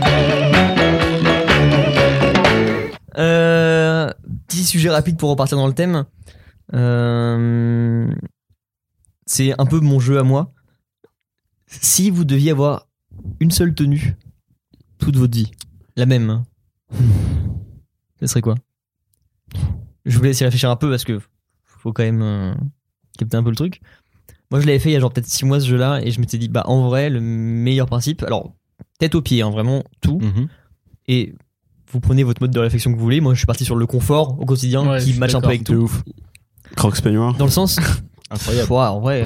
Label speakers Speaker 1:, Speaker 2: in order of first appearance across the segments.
Speaker 1: plus Euh, rapide pour repartir dans le thème. Euh, c'est un peu mon jeu à moi. Si vous deviez avoir une seule tenue toute votre vie, la même, hein, ce serait quoi Je vous laisse y réfléchir un peu parce que faut quand même euh, capter un peu le truc. Moi, je l'avais fait il y a genre peut-être 6 mois ce jeu-là et je m'étais dit, bah en vrai, le meilleur principe, alors tête aux pieds, hein, vraiment tout.
Speaker 2: Mhm.
Speaker 1: Et vous prenez votre mode de réflexion que vous voulez. Moi, je suis parti sur le confort au quotidien
Speaker 3: Ouais, je
Speaker 1: qui
Speaker 3: suis
Speaker 1: match un peu
Speaker 3: d'accord.
Speaker 1: avec
Speaker 2: De
Speaker 1: tout.
Speaker 2: ouf.
Speaker 4: Crocs peignoir.
Speaker 1: Dans le sens,
Speaker 2: Incroyable.
Speaker 1: Ouais, en vrai,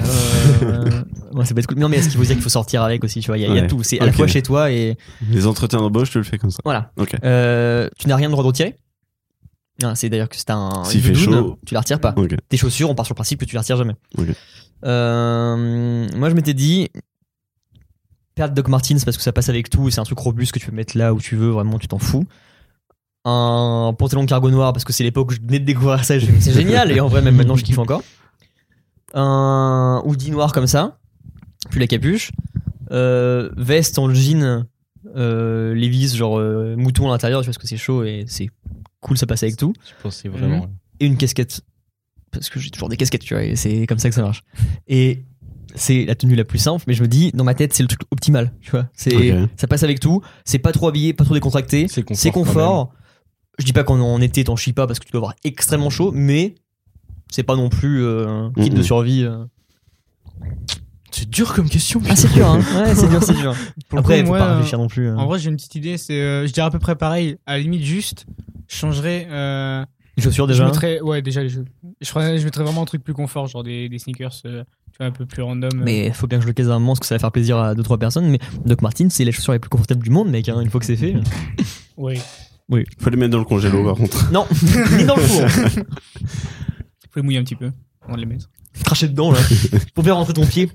Speaker 1: euh, ouais, ça peut être cool. Non, mais ce qu'il faut dire qu'il faut sortir avec aussi, tu vois. Il y, a- il y a
Speaker 4: Ouais.
Speaker 1: tout. C'est à la
Speaker 4: Ok.
Speaker 1: fois chez toi et
Speaker 4: Les entretiens d'embauche, tu le fais comme ça.
Speaker 1: voilà.
Speaker 4: Ok.
Speaker 1: Euh, tu n'as rien de droit de retirer. Ah, c'est d'ailleurs que c'est un.
Speaker 4: S'il
Speaker 1: une
Speaker 4: fait
Speaker 1: doudoune,
Speaker 4: chaud.
Speaker 1: Tu la retires pas.
Speaker 4: Ok.
Speaker 1: Tes chaussures, on part sur le principe que tu les retires jamais.
Speaker 4: Ok.
Speaker 1: Euh, moi, je m'étais dit. Paire de Doc Martens parce que ça passe avec tout et c'est un truc robuste que tu peux mettre là où tu veux, vraiment, tu t'en fous. Un pantalon cargo noir parce que c'est l'époque où je venais de découvrir ça, j'ai fait, mais c'est génial et en vrai, même maintenant, je kiffe encore. Un hoodie noir comme ça, puis la capuche. Euh, veste en jean, euh, Levi's, genre euh, mouton à l'intérieur, tu vois, parce que c'est chaud et c'est cool, ça passe avec tout
Speaker 2: Je pensais vraiment.
Speaker 1: et une casquette. Parce que j'ai toujours des casquettes, tu vois, et c'est comme ça que ça marche. Et c'est la tenue la plus simple, mais je me dis, dans ma tête, c'est le truc optimal, tu vois. C'est,
Speaker 4: Ok.
Speaker 1: ça passe avec tout, c'est pas trop habillé, pas trop décontracté,
Speaker 2: C'est confort
Speaker 1: c'est
Speaker 2: quand
Speaker 1: confort. Je dis pas qu'en en été, t'en chies pas parce que tu dois avoir extrêmement chaud, mais c'est pas non plus euh, un kit
Speaker 4: Mhm.
Speaker 1: de survie. euh.
Speaker 2: C'est dur comme question.
Speaker 1: Ah, c'est dur, hein. Ouais, c'est dur, c'est dur.
Speaker 3: Pour le
Speaker 1: Après,
Speaker 3: coup,
Speaker 1: faut
Speaker 3: moi,
Speaker 1: pas réfléchir non plus. euh.
Speaker 3: En vrai, j'ai une petite idée, c'est, euh, je dirais à peu près pareil. À la limite, juste, je changerais. euh,
Speaker 1: Les chaussures
Speaker 3: je
Speaker 1: déjà.
Speaker 3: mettrais, ouais, déjà les jeux. Je, ferais- je mettrais vraiment un truc plus confort, genre des, des sneakers, euh, tu vois, un peu plus random. euh.
Speaker 1: Mais faut bien que je le case à un moment parce que ça va faire plaisir à deux trois personnes. Mais Doc Martin, c'est les chaussures les plus confortables du monde, mec. hein, une fois que c'est fait.
Speaker 3: Ouais.
Speaker 4: Faut les mettre dans le congélo, par contre.
Speaker 1: non, ni dans le four.
Speaker 3: Faut les mouiller un petit peu avant de les mettre.
Speaker 1: cracher dedans là pour faire rentrer ton pied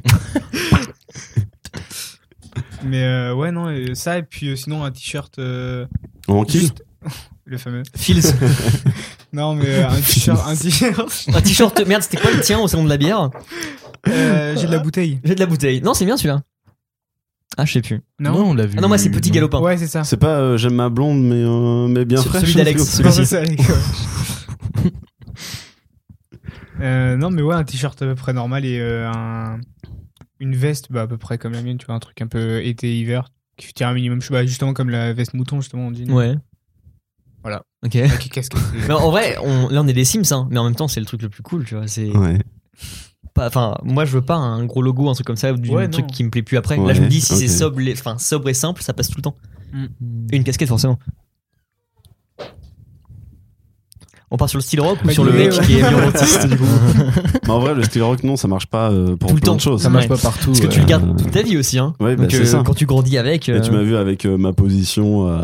Speaker 3: Mais euh, ouais, non, euh, ça, et puis euh, sinon, un t-shirt. euh,
Speaker 4: En kill
Speaker 3: juste- Le fameux.
Speaker 1: Fils
Speaker 3: Non, mais euh, un t-shirt. un t-shirt.
Speaker 1: un t-shirt merde c'était quoi le tien au salon de la bière
Speaker 3: Euh, j'ai de la bouteille.
Speaker 1: j'ai de la bouteille non c'est bien celui-là ah je sais plus
Speaker 3: Non,
Speaker 2: on l'a vu.
Speaker 1: ah non moi c'est petit galopin
Speaker 3: Ouais, c'est ça.
Speaker 4: C'est pas euh, j'aime ma blonde, mais, euh, mais bien
Speaker 1: Ce-
Speaker 4: fraîche.
Speaker 1: celui
Speaker 4: hein,
Speaker 1: d'Alex.
Speaker 4: c'est
Speaker 3: Non,
Speaker 1: Celui-ci.
Speaker 3: c'est ça, les gars. Euh, non, mais ouais, un t-shirt à peu près normal et euh, un- une veste bah, à peu près comme la mienne, tu vois, un truc un peu été-hiver qui tient un minimum chaud, bah, justement comme la veste mouton, justement, on dit.
Speaker 1: ouais
Speaker 3: Voilà.
Speaker 1: ok
Speaker 3: Avec casquette.
Speaker 1: mais en vrai on- là on est des Sims hein, mais en même temps c'est le truc le plus cool tu vois c'est
Speaker 4: cool. Ouais.
Speaker 1: pas enfin moi je veux pas un gros logo un truc comme ça ou du
Speaker 3: Ouais,
Speaker 1: truc
Speaker 3: non.
Speaker 1: qui me plaît plus après là je me
Speaker 4: Ouais,
Speaker 1: dis si
Speaker 4: ok.
Speaker 1: c'est sobre et, enfin, sobre et simple ça passe tout le temps
Speaker 3: Mm.
Speaker 2: Mhm.
Speaker 1: Et une casquette forcément on part sur le style rock ou
Speaker 3: Bah,
Speaker 1: sur le
Speaker 3: du
Speaker 1: mec
Speaker 3: coup,
Speaker 1: qui est
Speaker 3: ouais.
Speaker 1: violontiste du coup
Speaker 4: Mais en vrai, le style rock, non, ça marche pas euh, pour
Speaker 1: Tout le
Speaker 4: plein
Speaker 1: temps.
Speaker 4: de choses.
Speaker 2: Ça marche
Speaker 1: Ouais.
Speaker 2: pas partout.
Speaker 1: Parce que tu
Speaker 2: ouais.
Speaker 1: le gardes toute ta vie aussi, hein.
Speaker 4: Ouais, bah,
Speaker 1: Donc
Speaker 4: c'est
Speaker 1: euh,
Speaker 4: ça.
Speaker 1: quand tu grandis avec,
Speaker 4: Et tu
Speaker 1: euh,
Speaker 4: m'as vu avec euh, ma position euh,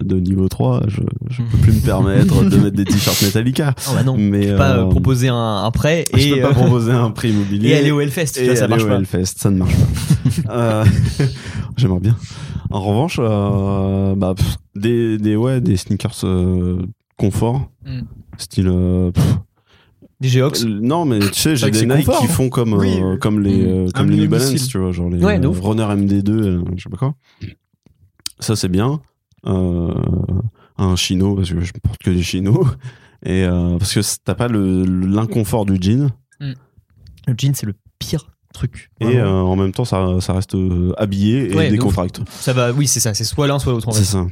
Speaker 4: de niveau 3, je, je peux plus me permettre de mettre des t-shirts Metallica.
Speaker 1: oh, bah non,
Speaker 4: mais
Speaker 1: pas euh,
Speaker 4: euh, Ah,
Speaker 1: proposer un, un prêt
Speaker 4: je
Speaker 1: et,
Speaker 4: peux pas
Speaker 1: euh,
Speaker 4: proposer un prix
Speaker 1: et
Speaker 4: immobilier.
Speaker 1: aller au Hellfest, tu
Speaker 4: et
Speaker 1: vois, ça
Speaker 4: aller
Speaker 1: marche
Speaker 4: au
Speaker 1: pas.
Speaker 4: Hellfest, ça ne marche pas. Euh, J'aimerais bien. En revanche, euh, bah, pff, des, des, ouais, des sneakers euh, confort,
Speaker 3: Mm.
Speaker 4: style. euh, pff,
Speaker 1: Des Geox.
Speaker 4: euh, non, mais tu sais, j'ai
Speaker 2: vrai que
Speaker 4: des
Speaker 2: c'est
Speaker 4: Nike
Speaker 2: confort.
Speaker 4: qui font comme, euh,
Speaker 3: Oui, oui.
Speaker 4: comme les, euh,
Speaker 3: Un
Speaker 4: comme les New
Speaker 3: minimum
Speaker 4: Balance,
Speaker 3: style.
Speaker 4: tu vois, genre les
Speaker 1: Ouais, de
Speaker 4: euh,
Speaker 1: ouf.
Speaker 4: Runner MD2, euh, je sais pas quoi. Ça, c'est bien. Euh, un chino, parce que je porte que des chinos. Et euh, parce que c- t'as pas le- l'inconfort du jean.
Speaker 1: Le jean, c'est le pire truc.
Speaker 4: Et
Speaker 1: Vraiment.
Speaker 4: euh, en même temps, ça, ça reste euh, habillé et
Speaker 1: Ouais, de ouf.
Speaker 4: décontracté.
Speaker 1: Ça va, oui, c'est ça, c'est soit l'un, soit l'autre en
Speaker 4: C'est
Speaker 1: fait.
Speaker 4: ça.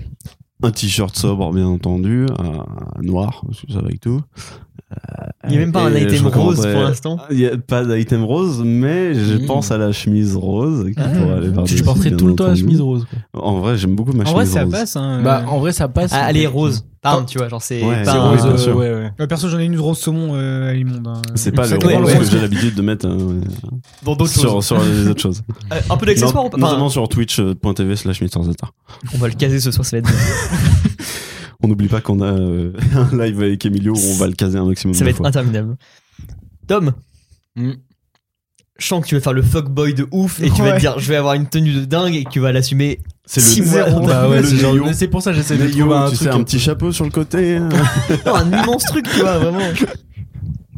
Speaker 4: Un t-shirt sobre, bien entendu, euh, noir, parce que ça va avec tout. Euh,
Speaker 1: Il n'y a même pas
Speaker 4: Et
Speaker 1: un
Speaker 4: je
Speaker 1: item rose
Speaker 4: recommanderais-
Speaker 1: pour l'instant. Mmh.
Speaker 4: Il n'y a pas d'item rose, mais je
Speaker 2: Mm.
Speaker 4: pense à la chemise rose.
Speaker 1: Ah.
Speaker 4: qui pourrait aller
Speaker 2: Tu
Speaker 4: par-dessus,
Speaker 2: porterais
Speaker 4: bien
Speaker 2: tout le temps la
Speaker 4: entendu.
Speaker 2: chemise rose. quoi.
Speaker 4: En vrai, j'aime beaucoup ma
Speaker 3: En
Speaker 4: chemise
Speaker 3: vrai,
Speaker 4: rose.
Speaker 3: ça passe. Hein,
Speaker 2: Bah,
Speaker 3: euh.
Speaker 2: en vrai, ça passe.
Speaker 1: Ah, allez, rose. Pardon, tu vois, genre c'est
Speaker 4: Ouais.
Speaker 1: pas
Speaker 2: C'est
Speaker 4: Ah,
Speaker 1: un-
Speaker 2: rose,
Speaker 4: bien
Speaker 2: euh,
Speaker 4: sûr.
Speaker 2: ouais, ouais.
Speaker 3: Ouais, bah, perso, j'en ai une rose saumon euh, à l'immonde. hein.
Speaker 4: C'est pas le
Speaker 3: Ça,
Speaker 4: rose
Speaker 3: ouais,
Speaker 1: rose,
Speaker 3: ouais.
Speaker 4: que j'ai l'habitude de mettre euh,
Speaker 1: dans d'autres
Speaker 4: sur,
Speaker 1: choses.
Speaker 4: sur les autres choses.
Speaker 1: Euh, un peu d'accessoires ou pas
Speaker 4: Not-
Speaker 1: Enfin,
Speaker 4: Notamment sur twitch.tv slash MrZeta.
Speaker 1: On va le caser ce soir, ça va être,
Speaker 4: On n'oublie pas qu'on a euh, un live avec Emilio où on va le caser un maximum
Speaker 1: ça va
Speaker 4: de
Speaker 1: être
Speaker 4: fois.
Speaker 1: interminable. Tom,
Speaker 2: Mm.
Speaker 1: je sens que tu vas faire le fuckboy de ouf et tu vas te
Speaker 3: Ouais.
Speaker 1: dire je vais avoir une tenue de dingue et que tu vas l'assumer
Speaker 4: C'est
Speaker 1: six
Speaker 4: le
Speaker 1: mois.
Speaker 2: Bah ouais,
Speaker 4: Le
Speaker 2: c'est genre-
Speaker 4: maillot.
Speaker 2: c'est pour ça que j'essaie de
Speaker 4: le yo,
Speaker 2: trouver un
Speaker 4: tu sais,
Speaker 2: truc.
Speaker 4: un petit chapeau sur le côté. hein.
Speaker 1: Non, un immense truc, tu vois, vraiment.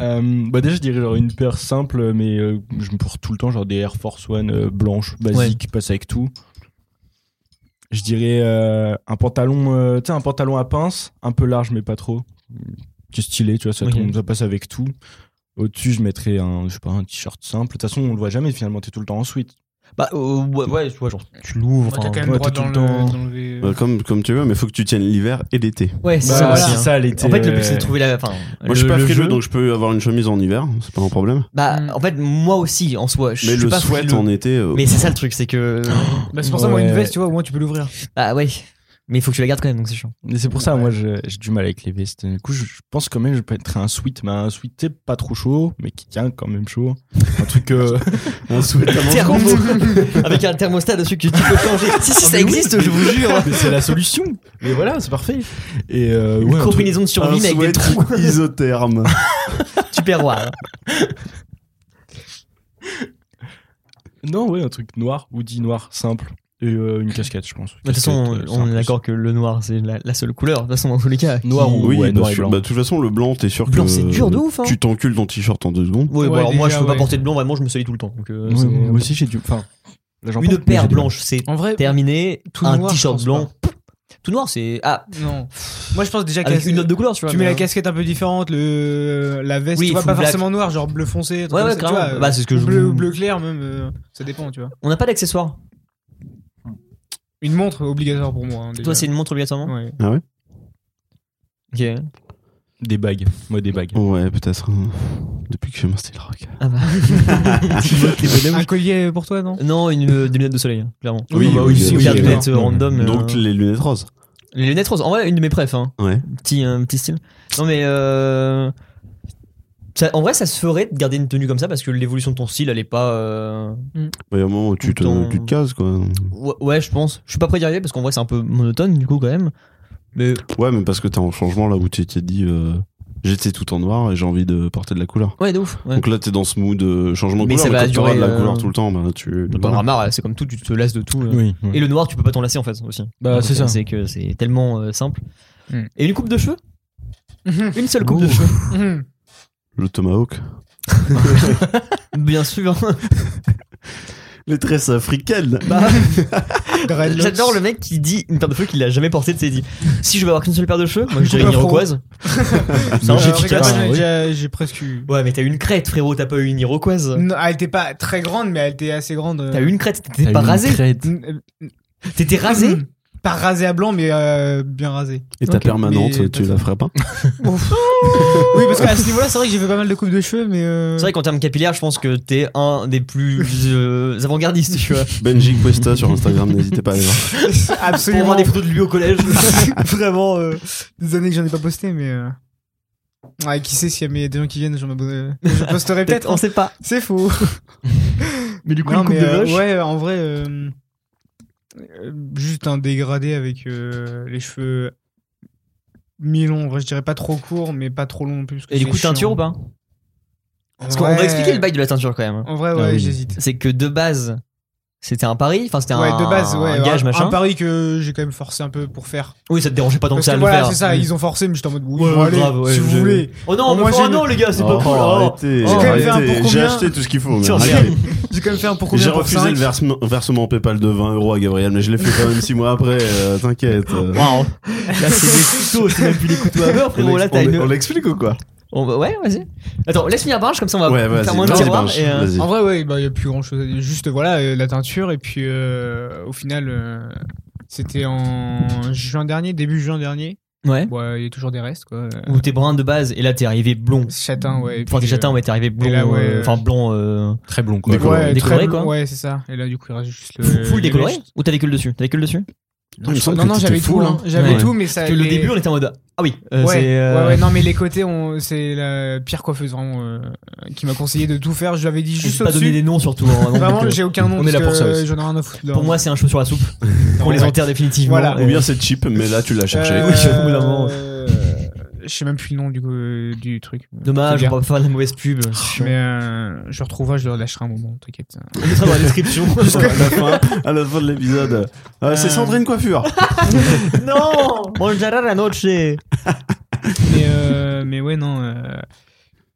Speaker 2: Euh, bah déjà je dirais genre une paire simple mais euh, je me porte tout le temps genre des Air Force One euh, blanches basiques qui passent avec tout. Je dirais euh, un pantalon euh, tu sais un pantalon à pince un peu large mais pas trop qui est stylé, tu vois, ça,
Speaker 1: Ok.
Speaker 2: tombe- ça passe avec tout. Au-dessus, je mettrais un, je sais pas, un t-shirt simple. De toute façon, on le voit jamais finalement, t'es tout le temps en suite.
Speaker 1: Bah, euh, ouais, ouais, tu vois, genre, tu l'ouvres.
Speaker 3: T'as
Speaker 1: enfin,
Speaker 3: quand même
Speaker 2: ouais,
Speaker 3: droit
Speaker 2: t'as tout
Speaker 3: d'en-
Speaker 2: le temps-
Speaker 3: d'enlever.
Speaker 4: Euh, comme, comme tu veux, mais faut que tu tiennes l'hiver et l'été.
Speaker 1: Ouais, c'est ça
Speaker 2: Bah,
Speaker 1: aussi.
Speaker 2: c'est euh,
Speaker 1: hein.
Speaker 2: ça, l'été,
Speaker 1: En fait, le but, c'est
Speaker 2: ouais.
Speaker 1: de trouver la. Enfin,
Speaker 4: Moi, je suis
Speaker 1: le-
Speaker 4: pas
Speaker 1: le
Speaker 4: frileux,
Speaker 1: jeu-
Speaker 4: donc je peux avoir une chemise en hiver, c'est pas un problème.
Speaker 1: Bah,
Speaker 3: Mm.
Speaker 1: en fait, moi aussi, en soi. Je
Speaker 4: Mais
Speaker 1: suis
Speaker 4: le
Speaker 1: pas
Speaker 4: sweat
Speaker 1: frileux.
Speaker 4: en été, euh,
Speaker 1: Mais c'est ça le truc, c'est que.
Speaker 3: Bah, c'est pour ça, moi, une
Speaker 2: Ouais.
Speaker 3: veste, tu vois, au moins tu peux l'ouvrir.
Speaker 1: Ah ouais. Mais il faut que tu la gardes quand même, donc c'est chiant.
Speaker 2: Mais c'est pour ça,
Speaker 3: Ouais.
Speaker 2: moi, je- j'ai du mal avec les vestes. Du coup, je je pense quand même que je mettrais un sweat, mais un sweat tu sais, pas trop chaud, mais qui tient quand même chaud. Un truc. euh,
Speaker 4: un sweat à manches
Speaker 1: Thermo Avec un thermostat dessus que tu peux changer. si, si, ça existe, je vous jure.
Speaker 2: mais c'est la solution. Mais voilà, c'est parfait. Et euh,
Speaker 1: Une
Speaker 2: ouais, un truc-
Speaker 1: combinaison de survie,
Speaker 4: Un
Speaker 1: mais avec des
Speaker 4: sweat
Speaker 1: trous.
Speaker 4: isotherme.
Speaker 1: Tu perds voir.
Speaker 2: Non, ouais, un truc noir, hoodie noir, simple. Et euh, une casquette, je pense.
Speaker 1: De toute façon,
Speaker 2: Casquette, euh,
Speaker 1: on est
Speaker 2: simple.
Speaker 1: d'accord que le noir, c'est la, la seule couleur. De toute façon, dans tous les cas. qui-
Speaker 2: Noir ou-
Speaker 4: Oui,
Speaker 2: Ouais,
Speaker 4: bah,
Speaker 2: noir et
Speaker 4: sûr-
Speaker 2: blanc. Euh,
Speaker 4: bah, de toute façon, le blanc, t'es sûr
Speaker 1: Blanc,
Speaker 4: que.
Speaker 1: c'est dur de ouf, hein.
Speaker 4: Tu t'encules ton t-shirt en deux secondes.
Speaker 1: Ouais, bon,
Speaker 3: Ouais,
Speaker 1: alors moi, je
Speaker 3: déjà,
Speaker 1: peux pas
Speaker 3: ouais.
Speaker 1: porter de blanc, vraiment, je me salis tout le temps. Donc, euh,
Speaker 2: Ouais,
Speaker 1: c'est-
Speaker 2: moi aussi, j'ai du. Enfin, là, j'en
Speaker 1: Une
Speaker 2: porte, mais j'ai
Speaker 1: paire
Speaker 2: du-
Speaker 1: blanche, c'est
Speaker 3: En vrai,
Speaker 1: terminé.
Speaker 3: tout
Speaker 1: un
Speaker 3: noir, je
Speaker 1: t-shirt
Speaker 3: pense
Speaker 1: blanc. Tout noir, c'est. Ah,
Speaker 3: non. Moi, je pense déjà
Speaker 1: avec
Speaker 3: que
Speaker 1: une note de couleur, tu vois.
Speaker 3: tu mets
Speaker 1: mais-
Speaker 3: la casquette un peu différente, le la veste,
Speaker 1: Oui,
Speaker 3: tu vois,
Speaker 1: full
Speaker 3: pas
Speaker 1: black.
Speaker 3: forcément noir, genre bleu foncé. un truc
Speaker 1: Ouais,
Speaker 3: comme
Speaker 1: ouais,
Speaker 3: ça,
Speaker 1: clairement.
Speaker 3: tu vois,
Speaker 1: Bah, c'est ce que
Speaker 3: ou
Speaker 1: je-
Speaker 3: bleu, ou bleu clair, même, euh, ça dépend, tu vois.
Speaker 1: On n'a pas d'accessoires.
Speaker 3: Une montre obligatoire pour moi. hein, déjà.
Speaker 1: Toi, c'est une montre obligatoirement
Speaker 3: Ouais.
Speaker 1: Ok.
Speaker 2: Des bagues. Moi, des bagues.
Speaker 4: Ouais, peut-être. hein. Depuis que j'ai mon style rock.
Speaker 1: Ah bah.
Speaker 3: Un collier pour toi, non
Speaker 1: Non, une, euh, des lunettes de soleil, hein, clairement.
Speaker 4: Oui,
Speaker 1: bah
Speaker 4: oui,
Speaker 1: oui,
Speaker 4: oui,
Speaker 1: ou
Speaker 4: oui,
Speaker 1: bien des
Speaker 4: oui,
Speaker 1: lunettes euh,
Speaker 2: oui.
Speaker 1: random.
Speaker 4: Donc,
Speaker 1: euh,
Speaker 4: les lunettes roses.
Speaker 1: Les lunettes roses, en vrai, une de mes préf, hein.
Speaker 4: Ouais.
Speaker 1: Petit, un petit style. Non, mais. euh, ça- en vrai, ça se ferait de garder une tenue comme ça parce que l'évolution de ton style, elle est pas. euh,
Speaker 4: Bah, il y a un moment où tu te,
Speaker 1: Ton-
Speaker 4: tu te cases, quoi.
Speaker 1: Ouais, ouais, je pense. Je suis pas prêt d'y arriver parce qu'en vrai, c'est un peu monotone, du coup, quand même. Mais
Speaker 4: Ouais, mais parce que t'es en changement là où tu t'es dit euh, j'étais tout en noir et j'ai envie de porter de la couleur.
Speaker 1: ouais, de ouf. Ouais.
Speaker 4: Donc là, t'es dans ce mood euh, changement de
Speaker 1: Mais
Speaker 4: couleur,
Speaker 1: ça va
Speaker 4: mais comme t'auras
Speaker 1: durer,
Speaker 4: de la
Speaker 1: euh,
Speaker 4: couleur tout le temps, bah, tu.
Speaker 1: T'en auras marre, c'est comme tout, tu te lasses de tout. euh.
Speaker 2: Oui.
Speaker 1: Et le noir, tu peux pas t'en lasser en fait aussi.
Speaker 2: Bah,
Speaker 1: Donc,
Speaker 2: c'est
Speaker 1: euh,
Speaker 2: ça.
Speaker 1: C'est que c'est tellement euh, simple.
Speaker 3: Hmm.
Speaker 1: Et une coupe de cheveux
Speaker 3: Mhm.
Speaker 1: Une seule coupe de
Speaker 2: Ouh.
Speaker 1: cheveux.
Speaker 3: Mhm.
Speaker 4: Le tomahawk.
Speaker 1: Bien sûr. hein.
Speaker 4: Les tresses africaines.
Speaker 1: Bah,
Speaker 3: Dreadlocks.
Speaker 1: J'adore le mec qui dit une paire de cheveux qu'il a jamais portée de ses dit si je veux avoir qu'une seule paire de cheveux, moi je dirais une
Speaker 3: Coupe à front.
Speaker 1: iroquoise. C'est
Speaker 3: Euh,
Speaker 1: un peu
Speaker 3: regarde,
Speaker 1: efficace.
Speaker 3: j'ai
Speaker 2: Ah, oui.
Speaker 3: déjà- J'ai presque eu.
Speaker 1: Ouais, mais t'as eu une crête, frérot, t'as pas eu une iroquoise.
Speaker 3: Non, elle était pas très grande, mais elle était assez grande. euh,
Speaker 1: T'as eu une crête, t'étais pas rasé.
Speaker 3: Mm,
Speaker 1: T'étais rasé.
Speaker 3: mm, Pas rasé à blanc, mais euh, bien rasé.
Speaker 4: Et ta
Speaker 1: Ok,
Speaker 4: permanente,
Speaker 3: mais-
Speaker 4: tu la ferais pas
Speaker 3: Oui, parce qu'à ce niveau-là, c'est vrai que j'ai fait pas mal de coupes de cheveux, mais. euh,
Speaker 1: C'est vrai qu'en termes capillaires, je pense que t'es un des plus euh, avant-gardistes, tu vois.
Speaker 4: Benji Cuesta sur Instagram, n'hésitez pas à aller voir.
Speaker 1: Pour
Speaker 3: absolument.
Speaker 1: voir des photos de lui au collège.
Speaker 3: Vraiment, euh, des années que j'en ai pas posté, mais. euh, Ouais, qui sait s'il y a mes- des gens qui viennent, j'en abonne- je posterai peut-être.
Speaker 1: on sait pas.
Speaker 3: C'est faux.
Speaker 1: Mais du
Speaker 3: Non, mais, euh, ouais, en vrai, euh, euh, juste un dégradé avec euh, les cheveux mi-longs. En vrai, je dirais pas trop court, mais pas trop long non plus. parce que
Speaker 1: Et du
Speaker 3: c'est
Speaker 1: coup, teinture
Speaker 3: chiant.
Speaker 1: ou pas
Speaker 3: En
Speaker 1: Parce qu'on
Speaker 3: vrai-
Speaker 1: va expliquer le bail de la teinture quand même.
Speaker 3: En vrai, ouais,
Speaker 2: Ah oui.
Speaker 3: j'hésite.
Speaker 1: C'est que de base, c'était un pari. Enfin, c'était
Speaker 3: Ouais,
Speaker 1: un,
Speaker 3: de base, ouais.
Speaker 1: un gage,
Speaker 3: un,
Speaker 1: machin.
Speaker 3: un pari que j'ai quand même forcé un peu pour faire.
Speaker 1: Oui, ça te dérangeait pas tant que
Speaker 3: Parce
Speaker 1: ça à
Speaker 3: que
Speaker 1: le
Speaker 3: voilà,
Speaker 1: faire.
Speaker 3: c'est ça,
Speaker 1: Oui.
Speaker 3: ils ont forcé, mais j'étais en mode, oui,
Speaker 1: Ouais,
Speaker 3: bon, allez,
Speaker 1: grave, ouais,
Speaker 3: si vous
Speaker 1: je-
Speaker 3: voulez.
Speaker 1: Oh non,
Speaker 3: Au
Speaker 1: mais
Speaker 3: moins,
Speaker 1: enfin,
Speaker 3: j'ai
Speaker 1: non, les gars, c'est pas
Speaker 4: Oh,
Speaker 1: cool. Oh.
Speaker 4: arrêtez,
Speaker 1: J'ai quand même
Speaker 3: fait un
Speaker 4: arrêtez.
Speaker 3: pour combien
Speaker 4: J'ai acheté tout ce qu'il faut. mais
Speaker 1: Tiens,
Speaker 4: arrêtez.
Speaker 1: regarde.
Speaker 3: J'ai quand même fait un pour combien
Speaker 4: J'ai
Speaker 3: pour
Speaker 4: refusé
Speaker 3: cinq
Speaker 4: le versement, versement PayPal de 20 euros à Gabriel, mais je l'ai fait quand même 6 mois après, euh, t'inquiète. euh.
Speaker 1: Waouh. Là, c'est des couteaux, c'est même plus des couteaux à beurre,
Speaker 4: On
Speaker 1: frérot. Là,
Speaker 4: l'ex-
Speaker 1: t'as
Speaker 4: on
Speaker 1: une.
Speaker 4: l'ex- on l'explique ou quoi
Speaker 1: On va- Ouais, vas-y. Attends, laisse finir Barge, comme ça on va
Speaker 4: Ouais, vas-y,
Speaker 1: faire moins de
Speaker 4: vas-y,
Speaker 1: tiroirs.
Speaker 4: Benji,
Speaker 1: et, euh,
Speaker 4: vas-y.
Speaker 3: En vrai, ouais, bah, il y a plus grand chose à dire. Juste, voilà, euh, la teinture. Et puis, euh, au final, euh, c'était en juin dernier, début juin dernier.
Speaker 1: Ouais.
Speaker 3: Bon, euh, il y a toujours des restes, quoi. Euh,
Speaker 1: Ou t'es brun de base, et là, t'es arrivé blond.
Speaker 3: Châtain, ouais. et
Speaker 1: Enfin, t'es
Speaker 3: puis,
Speaker 1: châtain, ouais, t'es arrivé blond.
Speaker 3: là, ouais,
Speaker 1: euh,
Speaker 3: euh,
Speaker 1: Enfin, blanc. euh,
Speaker 2: Très blond,
Speaker 4: quoi.
Speaker 2: quoi.
Speaker 3: euh, Ouais,
Speaker 1: Décoloré,
Speaker 3: très
Speaker 1: quoi.
Speaker 3: blanc, Ouais, c'est ça. Et là, du coup, il reste juste le.
Speaker 1: Full
Speaker 3: le
Speaker 1: décoloré
Speaker 3: reste.
Speaker 1: Ou t'avais que le dessus T'avais que le dessus
Speaker 4: Il me semble
Speaker 3: Non,
Speaker 4: que
Speaker 3: non,
Speaker 4: t'étais
Speaker 3: j'avais
Speaker 4: full,
Speaker 3: tout. hein.
Speaker 4: hein.
Speaker 3: J'avais
Speaker 1: Ouais.
Speaker 3: tout, mais ça.
Speaker 1: Parce que le
Speaker 3: les-
Speaker 1: début, on était en mode. Ah oui, euh,
Speaker 3: ouais,
Speaker 1: c'est. euh,
Speaker 3: ouais, ouais, non, mais les côtés, on... c'est la pire coiffeuse vraiment euh, qui m'a conseillé de tout faire. Je lui avais dit
Speaker 1: Je
Speaker 3: juste
Speaker 1: vais pas donner
Speaker 3: au-dessus.
Speaker 1: des noms surtout. hein, vraiment,
Speaker 3: Vraiment,
Speaker 1: donc, euh,
Speaker 3: j'ai aucun nom.
Speaker 2: on est là pour
Speaker 3: parce
Speaker 2: ça
Speaker 3: que
Speaker 2: aussi.
Speaker 3: J'en ai rien à foutre. hein.
Speaker 1: pour moi, c'est un cheveu sur la soupe. On les
Speaker 3: ouais.
Speaker 1: enterre définitivement.
Speaker 3: Voilà.
Speaker 1: Et-
Speaker 4: Ou bien c'est cheap, mais là tu l'as cherché.
Speaker 3: Euh,
Speaker 1: Oui, au bout d'un moment.
Speaker 3: euh, Je sais même plus le nom du, coup, euh, du truc.
Speaker 1: Dommage,
Speaker 3: C'est Oh,
Speaker 1: on va pas faire de la mauvaise pub.
Speaker 3: Mais euh, je le retrouverai, je le lâcherai un moment, t'inquiète.
Speaker 1: On mettra dans la description.
Speaker 4: à, la fin, à la fin de l'épisode. Euh, C'est
Speaker 3: Euh.
Speaker 4: Sandrine Coiffure.
Speaker 1: non Mangiare la noche
Speaker 3: mais, euh, mais ouais, non. euh,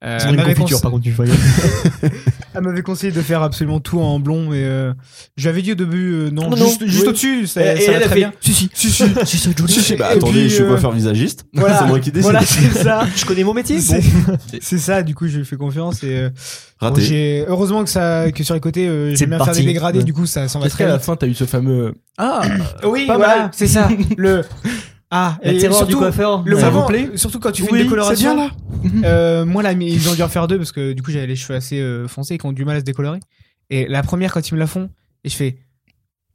Speaker 3: Euh,
Speaker 1: C'est
Speaker 3: elle
Speaker 1: une
Speaker 3: m'avait
Speaker 1: confiture,
Speaker 3: conse-
Speaker 1: par contre, du
Speaker 3: elle m'avait conseillé de faire absolument tout en blond et euh, j'avais dit au début euh, non,
Speaker 1: Non,
Speaker 3: juste,
Speaker 1: non,
Speaker 3: juste
Speaker 1: oui.
Speaker 3: au-dessus, ça, ça va très bien.
Speaker 1: Si, si.
Speaker 3: Si, si.
Speaker 1: Si, si, Julie.
Speaker 4: Si, si, bah
Speaker 3: Et
Speaker 4: attendez,
Speaker 3: puis,
Speaker 4: je suis
Speaker 3: euh,
Speaker 4: coiffeur visagiste.
Speaker 3: voilà.
Speaker 4: c'est moi qui décide.
Speaker 3: Voilà, c'est ça.
Speaker 1: Je connais mon métier.
Speaker 3: C'est-
Speaker 1: Bon.
Speaker 3: C'est ça, du coup, je lui fais confiance et euh, bon,
Speaker 4: Raté.
Speaker 3: j'ai- heureusement que ça, que sur les côtés, euh,
Speaker 1: C'est
Speaker 3: j'aime bien faire
Speaker 1: parti.
Speaker 3: des dégradés,
Speaker 1: Ouais.
Speaker 3: du coup, ça s'en va
Speaker 2: Parce
Speaker 3: très
Speaker 2: qu'à la
Speaker 3: bien.
Speaker 2: fin, t'as eu ce fameux. Ah
Speaker 3: Euh, Oui,
Speaker 2: Pas
Speaker 3: voilà,
Speaker 2: mal.
Speaker 3: c'est ça. Le ah,
Speaker 1: La
Speaker 3: et
Speaker 1: terreur du
Speaker 3: surtout,
Speaker 1: coiffeur.
Speaker 3: le
Speaker 1: Ouais.
Speaker 3: savon, surtout quand tu fais
Speaker 1: Oui,
Speaker 3: une décoloration.
Speaker 1: ça vient,
Speaker 3: Euh, moi, là, mais ils ont dû en faire deux parce que du coup, j'avais les cheveux assez euh, foncés et qui ont du mal à se décolorer. Et la première, quand ils me la font, et je fais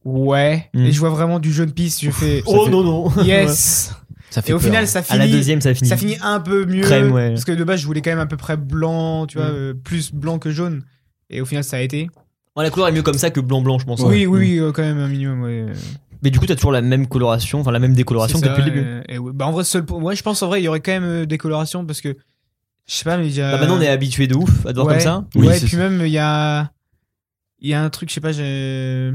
Speaker 3: ouais,
Speaker 1: Mm.
Speaker 3: et je vois vraiment du jaune pisse, je fais
Speaker 1: Oh non, non.
Speaker 3: yes.
Speaker 2: Ça
Speaker 3: Et au final, ça
Speaker 1: À
Speaker 3: finit.
Speaker 1: la deuxième, ça finit.
Speaker 3: Ça finit un peu mieux.
Speaker 1: Crème, ouais.
Speaker 3: Parce que de base, je voulais quand même à peu près blanc, tu vois,
Speaker 1: Mm.
Speaker 3: euh, plus blanc que jaune. Et au final, ça a été.
Speaker 1: Ouais, la couleur est mieux comme ça que blanc-blanc, je pense.
Speaker 3: Oui, oui,
Speaker 1: Mm.
Speaker 3: oui, euh, quand même un minimum. Ouais.
Speaker 1: Mais du coup, t'as toujours la même coloration, enfin la même décoloration que
Speaker 3: C'est ça,
Speaker 1: depuis le début.
Speaker 3: euh, et ouais. Bah, en vrai, seul. pour- Ouais, je pense en vrai, il y aurait quand même euh, des colorations parce que je sais pas, mais il y a.
Speaker 1: Bah, maintenant, on est habitué de ouf à te voir
Speaker 3: Ouais.
Speaker 1: comme ça.
Speaker 4: Oui,
Speaker 3: ouais,
Speaker 4: c'est
Speaker 3: puis même, il y a. Il y a un truc, je sais pas, j'ai.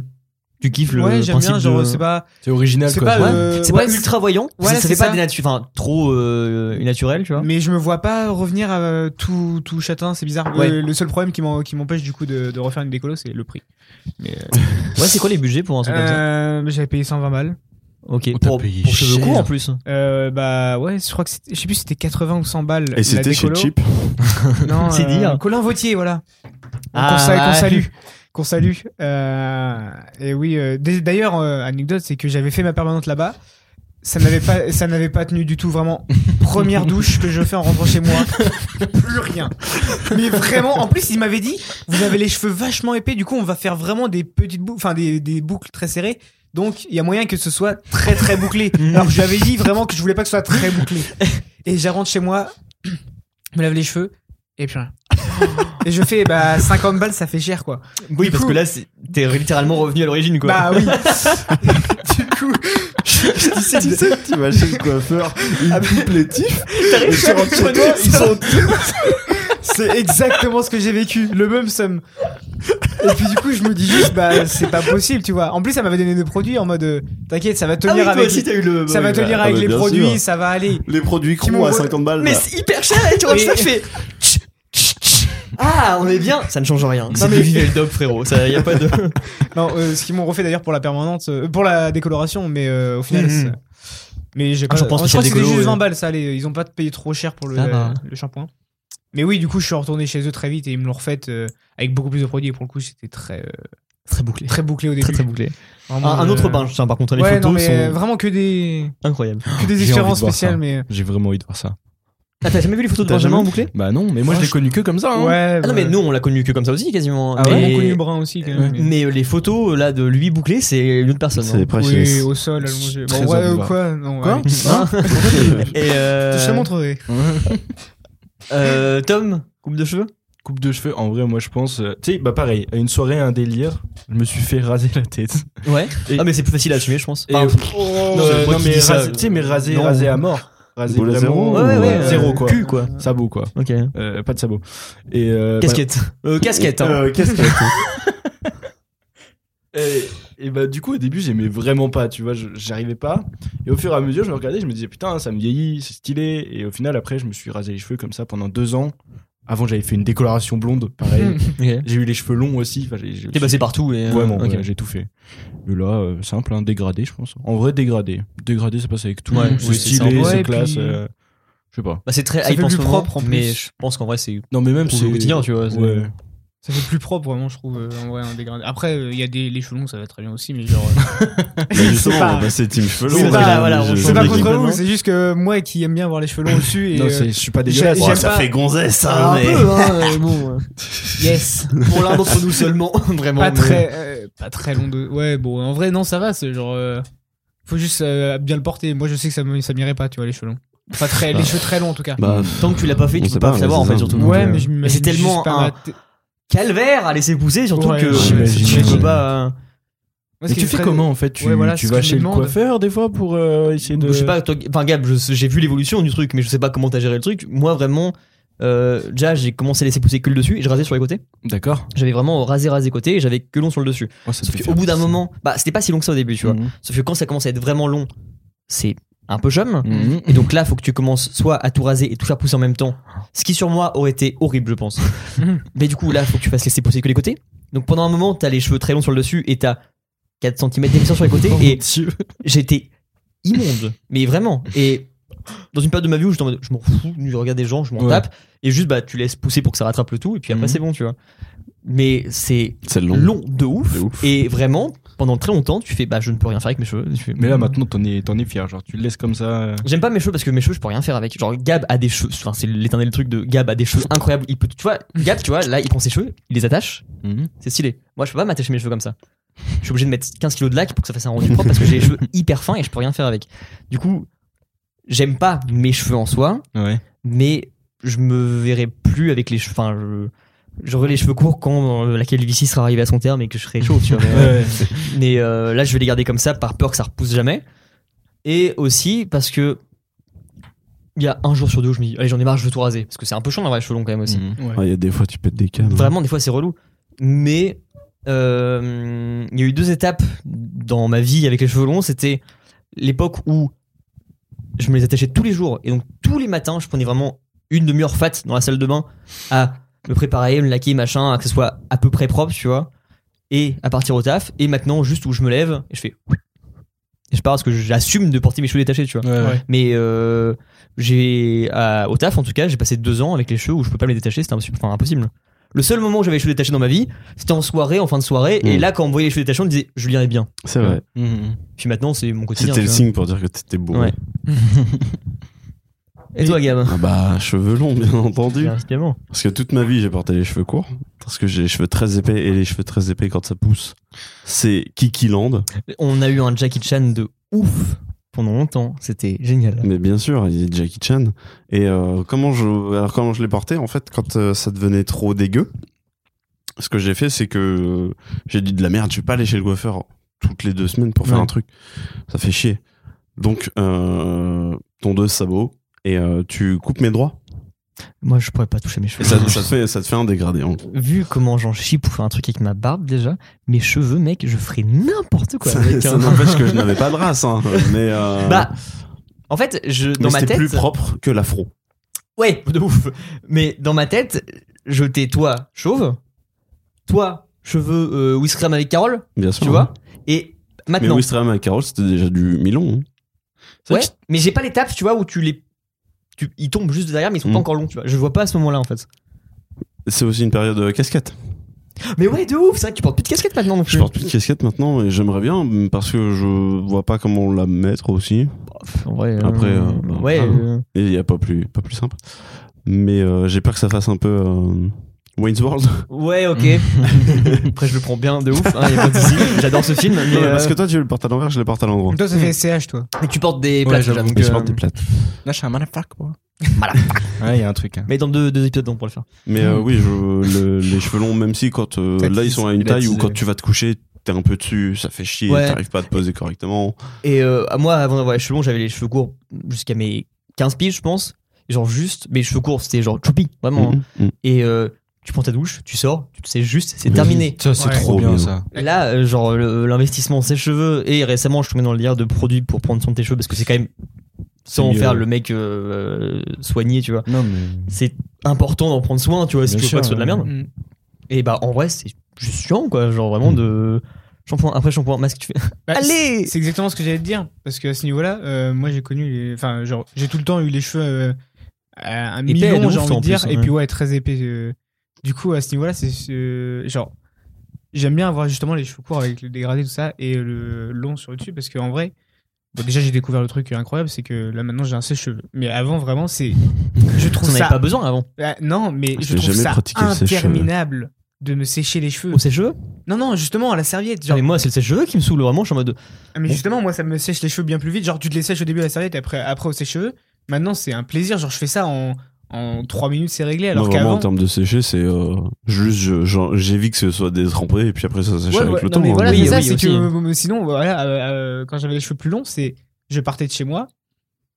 Speaker 1: Tu kiffes le
Speaker 3: Ouais, j'aime
Speaker 1: principe
Speaker 3: bien, genre,
Speaker 1: de-
Speaker 3: c'est pas.
Speaker 2: C'est original,
Speaker 3: C'est
Speaker 2: quoi.
Speaker 3: pas,
Speaker 2: ça.
Speaker 1: Ouais.
Speaker 3: euh,
Speaker 1: c'est
Speaker 3: ouais,
Speaker 1: pas
Speaker 3: c'est-
Speaker 1: ultra voyant.
Speaker 3: Voilà,
Speaker 1: ça, ça
Speaker 3: c'est
Speaker 1: fait pas
Speaker 3: ça. Mm.
Speaker 1: dénatu- enfin trop euh, naturel, tu vois.
Speaker 3: Mais je me vois pas revenir à tout, tout châtain, c'est bizarre.
Speaker 1: Ouais.
Speaker 3: Euh, le seul problème qui m'en- qui m'empêche du coup de, de refaire une décolo, c'est le prix. Mais, euh,
Speaker 1: Ouais, c'est quoi les budgets pour un truc comme ça
Speaker 3: euh, j'avais payé 120 balles.
Speaker 1: Ok.
Speaker 2: on t'a
Speaker 1: Pour,
Speaker 2: payé
Speaker 1: pour cheveux
Speaker 2: cher.
Speaker 1: courts en plus.
Speaker 3: Euh, bah ouais, je crois que c'était- je sais plus si c'était 80 ou 100 balles.
Speaker 4: Et c'était chez Chip.
Speaker 3: Non,
Speaker 1: C'est
Speaker 3: euh,
Speaker 1: dire.
Speaker 3: Colin Vautier, voilà.
Speaker 1: Ah,
Speaker 3: qu'on salue.
Speaker 1: ouais.
Speaker 3: Qu'on salue. qu'on salue. Euh, et oui, euh, d- d'ailleurs, euh, anecdote, c'est que j'avais fait ma permanente là-bas. Ça n'avait pas, ça n'avait pas tenu du tout vraiment. Première douche que je fais en rentrant chez moi, plus rien. Mais vraiment, en plus, il m'avait dit, vous avez les cheveux vachement épais, du coup, on va faire vraiment des petites boucles, enfin des, des boucles très serrées. Donc, il y a moyen que ce soit très très bouclé. Alors, je lui avais dit vraiment que je voulais pas que ce soit très bouclé. Et j'arrête chez moi, je me lave les cheveux, et puis rien. Et je fais, bah, 50 balles, ça fait cher, quoi.
Speaker 1: Oui,
Speaker 3: Du
Speaker 1: parce
Speaker 3: coup-
Speaker 1: que là, c'est- t'es littéralement revenu à l'origine, quoi.
Speaker 3: Bah oui. du coup,
Speaker 4: Tu sais, t'imagines le coiffeur, il coupe les tifs, et tu rentres chez toi, ils sont
Speaker 3: c'est exactement ce que j'ai vécu, le même somme. Et puis du coup, je me dis juste, bah, c'est pas possible, tu vois. En plus, ça m'avait donné des produits en mode, euh, t'inquiète, ça va
Speaker 1: Ah oui,
Speaker 3: tenir
Speaker 1: toi
Speaker 3: avec,
Speaker 1: aussi, t'as eu le.
Speaker 3: ça va
Speaker 1: oui,
Speaker 3: tenir
Speaker 1: bah.
Speaker 4: Ah,
Speaker 3: avec
Speaker 4: bah,
Speaker 3: les
Speaker 4: bien
Speaker 3: produits,
Speaker 4: sûr.
Speaker 3: ça va aller.
Speaker 4: les produits
Speaker 3: Tu
Speaker 4: crous
Speaker 3: m'envoies-
Speaker 4: à 50 balles.
Speaker 1: Mais
Speaker 4: là.
Speaker 1: c'est hyper cher, et tu vois,
Speaker 3: Oui.
Speaker 1: ça fait. tch, tch, tch. Ah, on est bien. Ça ne change rien. C'est
Speaker 3: mais-
Speaker 1: du vivel dop, frérot. Ça, y a pas de.
Speaker 3: Non, euh, ce qu'ils m'ont refait d'ailleurs pour la permanente, euh, pour la décoloration, mais euh, au final,
Speaker 1: Mhm.
Speaker 3: c'est- mais j'ai
Speaker 1: Ah,
Speaker 3: pas.
Speaker 1: je pense
Speaker 3: je
Speaker 1: que
Speaker 3: crois que
Speaker 1: c'est
Speaker 3: c'était
Speaker 1: décolo,
Speaker 3: juste
Speaker 1: ouais.
Speaker 3: 20 balles, ça allait. Ils ont pas payé trop cher pour le,
Speaker 1: Ça va. hein.
Speaker 3: le shampoing. Mais oui, du coup, je suis retourné chez eux très vite et ils me l'ont refait euh, avec beaucoup plus de produits. Et pour le coup, c'était très euh,
Speaker 1: Très bouclé.
Speaker 3: très bouclé au début.
Speaker 1: Très très bouclé. Un,
Speaker 3: Vraiment,
Speaker 1: un
Speaker 3: euh,
Speaker 1: autre pinge, tiens, par contre, les
Speaker 3: ouais,
Speaker 1: photos
Speaker 3: non, mais euh,
Speaker 1: sont
Speaker 3: vraiment que des
Speaker 1: incroyables.
Speaker 3: que des
Speaker 2: J'ai
Speaker 3: expériences
Speaker 2: envie de voir
Speaker 3: spéciales,
Speaker 2: ça.
Speaker 3: mais
Speaker 2: J'ai vraiment envie de voir ça.
Speaker 1: Ah, t'as jamais vu les photos de
Speaker 4: T'as
Speaker 1: Benjamin
Speaker 4: jamais
Speaker 1: en bouclé
Speaker 2: Bah non, mais moi, je l'ai connu que comme ça. hein.
Speaker 3: ouais. bah,
Speaker 1: Ah non, mais nous, on l'a connu que comme ça aussi, quasiment. hein.
Speaker 3: Ah ouais,
Speaker 1: mais... euh,
Speaker 3: mon connu brun aussi. Quand même, mais-
Speaker 1: mais les photos là de lui bouclé, c'est une autre personne.
Speaker 4: C'est
Speaker 1: hein.
Speaker 3: Oui,
Speaker 4: precious.
Speaker 3: au sol, allongé.
Speaker 2: Très
Speaker 3: Bon, ouais,
Speaker 2: envie de
Speaker 3: euh,
Speaker 2: voir.
Speaker 3: quoi Non.
Speaker 2: Quoi
Speaker 3: allez.
Speaker 1: Hein Et
Speaker 3: Je te
Speaker 1: euh,
Speaker 3: montrerai.
Speaker 1: euh, Tom, coupe de cheveux
Speaker 2: Coupe de cheveux, en vrai, moi, je pense. euh, Tu sais, bah pareil, à une soirée, un délire, je me suis fait raser la tête.
Speaker 1: Ouais. Ah, mais c'est plus facile à assumer, je pense.
Speaker 2: Et-
Speaker 1: Enfin,
Speaker 2: Euh,
Speaker 1: non, c'est moi qui
Speaker 2: mais
Speaker 1: dis ça.
Speaker 2: raser- tu sais, mais raser,
Speaker 1: Non.
Speaker 2: raser à mort. Raser
Speaker 4: Boule à
Speaker 2: vraiment.
Speaker 4: zéro
Speaker 1: ouais, ouais, ouais.
Speaker 2: Zéro,
Speaker 1: euh,
Speaker 2: quoi.
Speaker 1: Cul, quoi.
Speaker 2: Sabot, quoi.
Speaker 1: Ok.
Speaker 2: Euh, pas de sabot. Et euh,
Speaker 1: Casquette. Euh, casquette, hein.
Speaker 4: Euh, Qu'est-ce que
Speaker 2: Et, et bah du coup au début j'aimais vraiment pas, tu vois, je- j'arrivais pas. Et au fur et à mesure je me regardais, je me disais putain ça me vieillit, c'est stylé. Et au final après je me suis rasé les cheveux comme ça pendant deux ans. Avant j'avais fait une décoloration blonde, pareil.
Speaker 1: Ok.
Speaker 2: j'ai eu les cheveux longs aussi. Enfin, j'ai, j'ai-
Speaker 1: T'es passé partout et. euh,
Speaker 2: Vraiment,
Speaker 1: ok.
Speaker 2: ouais, j'ai tout fait. Mais là euh, simple, hein, dégradé je pense. En vrai dégradé, dégradé ça passe avec tout.
Speaker 1: Ouais,
Speaker 2: c'est
Speaker 1: oui, c'est
Speaker 2: stylé,
Speaker 1: simple.
Speaker 2: c'est
Speaker 3: Ouais,
Speaker 2: classe.
Speaker 3: puis-
Speaker 2: euh, je sais pas.
Speaker 1: Bah, c'est très
Speaker 3: Ça
Speaker 1: hype
Speaker 3: fait
Speaker 1: en
Speaker 3: plus
Speaker 1: ce moment,
Speaker 3: propre, en
Speaker 1: mais
Speaker 3: plus.
Speaker 1: je pense qu'en vrai, c'est
Speaker 2: Non mais même
Speaker 1: pour le quotidien, tu vois. c'est-
Speaker 2: Ouais.
Speaker 3: Ça fait plus propre, vraiment, je trouve, euh, en vrai, un dégradé. Après, euh, il y a des les cheveux longs, ça va très bien aussi, mais genre. euh,
Speaker 4: Bah, Justement,
Speaker 3: c'est
Speaker 4: on va
Speaker 3: pas,
Speaker 4: passer Team Cheveux
Speaker 1: Oui,
Speaker 4: longs,
Speaker 1: c'est pas-
Speaker 4: là,
Speaker 1: voilà,
Speaker 4: je-
Speaker 1: on-
Speaker 4: je-
Speaker 3: c'est pas
Speaker 4: je-
Speaker 3: contre vous,
Speaker 1: complètement.
Speaker 3: c'est juste que moi qui aime bien voir les cheveux longs dessus et.
Speaker 2: Non,
Speaker 3: euh,
Speaker 2: c'est, je suis pas dégueulasse.
Speaker 3: j'ai-
Speaker 4: Ouais,
Speaker 3: j'aime
Speaker 4: Ça
Speaker 3: pas-
Speaker 4: fait gonzesse, ça,
Speaker 1: un
Speaker 4: mais-
Speaker 1: peu, hein, euh, bon. euh,
Speaker 3: yes!
Speaker 1: Pour l'un d'entre nous seulement, vraiment.
Speaker 3: Pas
Speaker 1: mais-
Speaker 3: très, euh, pas très long de. Ouais, bon, en vrai, non, ça va, c'est genre. euh, Faut juste euh, bien le porter. Moi, je sais que ça me- ça m'irait pas, tu vois, les cheveux longs. Enfin, très, les cheveux très longs, en tout cas.
Speaker 4: Bah,
Speaker 1: Tant que tu l'as pas fait,
Speaker 4: On
Speaker 1: tu
Speaker 4: sait
Speaker 1: peux pas,
Speaker 4: pas, ouais,
Speaker 1: savoir en
Speaker 4: c'est
Speaker 1: fait,
Speaker 4: ça.
Speaker 1: surtout.
Speaker 4: Donc,
Speaker 3: ouais,
Speaker 4: euh,
Speaker 3: mais je
Speaker 1: mais c'est
Speaker 3: m'imagine
Speaker 1: tellement
Speaker 3: juste pas
Speaker 1: un-
Speaker 3: ma tête.
Speaker 1: Calvaire à laisser pousser, surtout
Speaker 3: Ouais,
Speaker 1: que.
Speaker 2: j'imagine.
Speaker 1: tu peux
Speaker 2: J'imagine.
Speaker 1: pas.
Speaker 3: Moi, ce
Speaker 2: Mais
Speaker 3: qui
Speaker 2: tu
Speaker 3: me
Speaker 2: fais
Speaker 3: ferait-
Speaker 2: comment en fait Tu,
Speaker 3: Ouais, voilà,
Speaker 2: tu
Speaker 3: c'est ce
Speaker 2: vas
Speaker 3: que je
Speaker 2: chez
Speaker 3: me
Speaker 2: le
Speaker 3: demande.
Speaker 2: coiffeur des fois pour euh, essayer de.
Speaker 1: Je sais pas, toi- enfin Gab, je- j'ai vu l'évolution du truc, mais je sais pas comment t'as géré le truc. Moi vraiment, euh, déjà j'ai commencé à laisser pousser que le dessus et je rasais sur les côtés.
Speaker 2: D'accord.
Speaker 1: J'avais vraiment rasé, rasé côté et j'avais que long sur le dessus.
Speaker 2: Oh, ça
Speaker 1: Sauf
Speaker 2: fait
Speaker 1: qu'au
Speaker 2: faire
Speaker 1: bout d'un
Speaker 2: ça.
Speaker 1: moment, bah c'était pas si long que ça au début, tu vois.
Speaker 2: Mhm.
Speaker 1: Sauf que quand ça commence à être vraiment long, c'est un peu chum.
Speaker 2: Mhm.
Speaker 1: Et donc là, faut que tu commences soit à tout raser et tout faire pousser en même temps. Ce qui sur moi aurait été horrible, je pense. Mais du coup, là, faut que tu fasses laisser pousser que les côtés. Donc pendant un moment, t'as les cheveux très longs sur le dessus et t'as 4 cm d'émission sur les
Speaker 2: Oh
Speaker 1: côtés. Et j'étais immonde. Mais vraiment. Et dans une période de ma vie où j'étais en mode, je m'en fous, je regarde des gens, je m'en
Speaker 2: Ouais.
Speaker 1: tape. Et juste, bah, tu laisses pousser pour que ça rattrape le tout. Et puis après,
Speaker 2: Mhm.
Speaker 1: c'est bon, tu vois. Mais c'est
Speaker 4: C'est long.
Speaker 1: long de ouf.
Speaker 4: De ouf.
Speaker 1: Et vraiment, pendant très longtemps, tu fais, bah, je ne peux rien faire avec mes cheveux. Tu fais, mm.
Speaker 2: Mais là maintenant t'en es, t'en es fier, genre tu le laisses comme ça. euh.
Speaker 1: J'aime pas mes cheveux parce que mes cheveux, je peux rien faire avec. Genre, Gab a des cheveux. Enfin, c'est l'éternel truc de Gab a des cheveux incroyables. Il peut, tu vois, Gab, tu vois, là, il prend ses cheveux, il les attache,
Speaker 2: Mhm.
Speaker 1: c'est stylé. Moi, je peux pas m'attacher mes cheveux comme ça. Je suis obligé de mettre 15 kilos de lac pour que ça fasse un rendu propre parce que j'ai les cheveux hyper fins et je peux rien faire avec. Du coup, j'aime pas mes cheveux en soi,
Speaker 2: Ouais.
Speaker 1: mais je me verrai plus avec les cheveux. Enfin, je- j'aurai les cheveux courts quand euh, la calvitie sera arrivée à son terme et que je serai chaud, tu vois. mais- mais euh, là, je vais les garder comme ça par peur que ça repousse jamais. Et aussi parce que il y a un jour sur deux où je me dis, allez, j'en ai marre, je veux tout raser. Parce que c'est un peu chiant d'avoir les cheveux longs quand même aussi.
Speaker 2: Mhm.
Speaker 4: Ah, Il y a des fois, tu pètes des câbles. hein.
Speaker 1: Vraiment, des fois, c'est relou. Mais euh, il y a eu deux étapes dans ma vie avec les cheveux longs. C'était l'époque où je me les attachais tous les jours. Et donc, tous les matins, je prenais vraiment une demi-heure fat dans la salle de bain à me préparer, me laquer, machin, à que ce soit à peu près propre, tu vois. Et à partir au taf. Et maintenant, juste où je me lève et je fais. Et je pars parce que j'assume de porter mes cheveux détachés, tu vois.
Speaker 2: Ouais, ouais.
Speaker 1: Mais euh, j'ai à- au taf en tout cas, j'ai passé deux ans avec les cheveux où je peux pas me les détacher, c'était impossible. Enfin, impossible. Le seul moment où j'avais les cheveux détachés dans ma vie, c'était en soirée, en fin de soirée. Et
Speaker 4: Mm.
Speaker 1: là, quand on me voyait les cheveux détachés, on me disait Julien est bien.
Speaker 4: C'est vrai.
Speaker 2: Mhm.
Speaker 1: Puis maintenant, c'est mon quotidien.
Speaker 4: C'était le
Speaker 1: tu vois.
Speaker 4: signe pour dire que t'étais beau.
Speaker 1: Ouais. Et toi, Gab
Speaker 4: Ah bah, cheveux longs, bien entendu.
Speaker 1: Bien, évidemment.
Speaker 4: Parce que toute ma vie, j'ai porté les cheveux courts. Parce que j'ai les cheveux très épais et les cheveux très épais quand ça pousse, c'est Kikiland.
Speaker 1: On a eu un Jackie Chan de ouf pendant longtemps. C'était génial.
Speaker 4: Mais bien sûr, il est Jackie Chan. Et euh, comment je, alors comment je l'ai porté En fait, quand euh, ça devenait trop dégueu, ce que j'ai fait, c'est que euh, j'ai dit de la merde. Je vais pas aller chez le coiffeur toutes les deux semaines pour faire
Speaker 2: Ouais.
Speaker 4: un truc. Ça fait chier. Donc, euh, tondeuse sabot et euh, tu coupes mes droits.
Speaker 1: Moi, je pourrais pas toucher mes
Speaker 4: Et
Speaker 1: cheveux.
Speaker 4: ça, ça te fait, ça te fait un dégradé. en gros.
Speaker 1: Vu comment j'en chie pour faire un truc avec ma barbe déjà, mes cheveux, mec, je ferais n'importe quoi.
Speaker 4: ça
Speaker 1: avec
Speaker 4: ça
Speaker 1: un-
Speaker 4: n'empêche que je n'avais pas de race, hein, mais euh,
Speaker 1: Bah, en fait, je,
Speaker 4: mais
Speaker 1: dans ma
Speaker 4: c'était
Speaker 1: tête.
Speaker 4: plus propre que l'afro.
Speaker 1: Ouais, de ouf. Mais dans ma tête, je t'ai toi chauve, toi cheveux euh, Whiskram avec Carole,
Speaker 4: Bien sûr.
Speaker 1: tu
Speaker 4: hein.
Speaker 1: vois, Ah, et
Speaker 4: Mais
Speaker 1: maintenant.
Speaker 4: Wistram et Carole, c'était déjà du Milon. hein.
Speaker 1: ouais, mais j'ai pas l'étape, tu vois, où tu les. Tu, ils tombent juste derrière, mais ils sont
Speaker 4: Mm.
Speaker 1: pas encore longs, tu vois. Je vois pas à ce moment-là, en fait.
Speaker 4: C'est aussi une période euh, casquette.
Speaker 1: Mais ouais, de ouf, c'est vrai que tu portes plus de casquette maintenant non plus.
Speaker 4: Je porte plus de casquette maintenant et j'aimerais bien parce que je vois pas comment la mettre aussi.
Speaker 1: En vrai, euh,
Speaker 4: Après, euh, bah,
Speaker 1: ouais.
Speaker 4: ah,
Speaker 1: euh,
Speaker 4: Et il y a pas plus, pas plus simple. Mais euh, j'ai peur que ça fasse un peu euh, Wayne's World.
Speaker 1: ouais, ok. Après, je le prends bien, de ouf. hein, y a pas de souci. J'adore ce film, mais.
Speaker 4: Non, mais
Speaker 1: euh,
Speaker 4: Parce que toi, tu le portes à l'envers, je le porte à l'endroit.
Speaker 3: Toi, ça fait SCH, toi.
Speaker 1: mais tu portes des
Speaker 2: Ouais,
Speaker 1: plaques,
Speaker 2: j'avoue.
Speaker 1: déjà, donc,
Speaker 4: Et je
Speaker 1: euh,
Speaker 4: porte des plates.
Speaker 2: Là je suis un motherfucker quoi.
Speaker 1: Motherfucker.
Speaker 2: Ouais, il y a un truc. hein.
Speaker 1: Mais dans deux, deux épisodes, on pourra le faire.
Speaker 4: Mais euh, oui, je- le- les cheveux longs, même si quand euh,
Speaker 2: Ça
Speaker 4: là ils
Speaker 2: tease,
Speaker 4: sont à une
Speaker 2: il a
Speaker 4: taille ou
Speaker 2: teasé.
Speaker 4: quand tu vas te coucher, t'es un peu dessus, ça fait chier,
Speaker 1: euh. Ouais.
Speaker 4: t'arrives pas à te poser correctement.
Speaker 1: Et euh, à moi, avant d'avoir les cheveux longs, j'avais les cheveux courts jusqu'à mes 15 piges, je pense. Et Genre juste, mes cheveux courts, c'était genre choupi, vraiment. hein.
Speaker 4: Mhm, mhm.
Speaker 1: Et euh, tu prends ta douche, tu sors, tu sais juste, c'est terminé.
Speaker 2: Ça c'est
Speaker 3: Ouais.
Speaker 2: trop
Speaker 4: Trop
Speaker 2: bien
Speaker 4: bien.
Speaker 2: ça.
Speaker 1: Là, euh, genre le- l'investissement, ses cheveux. Et récemment, je suis tombé dans le lien de produits pour prendre soin de tes cheveux parce que c'est quand même sans en
Speaker 4: mieux.
Speaker 1: faire le mec euh, euh, soigné, tu vois.
Speaker 2: Non mais.
Speaker 1: C'est important d'en prendre soin, tu vois, si
Speaker 2: Bien
Speaker 1: tu veux
Speaker 2: sûr,
Speaker 1: pas que ce soit de la
Speaker 2: ouais.
Speaker 1: merde. Et bah en vrai, c'est juste chiant, quoi. Genre
Speaker 2: Mm.
Speaker 1: vraiment de shampoing après shampoing, masque, tu fais.
Speaker 3: Bah,
Speaker 1: Allez
Speaker 3: C'est exactement ce que j'allais te dire, parce que à ce niveau-là, euh, moi j'ai connu, les... enfin genre j'ai tout le temps eu les cheveux euh, à un
Speaker 1: Épais, de
Speaker 3: million,
Speaker 1: ouf,
Speaker 3: j'ai envie
Speaker 1: en
Speaker 3: de dire,
Speaker 1: plus, hein.
Speaker 3: et
Speaker 1: ouais.
Speaker 3: puis ouais très épais. euh. Du coup à ce niveau-là, c'est euh, genre j'aime bien avoir justement les cheveux courts avec le dégradé tout ça et le long sur le dessus, parce qu'en vrai, bon déjà j'ai découvert le truc incroyable, c'est que là maintenant j'ai un sèche-cheveux, mais avant vraiment c'est, je trouve
Speaker 1: T'en avais
Speaker 3: ça,
Speaker 1: pas besoin avant.
Speaker 3: Ah, non mais je
Speaker 4: J'ai
Speaker 3: trouve
Speaker 4: jamais
Speaker 3: ça
Speaker 4: pratiqué le sèche-cheveux.
Speaker 3: interminable de me sécher les cheveux.
Speaker 1: Ou ses cheveux
Speaker 3: Non non justement à la serviette,
Speaker 1: Non,
Speaker 3: Mm. genre
Speaker 1: mais moi, c'est ses cheveux qui me saoule vraiment. Je suis en mode.
Speaker 3: Ah, mais
Speaker 1: Bon.
Speaker 3: justement, moi, ça me sèche les cheveux bien plus vite. Genre, tu te les sèches au début à la serviette, après, après au sèche-cheveux. Maintenant, c'est un plaisir. Genre, je fais ça en, en 3 minutes, c'est réglé. Alors
Speaker 4: Moi, vraiment, en
Speaker 3: qu'avant.
Speaker 4: termes de sécher, c'est euh, juste, je- genre, j'évite que ce soit détrempé et puis après, ça sèche
Speaker 3: Ouais,
Speaker 4: avec
Speaker 3: ouais,
Speaker 4: le
Speaker 3: non,
Speaker 4: temps.
Speaker 3: mais
Speaker 4: hein,
Speaker 3: voilà,
Speaker 1: Oui,
Speaker 3: c'est ça,
Speaker 1: oui,
Speaker 3: c'est
Speaker 1: aussi.
Speaker 3: que euh, sinon, voilà, euh, euh, quand j'avais les cheveux plus longs, c'est. Je partais de chez moi.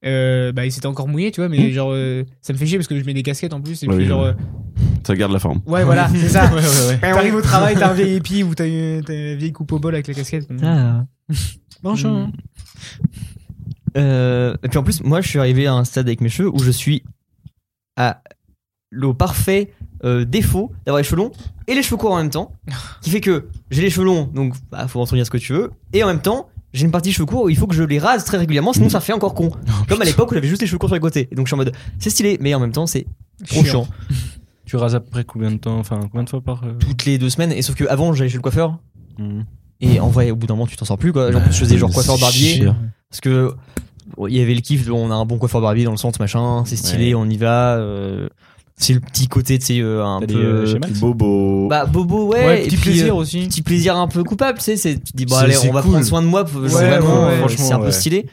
Speaker 3: Euh, bah, ils s'étaient encore mouillés, tu vois, mais genre, euh, ça me fait chier parce que je mets des casquettes en plus. Et
Speaker 4: Ouais,
Speaker 3: puis,
Speaker 4: oui,
Speaker 3: genre.
Speaker 4: ouais.
Speaker 3: euh,
Speaker 4: Ça garde la forme.
Speaker 3: ouais, voilà, c'est ça.
Speaker 2: Ouais, ouais, ouais.
Speaker 3: T'arrives au travail, t'as un vieil épi ou t'as Hmm. une, t'as une vieille coupe au bol avec la casquette.
Speaker 1: Ah.
Speaker 3: Bonjour.
Speaker 1: Euh, et puis en plus, moi, je suis arrivé à un stade avec mes cheveux où je suis à le parfait euh, défaut d'avoir les cheveux longs et les cheveux courts en même temps, qui fait que j'ai les cheveux longs, donc bah, faut entretenir ce que tu veux, et en même temps. J'ai une partie cheveux courts où il faut que je les rase très régulièrement, sinon ça fait encore con. Comme à l'époque où j'avais juste les cheveux courts sur les côtés. Et donc je suis en mode, c'est stylé, mais en même temps c'est trop chiant.
Speaker 2: Tu rases après combien de temps Enfin, combien de fois par. euh,
Speaker 1: Toutes les deux semaines, et sauf que avant j'allais chez le coiffeur,
Speaker 2: hmm.
Speaker 1: et en vrai, au bout d'un moment, tu t'en sors plus, quoi. En plus, je faisais genre coiffeur barbier. Parce que, bon, il y avait le kiff, de, on a un bon coiffeur barbier dans le centre, machin. C'est stylé, on y va. euh, c'est le petit côté, tu sais, euh, un
Speaker 2: T'as
Speaker 1: peu.
Speaker 2: des euh, schémas
Speaker 4: Bobo.
Speaker 1: bah, bobo, ouais.
Speaker 3: Ouais,
Speaker 1: et
Speaker 3: petit
Speaker 1: puis,
Speaker 3: plaisir
Speaker 1: euh,
Speaker 3: aussi.
Speaker 1: petit plaisir un peu coupable, tu sais. c'est- Tu te dis, bon,
Speaker 2: C'est-
Speaker 1: allez,
Speaker 2: c'est
Speaker 1: on va
Speaker 2: cool.
Speaker 1: prendre soin de moi. genre,
Speaker 3: Ouais,
Speaker 1: vraiment,
Speaker 3: ouais,
Speaker 1: euh,
Speaker 2: franchement,
Speaker 1: c'est un peu
Speaker 2: ouais.
Speaker 1: stylé.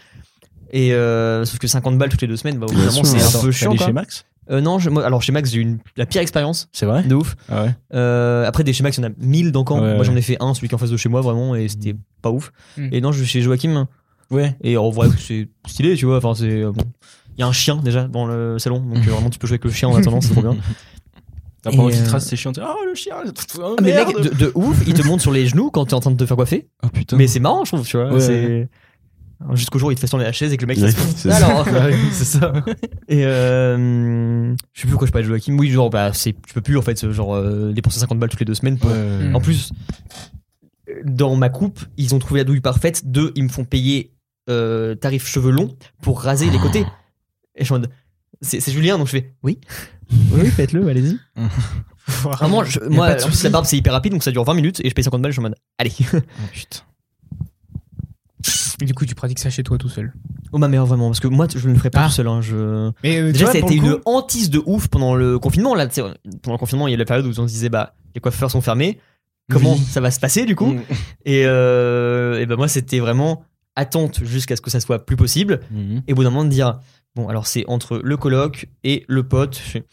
Speaker 1: Et euh, sauf que 50 balles toutes les deux semaines, bah, au bout d'un
Speaker 4: Bien
Speaker 1: moment,
Speaker 4: sûr.
Speaker 1: c'est un
Speaker 2: Attends,
Speaker 1: peu
Speaker 2: t'as
Speaker 1: chiant.
Speaker 2: des
Speaker 1: quoi.
Speaker 2: chez Max
Speaker 1: Euh, non, je- moi, alors chez Max, j'ai eu une- la pire expérience,
Speaker 2: C'est vrai
Speaker 1: de ouf.
Speaker 2: Ah ouais.
Speaker 1: Euh, après, des chez Max, il y en a 1000 dans Caen.
Speaker 2: Ouais,
Speaker 1: moi,
Speaker 2: ouais.
Speaker 1: j'en ai fait un, celui qui est en face de chez moi, vraiment, et c'était pas ouf.
Speaker 3: Mm.
Speaker 1: Et non, je vais chez Joachim.
Speaker 2: Ouais.
Speaker 1: Et en vrai, c'est stylé, tu vois. Enfin, c'est euh, bon. Il y a un chien déjà dans le salon, donc euh, vraiment, tu peux jouer avec le chien en attendant, c'est trop bien.
Speaker 2: T'as
Speaker 1: Et,
Speaker 2: pas envie de
Speaker 1: euh,
Speaker 2: tracer, c'est chiant. t'es, Oh le chien oh,
Speaker 1: Ah, mais
Speaker 2: merde.
Speaker 1: mec, de, de ouf, il te monte sur les genoux quand t'es en train de te faire coiffer.
Speaker 2: Oh putain.
Speaker 1: Mais c'est marrant, je trouve, tu vois.
Speaker 2: Ouais,
Speaker 1: c'est- Alors, Jusqu'au jour où il te fait tourner la chaise et que le mec il
Speaker 4: Ouais,
Speaker 1: se
Speaker 4: c'est ça.
Speaker 1: Alors,
Speaker 2: c'est ça.
Speaker 1: et euh, je sais plus pourquoi je parlais de Joachim. Oui, genre, bah, c'est- tu peux plus en fait, genre, euh, dépenser 50 balles toutes les deux semaines pour
Speaker 2: Ouais.
Speaker 1: En plus, euh, dans ma coupe, ils ont trouvé la douille parfaite. Deux, ils me font payer euh, tarif cheveux longs pour raser les côtés. Et je suis en mode, c'est c'est Julien, donc je fais oui. Oui, oui, faites-le, allez-y. Vraiment, je- moi,
Speaker 2: pas de
Speaker 1: en plus, la barbe c'est hyper rapide, donc ça dure 20 minutes et je paye 50 balles. Je suis en mode, allez.
Speaker 2: Oh, putain.
Speaker 3: Mais du coup, tu pratiques ça chez toi tout seul.
Speaker 1: Oh ma mère, vraiment, parce que moi, je ne le ferais pas
Speaker 3: Ah.
Speaker 1: tout seul. hein, je...
Speaker 3: Mais euh,
Speaker 1: Déjà, ça
Speaker 3: tu vois,
Speaker 1: a
Speaker 3: pour
Speaker 1: été
Speaker 3: le
Speaker 1: une
Speaker 3: coup,
Speaker 1: hantise de ouf pendant le confinement. Là, tu sais, pendant le confinement, il y a la période où on se disait, bah, les coiffeurs sont fermés. Comment
Speaker 2: Oui.
Speaker 1: ça va se passer du coup Et, euh, et ben moi, c'était vraiment attente jusqu'à ce que ça soit plus possible.
Speaker 2: Mhm.
Speaker 1: Et au bout d'un moment, de dire bon, alors c'est entre le coloc et le pote. Je fais,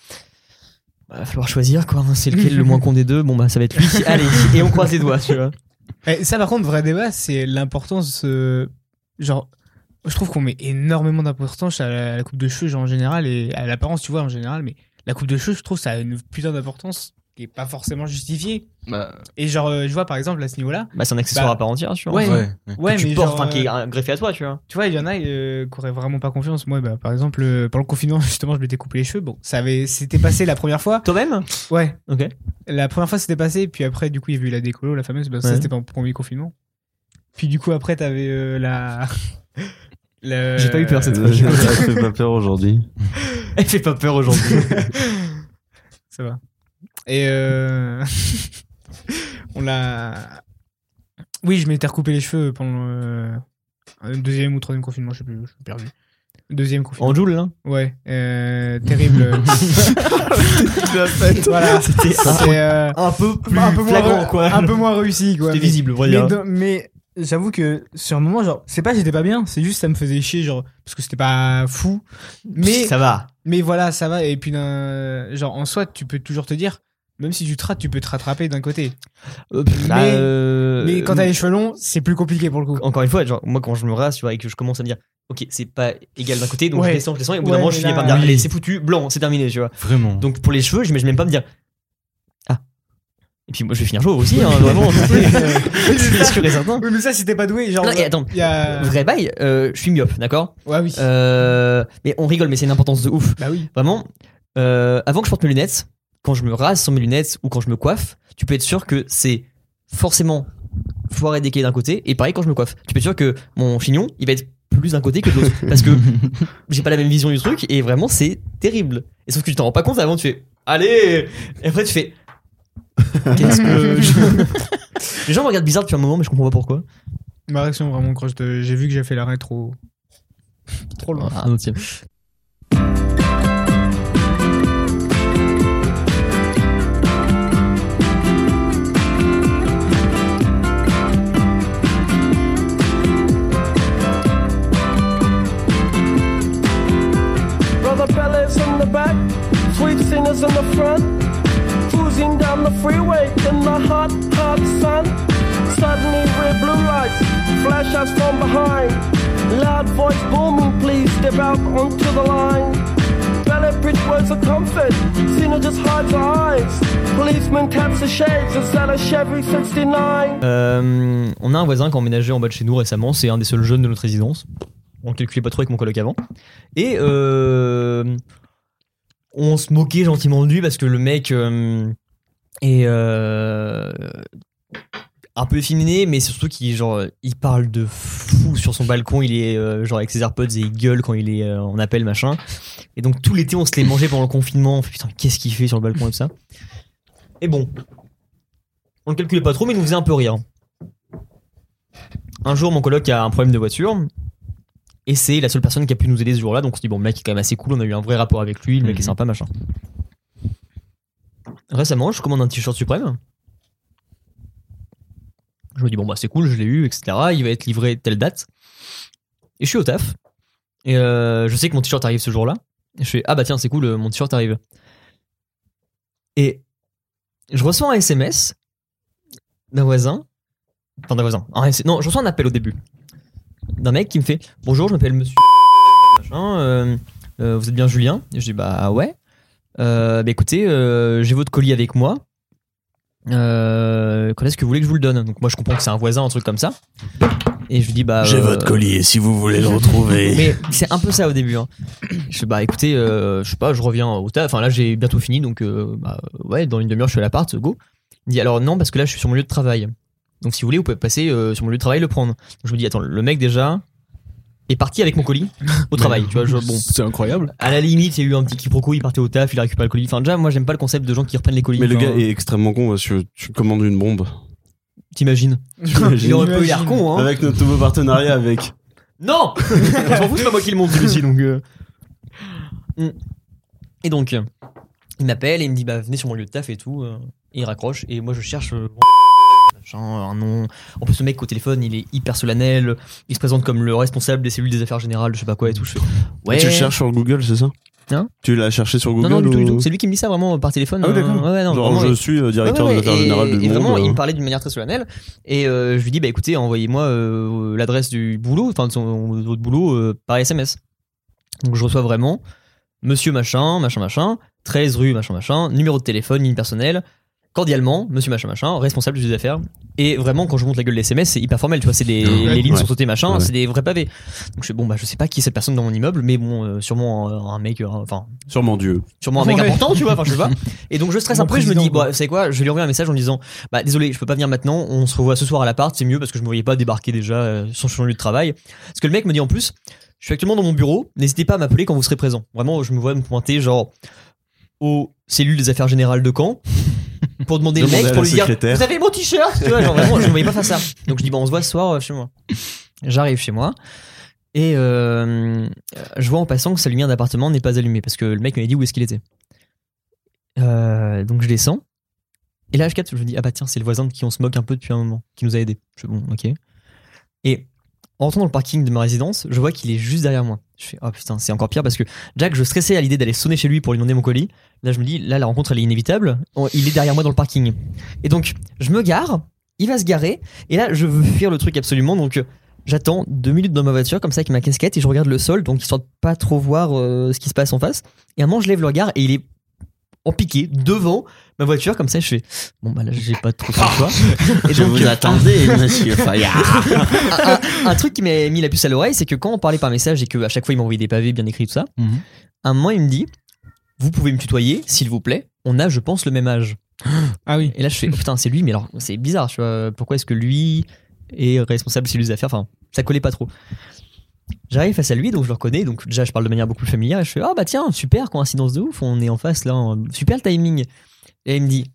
Speaker 1: bah, va falloir choisir quoi. C'est lequel le moins con des deux Bon, bah ça va être lui. Allez, et on croise les doigts, tu vois.
Speaker 3: eh, ça, par contre, vrai débat, c'est l'importance. euh, genre, je trouve qu'on met énormément d'importance à la, à la coupe de cheveux, genre en général, et à l'apparence, tu vois, en général. Mais la coupe de cheveux, je trouve, ça a une putain d'importance qui est pas forcément justifiée.
Speaker 2: Bah,
Speaker 3: Et genre, euh, je vois, par exemple, à ce niveau-là.
Speaker 1: Bah, c'est un accessoire
Speaker 3: Bah,
Speaker 1: à part entière, tu vois.
Speaker 3: ouais,
Speaker 2: ouais.
Speaker 3: Ouais,
Speaker 1: que tu
Speaker 3: mais
Speaker 1: portes,
Speaker 3: genre,
Speaker 1: enfin, qui est
Speaker 3: euh,
Speaker 1: euh, greffé à toi, tu vois.
Speaker 3: Tu vois, il y en a euh, qui auraient vraiment pas confiance. Moi, bah, par exemple, euh, pendant le confinement, justement, je m'étais coupé les cheveux. Bon, ça avait, c'était passé la première fois.
Speaker 1: Toi-même
Speaker 3: Ouais.
Speaker 1: Ok.
Speaker 3: La première fois, c'était passé. Puis après, du coup, il y a eu la décolo, la fameuse. Bah,
Speaker 1: Ouais.
Speaker 3: Ça, c'était pendant le premier confinement. Puis du coup, après, t'avais euh, la. le-
Speaker 1: J'ai pas eu peur, cette
Speaker 4: Ça fait pas peur aujourd'hui.
Speaker 1: Elle fait pas peur aujourd'hui.
Speaker 3: Ça va. Et euh... on l'a. Oui, je m'étais recoupé les cheveux pendant euh, un deuxième ou troisième confinement, je sais plus, je suis perdu. Deuxième confinement.
Speaker 1: en joule, hein. là
Speaker 3: Ouais, euh, terrible. voilà.
Speaker 1: C'était un,
Speaker 3: C'est euh,
Speaker 1: un peu plus
Speaker 3: un peu moins
Speaker 1: flagrant,
Speaker 3: re-
Speaker 1: quoi.
Speaker 3: un peu moins réussi quoi.
Speaker 1: C'était
Speaker 3: Mais-
Speaker 1: visible, on va
Speaker 3: Mais,
Speaker 1: dire.
Speaker 3: dans- mais j'avoue que sur un moment genre c'est pas que j'étais pas bien, c'est juste ça me faisait chier genre parce que c'était pas fou. Mais
Speaker 1: ça va.
Speaker 3: mais voilà, ça va et puis d'un- genre en soi tu peux toujours te dire même si tu te rates, tu peux te rattraper d'un côté.
Speaker 1: Euh, pff, là,
Speaker 3: Mais-
Speaker 1: euh,
Speaker 3: mais quand t'as les cheveux longs, c'est plus compliqué pour le coup.
Speaker 1: encore une fois, genre, moi quand je me rase, tu vois, et que je commence à me dire, ok, c'est pas égal d'un côté, donc
Speaker 3: Ouais.
Speaker 1: je descends, je descends, et au bout d'un
Speaker 3: Ouais,
Speaker 1: moment, je
Speaker 3: mais
Speaker 1: finis
Speaker 3: là-
Speaker 1: par me dire,
Speaker 2: Oui.
Speaker 1: allez, c'est foutu, blanc, c'est terminé, tu vois.
Speaker 2: Vraiment.
Speaker 1: Donc pour les cheveux, je même pas me dire, ah. Et puis moi, je vais finir chauve aussi, hein, vraiment, c'est c'est sûr et certain.
Speaker 3: Euh, Oui, mais ça si t'es pas doué, genre
Speaker 1: Non, et attends.
Speaker 3: il y a
Speaker 1: Vrai bail, euh, je suis myope, d'accord
Speaker 3: Ouais oui.
Speaker 1: Euh, Mais on rigole, mais c'est une importance de ouf.
Speaker 3: Bah oui.
Speaker 1: Vraiment, euh, avant que je porte mes lunettes, quand je me rase sans mes lunettes ou quand je me coiffe, tu peux être sûr que c'est forcément foiré décalé d'un côté et pareil quand je me coiffe. Tu peux être sûr que mon chignon, il va être plus d'un côté que de l'autre parce que j'ai pas la même vision du truc et vraiment c'est terrible. Et sauf que tu t'en rends pas compte avant, tu fais allez Et après tu fais qu'est-ce que je- Les gens me regardent bizarre depuis un moment mais je comprends pas pourquoi.
Speaker 3: Ma réaction vraiment croche de j'ai vu que j'ai fait l'arrêt trop trop long.
Speaker 1: Ah, Un autre thème.
Speaker 5: Brother fellas in the back, sweet singers in the front, cruising down the freeway in the hot, hot sun. Suddenly red blue lights flash us from behind. Loud voice booming, please step out onto the line. Ballet bridge words of comfort, Cena just hides her eyes. Policeman taps the shades inside a Chevy 69.
Speaker 1: Euh, on a un voisin qui a emménagé en bas de chez nous récemment, c'est un des seuls jeunes de notre résidence. on calculait pas trop avec mon coloc avant. Et euh, on se moquait gentiment de lui parce que le mec euh, est euh, un peu efféminé, mais surtout qu'il genre il parle de fou sur son balcon. Il est euh, genre avec ses AirPods et il gueule quand il est euh, en appel machin. Et donc tout l'été on se les mangeait pendant le confinement. On fait, putain qu'est-ce qu'il fait sur le balcon et tout ça. Et bon, on le calculait pas trop, mais il nous faisait un peu rire. Un jour, mon coloc a un problème de voiture. Et c'est la seule personne qui a pu nous aider ce jour-là. Donc on se dit, bon, le mec est quand même assez cool. On a eu un vrai rapport avec lui. Le mec est
Speaker 4: Mhm.
Speaker 1: sympa, machin. Récemment, je commande un t-shirt suprême. Je me dis, bon, bah c'est cool, je l'ai eu, etc. Il va être livré telle date. Et je suis au taf. Et euh, je sais que mon t-shirt arrive ce jour-là. Et je fais, ah bah tiens, c'est cool, euh, mon t-shirt arrive. Et je reçois un SMS d'un voisin. Enfin, d'un voisin. Un S- non, je reçois un appel au début. D'un mec qui me fait Bonjour, je m'appelle monsieur. Machin, euh, euh, vous êtes bien Julien Et Je dis Bah ouais. Euh, bah écoutez, euh, j'ai votre colis avec moi. Euh, quand est-ce que vous voulez que je vous le donne Donc moi je comprends que c'est un voisin, un truc comme ça. Et je lui dis Bah. euh,
Speaker 4: collier si vous voulez le retrouver.
Speaker 1: mais c'est un peu ça au début. Hein. Je fais, bah écoutez, euh, je sais pas, je reviens au taf. Enfin là, j'ai bientôt fini, donc euh, bah, ouais, dans une demi-heure, je suis à l'appart, go. Il dit alors non, parce que là, je suis sur mon lieu de travail. Donc si vous voulez, vous pouvez passer euh, sur mon lieu de travail et le prendre. Donc, je me dis, attends, le mec déjà est parti avec mon colis au travail. tu vois, je, bon,
Speaker 2: C'est incroyable.
Speaker 1: à la limite, il y a eu un petit quiproquo, il partait au taf, il a récupéré le colis. Enfin, déjà, moi, j'aime pas le concept de gens qui reprennent les colis.
Speaker 4: Mais le
Speaker 1: Enfin,
Speaker 4: gars est extrêmement con parce que tu commandes une bombe.
Speaker 1: T'imagines Il aurait pas eu l'air con, hein.
Speaker 4: Avec notre nouveau partenariat avec.
Speaker 1: Non On s'en fout, c'est pas moi qui le monte celui-ci, donc. euh. Mm. Et donc, euh, il m'appelle et il me dit bah venez sur mon lieu de taf et tout. euh, et il raccroche et moi je cherche. euh, mon machin, un nom. En plus, ce mec au téléphone, il est hyper solennel. Il se présente comme le responsable des cellules des affaires générales, je sais pas quoi et tout. Je fais, ouais.
Speaker 4: Tu le cherches sur Google, c'est ça
Speaker 1: Hein
Speaker 4: Tu l'as cherché sur
Speaker 1: Non,
Speaker 4: Google
Speaker 1: non, du tout, du
Speaker 4: ou-
Speaker 1: tout. C'est lui qui me dit ça vraiment par téléphone.
Speaker 4: Ah oui,
Speaker 1: euh,
Speaker 4: d'accord.
Speaker 1: ouais, ouais, non,
Speaker 4: Genre,
Speaker 1: vraiment,
Speaker 4: je
Speaker 1: il-
Speaker 4: suis euh, directeur
Speaker 1: Ouais, ouais,
Speaker 4: des affaires
Speaker 1: et-
Speaker 4: générales du
Speaker 1: et
Speaker 4: monde.
Speaker 1: vraiment, il
Speaker 4: euh.
Speaker 1: me parlait d'une manière très solennelle. Et euh, je lui dis, bah écoutez, envoyez-moi euh, l'adresse du boulot, enfin de son de votre boulot euh, par SMS. Donc je reçois vraiment Monsieur machin, machin machin, 13 rue machin machin, numéro de téléphone, ligne personnelle. Cordialement, monsieur machin machin, responsable des affaires. Et vraiment, quand je monte la gueule des SMS, c'est hyper formel, tu vois, c'est des
Speaker 4: Ouais.
Speaker 1: les lignes
Speaker 4: Ouais.
Speaker 1: sursautées, machin,
Speaker 4: Ouais.
Speaker 1: c'est des vrais pavés. Donc je fais, bon, bah je sais pas qui est cette personne dans mon immeuble, mais bon, euh, sûrement euh, un mec, euh, enfin,
Speaker 4: Sûrement Dieu.
Speaker 1: sûrement un mec
Speaker 3: Ouais.
Speaker 1: important, tu vois, enfin je sais pas. Et donc je stresse
Speaker 3: Mon
Speaker 1: un peu, et je me
Speaker 3: président,
Speaker 1: dis,
Speaker 3: quoi.
Speaker 1: bah, c'est quoi Je vais lui envoyer un message en lui disant, bah désolé, je peux pas venir maintenant, on se revoit ce soir à l'appart, c'est mieux parce que je me voyais pas débarquer déjà euh, sur son lieu de travail. Parce que le mec me dit en plus, je suis actuellement dans mon bureau, n'hésitez pas à m'appeler quand vous serez présent. Vraiment, je me vois me pointer genre aux cellules des affaires générales de Caen pour demander le
Speaker 4: Demandez
Speaker 1: mec,
Speaker 4: à
Speaker 1: pour
Speaker 4: la
Speaker 1: lui dire,
Speaker 4: secrétaire.
Speaker 1: vous avez mon t-shirt Tu vois, genre vraiment, je me voyais pas faire ça. Donc je dis, bah on se voit ce soir euh, chez moi. J'arrive chez moi. Et euh, je vois en passant que sa lumière d'appartement n'est pas allumée parce que le mec m'avait dit où est-ce qu'il était. Euh, donc je descends. Et là, je capte, je me dis, ah bah tiens, c'est le voisin de qui on se moque un peu depuis un moment, qui nous a aidés. Je fais, bon, ok. Et en rentrant dans le parking de ma résidence, je vois qu'il est juste derrière moi. Je fais, oh putain, c'est encore pire parce que Jack, je stressais à l'idée d'aller sonner chez lui pour lui demander mon colis. Là, je me dis, là, la rencontre, elle est inévitable. On- Il est derrière moi dans le parking. Et donc, je me gare, il va se garer, et là, je veux fuir le truc absolument, donc. euh, J'attends deux minutes dans ma voiture, comme ça, avec ma casquette, et je regarde le sol, donc histoire de pas trop voir euh, ce qui se passe en face. Et à un moment, je lève le regard, et il est en piqué, devant ma voiture, comme ça, je fais Bon, bah là, j'ai pas trop de choix. Et donc, euh,
Speaker 6: attendais, monsieur Fayard.
Speaker 1: un, un- un truc qui m'a mis la puce à l'oreille, c'est que quand on parlait par message et qu'à chaque fois il m'envoyait des pavés bien écrits, tout ça,
Speaker 6: Mhm.
Speaker 1: à un moment il me dit Vous pouvez me tutoyer, s'il vous plaît, on a, je pense, le même âge.
Speaker 3: Ah oui.
Speaker 1: Et là je fais oh, Putain, c'est lui, mais alors c'est bizarre, tu vois, pourquoi est-ce que lui est responsable chez les affaires Enfin, ça collait pas trop. J'arrive face à lui, donc je le reconnais, donc déjà je parle de manière beaucoup plus familière, et je fais Ah bah tiens, super, coïncidence de ouf, on est en face là, en- super le timing. Et il me dit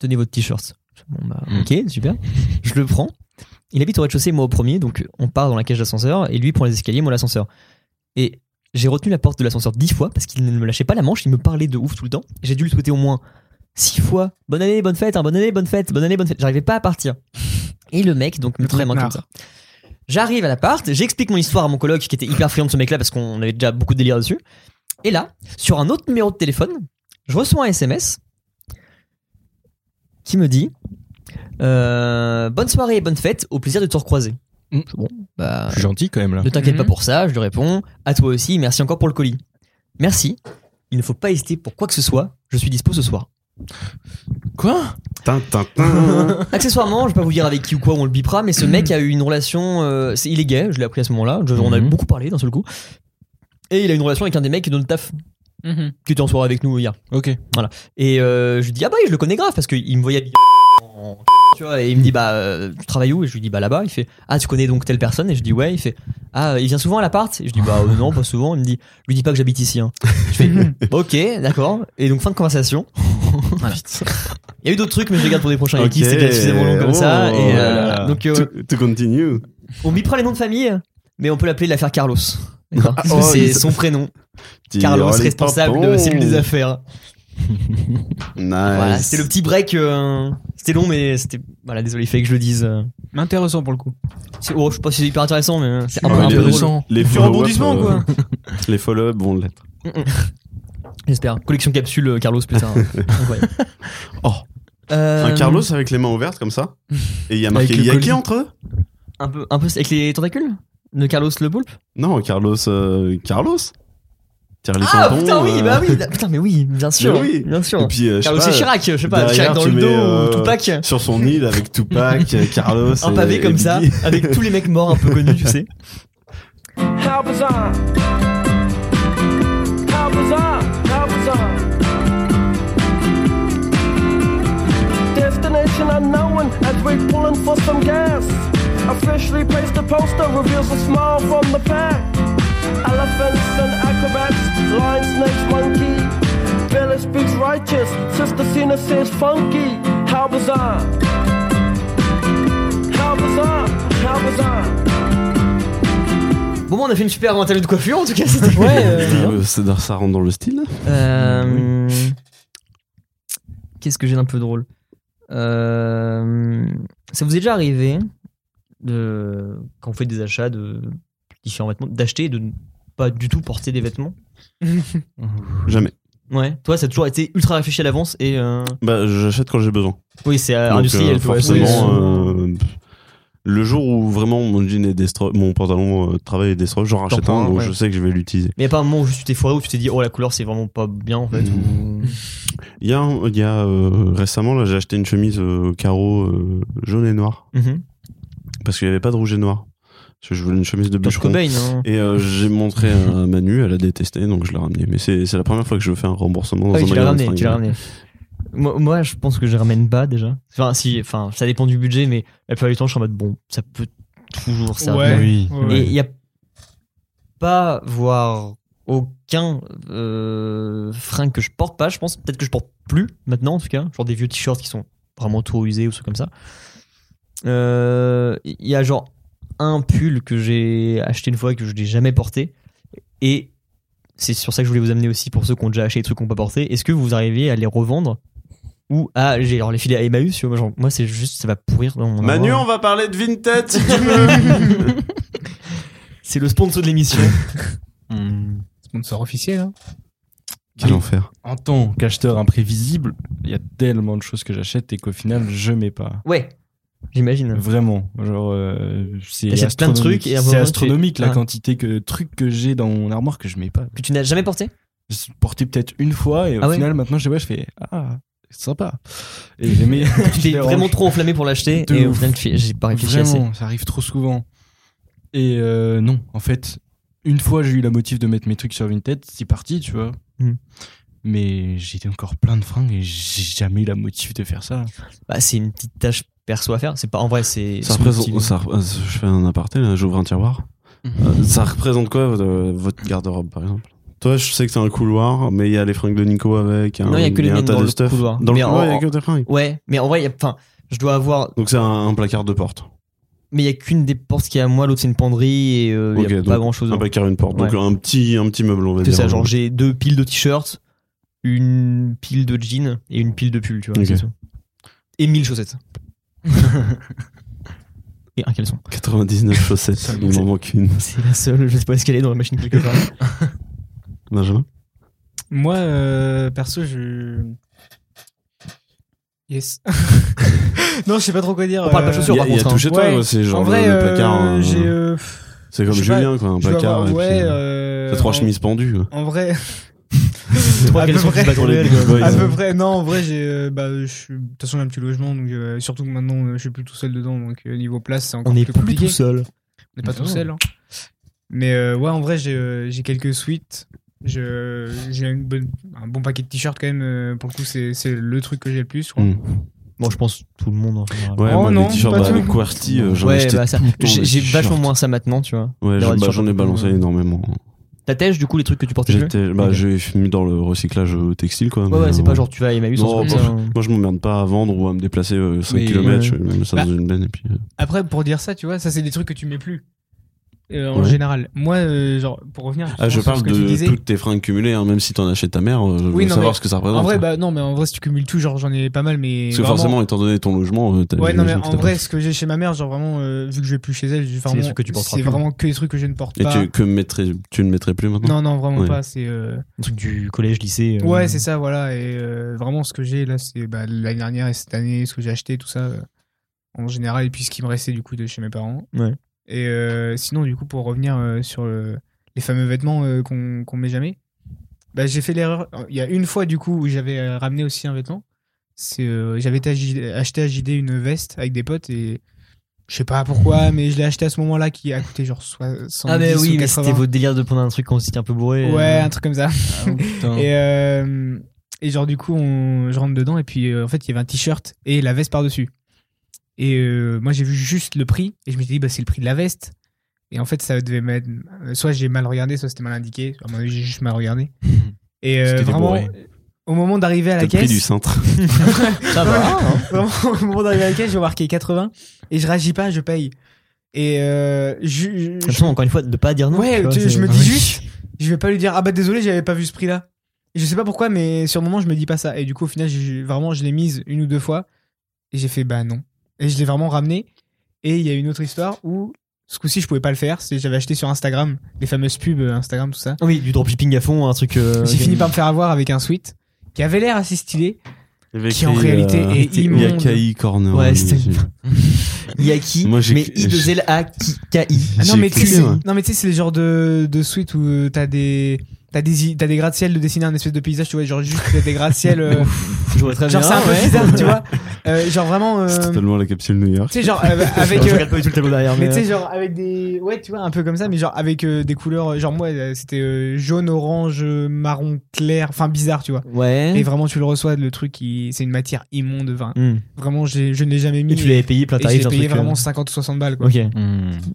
Speaker 1: Tenez votre t-shirt. Je fais, Bon bah, ok, super. Je le prends. Il habite au rez-de-chaussée, moi au premier, donc on part dans la cage d'ascenseur, et lui prend les escaliers, moi l'ascenseur. Et j'ai retenu la porte de l'ascenseur dix fois, parce qu'il ne me lâchait pas la manche, il me parlait de ouf tout le temps. J'ai dû le souhaiter au moins six fois. Bonne année, bonne fête, hein, bonne année, bonne fête, bonne année, bonne fête. J'arrivais pas à partir. Et le mec, donc, me
Speaker 3: Le
Speaker 1: prend la main comme
Speaker 3: connard.
Speaker 1: ça. J'arrive à l'appart, j'explique mon histoire à mon coloc qui était hyper friand de ce mec-là parce qu'on avait déjà beaucoup de délire dessus. Et là, sur un autre numéro de téléphone, je reçois un SMS qui me dit euh, Bonne soirée et bonne fête, au plaisir de te recroiser.
Speaker 2: Mm. Mm-hmm.
Speaker 1: Bon, bah,
Speaker 2: Je suis gentil quand même là.
Speaker 1: ne t'inquiète pas
Speaker 3: Mhm.
Speaker 1: pour ça, je lui réponds. À toi aussi, merci encore pour le colis. Merci, il ne faut pas hésiter pour quoi que ce soit, je suis dispo ce soir.
Speaker 2: Quoi
Speaker 4: Tintin, tintin.
Speaker 1: Accessoirement, je vais pas vous dire avec qui ou quoi, on le bipera, mais ce mec a eu une relation. euh, c'est- il est gay, je l'ai appris à ce moment-là. Je- On a
Speaker 2: Mhm.
Speaker 1: beaucoup parlé d'un seul coup. Et il a une relation avec un des mecs de notre taf, qui était en soirée avec nous hier.
Speaker 2: Ok.
Speaker 1: Et euh, je lui dis, ah bah, je le connais grave, parce qu'il me voyait habillé en. Tu vois, et il me dit, bah, euh, tu travailles où Et je lui dis, bah, là-bas. Il fait, ah, tu connais donc telle personne Et je dis, ouais. Il fait, ah, il vient souvent à l'appart Et je dis, bah, euh, non, pas souvent. Il me dit, lui dis pas que j'habite ici. hein. Je fais, ok, d'accord. Et donc, fin de conversation. Voilà. Il y a eu d'autres trucs, mais je les garde pour des prochains
Speaker 4: Ok.
Speaker 1: qui c'était déjà suffisamment long comme ça.
Speaker 4: Oh.
Speaker 1: Et, euh,
Speaker 2: Voilà.
Speaker 1: donc, euh,
Speaker 4: To- To continue.
Speaker 1: on m'y prend les noms de famille, mais on peut l'appeler l'affaire Carlos. D'accord Parce que
Speaker 4: Oh,
Speaker 1: c'est
Speaker 4: il-
Speaker 1: son prénom.
Speaker 4: Petit
Speaker 1: Carlos,
Speaker 4: Rolling
Speaker 1: responsable de
Speaker 4: Papon.
Speaker 1: cellule des affaires.
Speaker 4: Nice.
Speaker 1: Voilà, c'était le petit break. euh, c'était long, mais c'était. Voilà, désolé, il fallait que je le dise. euh.
Speaker 3: Intéressant pour le coup.
Speaker 1: C'est- Oh, je sais pas si c'est hyper intéressant, mais euh, c'est un
Speaker 4: Ouais,
Speaker 1: peu, un
Speaker 4: les-
Speaker 1: peu
Speaker 4: les-
Speaker 1: drôle.
Speaker 4: Les
Speaker 3: Tu
Speaker 4: follow-up,
Speaker 3: rebondissement,
Speaker 4: euh,
Speaker 3: quoi.
Speaker 4: Les follow-up vont l'être.
Speaker 1: J'espère. Collection capsule euh, Carlos, putain. Incroyable.
Speaker 4: Oh.
Speaker 1: Euh,
Speaker 4: Un Carlos avec les mains ouvertes comme ça. Et il y a marqué
Speaker 2: Avec le
Speaker 4: Il y a
Speaker 2: colis.
Speaker 4: qui entre eux
Speaker 1: Un peu, un peu avec les tentacules de Carlos le poulpe
Speaker 4: Non, Carlos. euh, Carlos Tire les
Speaker 1: Ah
Speaker 4: tampons,
Speaker 1: putain, oui,
Speaker 4: euh,
Speaker 1: bah oui, putain, mais oui, bien sûr.
Speaker 4: Mais oui.
Speaker 1: Bien sûr.
Speaker 4: Et puis, euh, je sais
Speaker 1: Carlos
Speaker 4: pas,
Speaker 1: et Chirac, je sais pas,
Speaker 4: derrière,
Speaker 1: Chirac dans
Speaker 4: tu
Speaker 1: le
Speaker 4: mets,
Speaker 1: dos
Speaker 4: euh,
Speaker 1: ou Tupac.
Speaker 4: Sur son île avec Tupac, euh, Carlos.
Speaker 1: Un
Speaker 4: et-
Speaker 1: pavé
Speaker 4: et
Speaker 1: comme
Speaker 4: Biggie.
Speaker 1: ça, avec tous les mecs morts un peu connus, tu sais.
Speaker 5: How bizarre. How bizarre. How bizarre. Destination unknown as we're pulling for some gas. Officially placed the poster reveals a smile from the pack. Elephants and acrobats, lion, snakes, monkey. Billy speaks righteous, Sister Cena says funky. How bizarre. How bizarre. How bizarre.
Speaker 1: Bon, bah, on a fait une super interview de coiffure en tout cas, c'était.
Speaker 4: Euh, c'est dans- ça rentre dans le style.
Speaker 1: Euh, Qu'est-ce que j'ai d'un peu drôle Euh, Ça vous est déjà arrivé, de, quand vous faites des achats de différents vêtements, d'acheter et de ne pas du tout porter des vêtements
Speaker 4: Jamais.
Speaker 1: Ouais. Toi, ça a toujours été ultra réfléchi à l'avance et. euh,
Speaker 4: Bah, j'achète quand j'ai besoin.
Speaker 1: Oui, c'est euh,
Speaker 4: Donc,
Speaker 1: industriel.
Speaker 4: euh,
Speaker 1: tu vois,
Speaker 4: forcément,
Speaker 1: c'est-
Speaker 4: euh, le jour où vraiment mon jean est destro, mon pantalon euh, de travail est destro, j'en rachète
Speaker 1: prends un,
Speaker 4: un, donc
Speaker 1: ouais.
Speaker 4: je sais que je vais l'utiliser.
Speaker 1: Mais il n'y a pas un moment où tu t'es foiré où tu t'es dit, oh la couleur c'est vraiment pas bien en
Speaker 4: Mm-hmm.
Speaker 1: fait. ou-
Speaker 4: Il y a, un- il y a, euh, récemment, là, j'ai acheté une chemise euh, carreau euh, jaune et noir
Speaker 1: Mhm.
Speaker 4: parce qu'il n'y avait pas de rouge et noir. Parce que je voulais une chemise de
Speaker 1: Kurt
Speaker 4: bûcheron.
Speaker 1: Cobain, hein.
Speaker 4: Et euh, j'ai montré à Manu, elle a détesté, donc je l'ai ramené. Mais c'est c'est la première fois que je fais un remboursement dans
Speaker 1: Ah oui,
Speaker 4: un
Speaker 1: tu l'as
Speaker 4: magasin de
Speaker 1: ramené, tu l'as
Speaker 4: fringues.
Speaker 1: ramené. Moi, moi, je pense que je ramène pas déjà. Enfin, si, enfin, ça dépend du budget, mais la plupart du temps, je suis en mode bon, ça peut toujours servir.
Speaker 3: Ouais.
Speaker 2: Oui.
Speaker 3: Ouais,
Speaker 1: Et
Speaker 3: ouais.
Speaker 1: il n'y a pas, voire aucun euh, fringue que je porte pas, je pense. Peut-être que je porte plus maintenant, en tout cas. Genre des vieux t-shirts qui sont vraiment trop usés ou trucs comme ça. Euh, Il y a genre un pull que j'ai acheté une fois et que je n'ai jamais porté. Et c'est sur ça que je voulais vous amener aussi pour ceux qui ont déjà acheté des trucs qu'on pas porté. Est-ce que vous arrivez à les revendre ou à j'ai alors les filets à Emmaüs tu vois, genre, moi c'est juste ça va pourrir dans mon
Speaker 4: Manu,
Speaker 1: armoire.
Speaker 4: on va parler de Vinted si tu veux.
Speaker 1: c'est le sponsor de l'émission
Speaker 3: Sponsor officiel. Hein.
Speaker 4: Quel enfer.
Speaker 2: En tant qu'acheteur imprévisible, il y a tellement de choses que j'achète et qu'au final, je mets pas.
Speaker 1: ouais j'imagine
Speaker 2: Vraiment. Genre, euh, c'est
Speaker 1: T'achètes plein de
Speaker 2: astronomique.
Speaker 1: trucs et à un
Speaker 2: C'est
Speaker 1: moment, tu
Speaker 2: astronomique
Speaker 1: fais,
Speaker 2: la
Speaker 1: ah.
Speaker 2: quantité que trucs que j'ai dans mon armoire que je mets pas.
Speaker 1: que tu n'as jamais porté
Speaker 2: Je l'ai porté peut-être une fois et au
Speaker 1: Ah ouais
Speaker 2: final, maintenant, je les vois, je fais Ah, c'est sympa. Et je les mets.
Speaker 1: Tu
Speaker 2: je
Speaker 1: t'es
Speaker 2: les
Speaker 1: vraiment
Speaker 2: range.
Speaker 1: trop enflammé pour l'acheter
Speaker 2: De
Speaker 1: et au
Speaker 2: ouf.
Speaker 1: final tu fais, j'ai pas réfléchi assez.
Speaker 2: Vraiment, ça arrive trop souvent. Et euh, non, en fait, une fois j'ai eu la motive de mettre mes trucs sur Vinted, c'est parti, tu vois.
Speaker 1: Mm.
Speaker 2: Mais j'étais encore plein de fringues et j'ai jamais eu la motive de faire ça.
Speaker 1: Bah, c'est une petite tâche perso à faire. C'est pas en vrai, c'est.
Speaker 4: Ça
Speaker 1: c'est
Speaker 4: représente,
Speaker 1: utile.
Speaker 4: ça rep- euh, je fais un aparté, là, j'ouvre un tiroir.
Speaker 1: Mhm.
Speaker 4: Euh, ça représente quoi votre, euh, votre garde-robe par exemple Toi, je sais que c'est un couloir, mais il y a les fringues de Nico avec. un-
Speaker 1: Non, il y a que les
Speaker 4: un
Speaker 1: miennes
Speaker 4: tas
Speaker 1: dans
Speaker 4: de
Speaker 1: le
Speaker 4: stuff.
Speaker 1: couloir.
Speaker 4: Dans
Speaker 1: Mais
Speaker 4: le couloir, il y a
Speaker 1: en-
Speaker 4: que tes fringues.
Speaker 1: Ouais, mais en vrai, il y a- enfin, je dois avoir.
Speaker 4: Donc c'est un, un placard de porte.
Speaker 1: Mais il y a qu'une des portes qui est à moi, l'autre c'est une penderie et euh, il
Speaker 4: Ok,
Speaker 1: y a
Speaker 4: donc,
Speaker 1: pas grand chose.
Speaker 4: Un placard, une porte. Donc
Speaker 1: Ouais.
Speaker 4: un petit, un petit meuble, on va
Speaker 1: C'est
Speaker 4: dire.
Speaker 1: ça, genre j'ai deux piles de t-shirts, une pile de jeans et une pile de pulls, tu vois.
Speaker 4: Ok.
Speaker 1: c'est tout. Et mille chaussettes. et un caleçon.
Speaker 4: 99 chaussettes, il m'en manque une.
Speaker 1: C'est la seule, je sais pas ce qu'elle est dans la machine quelque part.
Speaker 4: Benjamin
Speaker 3: Moi, euh, perso, je. Yes. non, je sais pas trop quoi dire.
Speaker 1: On parle pas
Speaker 3: euh,
Speaker 1: chaussures. Sûr, par
Speaker 4: Il y a, il y a
Speaker 1: contre,
Speaker 4: tout
Speaker 1: hein.
Speaker 4: chez toi,
Speaker 3: Ouais.
Speaker 4: ouais, c'est genre
Speaker 3: en vrai,
Speaker 4: le
Speaker 3: euh,
Speaker 4: placard. euh,
Speaker 3: j'ai. euh,
Speaker 4: c'est comme
Speaker 3: je sais pas,
Speaker 4: Julien, quoi, un
Speaker 3: je dois
Speaker 4: placard.
Speaker 3: avoir-
Speaker 4: et puis,
Speaker 3: ouais,
Speaker 4: euh,
Speaker 3: euh,
Speaker 4: T'as trois
Speaker 3: en-
Speaker 4: chemises pendues. quoi.
Speaker 3: En vrai,
Speaker 1: Trois
Speaker 3: À peu
Speaker 1: questions qui
Speaker 3: près.
Speaker 1: se battent dans les
Speaker 4: Good Boys. hein
Speaker 3: À peu près, non, en vrai, j'ai. euh, bah, je suis- De toute façon, j'ai un petit logement, donc euh, surtout que maintenant, euh, je suis plus tout seul dedans, donc euh, niveau place, c'est encore
Speaker 1: On est
Speaker 3: plus
Speaker 1: plus
Speaker 3: compliqué.
Speaker 1: tout seul.
Speaker 3: On n'est pas tout
Speaker 2: Non.
Speaker 3: seul. hein. Mais euh, ouais, en vrai, j'ai euh, j'ai quelques suites. Je- J'ai une bonne- un bon paquet de t-shirts quand même. euh, Pour le coup, c'est c'est le truc que j'ai le plus. je crois.
Speaker 4: Mm.
Speaker 1: Bon, je pense tout le monde en général.
Speaker 4: Ouais,
Speaker 3: Oh
Speaker 4: moi,
Speaker 3: non,
Speaker 4: les t-shirts
Speaker 3: pas
Speaker 4: bah,
Speaker 3: tout.
Speaker 4: avec QWERTY, euh, j'en
Speaker 1: Ouais,
Speaker 4: achetais
Speaker 1: bah, ça-
Speaker 4: tout le temps,
Speaker 1: J'ai
Speaker 4: des
Speaker 1: j'ai
Speaker 4: t-shirts.
Speaker 1: vachement moins ça maintenant, tu vois.
Speaker 4: Ouais,
Speaker 1: d'avoir
Speaker 4: j'en
Speaker 1: des
Speaker 4: bah,
Speaker 1: t-shirts
Speaker 4: j'en ai
Speaker 1: un peu
Speaker 4: balancé
Speaker 1: moins.
Speaker 4: énormément.
Speaker 1: Ta têche, du coup, les trucs que tu portais plus
Speaker 4: J'étais, bah,
Speaker 1: Ok.
Speaker 4: j'ai mis dans le recyclage euh, textile, quoi.
Speaker 1: Ouais,
Speaker 4: mais,
Speaker 1: ouais, c'est
Speaker 4: euh,
Speaker 1: pas genre tu vas à Emmaüs euh,
Speaker 4: Non,
Speaker 1: en
Speaker 4: bah, Moi, je m'emmerde pas à vendre ou à me déplacer 5
Speaker 2: Mais-
Speaker 4: km,
Speaker 1: ouais.
Speaker 4: je mets même ça
Speaker 3: Bah.
Speaker 4: dans une benne et puis. euh,
Speaker 3: Après, pour dire ça, tu vois, ça, c'est des trucs que tu mets plus. euh, en
Speaker 4: Ouais.
Speaker 3: général. Moi, euh, genre, pour revenir.
Speaker 4: Ah, je
Speaker 3: sur ce
Speaker 4: parle
Speaker 3: que tu
Speaker 4: de
Speaker 3: disais,
Speaker 4: toutes tes fringues cumulées, hein, même si t'en achètes ta mère, euh, je
Speaker 3: Oui,
Speaker 4: veux
Speaker 3: non,
Speaker 4: savoir
Speaker 3: mais-
Speaker 4: ce que ça représente.
Speaker 3: En vrai,
Speaker 4: hein.
Speaker 3: bah non, mais en vrai, si tu cumules tout, genre, j'en ai pas mal, mais.
Speaker 4: Parce que
Speaker 3: vraiment-
Speaker 4: forcément, étant donné ton logement, euh, t'as-
Speaker 3: Ouais, non, mais
Speaker 4: j'imagine que
Speaker 3: en
Speaker 4: t'as
Speaker 3: vrai,
Speaker 4: pas-
Speaker 3: ce que j'ai chez ma mère, genre vraiment, euh, vu que je vais plus chez elle, j'ai
Speaker 1: les
Speaker 3: vraiment-
Speaker 1: trucs que tu porteras
Speaker 3: c'est
Speaker 1: plus.
Speaker 3: vraiment que les trucs que je ne porte
Speaker 4: Et
Speaker 3: pas.
Speaker 4: tu, que mettrais, tu ne mettrais plus maintenant
Speaker 3: Non, non, vraiment
Speaker 4: Ouais.
Speaker 3: pas. C'est. euh,
Speaker 1: Un truc du collège, lycée. euh,
Speaker 3: Ouais, c'est ça, voilà. Et euh, vraiment, ce que j'ai là, c'est bah, l'année dernière et cette année, ce que j'ai acheté, tout ça, euh, en général, et puis ce qui me restait du coup de chez mes parents.
Speaker 1: Ouais.
Speaker 3: Et euh, sinon, du coup, pour revenir euh, sur le- les fameux vêtements euh, qu'on qu'on met jamais, bah, j'ai fait l'erreur. Il y a une fois, du coup, où j'avais euh, ramené aussi un vêtement. C'est euh, J'avais été à JD acheté à JD une veste avec des potes et. Je sais pas pourquoi, mais je l'ai acheté à ce moment-là qui a coûté genre 70
Speaker 1: Ah, mais oui,
Speaker 3: ou
Speaker 1: mais
Speaker 3: 80.
Speaker 1: c'était votre délire de prendre un truc quand vous étiez un peu bourré.
Speaker 3: Ouais,
Speaker 1: euh,
Speaker 3: un truc comme ça.
Speaker 1: Hein.
Speaker 3: Et, euh, et genre, du coup, on, je rentre dedans et puis euh, en fait, il y avait un t-shirt et la veste par-dessus. Et euh, moi, j'ai vu juste le prix et je me suis dit, bah, c'est le prix de la veste. Et en fait, ça devait mettre. euh, Soit j'ai mal regardé, soit c'était mal indiqué. À mon avis, j'ai juste mal regardé. Et euh,
Speaker 2: C'était
Speaker 3: vraiment,
Speaker 2: débourré.
Speaker 3: au moment d'arriver à
Speaker 4: T'as
Speaker 3: la
Speaker 4: le prix
Speaker 3: caisse.
Speaker 4: du cintre.
Speaker 1: Ça va.
Speaker 3: Vraiment, au moment d'arriver à la caisse, j'ai marqué 80 et je réagis pas, je paye. Et euh, je-
Speaker 1: De
Speaker 3: je-
Speaker 1: toute façon, encore une fois, de pas dire non.
Speaker 3: ouais,
Speaker 1: tu vois,
Speaker 3: tu-
Speaker 1: Ah, c'est-
Speaker 3: je me
Speaker 1: Ouais.
Speaker 3: dis juste, je vais pas lui dire ah bah désolé, j'avais pas vu ce prix-là. Et Je sais pas pourquoi, mais sur le moment, je me dis pas ça. Et du coup, au final, j'ai- vraiment, je l'ai mise une ou deux fois et j'ai fait bah non. Et je l'ai vraiment ramené. Et il y a une autre histoire où ce coup-ci, je pouvais pas le faire. C'est j'avais acheté sur Instagram les fameuses pubs euh, Instagram, tout ça.
Speaker 1: Ah Oui, du dropshipping à fond, un truc. euh,
Speaker 3: J'ai fini bah, par me faire avoir avec un sweat qui avait l'air assez stylé. Qui, en
Speaker 4: euh,
Speaker 3: réalité, est immonde.
Speaker 4: Yakai Corner. hein,
Speaker 1: Ouais,
Speaker 4: oui,
Speaker 1: c'était-
Speaker 4: j'ai-
Speaker 1: Yaki,
Speaker 4: Moi, j'ai-
Speaker 1: mais I2LAKI.
Speaker 3: Ah non,
Speaker 4: j'ai
Speaker 3: mais tu sais,
Speaker 4: cliqué,
Speaker 3: c'est-
Speaker 4: ouais.
Speaker 3: non, mais tu sais, c'est le genre de, de suite où euh, t'as des, t'as des, t'as des gratte-ciel de dessiner un espèce de paysage, tu vois, genre juste t'as des gratte-ciel, euh,
Speaker 1: J'aurais très bien.
Speaker 3: genre c'est un peu
Speaker 1: ouais.
Speaker 3: bizarre, tu vois, Euh, genre vraiment, euh,
Speaker 4: C'est
Speaker 3: tu
Speaker 4: totalement la capsule New York.
Speaker 3: sais, genre euh, avec,
Speaker 1: Je
Speaker 3: euh,
Speaker 1: regarde pas du tout le tableau derrière,
Speaker 3: mais tu
Speaker 1: mais.
Speaker 3: sais, genre avec des, ouais, tu vois, un peu comme ça, mais genre avec euh, des couleurs, euh, genre moi, euh, c'était euh, jaune, orange, euh, marron clair, enfin bizarre, tu vois. Et
Speaker 1: Ouais.
Speaker 3: vraiment, tu le reçois, le truc, il- c'est une matière immonde, enfin,
Speaker 1: Hmm.
Speaker 3: vraiment, j'ai- je ne l'ai jamais mis.
Speaker 1: Et tu l'avais payé plein
Speaker 3: et je l'ai
Speaker 1: tarif d'un
Speaker 3: payé
Speaker 1: truc. euh,
Speaker 3: vraiment 50 ou 60 balles, quoi.
Speaker 1: Ok.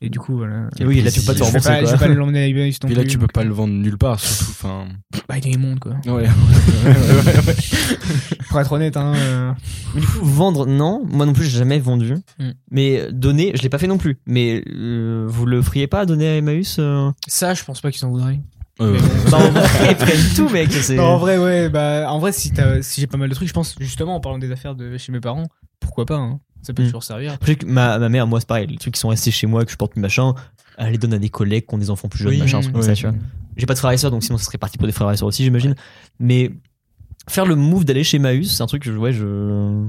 Speaker 3: Et du coup, voilà.
Speaker 1: Et oui, là tu peux pas te
Speaker 3: Je vais
Speaker 1: rembourser
Speaker 3: pas, je vais
Speaker 1: quoi.
Speaker 3: pas l'emmener à Ibis non
Speaker 2: Puis là,
Speaker 3: plus.
Speaker 2: tu peux pas le vendre nulle part, surtout. Enfin.
Speaker 3: Bah, il est immonde, quoi.
Speaker 2: Ouais.
Speaker 3: Pour être honnête, hein. euh,
Speaker 1: Mais du coup, vendre, non. Moi non plus, j'ai jamais vendu.
Speaker 3: Hmm.
Speaker 1: Mais euh, donner, je l'ai pas fait non plus. Mais euh, vous le feriez pas donner à Emmaüs euh
Speaker 3: Ça, je pense pas qu'ils s'en voudraient.
Speaker 2: Euh,
Speaker 1: Bah, en vrai, ils prennent tout, mec. c'est-
Speaker 3: Non, en vrai, ouais, bah, en vrai, si, t'as- si j'ai pas mal de trucs, je pense, justement, en parlant des affaires de chez mes parents, pourquoi pas, hein. Ça peut
Speaker 1: Mm.
Speaker 3: toujours servir.
Speaker 1: Après, que ma, ma mère, moi, c'est pareil. Les trucs qui sont restés chez moi, que je porte plus machin, elle les donne à des collègues qui ont des enfants plus jeunes,
Speaker 2: Oui,
Speaker 1: machin, un truc comme
Speaker 2: ouais.
Speaker 1: ça, tu vois. J'ai pas de frères et sœurs, donc sinon, ça serait parti pour des frères et sœurs aussi, j'imagine. Mais faire le move d'aller chez Maüs, c'est un truc que je. Ouais, je.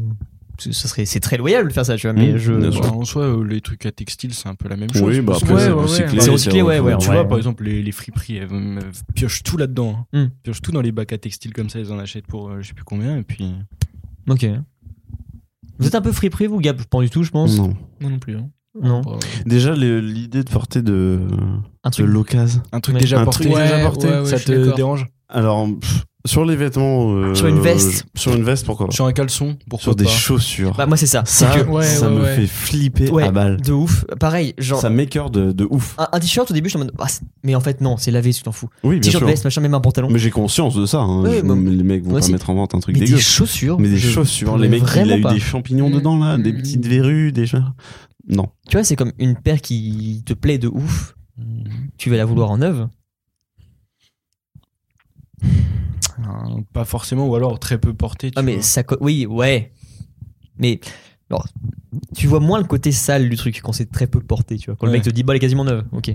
Speaker 1: c'est- Ça serait, c'est très loyal de faire ça, tu vois, mais
Speaker 4: Mmh,
Speaker 1: je.
Speaker 4: bien sûr.
Speaker 2: Ouais, en soi, euh, les trucs à textile, c'est un peu la même chose.
Speaker 4: Oui, bah
Speaker 2: Parce que,
Speaker 4: après,
Speaker 3: Ouais,
Speaker 4: c'est
Speaker 3: ouais,
Speaker 4: recyclé.
Speaker 2: ouais.
Speaker 1: C'est recyclé, ouais, ouais,
Speaker 4: refait.
Speaker 1: en
Speaker 2: tu
Speaker 1: vrai.
Speaker 2: vois, par exemple, les, les friperies, elles, euh, piochent tout là-dedans. hein.
Speaker 4: Hmm.
Speaker 1: Mm.
Speaker 2: Piochent tout dans les bacs à textile comme ça, ils en achètent pour euh, je sais plus combien. Et puis.
Speaker 1: Ok. Vous êtes un peu friperie, vous, Gab Pas du tout, je pense.
Speaker 4: Non.
Speaker 3: Moi non plus, hein.
Speaker 1: Non.
Speaker 2: bah,
Speaker 4: Déjà, le- l'idée de porter de,
Speaker 1: Un
Speaker 4: de
Speaker 1: truc.
Speaker 4: l'occasion.
Speaker 2: un truc
Speaker 1: Ouais.
Speaker 2: déjà
Speaker 4: Un
Speaker 2: porté,
Speaker 4: truc
Speaker 2: déjà
Speaker 3: ouais,
Speaker 2: porté,
Speaker 3: ouais, ouais,
Speaker 2: ça
Speaker 3: je suis d'accord.
Speaker 2: te dérange
Speaker 4: Alors, pff, sur les vêtements. euh,
Speaker 1: Sur une veste.
Speaker 4: Sur une veste, pourquoi pas
Speaker 2: Sur un caleçon,
Speaker 4: Sur
Speaker 2: pourquoi
Speaker 4: des
Speaker 2: pas
Speaker 4: chaussures.
Speaker 1: Bah, moi, c'est ça.
Speaker 4: ça,
Speaker 1: c'est que.
Speaker 3: Ouais,
Speaker 4: ça
Speaker 3: ouais,
Speaker 4: me
Speaker 3: ouais.
Speaker 4: fait flipper
Speaker 1: Ouais,
Speaker 4: à balle.
Speaker 1: de ouf. Pareil, genre.
Speaker 4: Ça m'écœure de, de ouf.
Speaker 1: Un, un t-shirt au début, je suis en mode. ah, c'est- mais en fait, non, c'est lavé, tu t'en fous.
Speaker 4: Oui, bien
Speaker 1: T-shirt,
Speaker 4: sûr.
Speaker 1: veste, machin, même un pantalon.
Speaker 4: Mais j'ai conscience de ça. hein.
Speaker 1: Ouais,
Speaker 4: Je-
Speaker 1: bah,
Speaker 4: les mecs vont
Speaker 1: moi
Speaker 4: pas
Speaker 1: aussi.
Speaker 4: mettre en vente un truc
Speaker 1: Mais
Speaker 4: dégueu.
Speaker 1: des chaussures.
Speaker 4: mais des
Speaker 1: je-
Speaker 4: chaussures, les
Speaker 1: mais
Speaker 4: mecs, il a
Speaker 1: vraiment
Speaker 4: eu
Speaker 1: pas.
Speaker 4: des champignons dedans, là, des
Speaker 3: Mm.
Speaker 4: petites verrues, déjà. Non.
Speaker 1: Tu vois, c'est comme une paire qui te plaît de ouf. Tu vas la vouloir en neuve.
Speaker 2: Un- Pas forcément, ou alors très peu porté. tu
Speaker 1: Ah, mais
Speaker 2: vois.
Speaker 1: ça. co- Oui, ouais. Mais. alors, tu vois moins le côté sale du truc quand c'est très peu porté, tu vois. Quand le
Speaker 2: Ouais.
Speaker 1: mec te dit, bah, elle est quasiment neuve. Ok.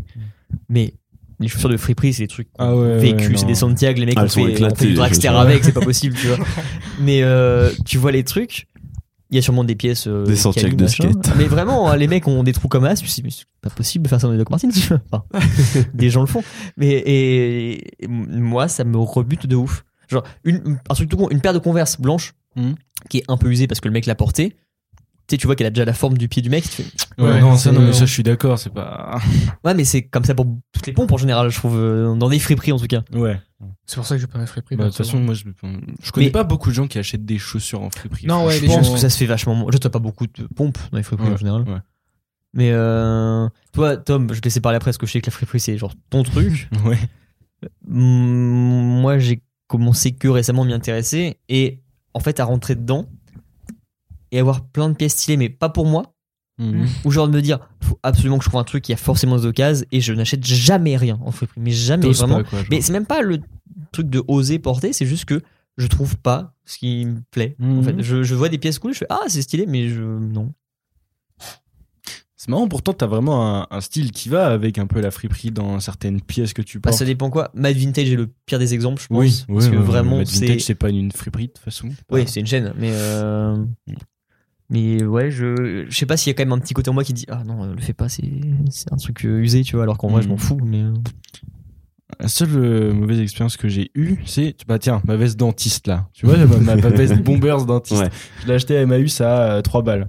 Speaker 1: Mais les chaussures de friperie, c'est des trucs
Speaker 2: Ah ouais, ouais,
Speaker 1: vécus,
Speaker 2: ouais,
Speaker 1: c'est
Speaker 2: non.
Speaker 1: des Santiago, les mecs
Speaker 4: Ah,
Speaker 1: ont
Speaker 4: elles sont
Speaker 1: fait,
Speaker 4: éclatées,
Speaker 1: ont fait du
Speaker 4: les
Speaker 1: dragster
Speaker 4: chaussures.
Speaker 1: avec, c'est pas possible, tu vois. Mais euh, tu vois les trucs, il y a sûrement des pièces. euh,
Speaker 4: Des Santiago
Speaker 1: Cali,
Speaker 4: de
Speaker 1: machin.
Speaker 4: skate.
Speaker 1: Mais vraiment, hein, les mecs ont des trous comme as, tu te dis, mais c'est pas possible de faire ça dans les Doc Martens, tu vois. Enfin, des gens le font. Mais et, et moi, ça me rebute de ouf. Genre, une, un truc tout con, une paire de converse blanche
Speaker 2: Mhm.
Speaker 1: qui est un peu usée parce que le mec l'a portée. Tu sais, tu vois qu'elle a déjà la forme du pied du mec. tu fais,
Speaker 2: Ouais,
Speaker 1: Ouais,
Speaker 2: non, ça,
Speaker 1: c'est-
Speaker 2: non, mais ça, je suis d'accord, c'est pas.
Speaker 1: Ouais, mais c'est comme ça pour toutes les pompes en général, je trouve. euh, Dans des friperies en tout cas.
Speaker 2: Ouais.
Speaker 7: C'est pour ça que j'ai pas un friperie.
Speaker 2: Bah, de toute façon, moi, je, je connais
Speaker 1: Mais-
Speaker 2: pas beaucoup de gens qui achètent des chaussures en friperie.
Speaker 7: Non, ouais,
Speaker 1: Je
Speaker 7: les
Speaker 1: pense
Speaker 7: gens-
Speaker 1: que ça se fait vachement. moins. Je t'as pas beaucoup de pompes dans les friperies
Speaker 2: Ouais,
Speaker 1: en général.
Speaker 2: ouais.
Speaker 1: Mais euh, toi, Tom, je vais te laisser parler après parce que je sais que la friperie c'est genre ton truc.
Speaker 2: Ouais.
Speaker 1: Mm, moi, j'ai commencé que récemment à m'y intéresser et en fait à rentrer dedans et avoir plein de pièces stylées, mais pas pour moi.
Speaker 2: Mhm.
Speaker 1: Ou genre de me dire, faut absolument que je trouve un truc qui a forcément des occasions et je n'achète jamais rien en friperie, mais jamais
Speaker 2: T'oses
Speaker 1: vraiment.
Speaker 2: pas, quoi, genre.
Speaker 1: Mais c'est même pas le truc de oser porter, c'est juste que je trouve pas ce qui me plaît. En
Speaker 2: Mhm.
Speaker 1: fait, je, je vois des pièces cool, je fais ah c'est stylé, mais je non. Bah,
Speaker 2: C'est marrant, pourtant, t'as vraiment un, un style qui va avec un peu la friperie dans certaines pièces que tu
Speaker 1: Bah,
Speaker 2: portes.
Speaker 1: ça dépend quoi. Mad Vintage est le pire des exemples, je pense,
Speaker 2: oui,
Speaker 1: parce que vraiment c'est
Speaker 2: c'est pas une friperie de toute façon.
Speaker 1: oui c'est une chaîne, mais euh, mais ouais je je sais pas s'il y a quand même un petit côté en moi qui dit ah non euh, le fais pas c'est c'est un truc euh, usé tu vois alors qu'en vrai je
Speaker 2: Mhm.
Speaker 1: m'en fous mais euh,
Speaker 2: La seule euh, mauvaise expérience que j'ai eue, c'est bah tiens, ma veste dentiste là. Tu vois, ma, ma- ma veste bombers dentiste.
Speaker 4: Ouais.
Speaker 2: Je l'ai achetée à Emmaüs à euh, 3 balles.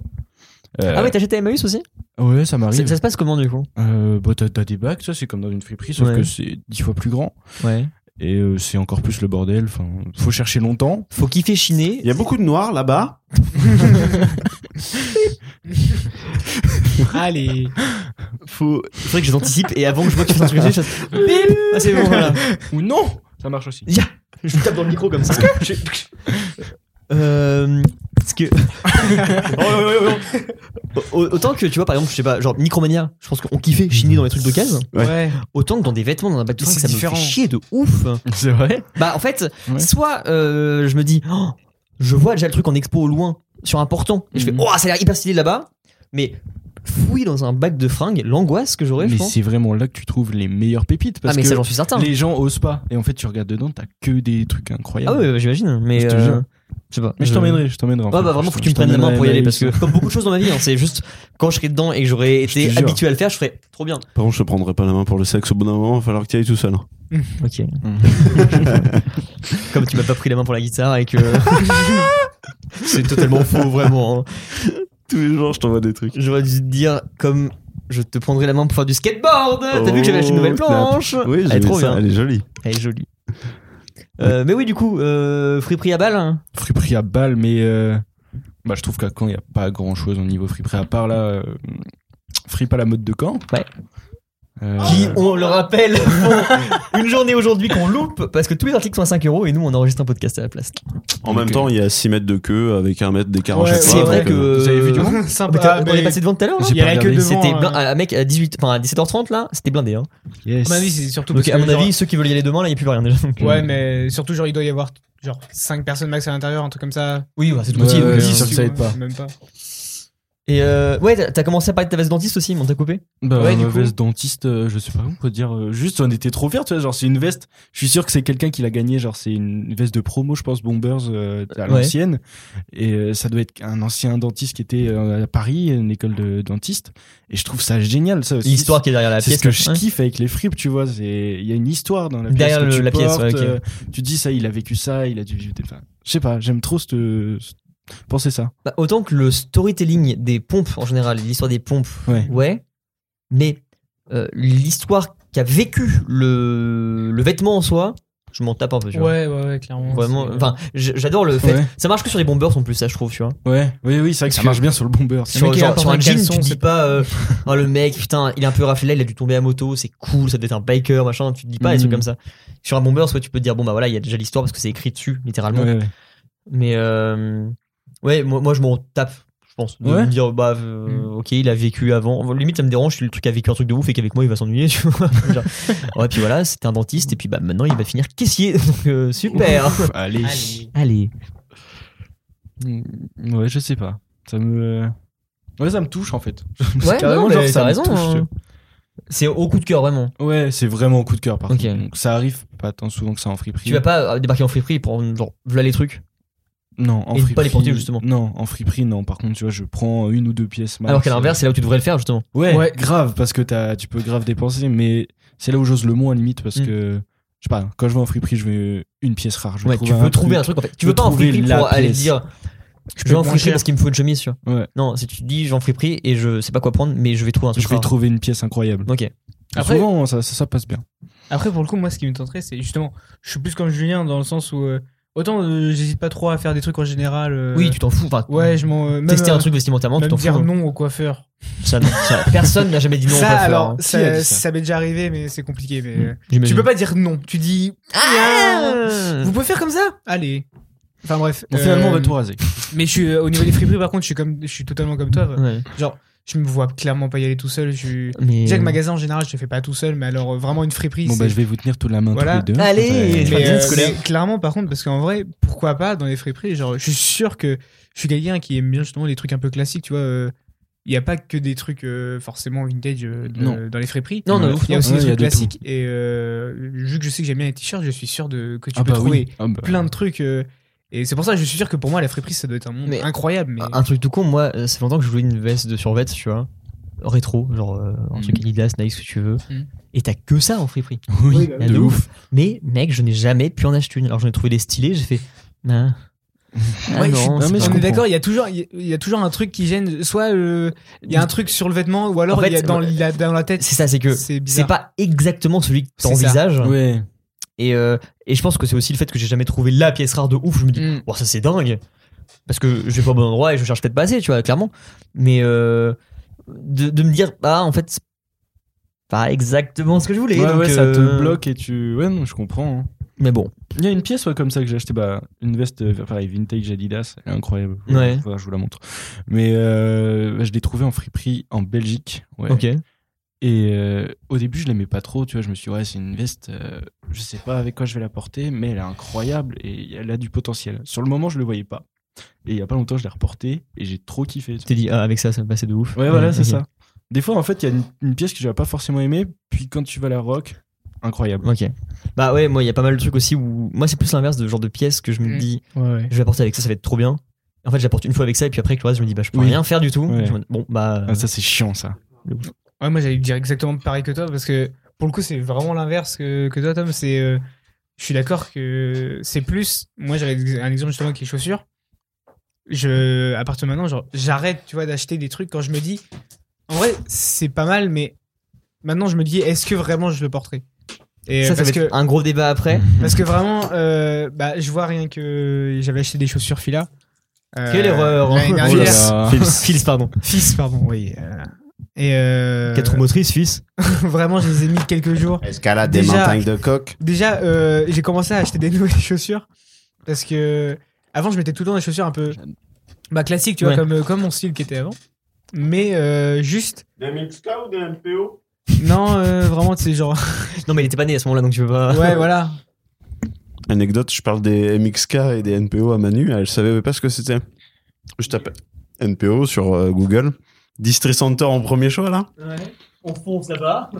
Speaker 2: Euh,
Speaker 1: ah ouais t'as acheté Emmaüs aussi
Speaker 2: ouais, ça
Speaker 1: ça,
Speaker 2: m'arrive.
Speaker 1: ça se passe comment du coup
Speaker 2: Euh, bah, t'as t'as des bacs, ça c'est comme dans une friperie, sauf
Speaker 1: Ouais.
Speaker 2: que c'est 10 fois plus grand
Speaker 1: ouais
Speaker 2: et euh, c'est encore plus le bordel. Enfin, faut chercher longtemps.
Speaker 1: faut kiffer chiner
Speaker 4: Il y a beaucoup de noirs là-bas.
Speaker 7: Allez.
Speaker 1: faut faudrait que je l'anticipe et avant que je vois qu'il fait un truc je fasse bip ah c'est bon voilà
Speaker 2: Ou non, ça marche aussi.
Speaker 1: Je tape dans le micro comme ça. Euh, parce que
Speaker 2: Oh,
Speaker 1: Au- autant que tu vois par exemple je sais pas genre Micromania je pense qu'on kiffait chiner dans les trucs de case
Speaker 4: Ouais.
Speaker 1: autant que dans des vêtements dans un bac de
Speaker 3: C'est
Speaker 1: fringues, ça
Speaker 3: différent.
Speaker 1: me fait chier de ouf
Speaker 2: C'est vrai.
Speaker 1: bah en fait
Speaker 2: Ouais.
Speaker 1: soit euh, je me dis Oh, je vois déjà le truc en expo au loin sur un portant et je fais
Speaker 2: Mhm.
Speaker 1: oh ça a l'air hyper stylé là-bas mais fouiller dans un bac de fringues l'angoisse que j'aurais je
Speaker 2: mais
Speaker 1: pense
Speaker 2: c'est vraiment là que tu trouves les meilleures pépites
Speaker 1: ah
Speaker 2: parce
Speaker 1: mais
Speaker 2: que
Speaker 1: ça j'en suis certain
Speaker 2: les gens osent pas. Et en fait, tu regardes dedans, t'as que des trucs
Speaker 1: ah
Speaker 2: incroyables.
Speaker 1: ouais ouais, j'imagine mais
Speaker 2: Je te
Speaker 1: euh,
Speaker 2: jure.
Speaker 1: je sais pas
Speaker 2: Mais je t'emmènerai, je t'emmènerai. en
Speaker 1: Ouais,
Speaker 2: fait.
Speaker 1: bah vraiment,
Speaker 2: Je-
Speaker 1: faut que tu
Speaker 2: je
Speaker 1: me prennes la main pour y aller parce
Speaker 2: t'emmènerai à
Speaker 1: que, comme beaucoup de choses dans ma vie, hein, c'est juste quand je serai dedans et que j'aurais
Speaker 4: Je te
Speaker 1: été
Speaker 4: jure.
Speaker 1: habitué à le faire, je ferais trop bien.
Speaker 4: Par contre, je te prendrai pas la main pour le sexe. Au bout d'un moment, il va falloir que tu ailles tout seul. hein.
Speaker 1: Ok. comme tu m'as pas pris la main pour la guitare et que. c'est totalement faux, vraiment. hein.
Speaker 4: Tous les jours, je t'envoie des trucs.
Speaker 1: J'aurais dû te dire, comme je te prendrai la main pour faire du skateboard T'as vu que j'avais acheté une nouvelle
Speaker 4: Oh, snap.
Speaker 1: planche
Speaker 4: Oui,
Speaker 1: Elle est
Speaker 4: j'ai
Speaker 1: trop
Speaker 4: vu ça.
Speaker 1: bien.
Speaker 4: Elle est jolie.
Speaker 1: Elle est jolie. Euh, mais oui, du coup, euh, friperie à balle. hein.
Speaker 2: friperie à balle, mais euh, bah, je trouve qu'à Caen, il n'y a pas grand chose au niveau friperie à part là. Euh, fripe à la mode de Caen.
Speaker 1: Ouais.
Speaker 2: Euh,
Speaker 1: Qui, on le rappelle, font une journée aujourd'hui qu'on loupe parce que tous les articles sont à 5 euros et nous on enregistre un podcast à la place.
Speaker 4: En même
Speaker 2: Ok.
Speaker 4: temps, il y a 6 mètres de queue avec 1 mètre d'écart
Speaker 3: Ouais,
Speaker 4: à chaque
Speaker 1: C'est
Speaker 4: fois,
Speaker 1: vrai
Speaker 4: donc,
Speaker 1: que.
Speaker 4: euh,
Speaker 2: vous avez vu du monde
Speaker 3: Sympa.
Speaker 1: Ah, mais t'as- on
Speaker 3: mais-
Speaker 1: est passé devant tout à l'heure là
Speaker 3: Il y a la queue devant.
Speaker 1: C'était blin-
Speaker 3: euh,
Speaker 1: un mec à 18 enfin à 17h30 là, c'était blindé hein.
Speaker 2: Yes.
Speaker 7: À mon avis, c'est surtout
Speaker 1: Donc
Speaker 7: parce
Speaker 1: à
Speaker 7: que,
Speaker 1: mon
Speaker 7: genre,
Speaker 1: avis, ceux qui veulent y aller demain là, il n'y a plus rien déjà. Donc, euh,
Speaker 3: Ouais, mais surtout, genre, il doit y avoir genre 5 personnes max à l'intérieur, un truc comme ça.
Speaker 1: oui, bah, c'est tout
Speaker 2: Ouais,
Speaker 1: petit. donc,
Speaker 2: ouais,
Speaker 1: euh,
Speaker 2: ça,
Speaker 3: Dix,
Speaker 2: ça
Speaker 3: tu
Speaker 2: aide
Speaker 3: vois,
Speaker 2: pas.
Speaker 3: Même pas.
Speaker 1: Et euh, ouais, t'as- t'as commencé à parler de ta veste dentiste aussi, mais on t'a coupé.
Speaker 2: Bah,
Speaker 7: Ouais, du
Speaker 2: ma
Speaker 7: coup.
Speaker 2: veste dentiste, euh, je sais pas comment on peut dire. euh, juste, on était trop fiers, tu vois. Genre, c'est une veste. Je suis sûr que c'est quelqu'un qui l'a gagné. Genre, c'est une veste de promo, je pense, Bombers euh, à
Speaker 1: Ouais.
Speaker 2: l'ancienne. Et euh, ça doit être un ancien dentiste qui était euh, à Paris, une école de dentiste. Et je trouve ça génial, ça aussi.
Speaker 1: L'histoire qui est derrière la
Speaker 2: C'est
Speaker 1: pièce.
Speaker 2: ce que
Speaker 1: là.
Speaker 2: je
Speaker 1: Ouais.
Speaker 2: kiffe avec les fripes, tu vois. C'est il y a une histoire dans la pièce.
Speaker 1: Derrière
Speaker 2: que
Speaker 1: le-
Speaker 2: tu
Speaker 1: la pièce,
Speaker 2: portes,
Speaker 1: ouais, ok.
Speaker 2: euh, tu te dis ça, il a vécu ça, il a dû vivre. des- Enfin, je sais pas. J'aime trop cette penser ça.
Speaker 1: Bah, autant que le storytelling des pompes en général, l'histoire des pompes,
Speaker 2: Ouais.
Speaker 1: mais euh, l'histoire qu'a vécu le, le vêtement en soi, je m'en tape un peu. Tu vois.
Speaker 7: Ouais, ouais, ouais, clairement.
Speaker 1: Vraiment,
Speaker 7: c'est-
Speaker 1: enfin, j- j'adore le fait.
Speaker 2: Ouais.
Speaker 1: Ça marche que sur les bombers en plus, ça je trouve, tu vois.
Speaker 2: Ouais, oui, oui, c'est vrai que ça marche bien sur le bomber.
Speaker 1: sur,
Speaker 7: mec, il
Speaker 1: genre,
Speaker 7: apporte
Speaker 1: sur un
Speaker 7: un
Speaker 1: jean,
Speaker 7: caleçon,
Speaker 1: tu te dis
Speaker 7: c'est
Speaker 1: pas, euh, oh, le mec, putain, il est un peu raflé là, il a dû tomber à moto, c'est cool, ça devait être un biker, machin, tu te dis pas des
Speaker 2: Mhm.
Speaker 1: trucs comme ça. Sur un bomber, soit tu peux te dire, bon bah voilà, il y a déjà l'histoire parce que c'est écrit dessus, littéralement.
Speaker 2: Ouais, ouais.
Speaker 1: Mais euh, ouais, moi, moi je m'en tape, je pense, de
Speaker 2: Ouais. Mm.
Speaker 1: me dire, bah euh, ok, il a vécu avant. Limite, ça me dérange si le truc a vécu un truc de ouf et qu'avec moi il va s'ennuyer, tu vois. Genre, ouais, puis voilà, c'était un dentiste, et puis bah maintenant il va finir caissier, donc euh, super.
Speaker 2: Allez.
Speaker 7: Allez.
Speaker 1: Allez.
Speaker 2: Mm, Ouais, je sais pas. Ça me. Ouais, ça me touche en fait.
Speaker 1: Ouais,
Speaker 2: Carrément,
Speaker 1: non,
Speaker 2: genre,
Speaker 1: mais
Speaker 2: ça
Speaker 1: t'as
Speaker 2: me
Speaker 1: raison.
Speaker 2: touche,
Speaker 1: hein. C'est au coup de cœur, vraiment.
Speaker 2: tu vois. Ouais, c'est vraiment au coup de cœur par
Speaker 1: Ok.
Speaker 2: contre. Donc, ça arrive pas tant souvent que ça en friperie.
Speaker 1: Tu vas pas euh, débarquer en friperie pour genre, voilà les trucs.
Speaker 2: Non, en
Speaker 1: Et
Speaker 2: friperie.
Speaker 1: pas les porter, justement.
Speaker 2: Non, en friperie, non. Par contre, tu vois, je prends une ou deux pièces. max.
Speaker 1: Alors qu'à l'inverse, c'est là où tu devrais le faire justement.
Speaker 2: Ouais,
Speaker 7: Ouais.
Speaker 2: grave, parce que t'as- tu peux grave dépenser, mais c'est là où j'ose le moins limite, parce
Speaker 1: Mm.
Speaker 2: que je sais pas, quand je vais en friperie, je veux une pièce rare. Je veux
Speaker 1: Ouais, tu veux trouver un truc en fait. Tu
Speaker 2: veux
Speaker 1: veux pas en
Speaker 2: trouver
Speaker 1: friperie
Speaker 2: la
Speaker 1: pour aller
Speaker 2: pièce.
Speaker 1: dire je
Speaker 7: peux
Speaker 1: vais en
Speaker 7: moins
Speaker 1: friperie
Speaker 7: cher.
Speaker 1: parce qu'il me faut une chemise, tu vois.
Speaker 2: Ouais.
Speaker 1: Non, si tu te dis j'en friperie et je sais pas quoi prendre, mais je vais trouver un truc.
Speaker 2: Je vais
Speaker 1: rare.
Speaker 2: trouver une pièce incroyable.
Speaker 1: Ok.
Speaker 7: Après-
Speaker 2: Souvent, ça, ça, ça passe bien.
Speaker 7: Après, pour le coup, moi, ce qui me tenterait, c'est justement, je suis plus comme Julien dans le sens où euh, autant euh, j'hésite pas trop à faire des trucs en général. euh,
Speaker 1: Oui, tu t'en fous. Enfin,
Speaker 7: Ouais, je m'en. euh, même,
Speaker 1: tester
Speaker 7: euh,
Speaker 1: un truc vestimentairement, tu
Speaker 7: Même
Speaker 1: t'en fous.
Speaker 7: dire
Speaker 1: hein.
Speaker 7: non au coiffeur.
Speaker 1: Ça, non, ça- personne n'a jamais dit non. au
Speaker 3: ça,
Speaker 1: coiffeur,
Speaker 3: alors,
Speaker 1: hein.
Speaker 3: ça,
Speaker 2: Qui a dit
Speaker 3: ça,
Speaker 2: ça
Speaker 3: m'est déjà arrivé, mais c'est compliqué. Mais euh, tu
Speaker 1: J'imagine.
Speaker 3: peux pas dire non. Tu dis,
Speaker 1: Mmh, Ah
Speaker 3: vous pouvez faire comme ça Allez. Enfin bref.
Speaker 2: Bon,
Speaker 3: euh,
Speaker 2: finalement, on
Speaker 1: bah,
Speaker 2: va tout raser.
Speaker 3: Mais je suis euh, au niveau des friperies, par contre, je suis comme, je suis totalement comme toi.
Speaker 1: Ouais.
Speaker 3: Je me vois clairement pas y aller tout seul. Je suis.
Speaker 1: Mais...
Speaker 3: Déjà que magasin en général, je te fais pas tout seul, mais alors euh, vraiment une friperie.
Speaker 2: Bon,
Speaker 3: c'est-
Speaker 2: bah, je vais vous tenir toute la main
Speaker 3: Voilà.
Speaker 2: tous les deux.
Speaker 1: Allez,
Speaker 2: Ouais.
Speaker 3: mais, euh,
Speaker 1: scolaire.
Speaker 3: mais clairement, par contre, parce qu'en vrai, pourquoi pas dans les friperies Genre, je suis sûr que je suis quelqu'un qui aime bien justement les trucs un peu classiques, tu vois. euh, Il n'y a pas que des trucs euh, forcément vintage euh, de-
Speaker 2: Non.
Speaker 3: dans les friperies.
Speaker 1: Non, non,
Speaker 2: Ouais.
Speaker 1: ouf,
Speaker 3: Il y a aussi
Speaker 2: Ouais,
Speaker 3: des
Speaker 2: il y a
Speaker 3: trucs
Speaker 2: de tout.
Speaker 3: classiques. Et euh, vu que je sais que j'aime bien les t-shirts, je suis sûr de, que tu
Speaker 2: Ah
Speaker 3: peux
Speaker 2: bah
Speaker 3: trouver
Speaker 2: oui. Ah bah.
Speaker 3: plein de trucs. euh, et c'est pour ça que je suis sûr que pour moi, la friperie, ça doit être un monde
Speaker 1: Mais-
Speaker 3: incroyable. Mais...
Speaker 1: Un- Un truc tout con, moi, euh, ça fait longtemps que je voulais une veste de survêt, tu vois. Rétro, genre euh, un
Speaker 2: Mm.
Speaker 1: truc Adidas, Nike, ce que tu veux.
Speaker 7: Mm.
Speaker 1: Et t'as que ça en friperie.
Speaker 2: Oui,
Speaker 1: bah
Speaker 2: de
Speaker 1: oui.
Speaker 2: ouf.
Speaker 1: Mais mec, je n'ai jamais pu en acheter une. Alors j'en ai trouvé des stylés, j'ai fait. Ah, Ah
Speaker 3: Ouais, je suis-
Speaker 1: non, c'est
Speaker 2: mais
Speaker 1: pas-
Speaker 2: je
Speaker 3: on est
Speaker 2: comprends.
Speaker 3: d'accord, il y a toujours, il y a- il y a toujours un truc qui gêne. Soit euh, il y a un truc sur le vêtement, ou alors
Speaker 1: En fait,
Speaker 3: il y a dans, la, dans la tête.
Speaker 1: C'est ça, c'est que
Speaker 3: C'est
Speaker 1: c'est
Speaker 3: bizarre.
Speaker 1: pas exactement celui que
Speaker 3: C'est ça.
Speaker 1: t'envisages.
Speaker 2: Ouais.
Speaker 1: Et, euh, et je pense que c'est aussi le fait que j'ai jamais trouvé la pièce rare de ouf. Je me dis,
Speaker 7: Mm.
Speaker 1: bon, ça c'est dingue. Parce que je vais pas au bon endroit et je cherche peut-être pas assez, tu vois, clairement. Mais euh, de, de me dire, bah en fait, c'est pas exactement ce que je voulais.
Speaker 2: ouais,
Speaker 1: donc,
Speaker 2: ouais, ça te
Speaker 1: euh,
Speaker 2: bloque et tu. Ouais, non, je comprends. hein.
Speaker 1: Mais bon,
Speaker 2: Il y a une pièce ouais, comme ça que j'ai acheté, bah, une veste euh, pareil, vintage Adidas, elle est incroyable. Faut-
Speaker 1: Ouais.
Speaker 2: faut- je vous la montre. Mais euh, bah, je l'ai trouvée en friperie en Belgique. Ouais.
Speaker 1: ok.
Speaker 2: Et euh, au début, je l'aimais pas trop, tu vois. Je me suis dit, ouais, c'est une veste, euh, je sais pas avec quoi je vais la porter, mais elle est incroyable et elle a du potentiel. Sur le moment, je le voyais pas. Et il y a pas longtemps, je l'ai reportée et j'ai trop kiffé. tu
Speaker 1: Tu t'es dit, ah, avec ça, ça va passer de ouf.
Speaker 2: vois. Ouais, voilà, c'est
Speaker 1: ok.
Speaker 2: ça. Des fois, en fait, il y a une, une pièce que j'avais pas forcément aimée, puis quand tu vas la rock, incroyable.
Speaker 1: Ok. Bah ouais, moi, il y a pas mal de trucs aussi où. Moi, c'est plus l'inverse de genre de pièce que je me
Speaker 7: Mm.
Speaker 1: dis,
Speaker 7: Ouais, ouais.
Speaker 1: je vais apporter avec ça, ça va être trop bien. En fait, j'apporte une fois avec ça, et puis après, avec le reste, je me dis, bah, je peux
Speaker 2: Oui.
Speaker 1: rien faire du tout.
Speaker 2: Ouais.
Speaker 1: Je me dis, Bon, bah.
Speaker 2: Ah, ça, c'est chiant, ça.
Speaker 3: Ouais, moi j'allais dire exactement pareil que toi parce que pour le coup c'est vraiment l'inverse que, que toi Tom. C'est, euh, je suis d'accord que c'est plus. Moi j'avais un exemple justement avec les chaussures. Je, à partir de maintenant, genre j'arrête, tu vois, d'acheter des trucs quand je me dis. En vrai, c'est pas mal, mais maintenant je me dis, est-ce que vraiment je le porterai Et
Speaker 1: ça, ça va
Speaker 3: parce que
Speaker 1: être un gros débat après.
Speaker 2: Mm.
Speaker 3: parce que vraiment, euh, bah je vois rien que j'avais acheté des chaussures Fila. Euh,
Speaker 1: Quelle erreur hein.
Speaker 3: l'année
Speaker 1: Oh là
Speaker 3: dernière.
Speaker 1: là. Fils, Fils, pardon.
Speaker 3: Fils, pardon, oui. euh, et euh,
Speaker 1: Quatre roues motrices, fils.
Speaker 3: vraiment, je les ai mis quelques jours.
Speaker 4: Escalade
Speaker 3: des
Speaker 4: des
Speaker 3: Déjà-
Speaker 4: montagnes
Speaker 3: montagnes
Speaker 4: de coq.
Speaker 3: Déjà, euh, j'ai commencé à acheter des nouvelles chaussures parce que avant, je mettais tout le temps des chaussures un peu bah, classiques, tu vois,
Speaker 1: Ouais.
Speaker 3: comme, euh, comme mon style qui était avant. Mais euh, juste,
Speaker 4: Des MXK ou des MPO
Speaker 3: non, euh, vraiment, tu sais, genre,
Speaker 1: Non, mais il était pas né à ce moment-là, donc tu peux pas.
Speaker 3: ouais, voilà.
Speaker 4: Anecdote, je parle des MXK et des NPO à Manu, elle savait pas ce que c'était. Je tape NPO sur euh, Google. District Center en premier choix, là.
Speaker 1: On fonce là-bas.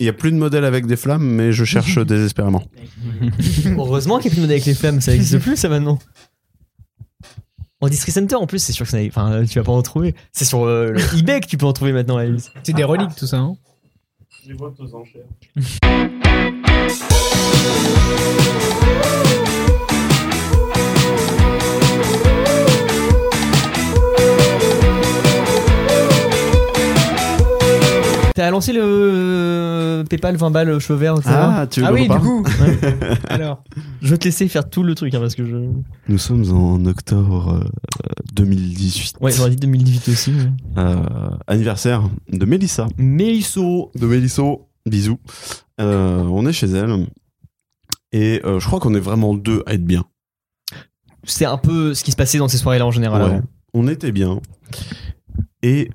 Speaker 4: Il y a plus de modèles avec des flammes, mais je cherche désespérément.
Speaker 1: Heureusement qu'il y a plus de modèle avec les flammes, ça existe plus, ça maintenant. En District Center, en plus, c'est sûr que ça n'avait- Enfin, euh, tu vas pas en trouver. C'est sur euh, le eBay que tu peux en trouver maintenant, la liste.
Speaker 3: C'est des reliques, tout ça. hein.
Speaker 1: T'as lancé le PayPal 20 balles euh, cheveux vert, etc.
Speaker 4: Ah, tu veux
Speaker 3: Ah
Speaker 4: qu'on
Speaker 3: oui, du
Speaker 4: parle
Speaker 3: coup.
Speaker 1: Ouais.
Speaker 3: Alors,
Speaker 1: Je vais te laisser faire tout le truc, hein, parce que je.
Speaker 4: Nous sommes en octobre euh, 2018.
Speaker 1: Ouais, j'aurais dit 2018 aussi. mais-
Speaker 4: Euh, anniversaire de Mélissa.
Speaker 1: Melisso.
Speaker 4: de Mélisso, bisous. Euh, on est chez elle. Et euh, je crois qu'on est vraiment deux à être bien.
Speaker 1: C'est un peu ce qui se passait dans ces soirées-là en général.
Speaker 4: Ouais. On était bien. Et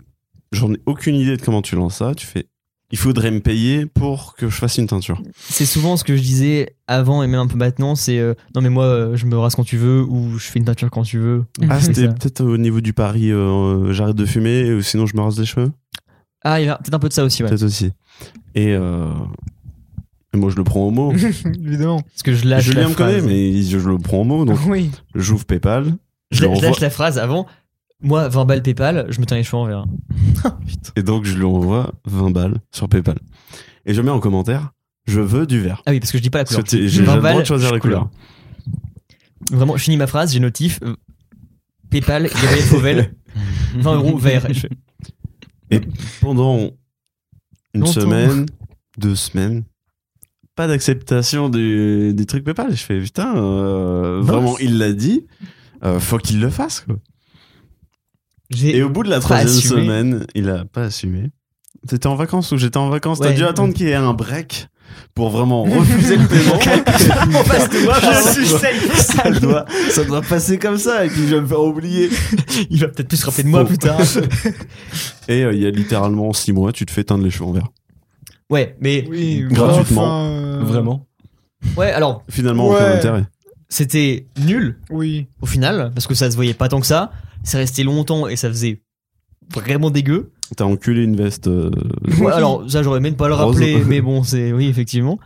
Speaker 4: j'en ai aucune idée de comment tu lances ça. Tu fais il faudrait me payer pour que je fasse une teinture.
Speaker 1: C'est souvent ce que je disais avant et même un peu maintenant, c'est euh, non mais moi euh, je me rase quand tu veux ou je fais une teinture quand tu veux.
Speaker 4: Ah,
Speaker 1: C'est
Speaker 4: c'était
Speaker 1: ça.
Speaker 4: peut-être au niveau du pari euh, j'arrête de fumer ou sinon je me rase les cheveux
Speaker 1: Ah, il y a peut-être un peu de ça aussi, ouais.
Speaker 4: Peut-être aussi. Et, euh, et moi je le prends au mot.
Speaker 3: évidemment.
Speaker 1: Parce que je lâche la
Speaker 4: Julien me connaît,
Speaker 1: phrase.
Speaker 4: mais il- je le prends au mot. Donc
Speaker 3: oui.
Speaker 4: j'ouvre PayPal.
Speaker 1: Je,
Speaker 4: Je
Speaker 1: lâ- je
Speaker 4: l'envoie.
Speaker 1: lâche la phrase avant. Moi, 20 balles PayPal, je me teins les cheveux en verre.
Speaker 4: Et donc, je lui envoie 20 balles sur PayPal. Et je mets en commentaire, je veux du vert.
Speaker 1: Ah oui, parce que je dis pas la couleur.
Speaker 4: C'était-
Speaker 1: Je dis
Speaker 4: J'ai j'ai le
Speaker 1: 20
Speaker 4: droit de
Speaker 1: balles,
Speaker 4: choisir
Speaker 1: je
Speaker 4: la couleur.
Speaker 1: Vraiment, je finis ma phrase, j'ai notif. euh, PayPal, Gabriel Fauvel, 20 euros vert. Et je fais,
Speaker 4: Pendant une
Speaker 1: Longtemps.
Speaker 4: semaine, deux semaines, pas d'acceptation du, des trucs PayPal. Je fais putain, euh, vraiment, il l'a dit. euh, faut qu'il le fasse. Quoi.
Speaker 1: J'ai
Speaker 4: Et au bout de la
Speaker 1: pas
Speaker 4: troisième
Speaker 1: assumé.
Speaker 4: semaine, il a pas assumé. T'étais en vacances ou j'étais en vacances. T'as
Speaker 1: Ouais.
Speaker 4: dû attendre qu'il y ait un break pour vraiment refuser le paiement.
Speaker 1: en face de moi,
Speaker 4: Je suis
Speaker 1: safe.
Speaker 4: ça, doit, ça doit passer comme ça et puis je vais me faire oublier.
Speaker 1: Il va peut-être plus se rappeler de moi
Speaker 4: Faux.
Speaker 1: plus tard.
Speaker 4: Et euh, il y a littéralement six mois, tu te fais teindre les cheveux en vert.
Speaker 1: Ouais, mais
Speaker 3: Oui,
Speaker 4: Gratuitement.
Speaker 3: enfin, euh,
Speaker 2: Vraiment.
Speaker 1: ouais, alors
Speaker 4: Finalement,
Speaker 3: Ouais.
Speaker 4: aucun intérêt.
Speaker 1: c'était nul
Speaker 3: Oui.
Speaker 1: au final parce que ça se voyait pas tant que ça. C'est resté longtemps et ça faisait vraiment dégueu.
Speaker 4: T'as enculé une veste. euh,
Speaker 1: Ouais, alors ça j'aurais même pas le
Speaker 4: Rose.
Speaker 1: rappeler, mais bon c'est oui effectivement.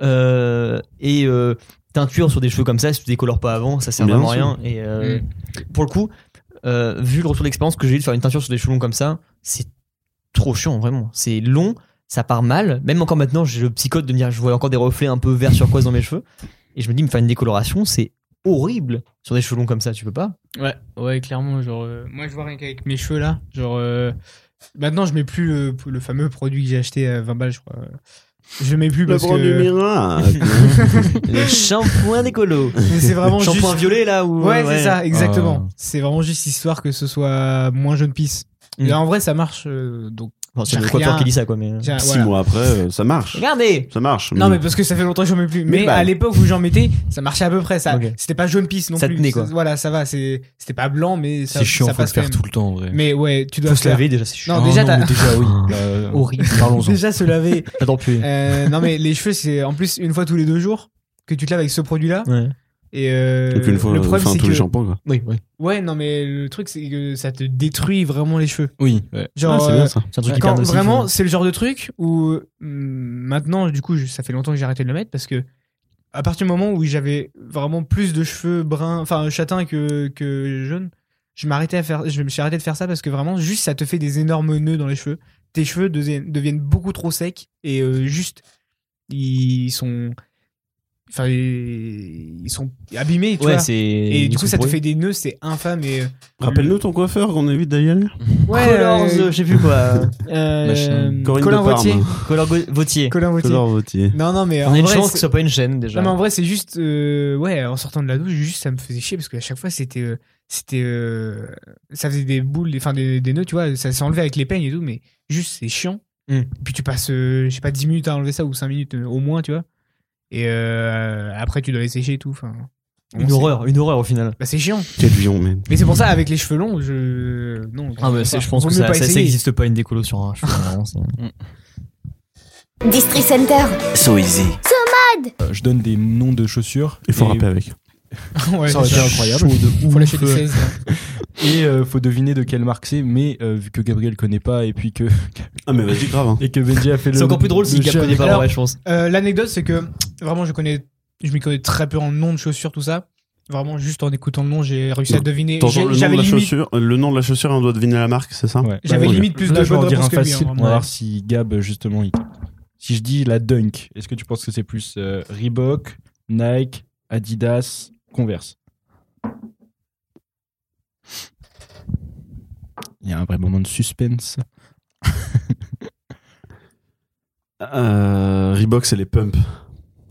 Speaker 1: Euh, et euh, teinture sur des cheveux comme ça, si tu décolores pas avant, ça sert
Speaker 4: Bien
Speaker 1: vraiment à
Speaker 4: sûr.
Speaker 1: rien. Et euh,
Speaker 3: Mm.
Speaker 1: pour le coup, euh, vu le retour d'expérience que j'ai eu de faire une teinture sur des cheveux longs comme ça, c'est trop chiant vraiment. C'est long, ça part mal. Même encore maintenant, j'ai le psychote de me dire je vois encore des reflets un peu vert turquoise dans mes cheveux, et je me dis me faire une décoloration, c'est horrible sur des cheveux longs comme ça, tu peux pas.
Speaker 7: Ouais, ouais, clairement, genre euh, moi je vois rien qu'avec mes cheveux là, genre euh, maintenant je mets plus le, le fameux produit que j'ai acheté à 20 balles, je crois. Je mets plus
Speaker 4: Le
Speaker 7: parce
Speaker 4: bras du
Speaker 7: que
Speaker 4: miracle.
Speaker 1: Le shampoing décolo.
Speaker 3: Mais c'est vraiment juste.
Speaker 1: Shampoing violet là ou
Speaker 3: Ouais, c'est ça, exactement.
Speaker 2: Ah.
Speaker 3: C'est vraiment juste histoire que ce soit moins jeune pisse.
Speaker 1: Mm.
Speaker 3: Et en vrai, ça marche. euh, donc,
Speaker 1: Bon, c'est
Speaker 3: J'ai
Speaker 1: le coiffeur
Speaker 3: rien.
Speaker 1: qui dit ça quoi mais.
Speaker 3: tiens,
Speaker 4: Six
Speaker 3: Ah, voilà.
Speaker 4: mois après, euh, ça marche.
Speaker 1: Regardez
Speaker 4: Ça marche.
Speaker 3: Non, mais parce que ça fait longtemps que j'en mets plus.
Speaker 4: Mais
Speaker 3: Mais,
Speaker 4: bah.
Speaker 3: à l'époque où j'en mettais, ça marchait à peu près. Ça,
Speaker 1: Ok.
Speaker 3: c'était pas jaune pisse non
Speaker 1: Ça
Speaker 3: plus.
Speaker 1: tenait, quoi.
Speaker 3: Ça- Voilà, ça va. C'est, c'était pas blanc, mais ça,
Speaker 2: C'est chiant,
Speaker 3: ça
Speaker 2: faut le
Speaker 3: passe
Speaker 2: faire
Speaker 3: quand même.
Speaker 2: tout le temps en vrai.
Speaker 3: Mais ouais, tu dois
Speaker 1: Faut
Speaker 3: le
Speaker 1: se laver déjà, c'est chiant.
Speaker 3: Non, déjà, t'as-
Speaker 2: mais déjà, oui. Euh,
Speaker 1: Horrible.
Speaker 2: Parlons-en.
Speaker 3: Déjà se laver.
Speaker 1: J'adore plus.
Speaker 3: Euh, non, mais les cheveux, c'est en plus une fois tous les deux jours que tu te laves avec ce produit-là.
Speaker 1: Ouais.
Speaker 3: Et, euh,
Speaker 4: Et puis une fois,
Speaker 3: le problème,
Speaker 4: enfin,
Speaker 3: c'est
Speaker 4: tous
Speaker 3: que.
Speaker 4: les shampoings, quoi.
Speaker 1: Oui, oui.
Speaker 3: Ouais, non, mais le truc, c'est que ça te détruit vraiment les cheveux.
Speaker 2: Oui, ouais.
Speaker 3: Genre,
Speaker 4: Ah, c'est
Speaker 3: euh,
Speaker 4: bien ça.
Speaker 1: C'est un truc hyper
Speaker 3: quand
Speaker 1: nocif,
Speaker 3: vraiment,
Speaker 1: hein.
Speaker 3: c'est le genre de truc où hum, maintenant, du coup, je- ça fait longtemps que j'ai arrêté de le mettre parce que à partir du moment où j'avais vraiment plus de cheveux bruns, enfin châtains que, que jaunes, je m'arrêtais à faire, je me suis arrêté de faire ça parce que vraiment, juste ça te fait des énormes nœuds dans les cheveux. Tes cheveux deviennent, deviennent beaucoup trop secs et euh, juste ils sont, enfin ils sont abîmés, tu
Speaker 1: Ouais,
Speaker 3: vois.
Speaker 1: c'est.
Speaker 3: Et
Speaker 1: ils
Speaker 3: du coup,
Speaker 1: sont
Speaker 3: ça te
Speaker 1: bourrés.
Speaker 3: fait des nœuds, c'est infâme et euh, oh
Speaker 4: Rappelle-nous ton coiffeur qu'on évite d'aller aller.
Speaker 3: ouais,
Speaker 1: Colors, euh, je sais plus quoi.
Speaker 3: euh,
Speaker 2: Machin.
Speaker 4: Corinne
Speaker 3: Colin
Speaker 4: de Parme.
Speaker 3: Vautier.
Speaker 1: Color Vautier.
Speaker 3: Colin Vautier.
Speaker 4: Color Vautier.
Speaker 3: Non, non, mais
Speaker 1: On
Speaker 3: en
Speaker 1: a une
Speaker 3: vrai,
Speaker 1: chance que
Speaker 3: c'est-
Speaker 1: ce soit pas une chaîne déjà.
Speaker 3: Non, mais en vrai, c'est juste, euh, ouais, en sortant de la douche, juste ça me faisait chier parce qu'à chaque fois, c'était, euh, c'était, euh, ça faisait des boules, des, enfin des, des nœuds, tu vois, ça s'enlevait avec les peignes et tout, mais juste c'est chiant.
Speaker 1: Mm.
Speaker 3: Puis tu passes, euh, je sais pas, 10 minutes à enlever ça ou 5 minutes euh, au moins, tu vois. Et euh, après, tu dois les sécher et tout. Enfin, on
Speaker 1: Une
Speaker 3: sait.
Speaker 1: horreur, une horreur au final.
Speaker 3: Bah, c'est chiant.
Speaker 4: Quel lion, mais.
Speaker 3: Mais c'est pour ça, avec les cheveux longs, je, non.
Speaker 1: Ah, mais
Speaker 3: enfin,
Speaker 1: c'est- je pense
Speaker 3: vaut
Speaker 1: que
Speaker 3: mieux
Speaker 1: ça,
Speaker 3: pas
Speaker 1: ça, ça
Speaker 3: essayer.
Speaker 1: existe pas une décolo sur un cheveu. vraiment, c'est-
Speaker 8: District Center.
Speaker 6: So easy.
Speaker 2: Euh, Je donne des noms de chaussures.
Speaker 4: Il faut
Speaker 2: Et-
Speaker 4: rapper avec.
Speaker 3: Ouais,
Speaker 2: Ça aurait
Speaker 3: c'est
Speaker 2: été
Speaker 3: chaud.
Speaker 2: incroyable.
Speaker 3: Faut lâcher des
Speaker 2: Ouf.
Speaker 3: chaises.
Speaker 2: Et euh, faut deviner de quelle marque c'est, mais euh, vu que Gabriel connaît pas et puis que
Speaker 4: Ah, mais vas-y, grave. hein.
Speaker 2: et que Benji a fait le.
Speaker 1: C'est encore plus drôle
Speaker 2: le
Speaker 1: si Gab
Speaker 2: chien.
Speaker 1: connaît pas la
Speaker 3: Alors-
Speaker 1: vraie chance.
Speaker 3: Euh, L'anecdote, c'est que vraiment, je connais, je m'y connais très peu en nom de chaussures, tout ça. Vraiment, juste en écoutant le nom, j'ai réussi à
Speaker 4: Non.
Speaker 3: deviner.
Speaker 4: T'entends
Speaker 3: J'ai-
Speaker 4: le nom
Speaker 3: J'avais
Speaker 4: de la
Speaker 3: limite,
Speaker 4: chaussure, euh, le nom de la chaussure, on doit deviner la marque, c'est ça
Speaker 2: Ouais.
Speaker 3: j'avais
Speaker 2: Bah,
Speaker 3: limite plus
Speaker 2: Là,
Speaker 3: de
Speaker 2: je vais en
Speaker 3: bonnes
Speaker 2: dire un
Speaker 3: réponses que lui.
Speaker 2: facile
Speaker 3: hein,
Speaker 2: pour
Speaker 3: vraiment.
Speaker 2: voir si Gab, justement, il capte. Si je dis la Dunk, est-ce que tu penses que c'est plus euh, Reebok, Nike, Adidas, Converse Il y a un vrai moment de suspense.
Speaker 4: Euh, Reebok, c'est les pumps.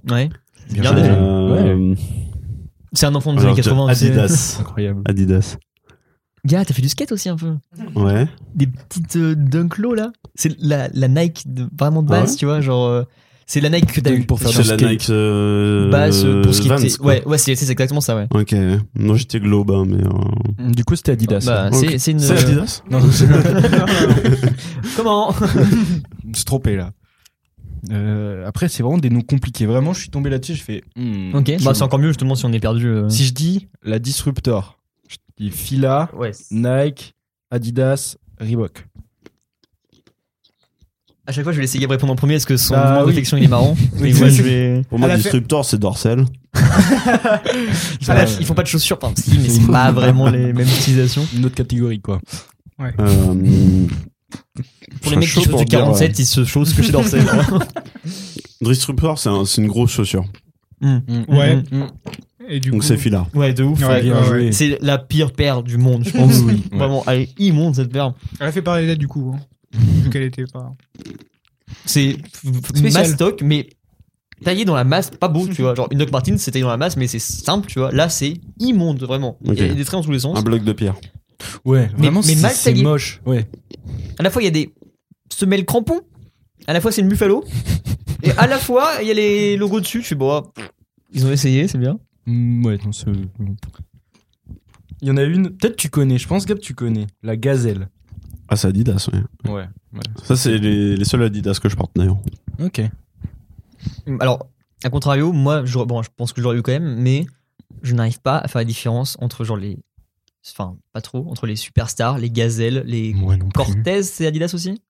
Speaker 1: Ouais.
Speaker 2: Bien
Speaker 1: Regardez.
Speaker 2: joué.
Speaker 4: Euh,
Speaker 2: Ouais,
Speaker 1: C'est un enfant des
Speaker 4: alors,
Speaker 1: années 80. tu sais.
Speaker 4: Adidas.
Speaker 2: incroyable.
Speaker 4: Adidas.
Speaker 1: Gars, t'as fait du skate aussi un peu.
Speaker 4: Ouais.
Speaker 1: Des petites euh, dunk low là. C'est la, la Nike de- vraiment de base,
Speaker 4: Ah Ouais.
Speaker 1: tu vois. Genre, euh, c'est la Nike que t'as eu
Speaker 2: Dunk pour faire
Speaker 4: C'est
Speaker 2: du
Speaker 4: la
Speaker 2: skate.
Speaker 4: Nike. euh,
Speaker 1: Basse euh, pour skater.
Speaker 4: Vans, quoi.
Speaker 1: ouais, ouais, c'est c'est exactement ça, ouais.
Speaker 4: Ok. Non, j'étais globe, hein, mais. euh,
Speaker 2: Du coup, c'était Adidas.
Speaker 1: Bah,
Speaker 4: Ok.
Speaker 1: c'est- c'est une.
Speaker 4: C'est Adidas
Speaker 2: Non, non, c'est-
Speaker 1: Comment
Speaker 2: je me suis trompé là. Euh, après, c'est vraiment des noms compliqués. Vraiment, je suis tombé là-dessus, je fais. hmm,
Speaker 1: Ok,
Speaker 2: je-
Speaker 1: bah, c'est encore mieux justement si on est perdu. euh.
Speaker 2: Si je dis la Disruptor, je dis Fila,
Speaker 1: Ouais.
Speaker 2: Nike, Adidas, Reebok.
Speaker 1: À chaque fois, je vais laisser Gab répondre en premier parce que son
Speaker 2: Bah
Speaker 1: moment de
Speaker 2: oui.
Speaker 1: réflexion il est marrant. Mais
Speaker 2: c'est-
Speaker 1: moi, je
Speaker 2: c'est-
Speaker 1: vais.
Speaker 4: Pour moi,
Speaker 3: Elle a fait-
Speaker 4: Disruptor, c'est Dorsel.
Speaker 1: Ah, là, ils font pas de chaussures, par exemple. Si, mais c'est pas vraiment les mêmes utilisations.
Speaker 2: une autre catégorie quoi.
Speaker 4: Euh,
Speaker 1: Pour les mecs qui chaussent du 47, ils se chaussent que chez Dorsey.
Speaker 4: Driss Trooper, c'est un- c'est une grosse chaussure.
Speaker 7: Ouais.
Speaker 1: Mhm.
Speaker 7: Et du
Speaker 4: Donc
Speaker 7: coup,
Speaker 4: c'est fila.
Speaker 1: Ouais, de ouf.
Speaker 7: Ouais,
Speaker 1: Ouais,
Speaker 7: bien
Speaker 1: ouais. Oh,
Speaker 2: joué.
Speaker 1: C'est la pire paire du monde, je pense. Vraiment, elle est immonde cette paire.
Speaker 7: elle a fait parler d'elle du coup. hein. Vu qu'elle était pas.
Speaker 1: C'est
Speaker 7: Spécial.
Speaker 1: mass stock, mais taillé dans la masse, pas beau, tu vois. Genre, une Doc Martin, c'est taillé dans la masse, mais c'est simple, tu vois. Là, c'est immonde, vraiment. Il y a
Speaker 4: Ok. Ah.
Speaker 1: des traits dans tous les sens.
Speaker 4: Un bloc de pierre.
Speaker 2: Ouais, vraiment,
Speaker 1: mais mal
Speaker 2: c'est c'est
Speaker 1: taillé.
Speaker 2: moche. Ouais.
Speaker 1: À la fois, il y a des semelles crampons. À la fois, c'est une Buffalo. et à la fois, il y a les logos dessus. Je suis bon, ah, ils ont essayé, c'est bien.
Speaker 2: Mm, ouais, non, c'est- Il y en a une, peut-être tu connais, je pense, Gab, tu connais. La gazelle.
Speaker 4: Ah, c'est Adidas, ouais.
Speaker 2: Ouais.
Speaker 4: Ça, c'est les, les seuls Adidas que je porte d'ailleurs.
Speaker 2: Ok.
Speaker 1: Alors, à contrario, moi, je, bon, je pense que j'aurais eu quand même, mais je n'arrive pas à faire la différence entre genre les. Enfin, pas trop, entre les superstars, les gazelles, les.
Speaker 2: Moi non plus.
Speaker 1: Cortez, c'est Adidas aussi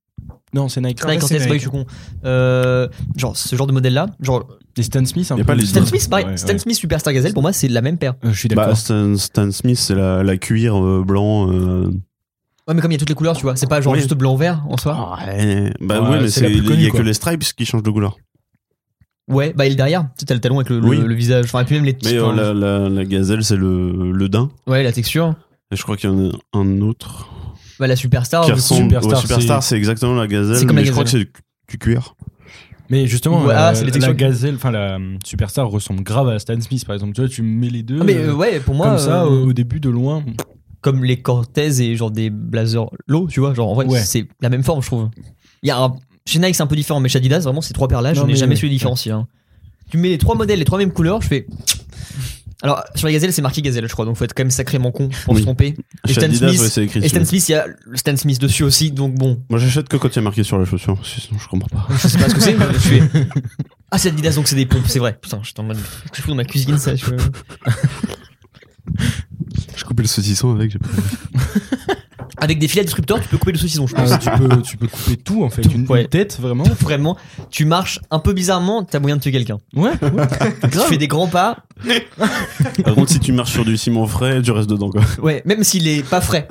Speaker 2: Non, c'est Nike.
Speaker 1: Cortez, Cortez,
Speaker 7: c'est
Speaker 1: c'est pas je suis con. Euh, genre, ce genre de modèle-là, genre
Speaker 2: Les Stan Smith, un
Speaker 4: Y a
Speaker 2: peu.
Speaker 4: pas les
Speaker 1: Stan
Speaker 4: Ouais.
Speaker 1: Smith, pareil.
Speaker 2: Ouais,
Speaker 1: Stan
Speaker 2: ouais.
Speaker 1: Smith, Superstar Gazelle, pour moi, c'est la même paire.
Speaker 2: Euh, je suis d'accord.
Speaker 4: Bah, Stan, Stan Smith, c'est la, la cuir euh, blanc. euh,
Speaker 1: Ouais, mais comme il y a toutes les couleurs, tu vois, c'est pas genre
Speaker 4: Oui.
Speaker 1: juste blanc-vert en soi.
Speaker 4: ouais. Bah,
Speaker 2: Ouais,
Speaker 4: ouais, mais
Speaker 2: c'est la
Speaker 4: c'est-
Speaker 2: plus
Speaker 4: il
Speaker 2: connue,
Speaker 4: y a
Speaker 2: quoi.
Speaker 4: que les stripes qui changent de couleur.
Speaker 1: Ouais, bah il est derrière, tu sais, t'as le talon avec le, le-
Speaker 4: Oui.
Speaker 1: le visage, enfin, et puis même les petites.
Speaker 4: Mais euh,
Speaker 1: hein.
Speaker 4: la, la, la gazelle, c'est le, le daim.
Speaker 1: Ouais, la texture.
Speaker 4: Et je crois qu'il y en a un autre.
Speaker 1: Bah, la Superstar,
Speaker 4: qui
Speaker 1: du coup,
Speaker 4: ressemble
Speaker 2: Superstar,
Speaker 4: au Superstar, c'est exactement la gazelle.
Speaker 1: C'est comme la
Speaker 4: mais je crois que c'est du, du cuir.
Speaker 2: Mais justement,
Speaker 1: Ouais,
Speaker 2: euh,
Speaker 1: ah, c'est les
Speaker 2: la
Speaker 1: textures.
Speaker 2: gazelle, enfin la euh, superstar ressemble grave à Stan Smith, par exemple. Tu vois, tu mets les deux.
Speaker 1: Ah, mais euh,
Speaker 2: euh,
Speaker 1: ouais, pour moi,
Speaker 2: Comme ça,
Speaker 1: euh,
Speaker 2: au au début, de loin.
Speaker 1: comme les Cortez et genre des blazers low, tu vois, genre en vrai,
Speaker 2: Ouais.
Speaker 1: c'est la même forme, je trouve. Il y a un... Chez Nike, c'est un peu différent, mais chez Adidas, vraiment, ces trois paires-là, je
Speaker 2: Non,
Speaker 1: n'ai
Speaker 2: mais
Speaker 1: jamais
Speaker 2: oui.
Speaker 1: su les différencier. hein. Tu mets les trois modèles, les trois mêmes couleurs, je fais. Alors, sur la gazelle, c'est marqué gazelle, je crois, donc faut être quand même sacrément con pour
Speaker 4: Oui.
Speaker 1: se tromper. Et
Speaker 4: Chez
Speaker 1: Stan
Speaker 4: Adidas,
Speaker 1: Smith,
Speaker 4: ouais, c'est écrit
Speaker 1: Et
Speaker 4: dessus.
Speaker 1: Stan Smith, il y a le Stan Smith dessus aussi, donc bon,
Speaker 4: Moi, j'achète que quand il y a marqué sur la chaussure. Sinon, je comprends pas.
Speaker 1: je sais pas ce que c'est. mais je suis- Ah, c'est Adidas, donc c'est des pompes, c'est vrai. Putain, j'étais en mode. qu'est-ce que Je fous dans ma cuisine, ça. je-
Speaker 4: Je coupais le saucisson avec.
Speaker 1: Avec des filets disrupteurs, tu peux couper le saucisson, je pense.
Speaker 2: Ah, tu, peux, tu peux couper tout, en fait.
Speaker 1: Tout,
Speaker 2: une,
Speaker 1: ouais.
Speaker 2: une tête, vraiment.
Speaker 1: Vraiment, tu marches un peu bizarrement, t'as moyen de tuer quelqu'un.
Speaker 2: Ouais. ouais.
Speaker 1: Tu fais des grands pas,
Speaker 4: Par contre, si tu marches sur du ciment frais, tu restes dedans, quoi.
Speaker 1: Ouais, même s'il est pas frais,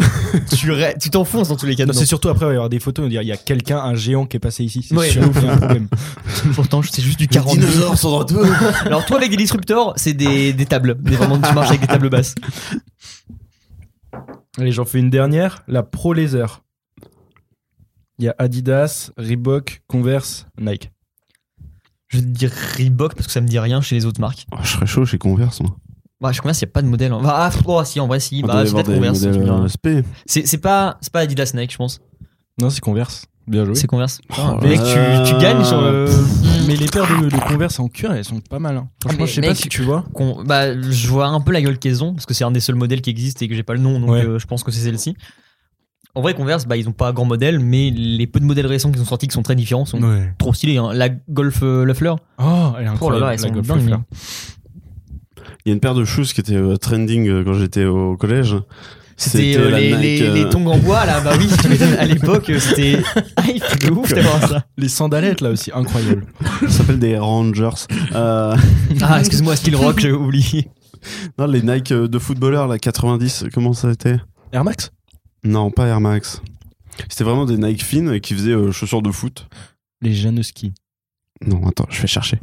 Speaker 1: tu re- tu t'enfonces dans tous les cas.
Speaker 2: Non,
Speaker 1: dedans.
Speaker 2: c'est surtout après, il va y avoir des photos, on va dire, il y a quelqu'un, un géant qui est passé ici. C'est
Speaker 1: Ouais.
Speaker 2: sûr qu'il y a un problème.
Speaker 1: Pourtant, c'est juste du 42.
Speaker 4: sont de retour.
Speaker 1: Alors, toi, avec des disrupteurs, c'est des, des tables. Des, vraiment, tu marches avec des tables basses.
Speaker 2: Allez, j'en fais une dernière. La Pro Laser. Il y a Adidas, Reebok, Converse, Nike.
Speaker 1: Je vais te dire Reebok parce que ça me dit rien chez les autres marques.
Speaker 4: Oh, je serais chaud chez Converse, moi.
Speaker 1: Bah, je Converse, il n'y a pas de modèle. hein. Bah, ah, oh, si, en vrai, si.
Speaker 4: On
Speaker 1: Bah,
Speaker 4: doit
Speaker 1: c'est
Speaker 4: avoir
Speaker 1: peut-être
Speaker 4: des
Speaker 1: Converse. tu me
Speaker 4: modèles
Speaker 1: diras.
Speaker 4: euh, SP.
Speaker 1: C'est c'est pas, c'est pas Adidas Nike, je pense.
Speaker 2: Non, c'est Converse. Bien joué.
Speaker 1: C'est Converse. Euh.
Speaker 2: Putain,
Speaker 4: Oh
Speaker 2: mec,
Speaker 4: là
Speaker 2: tu, tu
Speaker 4: là.
Speaker 2: gagnes sur le. Mais les paires de, de Converse en cuir, elles sont pas mal. hein. Franchement,
Speaker 1: Ah, mais
Speaker 2: je sais pas
Speaker 1: mec,
Speaker 2: si tu vois.
Speaker 1: Con- bah, je vois un peu la gueule qu'ils ont parce que c'est un des seuls modèles qui existe et que j'ai pas le nom, donc
Speaker 2: Ouais.
Speaker 1: euh, je pense que c'est celle-ci. En vrai, Converse, bah, ils ont pas grand modèle, mais les peu de modèles récents qui sont sortis qui sont très différents sont
Speaker 2: Ouais.
Speaker 1: trop stylés. hein. La Golf euh, Leffler,
Speaker 2: Oh, elle est incroyable.
Speaker 1: Oh là là, elles
Speaker 2: la
Speaker 1: sont
Speaker 2: Golf
Speaker 1: dingues.
Speaker 2: Lafleur.
Speaker 4: Il y a une paire de shoes qui était euh, trending euh, quand j'étais au collège.
Speaker 1: C'était euh,
Speaker 4: la
Speaker 1: les,
Speaker 4: Nike,
Speaker 1: les,
Speaker 4: euh,
Speaker 1: les tongs en bois là, bah oui, tu m'étonnes, à l'époque euh, c'était hype de ouf d'avoir ça.
Speaker 2: Les sandalettes, là aussi, incroyable.
Speaker 4: Ça s'appelle des Rangers. Euh,
Speaker 1: Ah, excuse-moi, Steel Rock, j'ai oublié.
Speaker 4: non, les Nike euh, de footballeurs, là, 90, comment ça était
Speaker 2: Air Max
Speaker 4: Non, pas Air Max. C'était vraiment des Nike fines qui faisaient euh, chaussures de foot.
Speaker 2: Les Janoski.
Speaker 4: Non, attends, je vais chercher.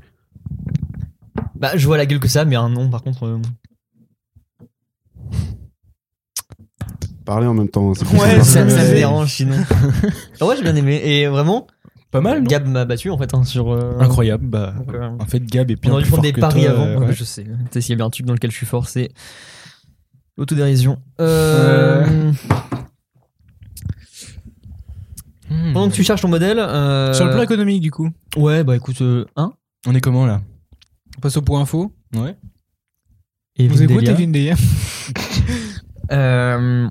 Speaker 1: Bah, je vois la gueule que ça, mais un nom par contre. euh,
Speaker 4: Parler en même temps. hein, c'est plus
Speaker 1: Ouais, ça,
Speaker 4: sympa.
Speaker 1: ça me
Speaker 2: Ouais.
Speaker 1: dérange sinon. Ah ouais, j'ai bien aimé. Et vraiment,
Speaker 2: Pas mal, non
Speaker 1: Gab m'a battu en fait hein, sur. euh,
Speaker 2: Incroyable. Bah,
Speaker 1: donc, euh,
Speaker 2: en fait, Gab
Speaker 1: On
Speaker 2: est bien
Speaker 1: aurait dû
Speaker 2: plus
Speaker 1: prendre
Speaker 2: fort
Speaker 1: des
Speaker 2: que
Speaker 1: paris
Speaker 2: toi,
Speaker 1: avant.
Speaker 2: euh,
Speaker 1: Ouais,
Speaker 2: ouais.
Speaker 1: Je sais. hein. Tu sais, s'il y avait un truc dans lequel je suis fort, c'est l'autodérision. Euh...
Speaker 2: Hmm.
Speaker 1: Pendant que tu cherches ton modèle. euh,
Speaker 7: Sur le plan économique, du coup,
Speaker 1: Ouais, bah écoute, euh, hein
Speaker 2: On est comment, là
Speaker 7: on passe au point info.
Speaker 2: Ouais.
Speaker 1: et
Speaker 7: Vous écoutez
Speaker 1: Vindelia.
Speaker 7: Vindelia
Speaker 1: Euh,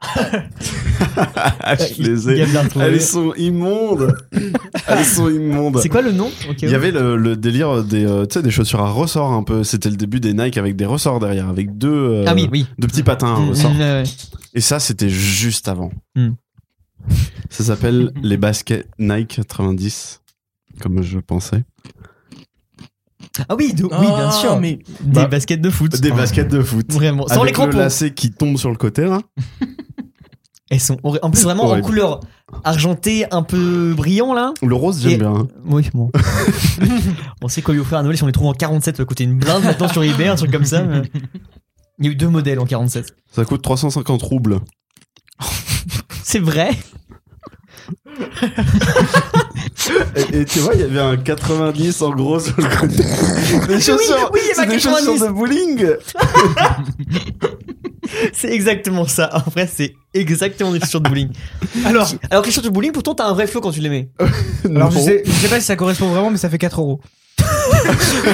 Speaker 4: Ah, je les ai.
Speaker 1: Gab l'a retrouvé.
Speaker 4: Elles sont immondes. Elles sont immondes.
Speaker 1: C'est quoi le nom Ok,
Speaker 4: Il y avait le, le délire des, euh, tu sais, des chaussures à ressort un peu. C'était le début des Nike avec des ressorts derrière, avec deux, euh,
Speaker 1: Ah oui, oui.
Speaker 4: deux petits patins à
Speaker 1: Mm,
Speaker 4: ressort.
Speaker 1: mm, ouais, ouais.
Speaker 4: Et ça, c'était juste avant.
Speaker 1: Mm.
Speaker 4: Ça s'appelle les baskets Nike 90, comme je pensais.
Speaker 1: Ah oui, de-
Speaker 2: Ah,
Speaker 1: oui, bien sûr.
Speaker 2: mais-
Speaker 1: Des
Speaker 4: Bah,
Speaker 1: baskets de foot.
Speaker 4: Des baskets de foot.
Speaker 1: Vraiment. Sans les
Speaker 4: Avec le
Speaker 1: crampons.
Speaker 4: lacet qui tombe sur le côté, là.
Speaker 1: Elles sont horri- en plus vraiment en
Speaker 4: Horrible.
Speaker 1: couleur argenté, un peu brillant là.
Speaker 4: Le rose, j'aime
Speaker 1: Et-
Speaker 4: bien. hein.
Speaker 1: Oui, bon. on sait quoi lui offrir à Noël si on les trouve en 47, ça va coûter une blinde maintenant sur eBay, un truc comme ça. mais- Il y a eu deux modèles en 47.
Speaker 4: Ça coûte 350 roubles.
Speaker 1: C'est vrai.
Speaker 4: Et, et tu vois, il y avait un 90 en gros sur le côté. Des chaussures,
Speaker 1: oui, il y avait
Speaker 4: c'est
Speaker 1: un
Speaker 4: des
Speaker 1: 90.
Speaker 4: chaussures de bowling.
Speaker 1: C'est exactement ça. En vrai, c'est exactement des chaussures de bowling. Alors, alors que les chaussures de bowling, pourtant, t'as un vrai flow quand tu les mets.
Speaker 9: Alors je
Speaker 4: Non.
Speaker 9: sais, je sais pas si ça correspond vraiment, mais ça fait 4 euros.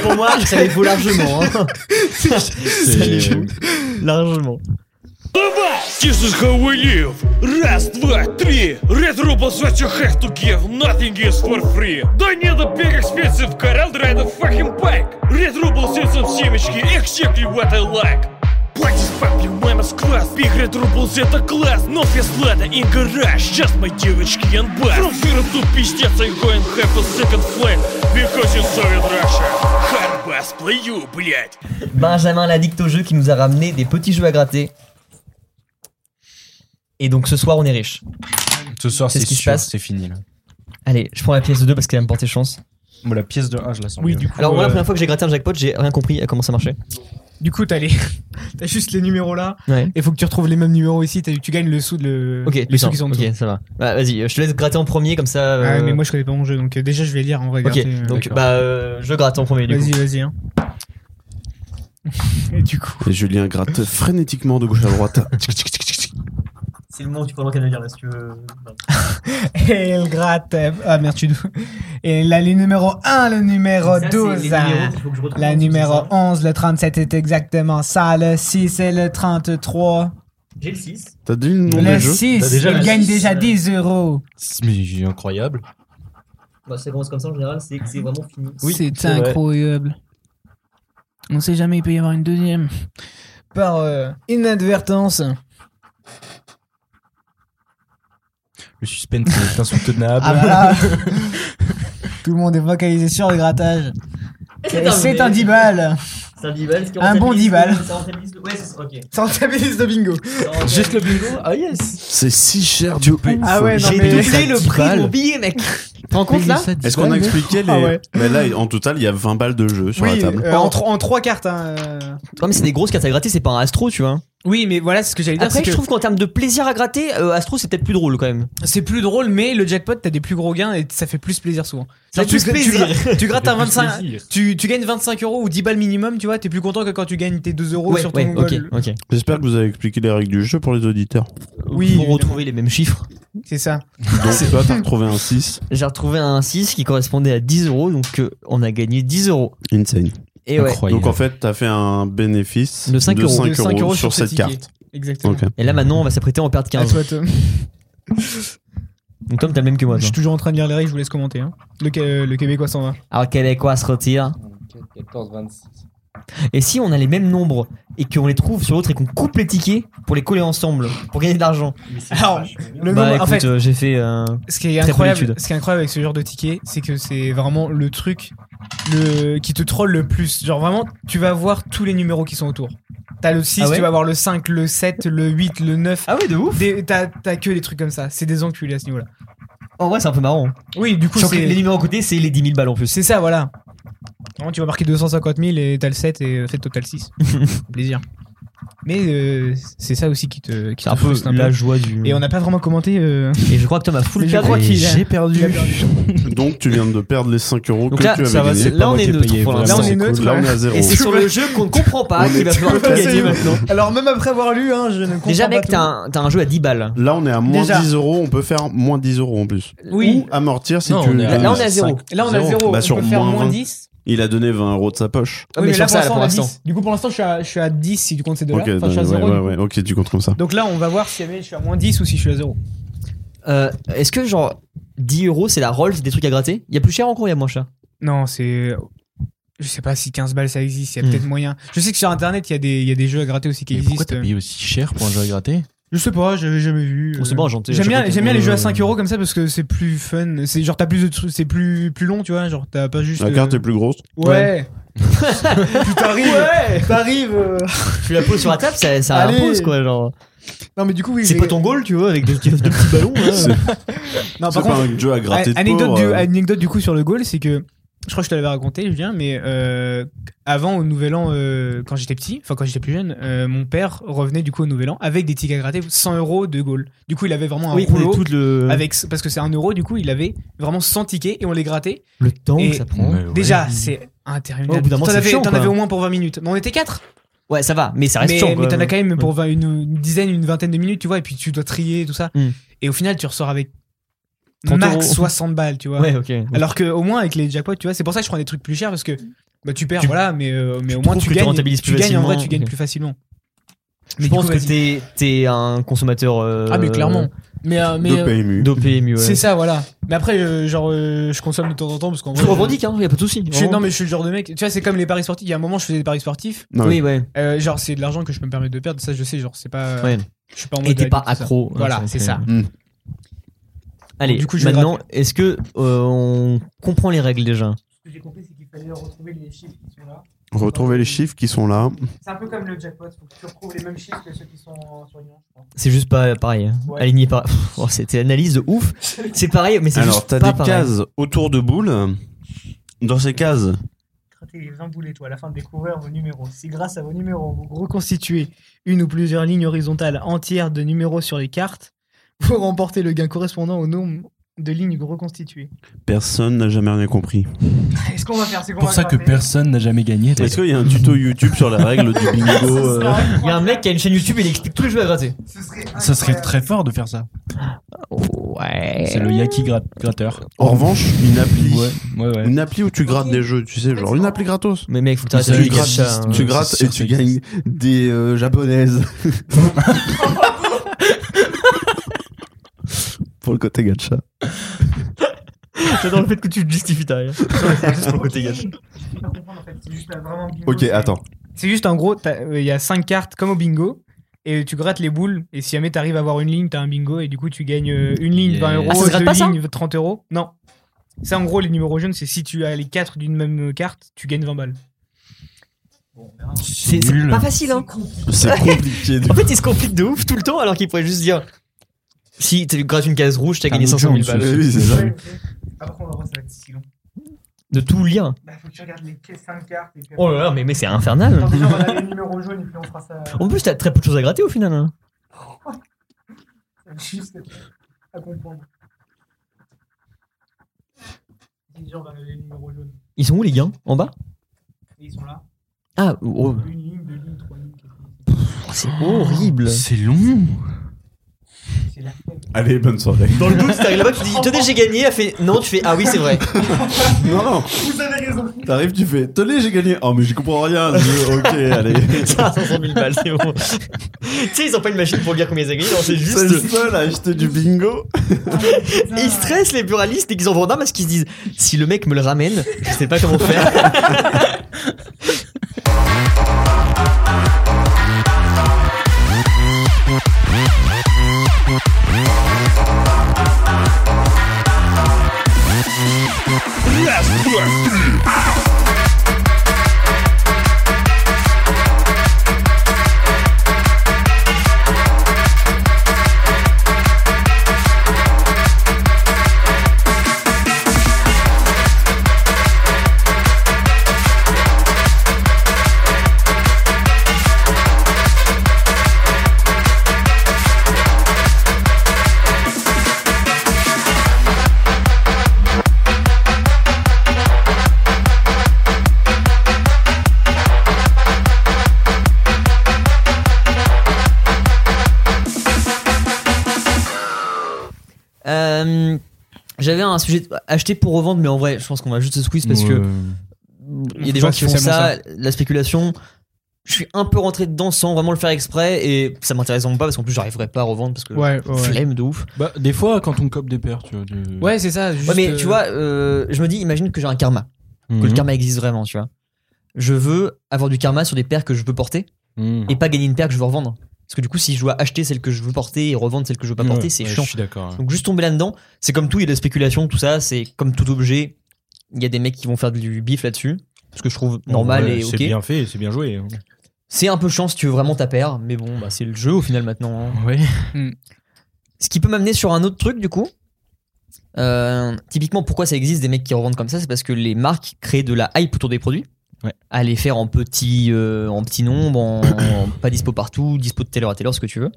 Speaker 1: Pour moi, ça les vaut largement. hein. Ça les vaut largement.
Speaker 8: This is how we live. Раз, два, три. Retro was what you have to give. Nothing is for free. Don't need a big expensive car. I'll ride a fucking bike. Retro will send some семечки. Exactly what I like. Платишь папе, мамас класс Big Red Rubles это класс Но без лада in garage Just my девочки and бас From Europe to пиздец I go and have a second flight Because in Soviet Russia Hard bass play you, блять
Speaker 1: Benjamin l'addict au jeu qui nous a ramené des petits jeux à gratter. Et donc ce soir, on est riche.
Speaker 2: Ce soir,
Speaker 1: Qu'est-ce
Speaker 2: c'est
Speaker 1: qui se
Speaker 2: sûr,
Speaker 1: passe
Speaker 2: c'est fini. Là.
Speaker 1: Allez, je prends la pièce de 2 parce qu'elle va me porter chance.
Speaker 2: Bon, la pièce de 1, je la sens.
Speaker 3: Oui,
Speaker 2: bien.
Speaker 3: du coup.
Speaker 1: Alors, moi,
Speaker 3: euh,
Speaker 1: la première fois que j'ai gratté un jackpot, j'ai rien compris à comment ça marchait.
Speaker 3: Du coup, t'as les, t'as juste les numéros là.
Speaker 1: Ouais.
Speaker 3: Et faut que tu retrouves les mêmes numéros ici. t'as- Tu gagnes le sou de le,
Speaker 1: Ok,
Speaker 3: les sous
Speaker 1: putain,
Speaker 3: qui sont en dessous.
Speaker 1: ok, ça va. Bah, vas-y, euh, je te laisse gratter en premier, comme ça. euh,
Speaker 3: Ah, mais moi je connais pas mon jeu donc euh, déjà je vais lire en vrai.
Speaker 1: ok,
Speaker 3: gratter, euh,
Speaker 1: donc
Speaker 3: d'accord.
Speaker 1: bah, euh, je gratte en premier. Du coup.
Speaker 3: vas-y, vas-y. hein. Et du coup,
Speaker 4: Et Julien gratte frénétiquement de gauche à droite.
Speaker 1: C'est le moment où tu prends le dire là, si tu veux.
Speaker 3: et elle gratte. euh, Ah merde, tu Et là, les numéros 1, le numéro 12. hein. La numéro 11, le 37 est exactement ça. Le 6 et le 33.
Speaker 1: J'ai le 6.
Speaker 4: T'as dit le nom
Speaker 3: le
Speaker 4: du jeu
Speaker 3: 6,
Speaker 2: T'as déjà
Speaker 3: il
Speaker 2: le
Speaker 3: gagne
Speaker 2: six,
Speaker 3: déjà
Speaker 1: euh.
Speaker 3: 10 euros.
Speaker 2: Mais incroyable.
Speaker 1: Bah, ça commence comme ça en général, c'est que c'est vraiment fini.
Speaker 3: c'est
Speaker 2: vrai.
Speaker 3: incroyable. On sait jamais, il peut y avoir une deuxième. Par euh, inadvertance.
Speaker 2: Le suspense est insoutenable.
Speaker 3: Ah bah là. Tout le monde est focalisé sur le grattage. Et C'est un 10 balles.
Speaker 1: C'est un 10 balles.
Speaker 3: Un bon 10 balles.
Speaker 1: Ouais, c'est ok.
Speaker 3: Ça rentabilise de bingo.
Speaker 2: Juste le bingo Ah yes
Speaker 4: C'est si cher du coup.
Speaker 3: Ah ouais, non
Speaker 1: J'ai
Speaker 3: mais.
Speaker 1: doublé le prix de mon billet, mec. Tu te rends compte là
Speaker 4: Est-ce qu'on a expliqué les.
Speaker 3: Ah ouais.
Speaker 4: Mais là, en total, il y a 20 balles de jeu sur la
Speaker 3: Oui,
Speaker 4: table.
Speaker 3: euh, en, tro- en trois cartes. hein, euh.
Speaker 1: Non, mais c'est des grosses cartes à gratter, c'est pas un astro, tu vois.
Speaker 3: Oui, mais voilà, c'est ce que j'allais dire.
Speaker 1: Après,
Speaker 3: c'est
Speaker 1: je
Speaker 3: que
Speaker 1: trouve qu'en termes de plaisir à gratter, euh, astro c'est peut-être plus drôle quand même.
Speaker 3: c'est plus drôle, mais le jackpot, t'as des plus gros gains et ça fait plus plaisir souvent.
Speaker 1: Ça fait
Speaker 3: tu,
Speaker 1: plus
Speaker 3: tu- tu-
Speaker 1: plaisir.
Speaker 3: tu grattes un 25.
Speaker 2: plaisir.
Speaker 3: Tu, tu gagnes 25 euros ou 10 balles minimum, tu vois, t'es plus content que quand tu gagnes tes 2 euros
Speaker 1: Ouais,
Speaker 3: sur ton
Speaker 1: ouais, ok,
Speaker 3: goal.
Speaker 1: ok.
Speaker 4: J'espère que vous avez expliqué les règles du jeu pour les auditeurs.
Speaker 3: Oui,
Speaker 1: pour retrouver les mêmes chiffres.
Speaker 3: C'est ça.
Speaker 4: Donc toi, t'as retrouvé un 6.
Speaker 1: J'ai retrouvé un 6 qui correspondait à 10 euros, donc euh, on a gagné 10 euros.
Speaker 4: Insane.
Speaker 1: Et ouais.
Speaker 4: Donc en fait, t'as fait un bénéfice
Speaker 1: De 5 euros.
Speaker 3: De 5 euros
Speaker 4: sur
Speaker 3: sur ce
Speaker 4: cette
Speaker 3: ticket.
Speaker 4: carte.
Speaker 3: Exactement.
Speaker 4: Ok.
Speaker 1: Et là maintenant, on va s'apprêter à en perdre
Speaker 3: À
Speaker 1: 15.
Speaker 3: toi, Tom.
Speaker 1: Donc Tom, t'as le même que moi.
Speaker 3: Je
Speaker 1: Toi.
Speaker 3: suis toujours en train de lire les règles, je vous laisse commenter. hein. Le, Qué- le Québécois s'en va.
Speaker 1: Alors Québécois se retire.
Speaker 10: 14, 26.
Speaker 1: Et si on a les mêmes nombres et qu'on les trouve sur l'autre et qu'on coupe les tickets pour les coller ensemble pour gagner de l'argent.
Speaker 3: Alors, le
Speaker 1: bah
Speaker 3: nombre-
Speaker 1: écoute,
Speaker 3: en fait,
Speaker 1: euh, j'ai fait. euh,
Speaker 3: ce qui, est
Speaker 1: très peu
Speaker 3: incroyable,
Speaker 1: d'études.
Speaker 3: ce qui est incroyable avec ce genre de ticket, c'est que c'est vraiment le truc le, qui te troll le plus. Genre vraiment, tu vas voir tous les numéros qui sont autour. T'as le 6,
Speaker 1: Ah ouais
Speaker 3: tu vas voir le 5, le 7, le 8, le 9.
Speaker 1: Ah ouais, de ouf.
Speaker 3: Des- T'as t'as que des trucs comme ça. C'est des enculés à ce niveau-là.
Speaker 1: En vrai, c'est un peu marrant.
Speaker 3: Oui, du coup,
Speaker 1: Sachant que les
Speaker 3: c'est
Speaker 1: numéros côté, c'est les 10 000 balles en plus.
Speaker 3: c'est ça, voilà. Vraiment, tu vas marquer 250 000 et t'as le 7 et euh, fait total 6. Plaisir. Mais euh, c'est ça aussi qui te, qui
Speaker 1: C'est
Speaker 3: te
Speaker 1: un peu
Speaker 3: frustre un peu.
Speaker 1: la joie du.
Speaker 3: Et on n'a pas vraiment commenté. euh,
Speaker 1: Et je crois que Tom a full
Speaker 3: Mais je
Speaker 1: perdu.
Speaker 3: crois qu'il a-
Speaker 1: perdu.
Speaker 3: il a perdu.
Speaker 4: Donc tu viens de perdre les 5 euros
Speaker 1: Donc
Speaker 4: que
Speaker 1: là,
Speaker 4: tu avais
Speaker 1: ça va,
Speaker 4: gagné.
Speaker 1: c'est- là on
Speaker 2: moi
Speaker 1: est
Speaker 2: qui ai
Speaker 1: neutre
Speaker 2: payé,
Speaker 1: pour
Speaker 2: vraiment.
Speaker 1: l'instant.
Speaker 3: Là, on est neutre.
Speaker 4: Là on est à 0.
Speaker 1: Et c'est sur le jeu qu'on ne comprend pas qu'il va falloir tout gagner maintenant.
Speaker 3: Alors même après avoir lu, hein, je ne comprends
Speaker 1: Déjà,
Speaker 3: pas
Speaker 1: mec,
Speaker 3: tout.
Speaker 1: t'as un, t'as un jeu à 10 balles.
Speaker 4: Là on est à moins
Speaker 3: Déjà.
Speaker 4: 10 euros, on peut faire moins 10 euros en plus.
Speaker 3: Oui.
Speaker 4: Ou amortir si
Speaker 2: Non,
Speaker 4: tu
Speaker 2: on est à-
Speaker 1: Là, là, on est à
Speaker 2: Cinq.
Speaker 1: 0.
Speaker 3: Là, on a 0.
Speaker 4: Bah,
Speaker 3: on
Speaker 4: sur
Speaker 3: peut faire
Speaker 4: moins
Speaker 3: moins
Speaker 4: 20.
Speaker 3: 10.
Speaker 4: Il a donné 20 euros de sa poche.
Speaker 1: mais sur ça, là,
Speaker 3: on
Speaker 1: pour
Speaker 3: a
Speaker 1: l'instant.
Speaker 3: 10. Du coup, pour l'instant, je suis à, je suis à 10 si tu comptes ces deux-là.
Speaker 4: Ok,
Speaker 3: Enfin, je suis à
Speaker 4: ouais,
Speaker 3: 0.
Speaker 4: ouais, ouais, ok, tu comptes comme ça.
Speaker 3: Donc là, on va voir si jamais je suis à moins 10 ou si je suis à 0.
Speaker 1: Euh, Est-ce que, genre, 10 euros, c'est la roll, c'est des trucs à gratter Il y a plus cher encore, il y a moins cher.
Speaker 3: Non, c'est. Je sais pas si 15 balles ça existe, il y a
Speaker 1: Hmm.
Speaker 3: peut-être moyen. Je sais que sur internet, il y, a des- il y a des jeux à gratter aussi qui
Speaker 2: Mais pourquoi
Speaker 3: existent.
Speaker 2: t'as payé aussi cher pour un jeu à gratter
Speaker 3: Je sais pas, j'avais jamais vu.
Speaker 1: On s'est
Speaker 3: euh,
Speaker 1: bien argenté.
Speaker 3: J'aime bien, j'aime bien les jeux à
Speaker 4: Euh,
Speaker 3: 5 euros comme ça parce que c'est plus fun. C'est genre t'as plus de trucs, c'est plus plus long, tu vois. Genre t'as pas juste.
Speaker 4: La
Speaker 3: euh,
Speaker 4: carte est plus grosse.
Speaker 3: Ouais. tu t'arrives. T'arrives. euh.
Speaker 1: Tu la poses sur la table, ça, ça
Speaker 3: Allez.
Speaker 1: impose quoi, genre.
Speaker 3: Non mais du coup oui.
Speaker 1: C'est
Speaker 3: j'ai-
Speaker 1: pas ton goal, tu vois, avec deux, deux petits
Speaker 3: Bah
Speaker 1: ballons.
Speaker 3: hein.
Speaker 1: là.
Speaker 4: C'est
Speaker 3: Non
Speaker 4: c'est
Speaker 3: par
Speaker 4: pas
Speaker 3: contre.
Speaker 4: un jeu à gratter de
Speaker 3: anecdote,
Speaker 4: pauvre,
Speaker 3: du,
Speaker 4: euh.
Speaker 3: anecdote du coup sur le goal, c'est que je crois que je te l'avais raconté, Julien, mais euh, avant au Nouvel An, euh, quand j'étais petit, enfin quand j'étais plus jeune, euh, mon père revenait du coup au Nouvel An avec des tickets à gratter 100 euros de goal. Du coup, il avait vraiment un
Speaker 1: Oui,
Speaker 3: rouleau
Speaker 1: tout le,
Speaker 11: Ah,
Speaker 3: avec parce que c'est un euro, du coup, il avait vraiment 100 tickets et on les grattait.
Speaker 1: le temps
Speaker 3: Et-
Speaker 1: que ça prend.
Speaker 4: Ouais, ouais.
Speaker 3: Déjà,
Speaker 1: Ouais,
Speaker 3: c'est
Speaker 1: au bout
Speaker 3: interminable.
Speaker 1: d'un moment,
Speaker 3: T'en
Speaker 1: c'est
Speaker 3: avais,
Speaker 1: chiant,
Speaker 3: t'en
Speaker 1: quoi.
Speaker 3: avais au moins pour 20 minutes. Mais on était 4
Speaker 1: Ouais, ça va, mais ça reste
Speaker 3: Mais,
Speaker 1: chiant.
Speaker 3: mais
Speaker 1: quoi.
Speaker 3: t'en as quand même pour 20 une, une dizaine, une vingtaine de minutes, tu vois. Et puis tu dois trier tout ça.
Speaker 1: Hmm.
Speaker 3: Et au final, tu ressors avec
Speaker 1: 30
Speaker 3: max
Speaker 1: euros.
Speaker 3: 60 balles, tu vois.
Speaker 1: Ouais, ok. Donc,
Speaker 3: Alors que au moins avec les jackpots, tu vois, c'est pour ça que je prends des trucs plus chers parce que bah tu perds,
Speaker 1: Tu-
Speaker 3: voilà. Mais euh, mais au moins
Speaker 1: trouves
Speaker 3: tu
Speaker 1: que tu
Speaker 3: gagnes.
Speaker 1: rentabilises plus
Speaker 3: tu gagnes en vrai,
Speaker 1: facilement.
Speaker 3: tu gagnes
Speaker 1: Ok.
Speaker 3: plus facilement.
Speaker 1: je
Speaker 3: du
Speaker 1: pense
Speaker 3: coup,
Speaker 1: que
Speaker 3: vas-y.
Speaker 1: t'es, t'es un consommateur. euh,
Speaker 3: Ah mais clairement. Mais euh, mais
Speaker 4: de
Speaker 3: euh,
Speaker 4: PMU.
Speaker 1: Dopé, mieux.
Speaker 3: c'est ça, voilà. Mais après, euh, genre, euh, je consomme de temps en temps parce qu'en
Speaker 1: Je
Speaker 3: vrai, euh,
Speaker 1: revendique, hein, y a pas de soucis.
Speaker 3: je suis- non mais je suis le genre de mec. Tu vois, c'est comme les paris sportifs. Il y a un moment, je faisais des paris sportifs.
Speaker 4: Non,
Speaker 1: Oui, ouais.
Speaker 3: Euh, genre c'est de l'argent que je peux me permettre de perdre ça je sais genre c'est pas euh,
Speaker 1: ouais.
Speaker 3: je suis pas en mode
Speaker 1: Et t'es
Speaker 3: addict,
Speaker 1: pas
Speaker 3: tout ça.
Speaker 1: accro. hein,
Speaker 3: Voilà,
Speaker 1: vrai
Speaker 3: c'est
Speaker 1: que-
Speaker 3: ça.
Speaker 4: Mm.
Speaker 1: Allez,
Speaker 3: Du coup, je vais
Speaker 1: maintenant, est-ce que euh, on comprend les règles déjà
Speaker 7: Ce que j'ai compris, c'est qu'il fallait retrouver les chiffres qui sont là.
Speaker 4: Retrouvez les chiffres qui sont là.
Speaker 7: C'est un peu comme le jackpot, faut que tu retrouves les mêmes chiffres que ceux qui sont sur Lyon, je pense.
Speaker 1: C'est juste pas pareil. hein.
Speaker 7: Ouais.
Speaker 1: Aligné par. Pff, oh, C'était analyse de ouf. C'est pareil, mais c'est
Speaker 4: Alors,
Speaker 1: juste
Speaker 4: t'as
Speaker 1: pas
Speaker 4: des
Speaker 1: pareil.
Speaker 4: cases autour de boules. Dans ces cases,
Speaker 7: Grattez les emboulés, toi, à la fin de découvrir vos numéros. Si grâce à vos numéros, vous reconstituez une ou plusieurs lignes horizontales entières de numéros sur les cartes, vous remportez le gain correspondant au nombre de lignes reconstituées.
Speaker 4: personne n'a jamais rien compris.
Speaker 7: Est-ce qu'on va faire C'est qu'on
Speaker 11: pour
Speaker 7: va
Speaker 11: ça que
Speaker 7: gratter.
Speaker 11: personne n'a jamais gagné.
Speaker 4: Est-ce qu'il y a un tuto YouTube sur la règle du bingo euh,
Speaker 1: Il y a un mec qui a une chaîne YouTube et il explique tous les jeux à gratter.
Speaker 7: Ce serait
Speaker 11: Ça serait
Speaker 7: incroyable.
Speaker 11: très fort de faire ça.
Speaker 1: Ouais.
Speaker 11: C'est le Yaki grat- gratteur.
Speaker 4: En revanche, une appli,
Speaker 11: Ouais, ouais, ouais.
Speaker 4: une appli où tu grattes des jeux, tu sais, genre une appli gratos.
Speaker 1: Mais mec, faut que
Speaker 11: Mais
Speaker 1: t'arrêtes
Speaker 11: ça
Speaker 1: avec
Speaker 11: existe.
Speaker 1: les chats, hein.
Speaker 11: Ouais,
Speaker 4: tu
Speaker 11: c'est
Speaker 4: grattes
Speaker 11: sûr,
Speaker 4: et
Speaker 11: ça
Speaker 4: tu gagnes des euh, japonaises. Pour le côté gacha.
Speaker 1: J'adore le fait que tu te justifies derrière.
Speaker 4: Juste pour le côté gacha.
Speaker 7: Je peux pas comprendre, en fait. C'est juste, euh, vraiment bingo.
Speaker 4: Ok, attends.
Speaker 3: c'est juste en gros t'as- euh, il y a 5 cartes comme au bingo et tu grattes les boules et si jamais t'arrives à avoir une ligne t'as un bingo et du coup tu gagnes euh, une ligne
Speaker 11: Yeah.
Speaker 3: 20 euros
Speaker 1: Ah, ça se gratte
Speaker 3: deux
Speaker 1: pas, ça
Speaker 3: lignes 30 euros non ça en gros les numéros jaunes c'est si tu as les 4 d'une même euh, carte tu gagnes 20 balles
Speaker 1: C'est c'est
Speaker 11: nul.
Speaker 1: pas facile, hein.
Speaker 4: C'est compliqué. de-
Speaker 1: En fait, il se complique de ouf tout le temps alors qu'il pourrait juste dire si tu grattes une case rouge, t'as
Speaker 11: T'as
Speaker 1: gagné
Speaker 11: un
Speaker 1: 500 000
Speaker 11: autre
Speaker 1: balles.
Speaker 11: chose.
Speaker 4: Oui, c'est ça.
Speaker 7: Ouais, ok. Après, Ah, on va voir ça va être si long.
Speaker 1: De tout lien.
Speaker 7: Bah, faut que tu regardes les 5 cartes. Et puis...
Speaker 1: Oh là là, mais, mais c'est infernal.
Speaker 7: Attends, déjà, on va regarder les numéros jaunes et puis on fera ça.
Speaker 1: En plus, t'as très peu de choses à gratter au final. hein.
Speaker 7: juste à comprendre. Les gens regardent les numéros jaunes.
Speaker 1: Ils sont où les gains En bas
Speaker 7: Et ils sont là.
Speaker 1: Ah, oh,
Speaker 7: Une ligne, deux lignes, trois lignes. quatre lignes.
Speaker 1: c'est horrible.
Speaker 11: C'est long.
Speaker 7: C'est la fête.
Speaker 4: Allez, bonne soirée.
Speaker 1: Dans le doute, t'arrives là-bas, tu dis Tenez, j'ai gagné. Elle fait Non, tu fais Ah oui, c'est vrai.
Speaker 4: Non, non.
Speaker 7: Vous avez raison.
Speaker 4: T'arrives, tu fais. Tenez, j'ai gagné. Oh, mais j'y comprends rien. Je- ok, allez.
Speaker 1: Ça, 500 000 balles, c'est bon. tu sais, ils ont pas une machine pour dire combien ils ont gagné. non, C'est
Speaker 4: C'est le
Speaker 1: juste.
Speaker 4: seul à acheter du bingo.
Speaker 1: Et ils stressent les buralistes et qu'ils en vendent un parce qu'ils se disent Si le mec me le ramène, je sais pas comment faire.
Speaker 8: Раз, два, три.
Speaker 1: Euh, J'avais un sujet acheté pour revendre, mais en vrai, je pense qu'on va juste se squeeze parce que il y a des
Speaker 3: Pas
Speaker 1: gens qui font ça,
Speaker 3: spécialement
Speaker 1: la spéculation. Je suis un peu rentré dedans sans vraiment le faire exprès et ça m'intéresse vraiment pas parce qu'en plus j'arriverai pas à revendre parce que
Speaker 3: ouais ouais,
Speaker 1: flemme de ouf.
Speaker 11: Bah, des fois, quand on cope des paires, tu vois. de-
Speaker 3: Ouais, c'est ça
Speaker 1: Ouais,
Speaker 3: juste,
Speaker 1: mais
Speaker 3: euh,
Speaker 1: tu vois, euh, je me dis, imagine que j'ai un karma, que le
Speaker 11: Mhm.
Speaker 1: karma existe vraiment, tu vois. Je veux avoir du karma sur des paires que je peux porter
Speaker 11: Mhm.
Speaker 1: et pas gagner une paire que je veux revendre. Parce que du coup, si je dois acheter celle que je veux porter et revendre celle que je veux pas porter, c'est chiant.
Speaker 2: Je suis d'accord.
Speaker 1: Donc juste tomber là-dedans, c'est comme tout, il y a de la spéculation, tout ça, c'est comme tout objet, il y a des mecs qui vont faire du bif là-dessus, ce que je trouve normal et
Speaker 12: C'est
Speaker 1: ok.
Speaker 12: bien fait, c'est bien joué. hein.
Speaker 1: C'est un peu chiant si tu veux vraiment ta paire, mais bon, bah, c'est le jeu au final maintenant. hein.
Speaker 2: Ouais.
Speaker 1: Ce qui peut m'amener sur un autre truc du coup. Euh, typiquement, pourquoi ça existe des mecs qui revendent comme ça C'est parce que les marques créent de la hype autour des produits.
Speaker 2: Ouais.
Speaker 1: À les faire en petit, euh, en petit nombre, en, en pas dispo partout, dispo de telle heure à telle heure, ce que tu veux.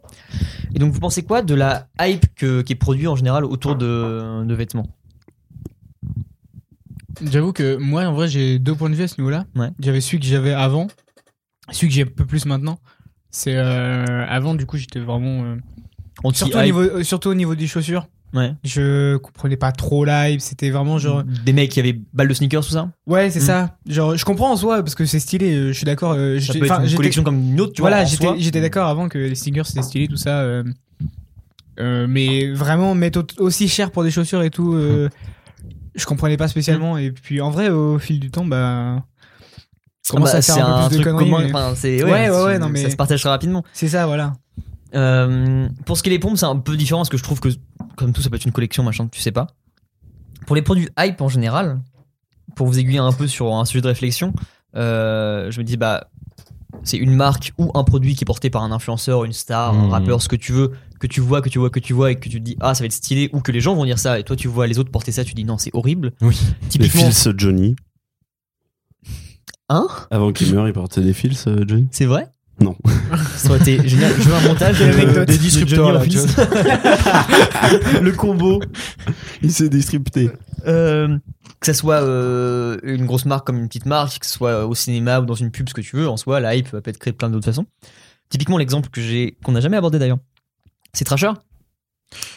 Speaker 1: Et donc, vous pensez quoi de la hype que- qui est produite en général autour de, de vêtements
Speaker 3: J'avoue que moi, en vrai, j'ai deux points de vue à ce niveau-là.
Speaker 1: Ouais.
Speaker 3: J'avais celui que j'avais avant, celui que j'ai un peu plus maintenant. C'est euh, avant, du coup, j'étais vraiment. euh, surtout, au
Speaker 1: Anti-hype,
Speaker 3: niveau, euh, surtout au niveau des chaussures.
Speaker 1: Ouais.
Speaker 3: Je comprenais pas trop l'hype. C'était vraiment genre.
Speaker 1: Des mecs qui avaient balle de sneakers, tout ça
Speaker 3: Ouais, c'est
Speaker 1: Mm.
Speaker 3: ça. Genre, je comprends en soi parce que c'est stylé. euh, Je suis d'accord. euh,
Speaker 1: Ça
Speaker 3: j'étais-
Speaker 1: peut être
Speaker 3: enfin,
Speaker 1: une
Speaker 3: j'étais-
Speaker 1: collection comme une autre, tu vois.
Speaker 3: voilà,
Speaker 1: en soi. mm. Ah
Speaker 3: j'étais, j'étais d'accord avant que les sneakers c'était stylé, tout ça. euh, euh, mais vraiment, mettre au- aussi cher pour des chaussures et tout, euh, je comprenais pas
Speaker 1: Mm.
Speaker 3: spécialement. Et puis en vrai, au fil du temps, bah. Commence
Speaker 1: Ah bah,
Speaker 3: à faire
Speaker 1: c'est
Speaker 3: un peu plus de
Speaker 1: truc
Speaker 3: conneries.
Speaker 1: commun,
Speaker 3: mais
Speaker 1: enfin, c'est-
Speaker 3: Ouais, ouais,
Speaker 1: c'est-
Speaker 3: ouais, non, mais-
Speaker 1: Ça se partage très rapidement.
Speaker 3: C'est ça, voilà.
Speaker 1: Euh, pour ce qui est des pompes, c'est un peu différent parce que je trouve que, comme tout, ça peut être une collection, machin, tu sais pas. Pour les produits hype en général, pour vous aiguiller un peu sur un sujet de réflexion, euh, je me dis, bah, c'est une marque ou un produit qui est porté par un influenceur, une star, un
Speaker 12: Mhm.
Speaker 1: rappeur, ce que tu veux, que tu vois, que tu vois, que tu vois, et que tu te dis, ah, ça va être stylé, ou que les gens vont dire ça, et toi, tu vois les autres porter ça, tu dis, non, c'est horrible.
Speaker 12: Oui.
Speaker 4: Les
Speaker 1: Typiquement.
Speaker 4: fils Johnny.
Speaker 1: Hein
Speaker 4: Avant qu'il meure, il portait des fils euh, Johnny.
Speaker 1: C'est vrai
Speaker 4: Non.
Speaker 1: Ça aurait été génial. Je veux un montage
Speaker 3: Quelle
Speaker 1: euh,
Speaker 3: anecdote.
Speaker 1: des disrupteurs.
Speaker 12: Johnny
Speaker 1: là, tu vois. le combo.
Speaker 4: Il s'est distribué.
Speaker 1: Euh, que ça soit euh, une grosse marque comme une petite marque, que ce soit au cinéma ou dans une pub, ce que tu veux, en soi, la hype peut être créée de plein d'autres façons. Typiquement, l'exemple que j'ai, qu'on n'a jamais abordé d'ailleurs, c'est Trasher.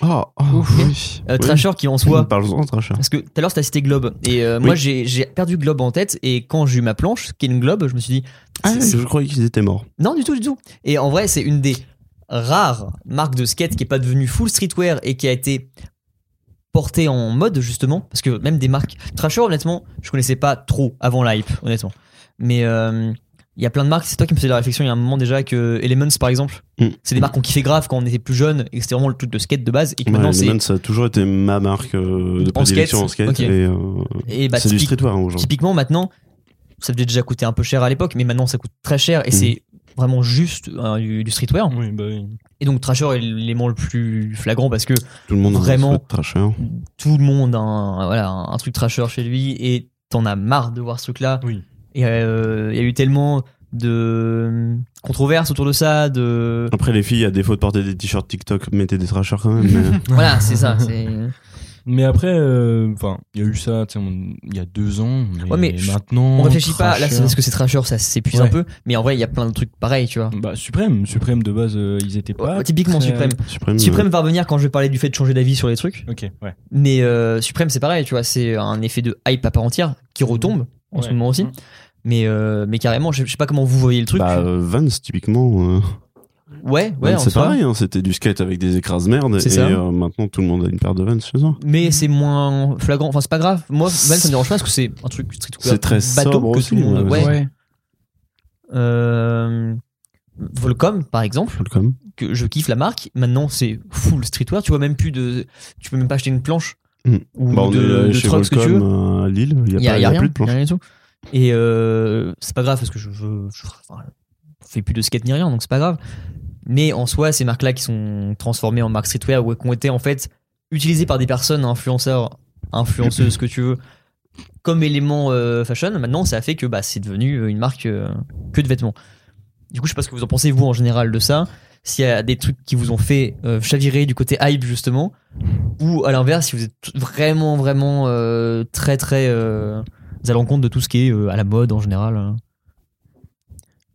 Speaker 4: Oh, oh
Speaker 1: Ouf.
Speaker 4: oui. Mm.
Speaker 1: Euh, Trasher qui en soi.
Speaker 4: Parle-en, Trasher.
Speaker 1: Parce que tout à l'heure, t'as cité Globe. Et euh, moi, j'ai j'ai perdu Globe en tête. Et quand j'ai eu ma planche, qui est une Globe, je me suis dit,
Speaker 4: Ah,
Speaker 1: c'est-
Speaker 4: je croyais qu'ils étaient morts.
Speaker 1: non, du tout, du tout. Et en vrai, c'est une des rares marques de skate qui est pas devenue full streetwear et qui a été portée en mode, justement. Parce que même des marques. Trasher, honnêtement, je connaissais pas trop avant la hype, honnêtement. Mais euh, il y a plein de marques. C'est toi qui me faisais la réflexion il y a un moment déjà que Elements, par exemple,
Speaker 4: Mm.
Speaker 1: c'est des marques qu'on kiffait grave quand on était plus jeune et que c'était vraiment le truc de skate de base. Et que
Speaker 4: Ouais,
Speaker 1: maintenant, Bah c'est.
Speaker 4: Element, ça a toujours été ma marque euh, de
Speaker 1: En skate,
Speaker 4: prédilection en skate.
Speaker 1: ok.
Speaker 4: et, euh,
Speaker 1: Et bah,
Speaker 4: c'est du
Speaker 1: typique-
Speaker 4: streetwear hein, aujourd'hui.
Speaker 1: Typiquement, maintenant, ça devait déjà coûter un peu cher à l'époque, mais maintenant, ça coûte très cher et
Speaker 4: Mm.
Speaker 1: c'est vraiment juste hein, du, du streetwear.
Speaker 2: Oui, bah oui.
Speaker 1: Et donc, Trasher est l'élément le plus flagrant parce que
Speaker 4: Tout le monde a un
Speaker 1: vraiment.
Speaker 4: sweat Trasher.
Speaker 1: tout le monde a un, voilà, un truc Trasher chez lui et t'en as marre de voir ce truc-là.
Speaker 2: Oui.
Speaker 1: Et euh, il y a eu tellement de euh, controverses autour de ça, de.
Speaker 4: Après, les filles, à défaut de porter des t-shirts TikTok, mettez des Trasher quand même. mais-
Speaker 1: Voilà, c'est ça. c'est-
Speaker 2: Mais après, euh, enfin, il y a eu ça, tu sais, on- il y a deux ans. Mais,
Speaker 1: Ouais, mais je-
Speaker 2: maintenant.
Speaker 1: On réfléchit pas, là,
Speaker 2: Thrasher-
Speaker 1: c'est parce que c'est Trasher, ça s'épuise un
Speaker 2: Ouais.
Speaker 1: peu, mais en vrai, il y a plein de trucs pareils, tu vois.
Speaker 2: Bah, Suprême, Suprême de base, euh, ils étaient pas.
Speaker 1: Ouais, typiquement,
Speaker 2: très-
Speaker 1: Suprême.
Speaker 2: Mm.
Speaker 4: Supreme.
Speaker 1: Suprême va revenir quand je vais parler du fait de changer d'avis sur les trucs.
Speaker 2: Ok, ouais.
Speaker 1: Mais euh, Suprême, c'est pareil, tu vois, c'est un effet de hype à part entière qui retombe en ce
Speaker 2: Ouais.
Speaker 1: moment aussi.
Speaker 2: Mm.
Speaker 1: Mais, euh, mais carrément, je, je sais pas comment vous voyez le truc.
Speaker 4: Bah, euh, Vans, typiquement. euh,
Speaker 1: ouais, ouais,
Speaker 4: Vans,
Speaker 1: en
Speaker 4: c'est
Speaker 1: soi.
Speaker 4: pareil, hein, c'était du skate avec des écrases merde.
Speaker 1: C'est
Speaker 4: Et
Speaker 1: ça.
Speaker 4: euh, maintenant, tout le monde a une paire de Vans chez eux.
Speaker 1: Mais c'est moins flagrant, enfin c'est pas grave. Moi, Vans, ça me dérange pas parce que c'est un truc streetwear.
Speaker 4: C'est très
Speaker 1: bateau
Speaker 4: sobre
Speaker 1: que
Speaker 4: aussi,
Speaker 1: tout le monde.
Speaker 4: ouais,
Speaker 1: Ouais. Euh, Volcom, par exemple,
Speaker 4: Volcom.
Speaker 1: que je kiffe la marque. Maintenant, c'est full streetwear. Tu vois même plus de, tu peux même pas acheter une planche
Speaker 4: Hmm.
Speaker 1: ou
Speaker 4: Bah, on
Speaker 1: de,
Speaker 4: est euh,
Speaker 1: de
Speaker 4: chez
Speaker 1: truck, ce que tu veux.
Speaker 4: Volcom euh, à Lille. Il
Speaker 1: Il
Speaker 4: n'y a, pas- y a
Speaker 1: rien,
Speaker 4: plus de planche.
Speaker 1: y a rien du tout. Et euh, c'est pas grave parce que je veux. Je, enfin, je fais plus de skate ni rien, donc c'est pas grave. Mais en soi, ces marques-là qui sont transformées en marques streetwear ou qui ont été en fait utilisées par des personnes, influenceurs, influenceuses, ce que tu veux, comme élément euh, fashion, maintenant ça a fait que bah, c'est devenu une marque euh, que de vêtements. Du coup, je sais pas ce que vous en pensez, vous, en général, de ça. S'il y a des trucs qui vous ont fait euh, chavirer du côté hype, justement, ou à l'inverse, si vous êtes vraiment, vraiment euh, très, très euh, à l'encontre de tout ce qui est euh, à la mode en général. euh.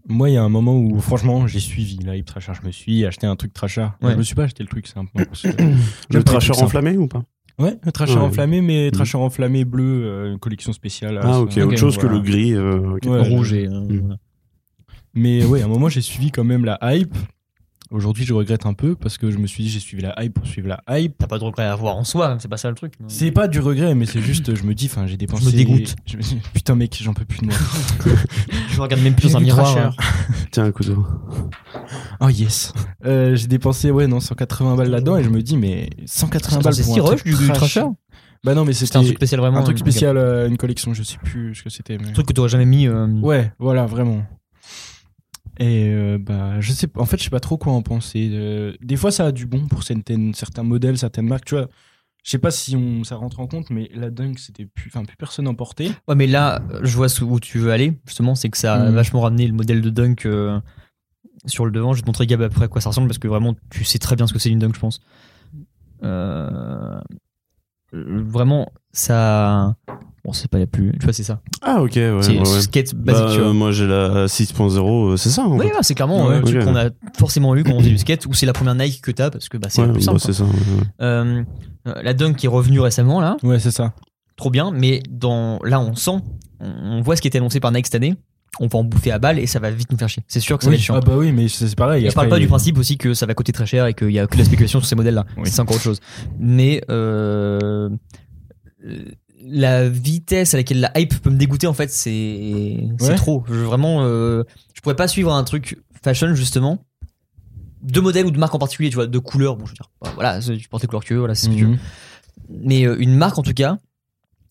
Speaker 2: Moi, il y a un moment où, franchement, j'ai suivi la hype Trasher. Je me suis acheté un truc Trasher.
Speaker 1: Ouais.
Speaker 2: Je me suis pas acheté le truc simple. hein, parce que-
Speaker 4: Le
Speaker 2: J'aime pas les
Speaker 4: Trasher
Speaker 2: trucs simples.
Speaker 4: enflammé Ah, ou pas
Speaker 2: Ouais, le Trasher
Speaker 4: Ouais.
Speaker 2: enflammé, mais Trasher enflammé bleu, euh, une collection spéciale.
Speaker 4: Ah, ok,
Speaker 2: ça,
Speaker 4: autre chose
Speaker 2: voilà.
Speaker 4: que le gris. euh, ok.
Speaker 2: Ouais,
Speaker 1: rouge et. euh,
Speaker 4: Mm.
Speaker 1: voilà.
Speaker 2: Mais ouais, à un moment, j'ai suivi quand même la hype.
Speaker 11: Aujourd'hui, je regrette un peu parce que je me suis dit, j'ai suivi la hype pour suivre la hype.
Speaker 1: T'as pas de regret à avoir en soi, hein, c'est pas ça le truc. mais-
Speaker 11: C'est pas du regret, mais c'est juste, je me dis, enfin, j'ai dépensé.
Speaker 1: dégoûte.
Speaker 11: je me dis, putain, mec, j'en peux plus de moi.
Speaker 1: Je regarde même plus dans un
Speaker 11: J'ai du
Speaker 1: miroir.
Speaker 11: cracheur.
Speaker 4: Tiens, un coup de
Speaker 11: Oh yes. Euh, j'ai dépensé, ouais, non, 180 balles là-dedans et je me dis, mais 180 balles
Speaker 1: C'est
Speaker 11: pour
Speaker 1: si
Speaker 11: un
Speaker 1: rush
Speaker 11: truc
Speaker 1: du, du
Speaker 11: trash.
Speaker 1: trasher
Speaker 11: Bah non, mais
Speaker 1: C'était un truc
Speaker 11: c'était
Speaker 1: spécial vraiment.
Speaker 11: un truc
Speaker 1: euh,
Speaker 11: spécial, euh, une collection, je sais plus ce que c'était. mais-
Speaker 1: Un truc que t'aurais jamais mis. euh,
Speaker 11: Ouais, voilà, vraiment. Et euh, bah, je sais, en fait, je sais pas trop quoi en penser. Euh, des fois, ça a du bon pour certaines, certains modèles, certaines marques. Tu vois, je sais pas si on, ça rentre en compte, mais la dunk, c'était plus, enfin, plus personne en portait.
Speaker 1: Ouais, mais là, euh, je vois sous- où tu veux aller, justement, c'est que ça a
Speaker 11: Mhm.
Speaker 1: vachement ramené le modèle de dunk euh, sur le devant. Je vais te montrer Gab après à quoi ça ressemble, parce que vraiment, tu sais très bien ce que c'est une dunk, je pense. Euh, euh, Vraiment, ça. Bon, c'est pas la plus. Tu vois, c'est ça.
Speaker 4: Ah, ok, ouais.
Speaker 1: c'est
Speaker 4: ouais, ouais.
Speaker 1: skate basique,
Speaker 4: Bah,
Speaker 1: tu vois.
Speaker 4: euh, moi, j'ai la 6.0, euh, c'est ça. en
Speaker 1: Oui,
Speaker 4: fait.
Speaker 1: ouais, c'est clairement
Speaker 4: Ouais,
Speaker 1: euh, le truc
Speaker 4: ok.
Speaker 1: qu'on a forcément eu quand on faisait du skate, ou c'est la première Nike que t'as, parce que bah, c'est
Speaker 4: Ouais,
Speaker 1: la plus
Speaker 4: bah,
Speaker 1: simple.
Speaker 4: c'est ça. ouais, ouais.
Speaker 1: Euh, euh, la dunk qui est revenue récemment, là,
Speaker 11: Ouais, c'est ça.
Speaker 1: trop bien, mais dans, là, on sent, on, on voit ce qui est annoncé par Nike cette année, on peut en bouffer à balle et ça va vite nous faire chier. C'est sûr que ça va être chiant.
Speaker 11: ah bah oui, mais c'est c'est pareil.
Speaker 1: Et je parle
Speaker 11: après,
Speaker 1: pas du
Speaker 11: il-
Speaker 1: principe aussi que ça va coûter très cher et qu'il y a que de la spéculation sur ces modèles-là.
Speaker 11: Oui.
Speaker 1: C'est encore autre chose. Mais euh, euh, la vitesse à laquelle la hype peut me dégoûter, en fait, c'est c'est
Speaker 11: Ouais.
Speaker 1: trop. Je, vraiment, euh, je pourrais pas suivre un truc fashion justement de modèle ou de marque en particulier, tu vois, de couleur. Bon, je veux dire, bah, voilà, c'est- tu portes les couleurs que tu veux, voilà, c'est ce que tu veux.
Speaker 11: Mhm.
Speaker 1: Mais euh, une marque, en tout cas,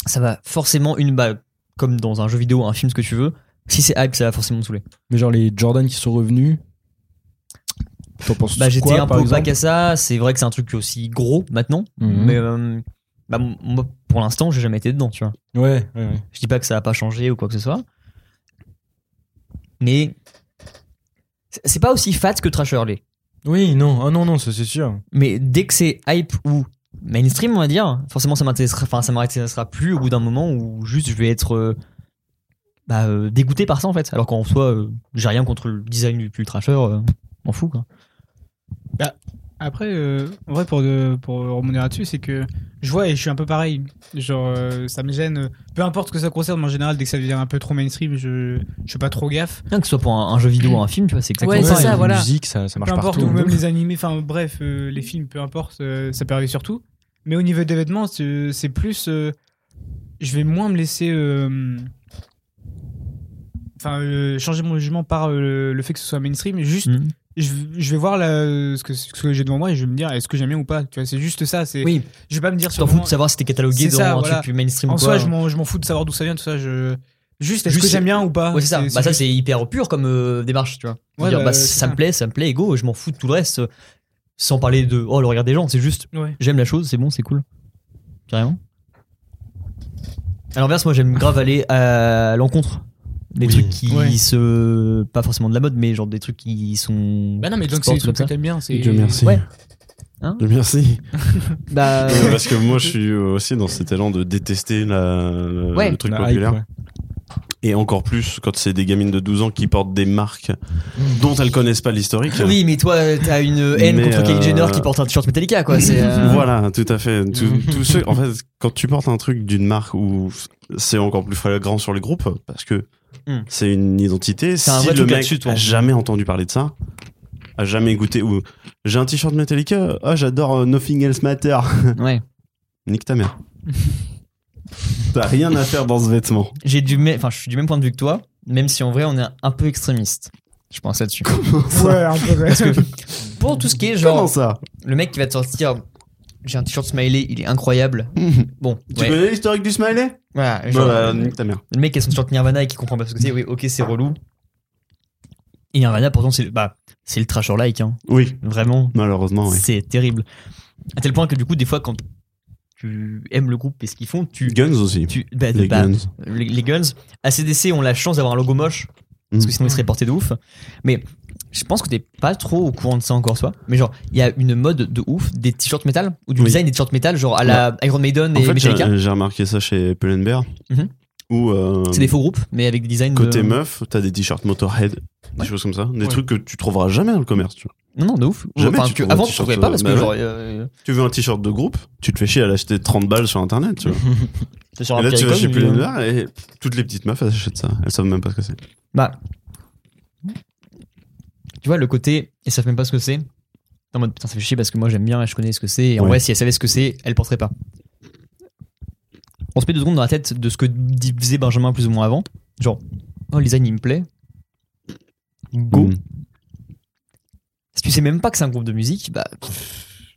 Speaker 1: ça va forcément une bah, comme dans un jeu vidéo, un film, ce que tu veux. Si c'est hype, ça va forcément me saouler.
Speaker 11: Mais genre les Jordan qui sont revenus. T'en penses
Speaker 1: Bah, j'étais
Speaker 11: quoi,
Speaker 1: un
Speaker 11: par
Speaker 1: peu
Speaker 11: exemple
Speaker 1: bac à ça. C'est vrai que c'est un truc aussi gros maintenant,
Speaker 11: Mhm.
Speaker 1: mais euh, bah, m- moi, pour l'instant, j'ai jamais été dedans, tu vois.
Speaker 11: Ouais, ouais, ouais.
Speaker 1: Je dis pas que ça a pas changé ou quoi que ce soit, mais c'est- c'est pas aussi fat que Trasher l'est.
Speaker 11: Oui, non, ah non, non, ça c'est sûr.
Speaker 1: Mais dès que c'est hype ou mainstream, on va dire, forcément, ça m'intéressera. Enfin, ça m'intéressera plus au bout d'un moment où juste je vais être euh, bah, euh, dégoûté par ça en fait. Alors qu'en soi, euh, j'ai rien contre le design du, du Trasher, euh, m'en fous quoi.
Speaker 3: Après, euh, en vrai, pour, de- pour remonter là-dessus, c'est que je vois et je suis un peu pareil. Genre, euh, ça me gêne. euh, Peu importe ce que ça concerne, mais en général, dès que ça devient un peu trop mainstream, je, je fais pas trop gaffe.
Speaker 1: Rien que ce soit pour un, un jeu vidéo ou un film, tu vois, c'est exactement
Speaker 3: Ouais,
Speaker 1: ça.
Speaker 3: c'est ça,
Speaker 11: la
Speaker 3: voilà.
Speaker 11: musique, ça, ça
Speaker 3: Peu
Speaker 11: marche
Speaker 3: importe,
Speaker 11: partout.
Speaker 3: ou même les animés, enfin bref, euh, les films, peu importe, euh, ça peut arriver surtout. Mais au niveau des vêtements, c'est c'est plus. euh, je vais moins me laisser. euh, Enfin, euh, changer mon jugement par euh, le fait que ce soit mainstream, juste
Speaker 1: Mhm.
Speaker 3: je, je vais voir la- ce que, ce que j'ai devant moi et je vais me dire est-ce que j'aime bien ou pas. Tu vois, c'est juste ça. C'est,
Speaker 1: Oui.
Speaker 3: Je vais pas me dire
Speaker 1: Tu
Speaker 3: sur
Speaker 1: t'en
Speaker 3: le
Speaker 1: fous
Speaker 3: moment-
Speaker 1: de savoir si t'es catalogué
Speaker 3: C'est
Speaker 1: dans
Speaker 3: ça,
Speaker 1: un
Speaker 3: voilà.
Speaker 1: truc mainstream ou
Speaker 3: En
Speaker 1: quoi. hein.
Speaker 3: soi, je m'en, je m'en fous de savoir d'où ça vient, tout ça. Je... Juste, est-ce
Speaker 1: Juste,
Speaker 3: que j'aime bien ou pas
Speaker 1: Ouais, c'est ça. Bah, ça,
Speaker 3: juste-
Speaker 1: c'est hyper pur comme euh, démarche, tu vois.
Speaker 3: Ouais,
Speaker 1: Dire,
Speaker 3: bah,
Speaker 1: bah,
Speaker 3: c'est
Speaker 1: ça me
Speaker 3: ça.
Speaker 1: plaît, ça me plaît, et go, je m'en fous de tout le reste. euh, Sans parler de, oh, le regard des gens, c'est juste,
Speaker 3: Ouais.
Speaker 1: j'aime la chose, c'est bon, c'est cool. Carrément. À l'inverse, moi, j'aime grave aller à l'encontre. Des
Speaker 11: Oui.
Speaker 1: trucs qui
Speaker 3: Ouais.
Speaker 1: se. Pas forcément de la mode, mais genre des trucs qui sont.
Speaker 3: Bah non, mais donc
Speaker 1: Sport,
Speaker 3: c'est
Speaker 1: tout comme
Speaker 3: ce
Speaker 1: ça.
Speaker 3: que t'aimes bien. C'est...
Speaker 4: Dieu merci.
Speaker 1: Ouais. Hein
Speaker 4: Dieu merci. Euh,
Speaker 1: Bah.
Speaker 4: Parce que moi, je suis euh, aussi dans cet élan de détester la- la-
Speaker 1: Ouais.
Speaker 4: le truc
Speaker 11: La hype,
Speaker 4: populaire.
Speaker 11: ouais.
Speaker 4: Et encore plus quand c'est des gamines de 12 ans qui portent des marques dont elles connaissent pas l'historique.
Speaker 1: oui, mais toi, t'as une haine
Speaker 4: Mais,
Speaker 1: contre Kylie Jenner
Speaker 4: euh,
Speaker 1: qui porte un t-shirt Metallica, quoi. C'est. euh, Mhm.
Speaker 4: Voilà, tout à fait. Tout, tout ce, en fait, quand tu portes un truc d'une marque où c'est encore plus flagrant sur les groupes, parce que
Speaker 1: Hmm.
Speaker 4: c'est une identité,
Speaker 1: C'est un
Speaker 4: si
Speaker 1: vrai
Speaker 4: le
Speaker 1: truc
Speaker 4: mec
Speaker 1: là-dessus, toi.
Speaker 4: a jamais entendu parler de ça, a jamais goûté, ou j'ai un t-shirt Metallica, ah j'adore euh, Nothing Else Matter.
Speaker 1: Ouais.
Speaker 4: Nique ta mère. T'as rien à faire dans ce vêtement.
Speaker 1: j'ai du même, enfin, je suis du même point de vue que toi, même si en vrai on est un peu extrémiste. Je pense là-dessus.
Speaker 3: Ouais, un peu.
Speaker 1: Parce que pour tout ce qui est
Speaker 4: Comment
Speaker 1: genre,
Speaker 4: ça
Speaker 1: le mec qui va te sortir, j'ai un t-shirt smiley, il est incroyable. Bon,
Speaker 4: Tu
Speaker 1: ouais,
Speaker 4: connais Bah, euh, l'historique du smiley
Speaker 1: voilà, genre, euh,
Speaker 4: Voilà, nique ta mère.
Speaker 1: le mec qui a son t-shirt Nirvana et qui comprend pas ce que c'est, oui, ok, c'est relou. Et Nirvana, pourtant, c'est bah, c'est le trasher like, hein.
Speaker 4: Oui,
Speaker 1: vraiment,
Speaker 4: malheureusement, oui.
Speaker 1: c'est terrible. À tel point que du coup, des fois, quand tu aimes le groupe et ce qu'ils font, tu.
Speaker 4: Guns aussi.
Speaker 1: tu bah,
Speaker 4: Les
Speaker 1: bah,
Speaker 4: Guns.
Speaker 1: les, les Guns. ACDC ont la chance d'avoir un logo moche, parce que
Speaker 4: Mm.
Speaker 1: sinon ils seraient portés de ouf. Mais je pense que t'es pas trop au courant de ça encore, toi. Mais genre, il y a une mode de ouf des t-shirts métal, ou du
Speaker 4: Oui. Bah,
Speaker 1: design des t-shirts métal, genre à la Iron Maiden
Speaker 4: En
Speaker 1: et
Speaker 4: fait, euh,
Speaker 1: Metallica.
Speaker 4: j'ai j'ai remarqué ça chez Pellenberg,
Speaker 1: Mhm.
Speaker 4: où euh,
Speaker 1: C'est des faux groupes, mais avec des designs. de-
Speaker 4: côté meuf, t'as des t-shirts Motorhead, des choses comme ça, des
Speaker 3: Ouais.
Speaker 4: trucs que tu trouveras jamais dans le commerce. Tu, vois.
Speaker 1: Non, non, de ouf.
Speaker 4: Jamais
Speaker 1: Enfin,
Speaker 4: tu
Speaker 1: que
Speaker 4: trouves un
Speaker 1: avant, tu
Speaker 4: t-shirt,
Speaker 1: trouvais pas, parce que
Speaker 4: bah
Speaker 1: genre.
Speaker 4: ouais.
Speaker 1: euh,
Speaker 4: Tu veux un t-shirt de groupe, tu te fais chier à l'acheter 30 balles sur internet. Tu vois.
Speaker 1: t'es sur
Speaker 4: Et
Speaker 1: un euh,
Speaker 4: là, tu vas
Speaker 1: Pyricon,
Speaker 4: chez
Speaker 1: mais-
Speaker 4: Pellenberg et toutes les petites meufs elles achètent ça, elles savent même pas ce que c'est.
Speaker 1: Bah. tu vois, le côté, et savent même pas ce que c'est. En mode, putain, ça fait chier parce que moi j'aime bien, je connais ce que c'est. Et en
Speaker 4: Ouais.
Speaker 1: vrai, si elle savait ce que c'est, elle porterait pas. On se met deux secondes dans la tête de ce que dit- faisait Benjamin plus ou moins avant. Genre, oh, le design, il me plaît. Go.
Speaker 4: Mm.
Speaker 1: Si tu sais même pas que c'est un groupe de musique, bah,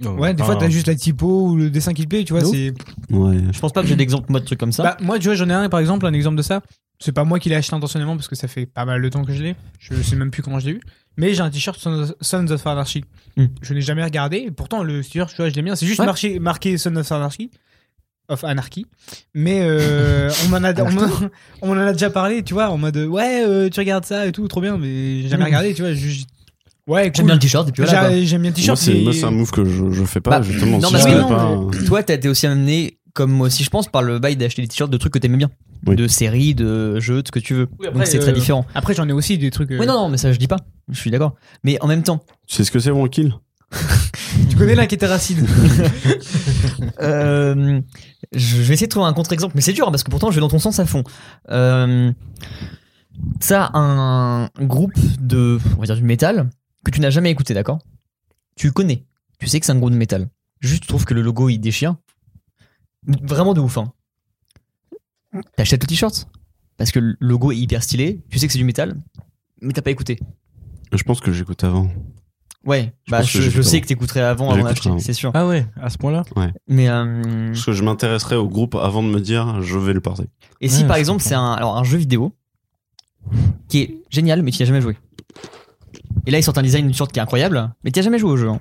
Speaker 3: Ouais, des fois, t'as juste la typo ou le dessin qui te plaît, tu vois.
Speaker 1: De ouf.
Speaker 3: c'est-
Speaker 4: Mm. Ouais.
Speaker 1: je pense pas que j'ai d'exemple, moi, de trucs comme ça.
Speaker 3: Bah, moi, tu vois, j'en ai un, par exemple, un exemple de ça. C'est pas moi qui l'ai acheté intentionnellement parce que ça fait pas mal de temps que je l'ai. Je sais même plus comment je l'ai eu. Mais j'ai un t-shirt Sons Sons of Anarchy.
Speaker 1: Hmm.
Speaker 3: Je n'ai jamais regardé. Et pourtant, le t-shirt, tu vois, je l'aime bien. C'est juste
Speaker 1: Ouais.
Speaker 3: marqué, marqué Sons of Anarchy. Of Anarchy. Mais euh, on m'en a, on m'en- on en a déjà parlé, tu vois, en mode ouais, euh, tu regardes ça et tout, trop bien. Mais j'ai jamais
Speaker 1: Hmm.
Speaker 3: regardé, tu vois. je- je- Ouais,
Speaker 1: j'aime
Speaker 3: cool.
Speaker 1: bien le t-shirt, et puis voilà.
Speaker 3: J'ai- J'aime bien le
Speaker 4: Moi,
Speaker 3: t-shirt.
Speaker 4: c'est moi,
Speaker 3: mais-
Speaker 4: c'est un move que je, je fais pas,
Speaker 1: Bah,
Speaker 4: justement.
Speaker 1: non,
Speaker 4: si
Speaker 1: parce
Speaker 4: je
Speaker 1: que-
Speaker 4: fais
Speaker 1: non,
Speaker 4: pas-
Speaker 1: quoi. Toi, t'as été aussi amené, comme moi aussi, je pense, par le bail d'acheter des t-shirts de trucs que t'aimais bien.
Speaker 4: Oui.
Speaker 1: De séries, de jeux, de ce que tu veux.
Speaker 11: Oui, après,
Speaker 1: Donc c'est très
Speaker 11: euh,
Speaker 1: différent.
Speaker 3: Après, j'en ai aussi des trucs. euh,
Speaker 1: Oui, non, non, mais ça, je dis pas. Je suis d'accord. Mais en même temps,
Speaker 4: Tu sais ce que c'est, Wankill
Speaker 3: Tu connais l'inquiétéracine
Speaker 1: Euh, je vais essayer de trouver un contre-exemple, mais c'est dur hein, parce que pourtant je vais dans ton sens à fond. Euh, T'as un groupe de, on va dire du métal que tu n'as jamais écouté, d'accord Tu connais, tu sais que c'est un groupe de métal. Juste, tu trouves que le logo il déchire. Vraiment de ouf, hein. T'achètes le t-shirt parce que le logo est hyper stylé, tu sais que c'est du métal, mais t'as pas écouté.
Speaker 4: Je pense que j'écoute avant.
Speaker 1: Mm. Ouais, bah
Speaker 4: pense que
Speaker 1: je, je
Speaker 4: j'écouterai
Speaker 1: sais que t'écouterais avant avant
Speaker 4: J'écouterai
Speaker 1: d'acheter,
Speaker 4: avant.
Speaker 1: c'est sûr.
Speaker 11: Ah ouais, à ce point-là
Speaker 1: Mais euh,
Speaker 4: Parce que je m'intéresserais au groupe avant de me dire je vais le porter.
Speaker 1: Et si
Speaker 11: Ouais,
Speaker 1: par
Speaker 11: je
Speaker 1: exemple
Speaker 11: comprends.
Speaker 1: c'est un, alors, un jeu vidéo qui est génial mais tu n'y as jamais joué. Et là ils sortent un design d'une sorte qui est incroyable mais tu n'y as jamais joué au jeu. hein.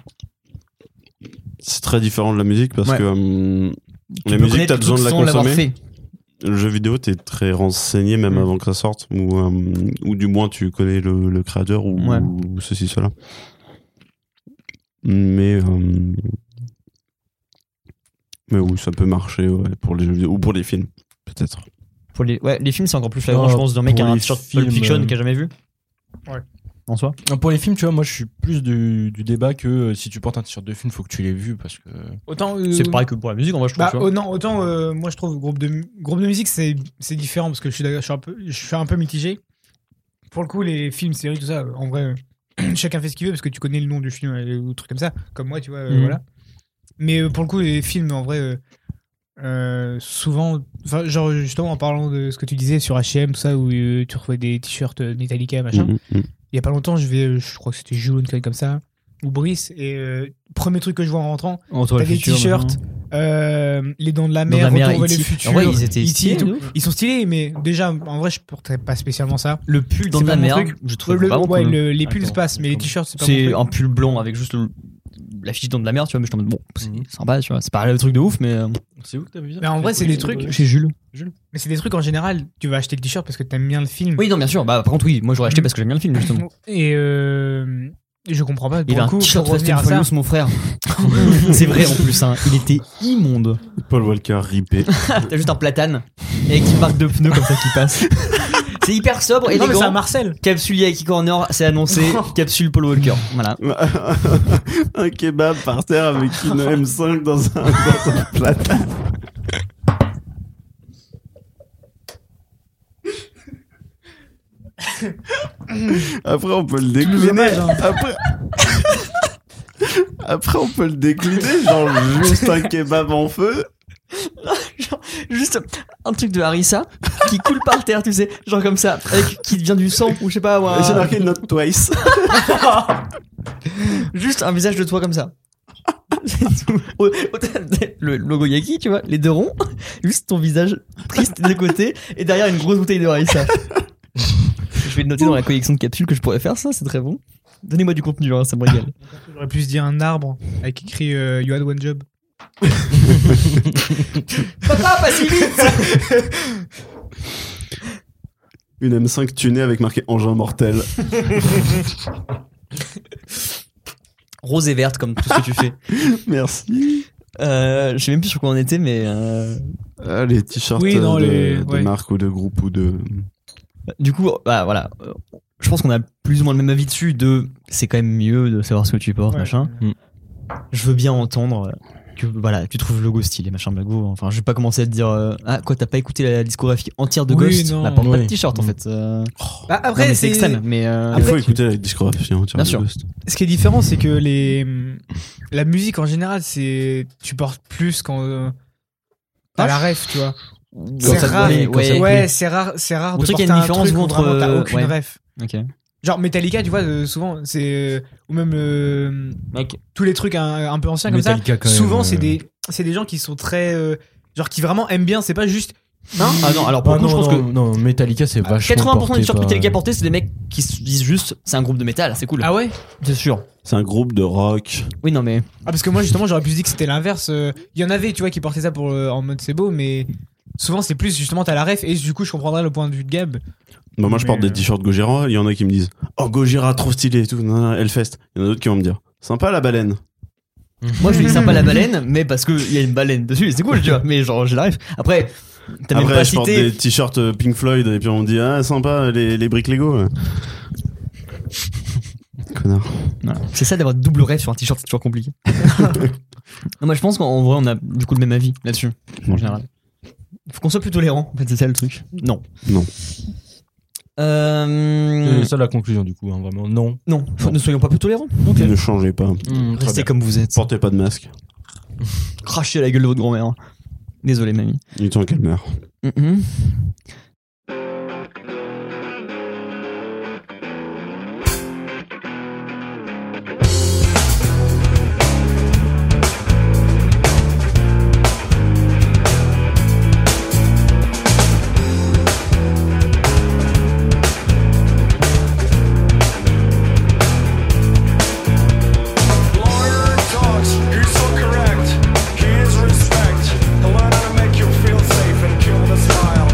Speaker 4: C'est très différent de la musique parce
Speaker 1: Ouais.
Speaker 4: que hum,
Speaker 1: Tu
Speaker 4: la
Speaker 1: peux
Speaker 4: musique,
Speaker 1: connaître
Speaker 4: t'as besoin
Speaker 1: tout
Speaker 4: de la
Speaker 1: sans l'avoir
Speaker 4: consommer.
Speaker 1: fait.
Speaker 4: Le jeu vidéo, t'es très renseigné même
Speaker 1: Mm.
Speaker 4: avant que ça sorte. Ou, hum, ou du moins, tu connais le, le créateur ou,
Speaker 1: Ouais.
Speaker 4: ou ceci, cela. Mais. hum, mais oui, ça peut marcher ouais, pour les jeux vidéo ou pour les films, peut-être.
Speaker 1: Pour les, ouais, les films c'est encore plus flagrant
Speaker 11: Ah,
Speaker 1: je pense d'un mec qui a
Speaker 11: pour
Speaker 1: un
Speaker 11: les
Speaker 1: t-shirt Pulp
Speaker 11: films,
Speaker 1: Fiction
Speaker 11: euh,
Speaker 1: qui a jamais vu.
Speaker 3: Ouais.
Speaker 1: En soi.
Speaker 11: Non, Pour les films, tu vois, moi je suis plus du, du débat que euh, si tu portes un t-shirt de film, faut que tu l'aies vu parce que.
Speaker 3: Autant.
Speaker 1: C'est
Speaker 3: euh,
Speaker 1: pareil que pour la musique en vrai je trouve.
Speaker 3: Bah,
Speaker 1: tu vois.
Speaker 3: oh non, autant euh, moi je trouve groupe de mu- groupe de musique c'est c'est différent parce que je suis d'accord- je suis un peu je suis un peu mitigé. Pour le coup les films, séries tout ça euh, en vrai euh, chacun fait ce qu'il veut parce que tu connais le nom du film euh, ou truc comme ça comme moi tu vois euh,
Speaker 1: Mhm.
Speaker 3: voilà. Mais euh, pour le coup les films en vrai euh, euh, souvent enfin genre justement en parlant de ce que tu disais sur H&M tout ça où euh, tu retrouvais des t-shirts euh, Metallica machin.
Speaker 1: Mhm.
Speaker 4: Mm, mm, mm.
Speaker 3: Il y a pas longtemps, je vais euh, je crois que c'était Jules ou quelqu'un comme ça ou Brice et euh, premier truc que je vois en rentrant
Speaker 1: Retour
Speaker 3: T'as
Speaker 1: vers le
Speaker 3: des
Speaker 1: futur,
Speaker 3: t-shirts,
Speaker 1: maintenant.
Speaker 3: euh, les dents de la
Speaker 1: Dans
Speaker 3: mer,
Speaker 1: la mer,
Speaker 3: retour vers
Speaker 1: E.T..
Speaker 3: le futur. E
Speaker 1: En vrai, ils étaient
Speaker 3: E.T. et
Speaker 1: stylés,
Speaker 3: tout.
Speaker 1: de ouf.
Speaker 3: Ils sont stylés, mais déjà, en vrai, je porterais pas spécialement ça.
Speaker 1: Le pull dans
Speaker 3: c'est
Speaker 1: la
Speaker 3: pas mon
Speaker 1: mer
Speaker 3: truc.
Speaker 1: je trouve
Speaker 3: Le-
Speaker 1: vraiment
Speaker 3: ouais,
Speaker 1: cool.
Speaker 3: le- les pulls
Speaker 11: Attends,
Speaker 3: passent, mais les
Speaker 11: attends.
Speaker 3: t-shirts, c'est pas mon
Speaker 1: C'est
Speaker 3: truc.
Speaker 1: un pull blanc avec juste le- la fiche dans de la mer tu vois mais je t'en mode bon c'est
Speaker 11: Mhm.
Speaker 1: sympa tu vois c'est pas le truc de ouf mais euh,
Speaker 11: C'est où que t'avais vu ça
Speaker 3: Mais en vrai, c'est des trucs.
Speaker 1: chez Jules.
Speaker 3: Mais c'est des trucs en général. Tu vas acheter le t-shirt parce que t'aimes bien le film.
Speaker 1: Oui non bien sûr bah par contre oui moi j'aurais acheté parce que j'aime bien le film justement.
Speaker 3: Et euh, je comprends pas.
Speaker 1: Il y
Speaker 3: Pour
Speaker 1: avait
Speaker 3: le
Speaker 1: un
Speaker 3: coup,
Speaker 1: t-shirt
Speaker 3: pour
Speaker 1: Fast
Speaker 3: revenir
Speaker 1: and
Speaker 3: à ça,
Speaker 1: Furious, mon frère. c'est vrai en plus, hein. il était immonde.
Speaker 4: Paul Walker, ripé.
Speaker 1: Ah, T'as juste un platane avec une marque de pneus comme ça qui passe. c'est hyper sobre,
Speaker 3: non, mais c'est à
Speaker 1: élégant.
Speaker 3: Marcel.
Speaker 1: Capsule Yaki Corner, c'est annoncé. Capsule Paul Walker. Voilà.
Speaker 4: un kebab par terre avec une M5 dans un, dans un platane. Après, on peut le décliner.
Speaker 3: hommages, hein.
Speaker 4: Après... Après, on peut le décliner, genre juste un kebab en feu.
Speaker 1: Juste un truc de Harissa qui coule par terre, tu sais, genre comme ça, avec- qui devient du sang ou je sais pas, ou un-
Speaker 3: Ah.
Speaker 4: Et J'ai marqué not twice.
Speaker 1: juste un visage de toi comme ça. C'est tout. Au- au- le logo Yaki, tu vois, les deux ronds, juste ton visage triste de côté et derrière une grosse bouteille de harissa. je vais le noter dans la collection de capsules que je pourrais faire, ça, c'est très bon. Donnez-moi du contenu, hein, ça me régale.
Speaker 3: J'aurais pu se dire un arbre avec écrit euh, You had one job.
Speaker 1: Papa, pas si vite
Speaker 4: Une M5 tunée avec marqué engin mortel.
Speaker 1: Rose et verte, comme tout ce que tu fais.
Speaker 4: Merci.
Speaker 1: Euh, je sais même plus sur quoi on était, mais. euh,
Speaker 4: Ah, les t-shirts
Speaker 3: Oui, non,
Speaker 4: euh, de,
Speaker 3: les-
Speaker 4: de
Speaker 3: ouais.
Speaker 4: marque ou de groupe ou de.
Speaker 1: Du coup, bah voilà. Euh, Je pense qu'on a plus ou moins le même avis dessus de c'est quand même mieux de savoir ce que tu portes,
Speaker 3: Ouais.
Speaker 1: machin.
Speaker 11: Mm.
Speaker 1: Je veux bien entendre euh, tu, voilà, tu trouves le Ghost stylé, machin, blago. Enfin, je vais pas commencer à te dire euh, ah quoi, t'as pas écouté la discographie entière de
Speaker 11: Oui,
Speaker 1: Ghost,
Speaker 11: non.
Speaker 1: bah porte pas de
Speaker 11: Oui. Mm.
Speaker 1: t-shirt en fait. Euh,
Speaker 3: Bah,
Speaker 1: non,
Speaker 3: après,
Speaker 1: mais
Speaker 3: c'est
Speaker 1: c'est extrême, mais euh,
Speaker 4: Il faut écouter la discographie entière
Speaker 1: Bien
Speaker 4: de
Speaker 1: sûr.
Speaker 4: Ghost.
Speaker 3: Ce qui est différent, c'est que les la musique en général, c'est tu portes plus quand euh, t'as
Speaker 1: Ah,
Speaker 3: la ref, tu vois.
Speaker 1: quand
Speaker 3: C'est
Speaker 1: ça te
Speaker 3: rare.
Speaker 1: plaît,
Speaker 3: ouais,
Speaker 1: ouais.
Speaker 3: c'est rare, c'est rare
Speaker 1: On
Speaker 3: de
Speaker 1: dirait
Speaker 3: porter
Speaker 1: qu'il y a une
Speaker 3: un
Speaker 1: différence,
Speaker 3: truc où
Speaker 1: vous, entre,
Speaker 3: vraiment t'as
Speaker 1: euh,
Speaker 3: aucune
Speaker 1: ouais.
Speaker 3: ref.
Speaker 1: Ok.
Speaker 3: Genre Metallica, tu vois, euh, souvent c'est ou même euh,
Speaker 1: Mec.
Speaker 3: tous les trucs un, un peu anciens comme
Speaker 11: Metallica, quand
Speaker 3: ça.
Speaker 11: même,
Speaker 3: Souvent,
Speaker 11: euh,
Speaker 3: c'est des c'est des gens qui sont très euh, genre qui vraiment aiment bien. C'est pas juste
Speaker 1: Non Ah non, alors pour
Speaker 11: Ah
Speaker 3: Bah,
Speaker 1: le coup, je
Speaker 11: non,
Speaker 1: pense que
Speaker 11: non, non, Metallica, c'est vachement.
Speaker 1: 80%
Speaker 11: porté
Speaker 1: des t-shirts que
Speaker 11: par-
Speaker 1: Metallica a porté, c'est des mecs qui se disent juste c'est un groupe de métal, c'est cool.
Speaker 3: ah ouais.
Speaker 1: c'est sûr.
Speaker 4: C'est un groupe de rock.
Speaker 1: Oui, non, mais.
Speaker 3: Ah parce que moi justement j'aurais pu se dire que c'était l'inverse. euh, Il y en avait tu vois qui portaient ça pour euh, en mode c'est beau mais souvent c'est plus justement t'as la ref et du coup je comprendrais le point de vue de Gab.
Speaker 4: Bah, moi, je porte des t-shirts Gojira. Il y en a qui me disent Oh, Gojira, trop stylé et tout. nan, nan, Hellfest. Il y en a d'autres qui vont me dire Sympa la baleine.
Speaker 1: Moi, je dis sympa la baleine, mais parce qu'il y a une baleine dessus, c'est cool, tu vois. Mais genre, je l'arrive. Après, t'as même
Speaker 4: Après,
Speaker 1: pas
Speaker 4: je porte
Speaker 1: cité.
Speaker 4: des t-shirts euh, Pink Floyd et puis on me dit Ah, sympa les, les briques Lego. Connard.
Speaker 1: Voilà. C'est ça d'avoir double rêve sur un t-shirt, c'est toujours compliqué. non, moi, je pense qu'en vrai, on a du coup le même avis là-dessus, en général. Faut qu'on soit plus tolérant, en fait, c'est ça le truc. Non.
Speaker 4: Non.
Speaker 1: Euh,
Speaker 11: C'est ça la conclusion, du coup, hein, vraiment. Non.
Speaker 1: Non, faut- ne soyons pas plus tolérants.
Speaker 4: Ne changez pas.
Speaker 1: Restez comme vous êtes.
Speaker 4: Portez pas de masque.
Speaker 1: Crachez à la gueule de votre grand-mère. hein. Désolé, mamie.
Speaker 4: Il est temps qu'elle meure.
Speaker 1: Mhm.
Speaker 5: Lawyer talks, you're so correct. Here's respect. I learn how to make you feel safe and kill the smile.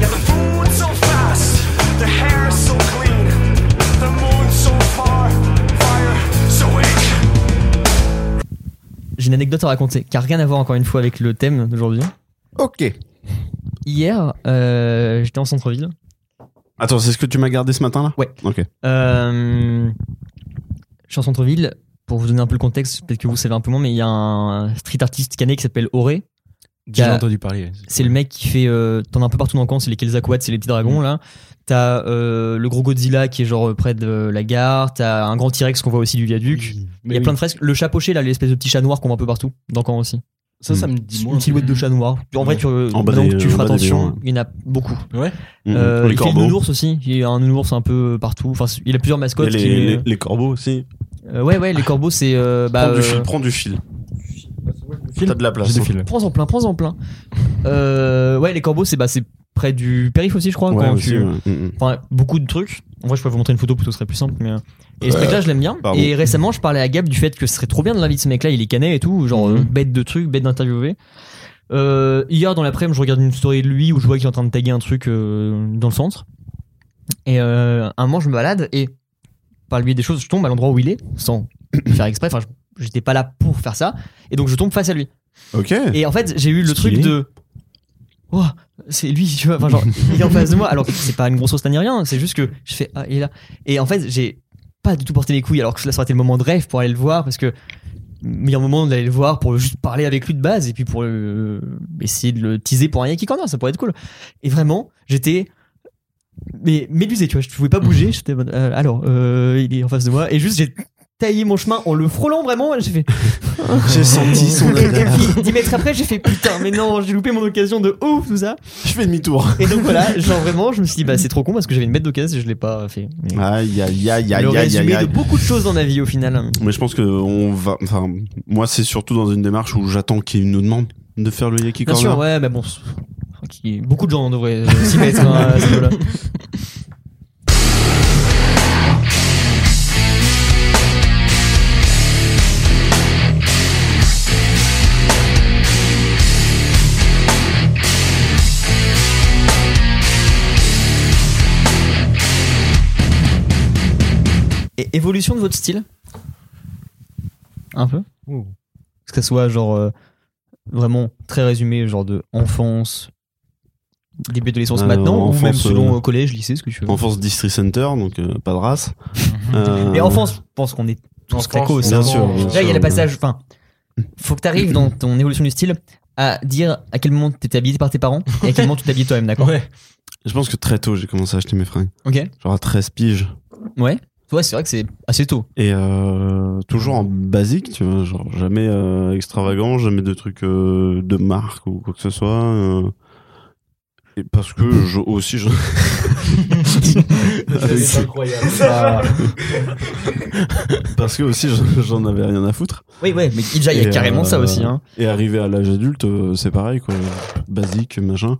Speaker 5: Yeah, the food's so fast, the hair's so clean, the moon's so far, fire so weak.
Speaker 1: J'ai une anecdote à raconter qui a rien à voir encore une fois avec le thème d'aujourd'hui.
Speaker 4: Ok.
Speaker 1: Hier, euh, j'étais en centre-ville.
Speaker 4: Attends, c'est ce que tu m'as gardé ce matin là
Speaker 1: Ouais.
Speaker 4: Ok.
Speaker 1: Euh, je suis en centre-ville. Pour vous donner un peu le contexte, peut-être que vous savez un peu moins, mais il y a un street artiste canet qui s'appelle Auré.
Speaker 11: J'ai
Speaker 1: T'as-
Speaker 11: entendu parler.
Speaker 1: C'est le mec qui fait. euh, T'en as un peu partout dans le camp, c'est les Kelzakwats, c'est les petits dragons là. T'as euh, le gros Godzilla qui est genre euh, près de la gare. T'as un grand T-Rex qu'on voit aussi du viaduc. Il y a plein de fresques. Le chapoché là, l'espèce de petit chat noir qu'on voit un peu partout dans le camp aussi.
Speaker 11: Ça, ça me dit moins.
Speaker 1: Une silhouette de chat noir. En vrai, tu,
Speaker 4: En bas
Speaker 1: maintenant
Speaker 4: des- euh,
Speaker 1: que tu
Speaker 4: en
Speaker 1: feras
Speaker 4: bas des murs,
Speaker 1: attention,
Speaker 4: ouais.
Speaker 1: il y en a beaucoup.
Speaker 4: Mhm.
Speaker 1: Euh, il
Speaker 4: les
Speaker 1: fait le
Speaker 4: corbeaux.
Speaker 1: nounours aussi. Il y a un nounours un peu partout. Enfin, il a plusieurs
Speaker 4: Il y a
Speaker 1: mascottes.
Speaker 4: les,
Speaker 1: qui-
Speaker 4: les- les corbeaux aussi.
Speaker 1: Euh, ouais, ouais, les corbeaux, c'est. euh, bah,
Speaker 4: prends, du
Speaker 1: euh,
Speaker 4: fil, prends du fil. T'as de la place.
Speaker 11: J'ai des
Speaker 4: hein.
Speaker 11: fils.
Speaker 1: Prends-en plein, prends-en plein. Euh, ouais, les corbeaux, c'est bah, c'est près du périph' aussi, je crois.
Speaker 4: Ouais,
Speaker 1: quand
Speaker 4: aussi,
Speaker 1: tu-
Speaker 4: ouais. Mhm.
Speaker 1: Enfin, beaucoup de trucs. En vrai, je pourrais vous montrer une photo, plutôt ce serait plus simple. Mais... euh, Et ce mec-là, je l'aime bien.
Speaker 4: Pardon.
Speaker 1: Et récemment, je parlais à Gab du fait que ce serait trop bien de l'inviter, ce mec-là. Il est canet et tout, genre euh, bête de trucs, bête d'interviewer. Euh, hier, dans l'après-midi, je regarde une story de lui où je vois qu'il est en train de taguer un truc euh, dans le centre. Et euh, un moment, je me balade et par le biais des choses, je tombe à l'endroit où il est, sans faire exprès. Enfin, je- j'étais pas là pour faire ça. Et donc, je tombe face à lui.
Speaker 4: Ok.
Speaker 1: Et en fait, j'ai eu le
Speaker 4: Stylé.
Speaker 1: truc de. Oh, c'est lui, tu vois. Enfin, genre, il est en face de moi. Alors, que c'est pas une grosse rosta ni rien. C'est juste que je fais. Ah, il est là. Et en fait, j'ai pas du tout porté les couilles. Alors que là, ça aurait été le moment de rêve pour aller le voir. Parce que. Il y a un moment d'aller le voir pour juste parler avec lui de base. Et puis pour euh, essayer de le teaser pour un Yankee Corner. Ça pourrait être cool. Et vraiment, j'étais. Mais médusé, tu vois. Je pouvais pas bouger. J'étais. en mode, euh, alors, euh, il est en face de moi. Et juste, j'ai taillé mon chemin en le frôlant vraiment. J'ai fait.
Speaker 4: J'ai senti son
Speaker 1: Et puis, dix mètres après, j'ai fait putain, mais non, j'ai loupé mon occasion de ouf, tout ça.
Speaker 4: Je fais demi-tour.
Speaker 1: Et donc voilà, genre vraiment, je me suis dit, bah c'est trop con parce que j'avais une bête d'occasion et je l'ai pas fait. Mais
Speaker 4: Aïe, aïe, Ah, aïe,
Speaker 1: le
Speaker 4: aïe, aïe, aïe,
Speaker 1: résumé
Speaker 4: aïe.
Speaker 1: de beaucoup de choses dans ma vie au final.
Speaker 4: Mais je pense que on va. Enfin, moi, c'est surtout dans une démarche où j'attends qu'il nous demande de faire le Yaki
Speaker 1: Bien sûr,
Speaker 4: Corner.
Speaker 1: ouais, mais bon, c'est- ok, beaucoup de gens devraient euh, s'y mettre hein, à ce niveau-là. Et évolution de votre style Un peu Que ça soit genre euh, vraiment très résumé, genre de enfance, début de l'essence
Speaker 4: Euh,
Speaker 1: maintenant,
Speaker 4: enfance,
Speaker 1: ou même selon
Speaker 4: euh,
Speaker 1: euh, collège, lycée, ce que tu veux.
Speaker 4: Enfance District Center, donc euh, pas de race. Euh,
Speaker 1: Et enfance, je pense qu'on est tous
Speaker 11: France,
Speaker 1: claqués.
Speaker 11: on
Speaker 1: aussi.
Speaker 4: Bien sûr. bien
Speaker 1: Déjà, il y a
Speaker 4: sûr.
Speaker 1: le passage, enfin, faut que t'arrives dans ton évolution du style à dire à quel moment t'étais habillé par tes parents et à quel moment tu t'habilles toi-même, d'accord
Speaker 4: Ouais. Je pense que très tôt, j'ai commencé à acheter mes fringues.
Speaker 1: Ok.
Speaker 4: Genre à 13 piges.
Speaker 1: Ouais. Ouais, c'est vrai que c'est assez tôt.
Speaker 4: Et euh, toujours en basique, tu vois, genre jamais euh, extravagant, jamais de trucs euh, de marque ou quoi que ce soit. euh. et parce que je, aussi, je...
Speaker 2: C'est
Speaker 4: Avec-
Speaker 2: incroyable.
Speaker 4: parce que aussi, je- j'en avais rien à foutre.
Speaker 1: Oui, ouais, mais déjà, il y
Speaker 4: Et,
Speaker 1: a carrément
Speaker 4: euh,
Speaker 1: ça aussi. Hein.
Speaker 4: Et arrivé à l'âge adulte, euh, c'est pareil, quoi. Basique, machin.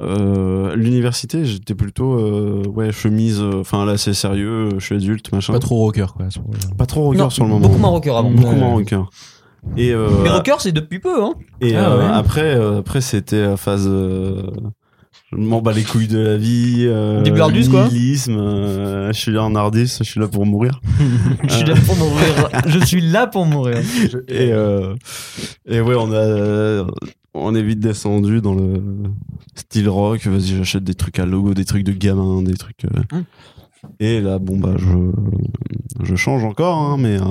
Speaker 4: Euh, L'université, j'étais plutôt euh, ouais chemise. euh, Enfin là, c'est sérieux. euh, Je suis adulte, machin.
Speaker 2: Pas trop rocker, quoi. à ce moment-là.
Speaker 4: Pas trop rocker
Speaker 1: Non,
Speaker 4: sur le moment.
Speaker 1: beaucoup moins rocker avant.
Speaker 4: Beaucoup
Speaker 2: Ouais.
Speaker 4: moins rocker. Et euh,
Speaker 1: Mais rocker, c'est depuis peu, hein.
Speaker 4: et
Speaker 2: Ah
Speaker 4: euh,
Speaker 2: ouais.
Speaker 4: après, euh, après c'était la phase. euh, je m'en bats les couilles de la vie. Euh,
Speaker 1: Début Ardus, quoi.
Speaker 4: nihilisme, euh, je suis là en Ardis, je suis là pour mourir.
Speaker 1: Je suis là pour mourir. Je suis là pour mourir.
Speaker 4: Et, euh, et ouais, on, a, on est vite descendu dans le style rock. Vas-y, j'achète des trucs à logo, des trucs de gamin, des trucs. euh.
Speaker 2: Hein.
Speaker 1: Mm.
Speaker 4: Et là, bon, bah, je, je change encore, hein, mais euh,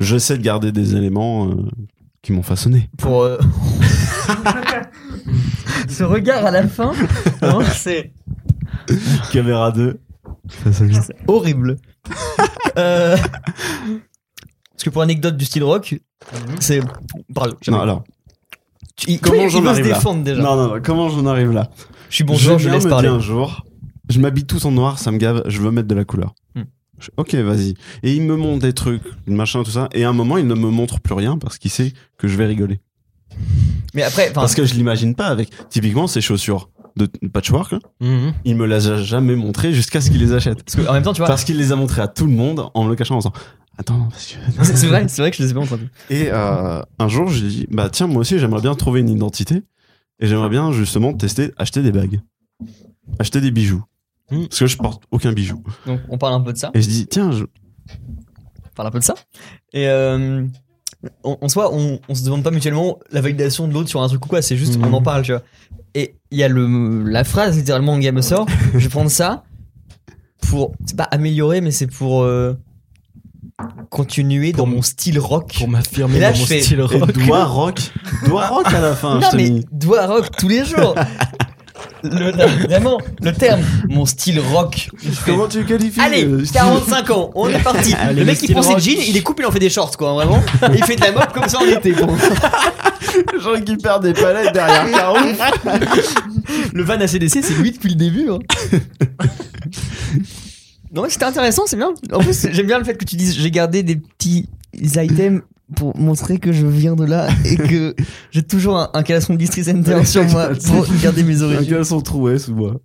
Speaker 4: j'essaie de garder des éléments euh, qui m'ont façonné.
Speaker 1: Pour. euh, Ce regard à la fin, hein, c'est
Speaker 4: Caméra 2.
Speaker 1: horrible. Euh, Parce que pour anecdote du style rock, c'est. Pardon, j'avais-
Speaker 4: Non, alors.
Speaker 1: Tu- il,
Speaker 4: Comment
Speaker 1: il
Speaker 4: j'en
Speaker 1: veut se
Speaker 4: arrive là
Speaker 1: défendre déjà.
Speaker 4: Non, non, non, comment j'en arrive là
Speaker 1: Je suis bonjour, je
Speaker 4: viens
Speaker 1: laisse
Speaker 4: me
Speaker 1: parler.
Speaker 4: dire un jour, je m'habille tout en noir, ça me gave, je veux mettre de la couleur.
Speaker 1: Hmm.
Speaker 4: Je- Ok, vas-y. Et il me montre des trucs, machin, tout ça. Et à un moment, il ne me montre plus rien parce qu'il sait que je vais rigoler.
Speaker 1: Mais après, enfin,
Speaker 4: Parce que je l'imagine pas avec. Typiquement, ces chaussures de patchwork, hein,
Speaker 2: Mhm.
Speaker 4: il me les a jamais montrées jusqu'à ce qu'il les achète.
Speaker 1: parce que en même temps, tu vois,
Speaker 4: Parce qu'il les a montrées à tout le monde en me le cachant en disant Attends, parce que.
Speaker 1: c'est c'est vrai, c'est vrai que je les ai pas entendus.
Speaker 4: Et euh, un jour, j'ai dit Bah tiens, moi aussi, j'aimerais bien trouver une identité. Et j'aimerais bien justement tester, acheter des bagues. Acheter des bijoux.
Speaker 2: Hmm.
Speaker 4: Parce que je porte aucun bijou.
Speaker 1: Donc, on parle un peu de ça.
Speaker 4: Et je dis, tiens, je-
Speaker 1: On parle un peu de ça. Et euh, en, en soi, on, on se demande pas mutuellement la validation de l'autre sur un truc ou quoi, c'est juste
Speaker 2: Mhm.
Speaker 1: on en parle, tu vois. Et il y a le, la phrase littéralement en game sort je vais prendre ça pour, c'est pas améliorer, mais c'est pour euh, continuer
Speaker 2: Pour
Speaker 1: dans
Speaker 2: m-
Speaker 1: mon style rock.
Speaker 2: Pour m'affirmer
Speaker 1: Et là,
Speaker 2: dans
Speaker 1: je
Speaker 2: mon
Speaker 1: fais-
Speaker 2: style
Speaker 4: et
Speaker 2: rock. hein,
Speaker 4: doigt eh, rock, doigt rock à la fin,
Speaker 1: non,
Speaker 4: je t'ai
Speaker 1: mais
Speaker 4: mis.
Speaker 1: doigt rock tous les jours Le- le- Vraiment, le terme, mon style rock. Je fais,
Speaker 4: Comment tu le qualifies
Speaker 1: Allez,
Speaker 4: euh, style-
Speaker 1: 45 ans, on est parti.
Speaker 4: Allez,
Speaker 1: le mec
Speaker 4: le
Speaker 1: il
Speaker 4: style
Speaker 1: prend ses
Speaker 4: rock.
Speaker 1: jeans, il les coupe, il en fait des shorts quoi, vraiment. Et il fait de la mode comme ça en été. bon.
Speaker 4: Jean qui perd des palettes derrière Caro.
Speaker 1: Le van ACDC c'est lui depuis le début. hein. non mais c'était intéressant, c'est bien. En plus j'aime bien le fait que tu dises j'ai gardé des petits items pour montrer que je viens de là et que j'ai toujours un, un caleçon de District Center sur moi pour garder mes
Speaker 4: Un
Speaker 1: origines.
Speaker 4: gars sans troué sous moi.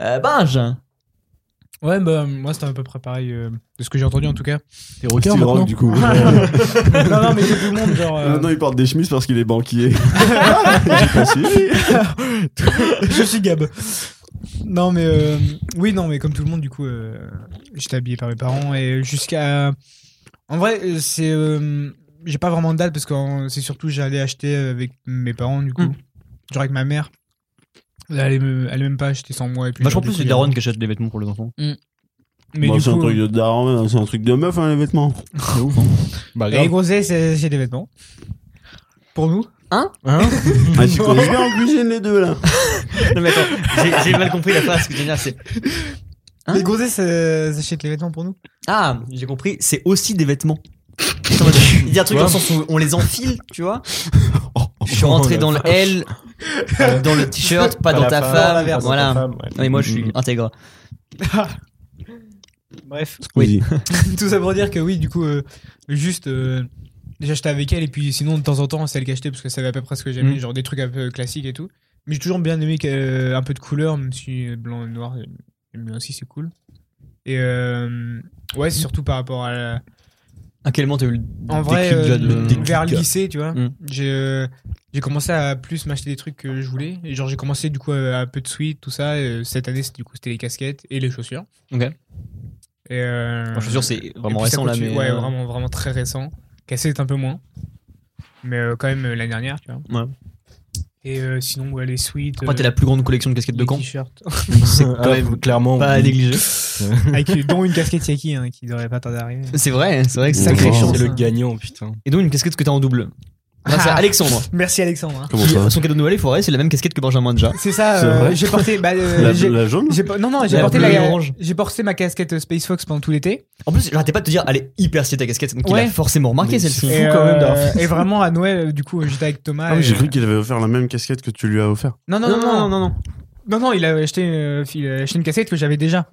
Speaker 1: Euh, Binge
Speaker 3: Ouais, bah, moi, c'était à peu près pareil euh, de ce que j'ai entendu en tout cas.
Speaker 2: T'es rocker
Speaker 4: Style
Speaker 2: maintenant
Speaker 4: rock du coup.
Speaker 3: non, non, mais tout le monde, genre. euh,
Speaker 4: Maintenant il porte des chemises parce qu'il est banquier. J'ai pas su.
Speaker 3: je suis Gab. Non, mais euh, oui, non, mais comme tout le monde, du coup, euh, j'étais habillé par mes parents et jusqu'à. En vrai, euh, c'est. euh, j'ai pas vraiment de date parce que en- c'est surtout j'allais acheter avec mes parents, du
Speaker 4: Hmm.
Speaker 3: coup, genre avec ma mère. Elle allait, me- elle allait même pas acheter sans moi. Et puis,
Speaker 4: Bah,
Speaker 1: Vachement
Speaker 3: genre, du
Speaker 1: plus
Speaker 3: coup,
Speaker 1: les
Speaker 3: il y a-
Speaker 1: darons qui achètent des vêtements pour les enfants.
Speaker 3: Mais
Speaker 4: Bon,
Speaker 3: du
Speaker 4: Bah, c'est
Speaker 3: coup,
Speaker 4: un truc de daron, c'est un truc de meuf hein, les vêtements.
Speaker 2: Bah,
Speaker 3: euh, les
Speaker 2: grave.
Speaker 3: groseilles, c'est c'est des vêtements. Pour nous
Speaker 2: Hein
Speaker 4: Ah tu connais bien en cuisine les deux là.
Speaker 1: Non mais attends, j'ai- j'ai mal compris la phrase. Ce que j'ai dit, c'est Hein
Speaker 3: Les groseilles, c'est- s'achètent les vêtements pour nous.
Speaker 1: ah, j'ai compris, c'est aussi des vêtements. Il dit un truc dans le sens où on les enfile, tu vois.
Speaker 4: Oh,
Speaker 1: Je suis rentré dans le L, Ah, dans le t-shirt, pas dans ta femme. voilà. Non, mais moi je suis intègre.
Speaker 3: Bref.
Speaker 1: Oui.
Speaker 4: Vas-y.
Speaker 3: Tout ça pour dire que oui, du coup, euh, juste euh, j'achetais avec elle et puis sinon de temps en temps c'est elle qui achetait parce que ça savait à peu près ce que j'aimais,
Speaker 1: Mm.
Speaker 3: genre des trucs un peu classiques et tout. Mais j'ai toujours bien aimé qu'elle- un peu de couleur, même si euh, blanc et noir, euh, j'aime bien aussi, c'est cool. Et euh, ouais, c'est surtout par rapport à la-
Speaker 1: À quel moment t'as eu le
Speaker 3: En
Speaker 1: déclic
Speaker 3: vrai,
Speaker 1: déjà
Speaker 3: euh,
Speaker 1: de-
Speaker 2: déclic.
Speaker 3: vers le lycée, tu vois,
Speaker 1: Mm.
Speaker 3: j'ai euh, j'ai commencé à plus m'acheter des trucs que je voulais. Et genre j'ai commencé du coup euh, à un peu de sweat, tout ça. Et euh, cette année, c'était- du coup, c'était les casquettes et les chaussures.
Speaker 1: Ok.
Speaker 3: Et euh,
Speaker 1: Bon, je suis sûr c'est
Speaker 3: et
Speaker 1: vraiment
Speaker 3: puis ça
Speaker 1: récent là,
Speaker 3: continue-
Speaker 1: mais
Speaker 3: ouais,
Speaker 1: euh,
Speaker 3: vraiment, vraiment très récent. Cassé est un peu moins. Mais euh, quand même euh, l'année dernière, tu vois.
Speaker 1: Ouais.
Speaker 3: Et euh, sinon, ouais, les suites.
Speaker 1: Après, t'as la plus grande collection de casquettes de
Speaker 3: euh, les
Speaker 1: camp.
Speaker 3: t-shirts.
Speaker 1: C'est quand
Speaker 2: Ah,
Speaker 1: même
Speaker 2: clairement.
Speaker 1: pas à
Speaker 2: oui.
Speaker 1: négliger.
Speaker 3: Avec- euh, dont une casquette Yaki hein, qui devrait pas tarder à arriver.
Speaker 1: C'est vrai, c'est vrai que c'est
Speaker 3: Sacrée
Speaker 1: une
Speaker 3: chance.
Speaker 2: C'est le
Speaker 3: hein.
Speaker 2: gagnant, putain.
Speaker 1: Et donc une casquette que t'as en double. Grâce à
Speaker 3: Ah.
Speaker 1: Alexandre.
Speaker 3: Merci Alexandre. hein.
Speaker 4: Comment
Speaker 1: qui,
Speaker 4: ça
Speaker 1: son cadeau de Noël, il faut vrai, c'est la même casquette que Benjamin déjà.
Speaker 3: C'est ça,
Speaker 4: C'est
Speaker 3: euh,
Speaker 4: vrai
Speaker 3: j'ai porté. bah, euh,
Speaker 4: la,
Speaker 3: j'ai-
Speaker 4: la jaune
Speaker 3: j'ai por- non, non, j'ai
Speaker 1: La
Speaker 3: porté,
Speaker 1: bleue et
Speaker 3: la-
Speaker 1: orange.
Speaker 3: j'ai porté ma casquette euh, Space Fox pendant tout l'été.
Speaker 1: En plus, j'arrêtais pas de te dire, elle est hyper stylée ta casquette, donc il
Speaker 3: Ouais.
Speaker 1: a forcément remarqué
Speaker 2: Mais
Speaker 1: celle-ci.
Speaker 2: c'est
Speaker 3: et,
Speaker 2: fou quand même d'avoir
Speaker 3: et vraiment, à Noël, euh, du coup, j'étais avec Thomas.
Speaker 4: Ah oui,
Speaker 3: et-
Speaker 4: j'ai cru qu'il avait offert la même casquette que tu lui as offert.
Speaker 3: Non, non, non, non, non. Non, non, il a acheté, euh, il a acheté une casquette que j'avais déjà.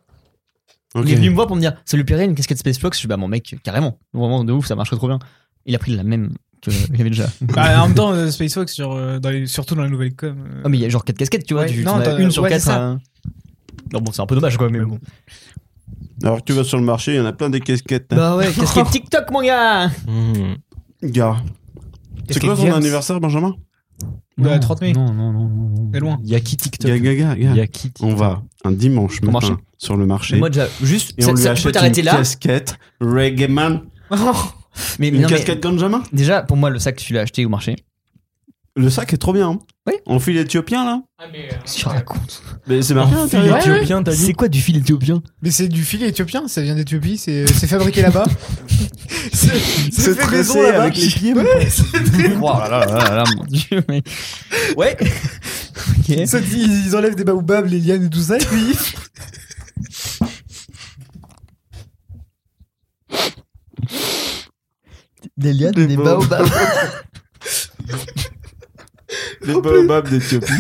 Speaker 4: Ok.
Speaker 1: Il est venu me voir pour me dire, ça lui plairait une casquette Space Fox. Je suis bah mon mec, carrément, vraiment de ouf, ça marcherait trop bien. Il a pris la même que j'avais déjà.
Speaker 3: Bah, en même temps, euh, Space Fox, sur, euh, dans les- surtout dans la nouvelle com. euh,
Speaker 1: Ah mais il y a genre quatre casquettes, tu vois,
Speaker 3: Ouais,
Speaker 1: tu,
Speaker 3: non,
Speaker 1: t'en as
Speaker 3: t'as-
Speaker 1: une sur
Speaker 3: ouais,
Speaker 1: quatre.
Speaker 3: c'est ça.
Speaker 1: hein. Non bon, c'est un peu dommage quoi, mais bon.
Speaker 4: Alors que tu vas sur le marché, il y en a plein des casquettes. hein.
Speaker 1: Bah ouais, casquette TikTok mon gars.
Speaker 2: Mmh.
Speaker 1: Bah,
Speaker 4: Gars. C'est quoi ton anniversaire, Benjamin
Speaker 3: Ouais, 30 mai.
Speaker 1: Non non non non.
Speaker 3: C'est loin.
Speaker 2: Il y a qui TikTok
Speaker 4: Gars, gars, gars,
Speaker 2: Il
Speaker 4: gars.
Speaker 2: y a qui
Speaker 4: On va un dimanche
Speaker 1: Au
Speaker 4: matin
Speaker 1: marché.
Speaker 4: sur le marché.
Speaker 1: Moi déjà, juste,
Speaker 4: et
Speaker 1: ça,
Speaker 4: on lui
Speaker 1: ça, tu peux
Speaker 4: achète
Speaker 1: t'arrêter
Speaker 4: une
Speaker 1: là.
Speaker 4: casquette Reggae Man.
Speaker 1: Mais, mais
Speaker 4: Une
Speaker 1: non, mais
Speaker 4: casquette Benjamin.
Speaker 1: déjà, pour moi, le sac tu l'as acheté au marché.
Speaker 4: Le sac est trop bien. hein.
Speaker 1: Oui.
Speaker 4: En fil éthiopien, là.
Speaker 1: Sur la compte.
Speaker 4: Mais c'est marqué à
Speaker 2: Fil
Speaker 4: l'intérieur.
Speaker 2: éthiopien, t'as dit
Speaker 1: C'est quoi du fil éthiopien
Speaker 7: Mais c'est du fil éthiopien, ça vient d'Éthiopie, c'est c'est fabriqué là-bas.
Speaker 4: C'est
Speaker 7: fait maison
Speaker 4: tressé
Speaker 7: là-bas.
Speaker 4: avec les pieds. mon
Speaker 1: Ouah, Oh là, là, là, là, mon dieu, mais- Ouais. Ok.
Speaker 7: Sauf qu'ils- Ils enlèvent des baobabs, les lianes et tout ça, et puis.
Speaker 1: Des liades,
Speaker 4: Des des baobabs. Les baobabs d'Éthiopie.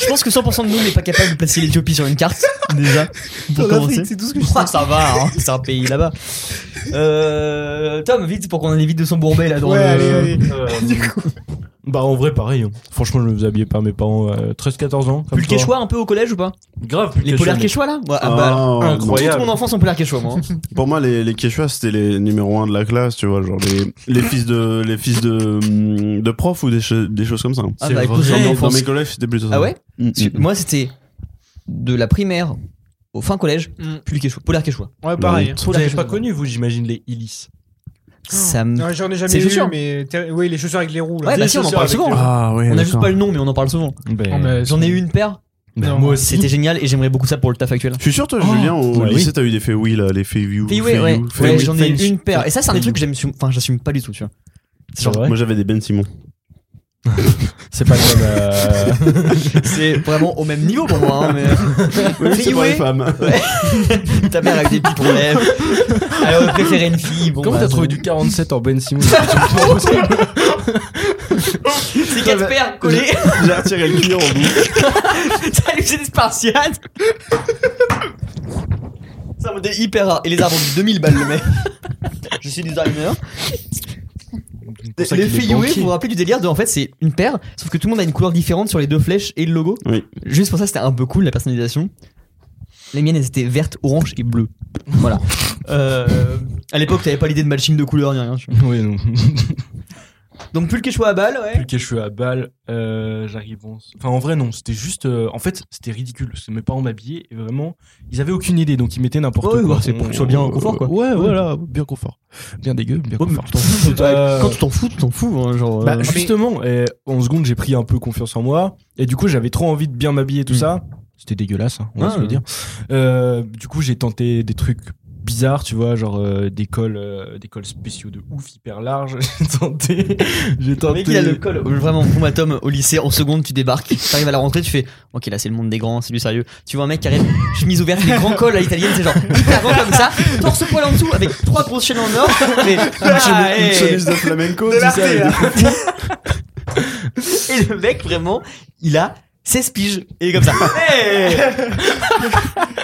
Speaker 1: Je pense que 100% de nous n'est pas capable de placer l'Éthiopie sur une carte, déjà. Pour commencer.
Speaker 7: c'est tout ce que
Speaker 1: Ah, ça va, hein, c'est un pays là-bas. Euh, Tom, vite pour qu'on évite de s'embourber là dans
Speaker 7: Ouais,
Speaker 1: le-
Speaker 7: allez, allez.
Speaker 2: Bah en vrai pareil. hein. Franchement, je ne vous habillais pas mes parents euh, 13-14 ans. comme
Speaker 1: Plus le
Speaker 2: toi.
Speaker 1: quechua un peu au collège ou pas
Speaker 2: Grave.
Speaker 1: Les polaires quechua là Ouais, ah, bah,
Speaker 4: Ah,
Speaker 2: incroyable.
Speaker 1: Toute mon enfance en polaire quechua, moi. hein.
Speaker 4: Pour moi, les, les Quechua, c'était les numéro un de la classe, tu vois, genre les, les fils de les fils de, de profs ou des, cho- des choses comme ça.
Speaker 1: Ah,
Speaker 2: C'est
Speaker 1: bah, écoute,
Speaker 2: vrai.
Speaker 1: j'ai
Speaker 4: Dans,
Speaker 1: une
Speaker 4: dans
Speaker 1: enfance-
Speaker 4: mes collèges, c'était plutôt ça.
Speaker 1: Ah ouais
Speaker 4: Mm, mm.
Speaker 1: Parce que Moi, c'était de la primaire au fin collège,
Speaker 3: Mm.
Speaker 1: puis le quechua, polaire quechua.
Speaker 3: Ouais, pareil.
Speaker 2: Vous l'avez pas
Speaker 1: Ouais.
Speaker 2: connu, vous, j'imagine, les Illis.
Speaker 1: Ça me.
Speaker 3: Non, j'en ai jamais
Speaker 1: C'est
Speaker 3: eu,
Speaker 1: chaussures.
Speaker 3: mais ter- oui, les chaussures avec les roues. Là.
Speaker 1: Ouais, bah si, on en parle
Speaker 2: avec
Speaker 1: souvent.
Speaker 2: les-
Speaker 4: Ah ouais.
Speaker 1: On a
Speaker 4: d'accord.
Speaker 1: juste pas le nom, mais on en parle souvent.
Speaker 2: Ben,
Speaker 3: Non, mais
Speaker 1: J'en ai eu une paire.
Speaker 2: ben,
Speaker 3: Non.
Speaker 2: moi aussi.
Speaker 1: C'était génial et j'aimerais beaucoup ça pour le taf actuel.
Speaker 4: Je suis sûr, toi,
Speaker 2: Oh,
Speaker 4: Julien, au
Speaker 2: ouais,
Speaker 4: lycée, t'as eu des faits oui là, les faits view.
Speaker 1: Fayoué, ouais. Ouais, j'en ai une paire. Et ça, c'est un des
Speaker 2: Fayou.
Speaker 1: trucs que j'aime, enfin, j'assume pas du tout, tu vois.
Speaker 2: C'est vrai.
Speaker 4: Moi, j'avais des Ben Simon.
Speaker 2: C'est pas comme. euh,
Speaker 1: C'est vraiment au même niveau pour moi, hein, mais.
Speaker 4: c'est pour les
Speaker 1: Fayoué,
Speaker 4: femmes.
Speaker 1: ta mère avec des petites lèvres. Elle aurait préféré une fille. Bon,
Speaker 2: Comment
Speaker 1: bah,
Speaker 2: t'as trouvé
Speaker 1: c'est-
Speaker 2: du 47 en Ben Simmons
Speaker 1: C'est quatre paires collées.
Speaker 4: J'ai retiré le client en bout.
Speaker 1: Salut, c'est des Spartiates. C'est un modèle hyper rare. Et les arbres de 2000 balles, le mec. Je suis designer.
Speaker 2: pour ça
Speaker 1: Les
Speaker 2: qu'il est
Speaker 1: Fayoué,
Speaker 2: banquier.
Speaker 1: vous vous rappelez du délire de en fait, c'est une paire, sauf que tout le monde a une couleur différente sur les deux flèches et le logo.
Speaker 4: Oui.
Speaker 1: Juste pour ça, c'était un peu cool la personnalisation. Les miennes, elles étaient vertes, orange et bleues. Voilà. Euh, à l'époque, t'avais pas l'idée de matching de couleur ni rien. tu vois.
Speaker 2: Oui, non.
Speaker 1: Donc, pull quechua à balles, ouais.
Speaker 2: Plus que je suis à balle, euh, j'arrive en. Enfin, en vrai, non, c'était juste. euh, En fait, c'était ridicule. Parce que mes parents m'habillaient et vraiment, ils avaient aucune idée, donc ils mettaient n'importe
Speaker 1: Ouais,
Speaker 2: quoi.
Speaker 1: ouais, c'est pour que tu sois bien au confort, quoi.
Speaker 2: Ouais, voilà, bien confort. Bien dégueu, bien
Speaker 1: Ouais, mais
Speaker 2: confort.
Speaker 1: tu t'en fous, toi.
Speaker 2: Euh,
Speaker 1: Quand tu t'en fous, tu t'en fous. hein, genre,
Speaker 2: Bah,
Speaker 1: euh,
Speaker 2: justement, eh, en seconde, j'ai pris un peu confiance en moi. Et du coup, j'avais trop envie de bien m'habiller, tout
Speaker 1: Mm.
Speaker 2: ça. C'était dégueulasse, hein, on va
Speaker 1: Ouais,
Speaker 2: se le
Speaker 1: ouais.
Speaker 2: dire. Euh, du coup, j'ai tenté des trucs bizarres, tu vois, genre euh, des cols, euh, des cols spéciaux de ouf, hyper larges. j'ai tenté. J'ai
Speaker 1: Le
Speaker 2: tenté.
Speaker 1: mec, il a le col. Vraiment, pour ma Tom, au lycée, en seconde, tu débarques, t'arrives à la rentrée, tu fais Ok, là, c'est le monde des grands, c'est du sérieux. Tu vois un mec qui arrive, chemise ouverte, les grands cols à l'italienne, c'est genre hyper grand comme ça, torse poil en dessous, avec trois grosses chaînes en or. Mais, ah,
Speaker 4: Une
Speaker 1: eh.
Speaker 4: chemise de flamenco,
Speaker 1: De
Speaker 4: tu sais,
Speaker 1: l'arté,
Speaker 4: avec
Speaker 1: là.
Speaker 4: des
Speaker 1: Et le mec, vraiment, il a 16 piges. Et il est comme ça. Hey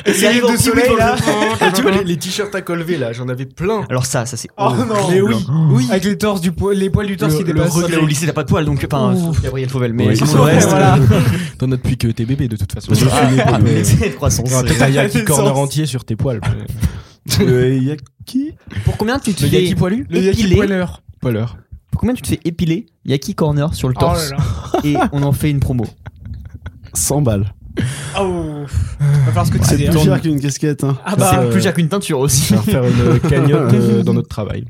Speaker 1: Et il arrive en petit bout dans le-
Speaker 2: Et tu vois, les, les t-shirts à col V, là, j'en avais plein.
Speaker 1: Alors, ça, ça c'est.
Speaker 3: Oh
Speaker 1: horrible.
Speaker 3: non.
Speaker 2: Mais oui, oui.
Speaker 3: Avec les, torses du poil- les poils du torse
Speaker 2: Le-
Speaker 3: qui
Speaker 2: le
Speaker 3: dépassent.
Speaker 1: Sauf que là, au lycée, t'as pas de poil, donc, enfin, sauf Gabriel Fauvel, mais
Speaker 4: Oui,
Speaker 1: sinon,
Speaker 4: c'est
Speaker 1: le
Speaker 4: vrai,
Speaker 1: reste,
Speaker 3: voilà.
Speaker 2: T'en as depuis que t'es bébé, de toute façon.
Speaker 4: Je suis né
Speaker 2: Ah, mais-
Speaker 1: c'est de croissance.
Speaker 2: T'as un yaki corner
Speaker 3: sens.
Speaker 2: entier sur tes poils.
Speaker 4: Le yaki.
Speaker 1: Pour combien tu te
Speaker 2: Le
Speaker 1: fais
Speaker 2: yaki poilu
Speaker 3: Le Yaki
Speaker 1: Épilé.
Speaker 3: Poiler.
Speaker 2: Poileur.
Speaker 1: Pour combien tu te fais épiler Yaki Corner sur le
Speaker 3: Oh
Speaker 1: torse
Speaker 3: là là.
Speaker 1: et on en fait une promo.
Speaker 4: 100 balles.
Speaker 3: Oh Va falloir se
Speaker 4: C'est
Speaker 3: cotiser.
Speaker 4: plus
Speaker 3: hein.
Speaker 4: cher qu'une casquette. hein.
Speaker 3: Ah
Speaker 1: C'est
Speaker 3: bah,
Speaker 1: plus cher qu'une teinture aussi.
Speaker 2: On va faire une cagnotte euh, dans notre travail.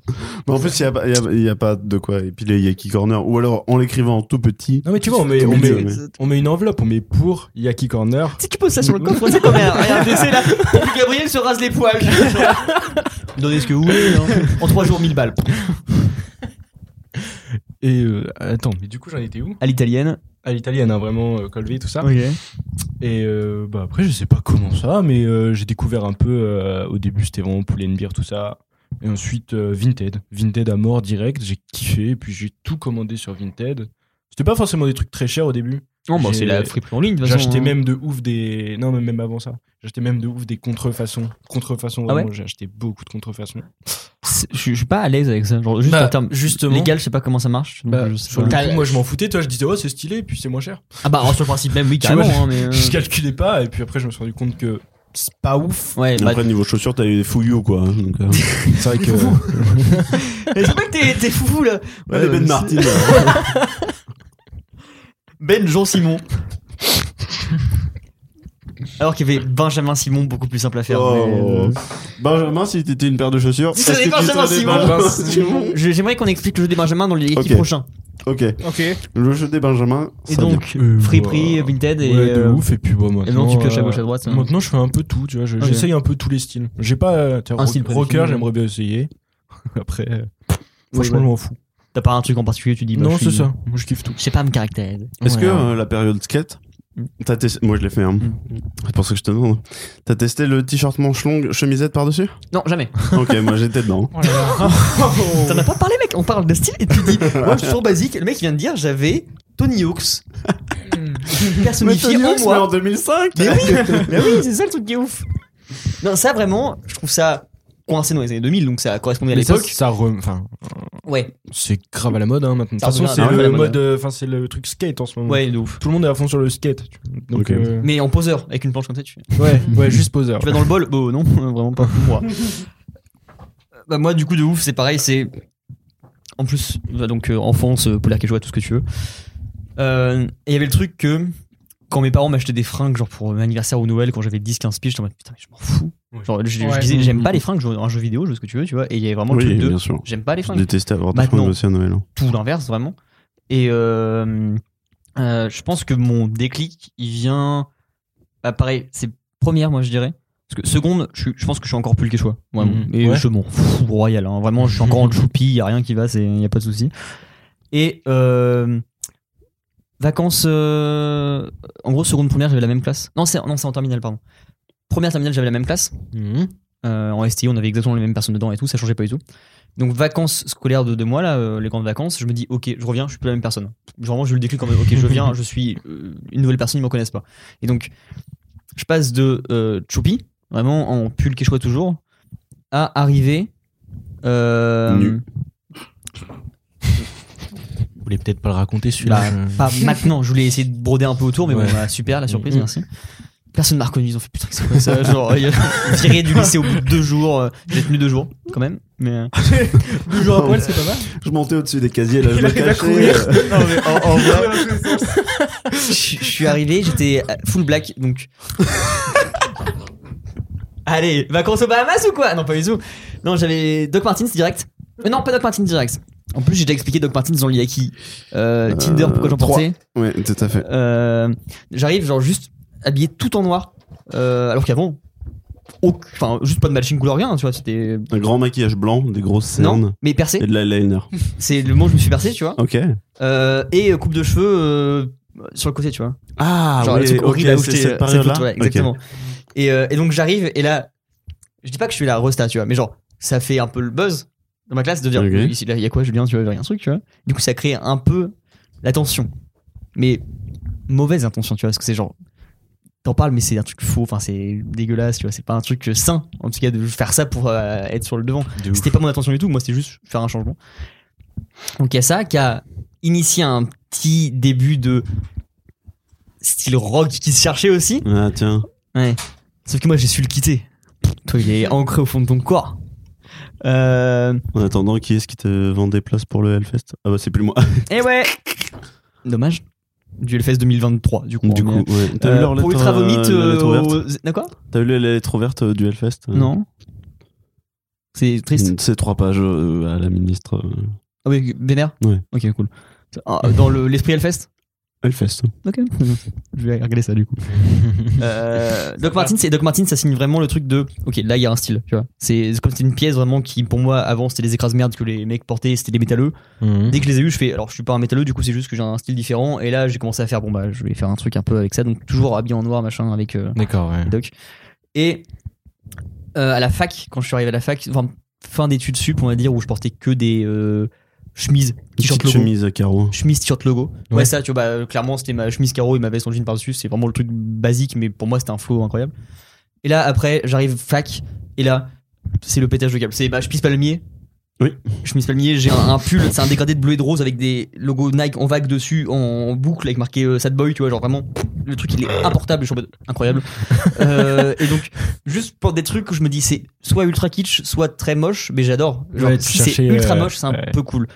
Speaker 4: Mais en plus, il n'y a, pas- il y a- il y a pas de quoi épiler Yaki Corner. Ou alors en l'écrivant en tout petit.
Speaker 2: Non mais tu vois, on met,
Speaker 4: Comme
Speaker 2: on
Speaker 4: il dit,
Speaker 2: met-
Speaker 4: mais-
Speaker 2: on met une enveloppe, on met pour Yaki Corner.
Speaker 1: Tu sais, qui pose ça sur le coffre, c'est comme un, un décès là. Gabriel se rase les poils. Donnez ce que vous voulez. hein. En 3 jours, 1000 balles.
Speaker 2: Et euh, attends, mais du coup j'en étais où
Speaker 1: À l'italienne.
Speaker 2: À l'italienne, hein, vraiment, euh, Colby, tout ça. Et euh, bah après, je sais pas comment ça, mais euh, j'ai découvert un peu, euh, au début c'était vraiment poulet and beer, tout ça. Et ensuite, euh, Vinted. Vinted à mort direct, j'ai kiffé, puis j'ai tout commandé sur Vinted. C'était pas forcément des trucs très chers au début.
Speaker 1: Non, bah
Speaker 2: J'ai-
Speaker 1: c'est la fripe en ligne. de toute façon,
Speaker 2: J'achetais
Speaker 1: hein.
Speaker 2: même de ouf des. Non, mais même avant ça. J'achetais même de ouf des contrefaçons. Contrefaçons,
Speaker 1: Ah
Speaker 2: vraiment,
Speaker 1: ouais
Speaker 2: j'ai acheté beaucoup de contrefaçons.
Speaker 1: hein. C'est- Je je suis pas à l'aise avec ça. Genre, juste
Speaker 2: Bah,
Speaker 1: en termes
Speaker 2: justement. Bah,
Speaker 1: légal, je sais pas comment ça marche. donc je sais
Speaker 2: sur le
Speaker 1: pas.
Speaker 2: coup, moi je m'en foutais, toi je disais, oh c'est stylé, puis c'est moins cher.
Speaker 1: Ah bah, sur le principe même, oui,
Speaker 2: Tu vois,
Speaker 1: carrément. hein, mais, euh,
Speaker 2: Je calculais pas, et puis après, je me suis rendu compte que c'est pas ouf.
Speaker 1: Ouais, bah,
Speaker 4: Après, niveau chaussures, t'as eu des fouillots, quoi. hein, donc, euh, c'est vrai que.
Speaker 1: Mais c'est pas que t'es- t'es foufou là.
Speaker 4: Ouais, les
Speaker 1: bah,
Speaker 4: Ben Martin.
Speaker 1: Ben Jean Simon. Alors qu'il y avait Benjamin Simon, beaucoup plus simple à faire. euh,
Speaker 4: Oh. Benjamin, si t'étais une paire de chaussures.
Speaker 1: Si ça
Speaker 4: est-ce que
Speaker 1: dépend,
Speaker 4: tu
Speaker 1: Benjamin
Speaker 4: serais
Speaker 1: Simon.
Speaker 4: Benjamin
Speaker 1: mais, euh,
Speaker 4: Simon
Speaker 1: je- J'aimerais qu'on explique le jeu des Benjamins dans les équipes
Speaker 4: Ok.
Speaker 1: prochains.
Speaker 4: Ok.
Speaker 3: ok.
Speaker 4: Le jeu des Benjamins.
Speaker 1: Et
Speaker 4: ça vient.
Speaker 1: donc,
Speaker 2: Euh,
Speaker 1: Friperie,
Speaker 2: bah,
Speaker 1: Vinted et.
Speaker 2: Ouais, de
Speaker 1: euh,
Speaker 2: ouf, et puis bon, maintenant.
Speaker 1: et non, tu pioches à
Speaker 2: euh,
Speaker 1: gauche, à droite. hein.
Speaker 2: Maintenant, je fais un peu tout, tu vois, je-
Speaker 1: Ok.
Speaker 2: Ah, j'essaye un peu tous les styles. J'ai pas. euh, tu vois,
Speaker 1: Un
Speaker 2: rock-
Speaker 1: style prédéfini,
Speaker 2: rocker,
Speaker 1: ouais.
Speaker 2: j'aimerais bien essayer. Après, euh, franchement, je m'en fous.
Speaker 1: T'as pas un truc en particulier, tu dis. bah,
Speaker 2: non,
Speaker 1: je suis-
Speaker 2: c'est ça. Moi, je kiffe tout.
Speaker 1: Je sais pas me caractériser.
Speaker 4: Est-ce
Speaker 2: Ouais,
Speaker 4: que
Speaker 2: ouais.
Speaker 4: euh, la période skate, t'as testé... moi je l'ai fait, hein. c'est pour ça que je te demande. T'as testé le t-shirt manche longue, chemisette par-dessus
Speaker 1: Non, jamais.
Speaker 4: Ok, moi j'étais dedans.
Speaker 3: Oh.
Speaker 1: T'en as pas parlé, mec. On parle de style et tu dis. Moi, je suis toujours basique. Le mec, il vient de dire j'avais Tony Hawks. Personnifié en moi.
Speaker 4: 2005
Speaker 1: Mais oui, mais oui, c'est ça le truc qui est ouf. Non, ça vraiment, je trouve ça coincé dans les années 2000, donc ça correspondait à
Speaker 2: Mais ça,
Speaker 1: l'époque.
Speaker 2: ça re- enfin,
Speaker 1: Ouais,
Speaker 2: c'est grave à la mode hein, maintenant. De
Speaker 1: Ça
Speaker 2: toute façon,
Speaker 1: revient
Speaker 2: c'est
Speaker 1: à la
Speaker 2: le
Speaker 1: mode.
Speaker 2: mode, euh, enfin, c'est le truc skate en ce moment.
Speaker 1: ouais, de ouf.
Speaker 2: Tout le monde est à fond sur le skate. tu vois. Donc,
Speaker 4: Ok.
Speaker 2: euh,
Speaker 1: Mais en poseur, avec une planche comme ça, tu,
Speaker 2: ouais, ouais, juste poseur.
Speaker 1: tu vas dans le bol. Bon, non, vraiment pas pour moi. bah moi, du coup, de ouf, c'est pareil, c'est en plus bah, donc euh, enfance, euh, polaire quechua, tout ce que tu veux. Euh, et il y avait le truc que quand mes parents m'achetaient des fringues, genre pour mon anniversaire ou Noël, quand j'avais 10-15 piges, j'étais en mode putain, mais je m'en fous. Genre, je, je
Speaker 3: Ouais.
Speaker 1: disais, j'aime pas les fringues, je joue à un jeu vidéo, je veux ce que tu veux, tu vois. Et il y avait vraiment le
Speaker 4: Oui,
Speaker 1: truc de
Speaker 4: bien sûr.
Speaker 1: j'aime pas les
Speaker 4: Je
Speaker 1: fringues.
Speaker 4: détestais avoir des
Speaker 1: Maintenant.
Speaker 4: fringues aussi à Noël. hein.
Speaker 1: tout l'inverse vraiment. Et euh, euh, je pense que mon déclic, il vient. Bah, pareil, c'est première, moi je dirais. Parce que seconde, je, suis- je pense que je suis encore plus le quechua. Vraiment.
Speaker 2: Mhm.
Speaker 1: Et
Speaker 2: Ouais.
Speaker 1: je m'en fous royal. hein. Vraiment, je suis encore en choupi, il n'y a rien qui va, il n'y a pas de souci. Et euh, vacances. euh, en gros, seconde, première, j'avais la même classe. Non, c'est non, c'est en terminale, pardon. Première terminale, j'avais la même classe.
Speaker 2: Mhm.
Speaker 1: Euh, en STI, on avait exactement les mêmes personnes dedans et tout, ça changeait pas du tout. Donc vacances scolaires de deux mois là, euh, les grandes vacances, je me dis ok, je reviens, je suis plus la même personne. Genre, Vraiment, je le déclus comme ok, je viens, je suis euh, une nouvelle personne, ils me connaissent pas. Et donc, je passe de euh, choupi, vraiment en pull quechua toujours, à arriver. Euh,
Speaker 4: Nu.
Speaker 2: Vous voulez peut-être pas le raconter Euh,
Speaker 1: Bah, pas maintenant, je voulais essayer de broder un peu autour, mais
Speaker 2: Ouais.
Speaker 1: bon, bah, super la surprise,
Speaker 2: Mhm.
Speaker 1: merci. Personne m'a reconnu, ils ont fait putain, c'est quoi ça Genre, euh, viré du lycée au bout de deux jours, euh, j'ai tenu deux jours quand même, mais. euh,
Speaker 3: Deux jours à poil, c'est pas mal.
Speaker 4: Je montais au-dessus des casiers, là je
Speaker 3: Il
Speaker 4: me
Speaker 3: arrive à
Speaker 4: cachais.
Speaker 3: courir.
Speaker 4: euh,
Speaker 1: Non, mais en- en vrai, je je suis arrivé, j'étais euh, full black, donc. Allez, vacances aux Bahamas ou quoi Non, pas du tout. Non, j'avais Doc Martins direct. Euh, non, pas Doc Martins direct. En plus, j'ai déjà expliqué Doc Martins dans le Yaki. Euh, Tinder, pourquoi j'en
Speaker 4: trois.
Speaker 1: portais
Speaker 4: Ouais, tout à fait.
Speaker 1: Euh, J'arrive, genre, juste habillé tout en noir. Euh, alors qu'avant, aucun- enfin, juste pas de matching couleur, rien, tu vois, c'était.
Speaker 4: Un grand maquillage blanc, des grosses cernes
Speaker 1: Non, mais percé.
Speaker 4: et de l'eyeliner.
Speaker 1: C'est le moment où je me suis percé, tu vois.
Speaker 4: Ok.
Speaker 1: Euh, et euh, coupe de cheveux euh, sur le côté, tu vois.
Speaker 4: Ah,
Speaker 1: genre
Speaker 4: ouais,
Speaker 1: le truc
Speaker 4: ok,
Speaker 1: horrible à où
Speaker 4: c'est
Speaker 1: j'étais,
Speaker 4: cette
Speaker 1: euh,
Speaker 4: période-là.
Speaker 1: photo, ouais,
Speaker 4: Ok.
Speaker 1: exactement. Et, euh, et donc j'arrive et là, je dis pas que je suis la resta, tu vois, mais genre ça fait un peu le buzz dans ma classe de dire
Speaker 4: Ok.
Speaker 1: ici là il y a quoi Julien, tu vois, il y a un truc, tu vois. Du coup ça crée un peu la tension, mais mauvaise intention, tu vois, parce que c'est genre t'en parles mais c'est un truc faux, enfin c'est dégueulasse, tu vois, c'est pas un truc euh, sain en tout cas de faire ça pour euh, être sur le devant. C'était pas mon intention du tout, moi c'était juste faire un changement. Donc il y a ça qui a initié un petit début de style rock qui se cherchait aussi.
Speaker 4: Ah, tiens.
Speaker 1: Sauf que moi j'ai su le quitter. Toi il est ancré au fond de ton corps. Euh...
Speaker 4: En attendant, qui est-ce qui te vend des places pour le Hellfest Ah, bah c'est plus moi.
Speaker 1: Et ouais Dommage. Du LFS 2023, du coup.
Speaker 4: Du
Speaker 1: Mais,
Speaker 4: coup, ouais. T'as
Speaker 1: euh,
Speaker 4: vu leur
Speaker 1: pour
Speaker 4: lettre,
Speaker 1: Ultra Vomit,
Speaker 4: euh, la
Speaker 1: euh,
Speaker 4: lettre
Speaker 1: au-
Speaker 4: ouverte
Speaker 1: d'accord
Speaker 4: T'as vu la lettre ouverte euh, du Hellfest euh, hmm,
Speaker 1: Non. C'est triste.
Speaker 4: C'est trois pages euh, à la ministre. euh,
Speaker 1: Ah oui, vénère
Speaker 4: Ouais.
Speaker 1: Ok, cool. Ah, Dans le- l'esprit Hellfest
Speaker 4: Hellfest.
Speaker 1: Ok. Je vais regarder ça du coup. Euh, Doc Martins, et Doc Martins, ça signe vraiment le truc de. Ok, là il y a un style, tu vois. C'est c'est comme c'est une pièce vraiment qui, pour moi, avant c'était des écrases merdes que les mecs portaient, c'était des métalleux.
Speaker 6: Mhm.
Speaker 1: Dès que je les ai eus, je fais. Alors je suis pas un métalleux, du coup c'est juste que j'ai un style différent. Et là j'ai commencé à faire, bon bah je vais faire un truc un peu avec ça, donc toujours habillé en noir, machin, avec. euh,
Speaker 6: D'accord, ouais.
Speaker 1: les docs. Et euh, à la fac, quand je suis arrivé à la fac, enfin, fin d'études sup, on va dire, où je portais que des euh, chemises, t-shirt
Speaker 4: Petite
Speaker 1: logo.
Speaker 4: chemise à carreaux.
Speaker 1: Chemise, t-shirt logo. Ouais.
Speaker 4: Ouais.
Speaker 1: ça, tu vois, bah, euh, clairement, c'était ma chemise carreau et ma veste en jean par-dessus. C'est vraiment le truc basique, mais pour moi, c'était un flow incroyable. Et là, après, j'arrive fac, et là, c'est le pétage de câble. C'est ma chemise palmier.
Speaker 4: Oui.
Speaker 1: Chemise palmier, j'ai un, un pull, c'est un dégradé de bleu et de rose avec des logos Nike en vague dessus, en, boucle, avec marqué euh, Sad Boy, tu vois, genre vraiment, le truc, il est importable, je suis en mode, incroyable. Euh, et donc, juste pour des trucs où je me dis, c'est soit ultra kitsch, soit très moche, mais j'adore. Genre,
Speaker 11: Ouais, tu
Speaker 1: si c'est
Speaker 11: cherchais,
Speaker 1: ultra
Speaker 11: euh,
Speaker 1: moche, c'est un
Speaker 11: ouais.
Speaker 1: peu cool.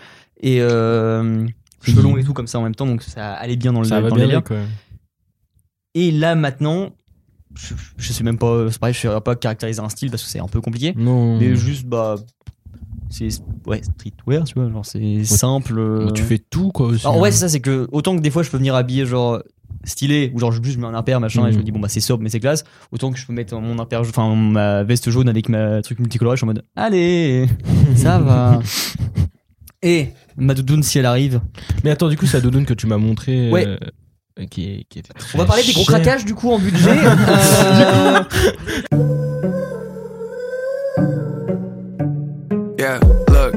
Speaker 1: Et euh, cheveux longs et tout comme ça en même temps, donc ça allait bien dans le,
Speaker 11: Ça va
Speaker 1: dans
Speaker 11: bien
Speaker 1: le délire.
Speaker 11: avec, ouais.
Speaker 1: Et là maintenant, je, je sais même pas, euh, c'est pareil, je ne pas caractériser un style parce que c'est un peu compliqué.
Speaker 11: Non.
Speaker 1: Mais juste, bah, c'est ouais, streetwear, tu vois, genre c'est simple. euh.
Speaker 11: Bah, Tu fais tout, quoi. Aussi,
Speaker 1: Alors ouais,
Speaker 11: hein.
Speaker 1: c'est ça, c'est que autant que des fois je peux venir habiller genre stylé ou genre je- juste je mets un impair machin et je me
Speaker 11: Mhm.
Speaker 1: dis bon bah c'est sobre mais c'est classe autant que je peux mettre mon impair enfin ma veste jaune avec ma truc multicoloré je suis en mode allez ça va et ma doudoune si elle arrive
Speaker 11: Mais attends, du coup, ça doudoune que tu m'as montré.
Speaker 1: Ouais.
Speaker 11: euh, qui, est- qui était très
Speaker 1: On va parler des gros
Speaker 11: chère.
Speaker 1: craquages du coup en budget. Euh,
Speaker 13: Yeah, look,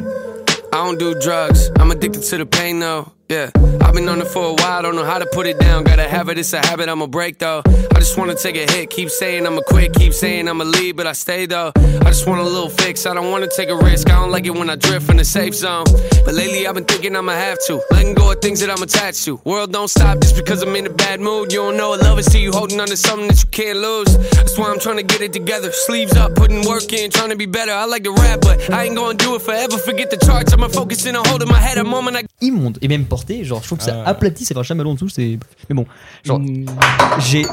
Speaker 13: I don't do drugs. I'm addicted to the pain though. Yeah, I've been on it for a while. Don't know how to put it down. Gotta have it. It's a habit. I'ma break though. I just wanna take a hit. Keep saying I'ma quit. Keep saying I'ma leave, but I stay though. I just want a little fix. I don't wanna take a risk. I don't like it when I drift in the safe zone. But lately I've been thinking I'ma have to. Letting go of things that I'm attached to. World don't stop just because I'm in a bad mood. You don't know what love is till you holding on to something that you can't lose. That's why I'm trying to get it together. Sleeves up, putting work in, trying to be better. I like to rap, but I ain't gonna do it forever. Forget the charts. I'ma focus in a hold in my head a moment I
Speaker 1: immonde et même porté genre je trouve que ça aplatit ça fait un chamallow en dessous c'est mais bon genre
Speaker 3: Mm.
Speaker 1: j'ai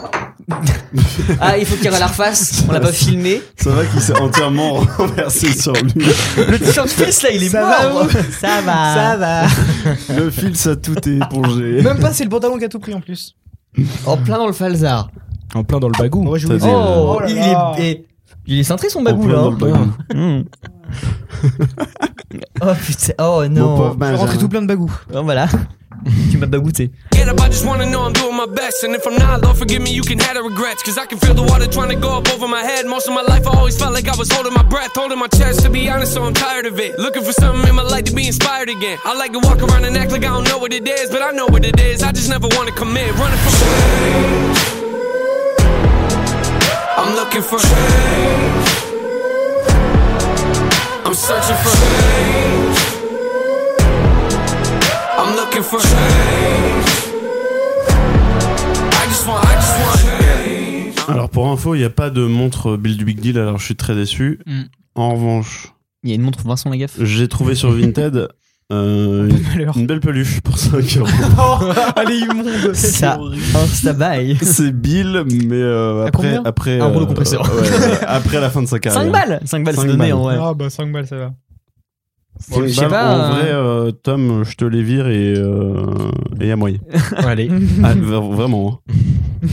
Speaker 1: ah il faut qu'il y ait à la reface on l'a pas filmé
Speaker 4: Ça va qu'il s'est entièrement renversé sur lui.
Speaker 1: le t-shirt fils là il est
Speaker 3: Ça
Speaker 1: mort
Speaker 3: va,
Speaker 1: ça
Speaker 3: Ça va.
Speaker 4: Le fil, ça tout est épongé.
Speaker 3: Même pas, c'est le pantalon qui a tout pris en plus.
Speaker 1: en plein dans le falzar
Speaker 11: En plein dans le bagou.
Speaker 3: Ouais, je vous
Speaker 4: T'as
Speaker 3: le dis.
Speaker 4: dit,
Speaker 1: oh,
Speaker 3: Oh là
Speaker 1: il
Speaker 3: là.
Speaker 1: est et- il est cintré son
Speaker 4: En
Speaker 1: bagou
Speaker 4: plein
Speaker 1: là
Speaker 4: dans le bagou.
Speaker 1: Mm. oh putain oh non
Speaker 4: Mon pauvre
Speaker 3: Je vais rentrer tout plein de bagou.
Speaker 1: Oh, voilà tu m'as bagouté
Speaker 13: get up. I just wanna know I'm doing my best. And if I'm not, Lord, forgive me, you can have the regrets. Cause I can feel the water trying to go up over my head. Most of my life, I always felt like I was holding my breath, holding my chest. To be honest, so I'm tired of it. Looking for something in my life to be inspired again. I like to walk around and act like I don't know what it is, but I know what it is. I just never wanna commit. Running for change. I'm looking for change. I'm searching for change. I'm looking for change. I just want, I just want.
Speaker 4: Alors pour info, il n'y a pas de montre Build du Big Deal, alors je suis très déçu.
Speaker 1: Mm.
Speaker 4: En revanche,
Speaker 1: il y a une montre Vincent Lagaffe
Speaker 4: j'ai trouvé sur Vinted euh, une, une belle peluche pour 5 euros.
Speaker 1: Oh,
Speaker 3: Allez, immonde.
Speaker 1: ça insta bail
Speaker 4: C'est Bill, mais euh,
Speaker 1: À
Speaker 4: après,
Speaker 1: combien
Speaker 4: après,
Speaker 1: Un rouleau
Speaker 4: euh,
Speaker 1: compresseur.
Speaker 4: ouais, après la fin de sa carrière.
Speaker 1: 5 balles 5 balles c'est
Speaker 4: Cinq
Speaker 1: donné
Speaker 4: balles.
Speaker 1: en vrai
Speaker 3: Ah bah 5 balles, ça va.
Speaker 4: Cinq
Speaker 1: Je sais
Speaker 4: balles,
Speaker 1: pas,
Speaker 4: bah, En
Speaker 1: euh,
Speaker 4: vrai, euh, Tom, je te les vire et, euh, et à moyen.
Speaker 11: Allez.
Speaker 4: Ah, v- vraiment. hein.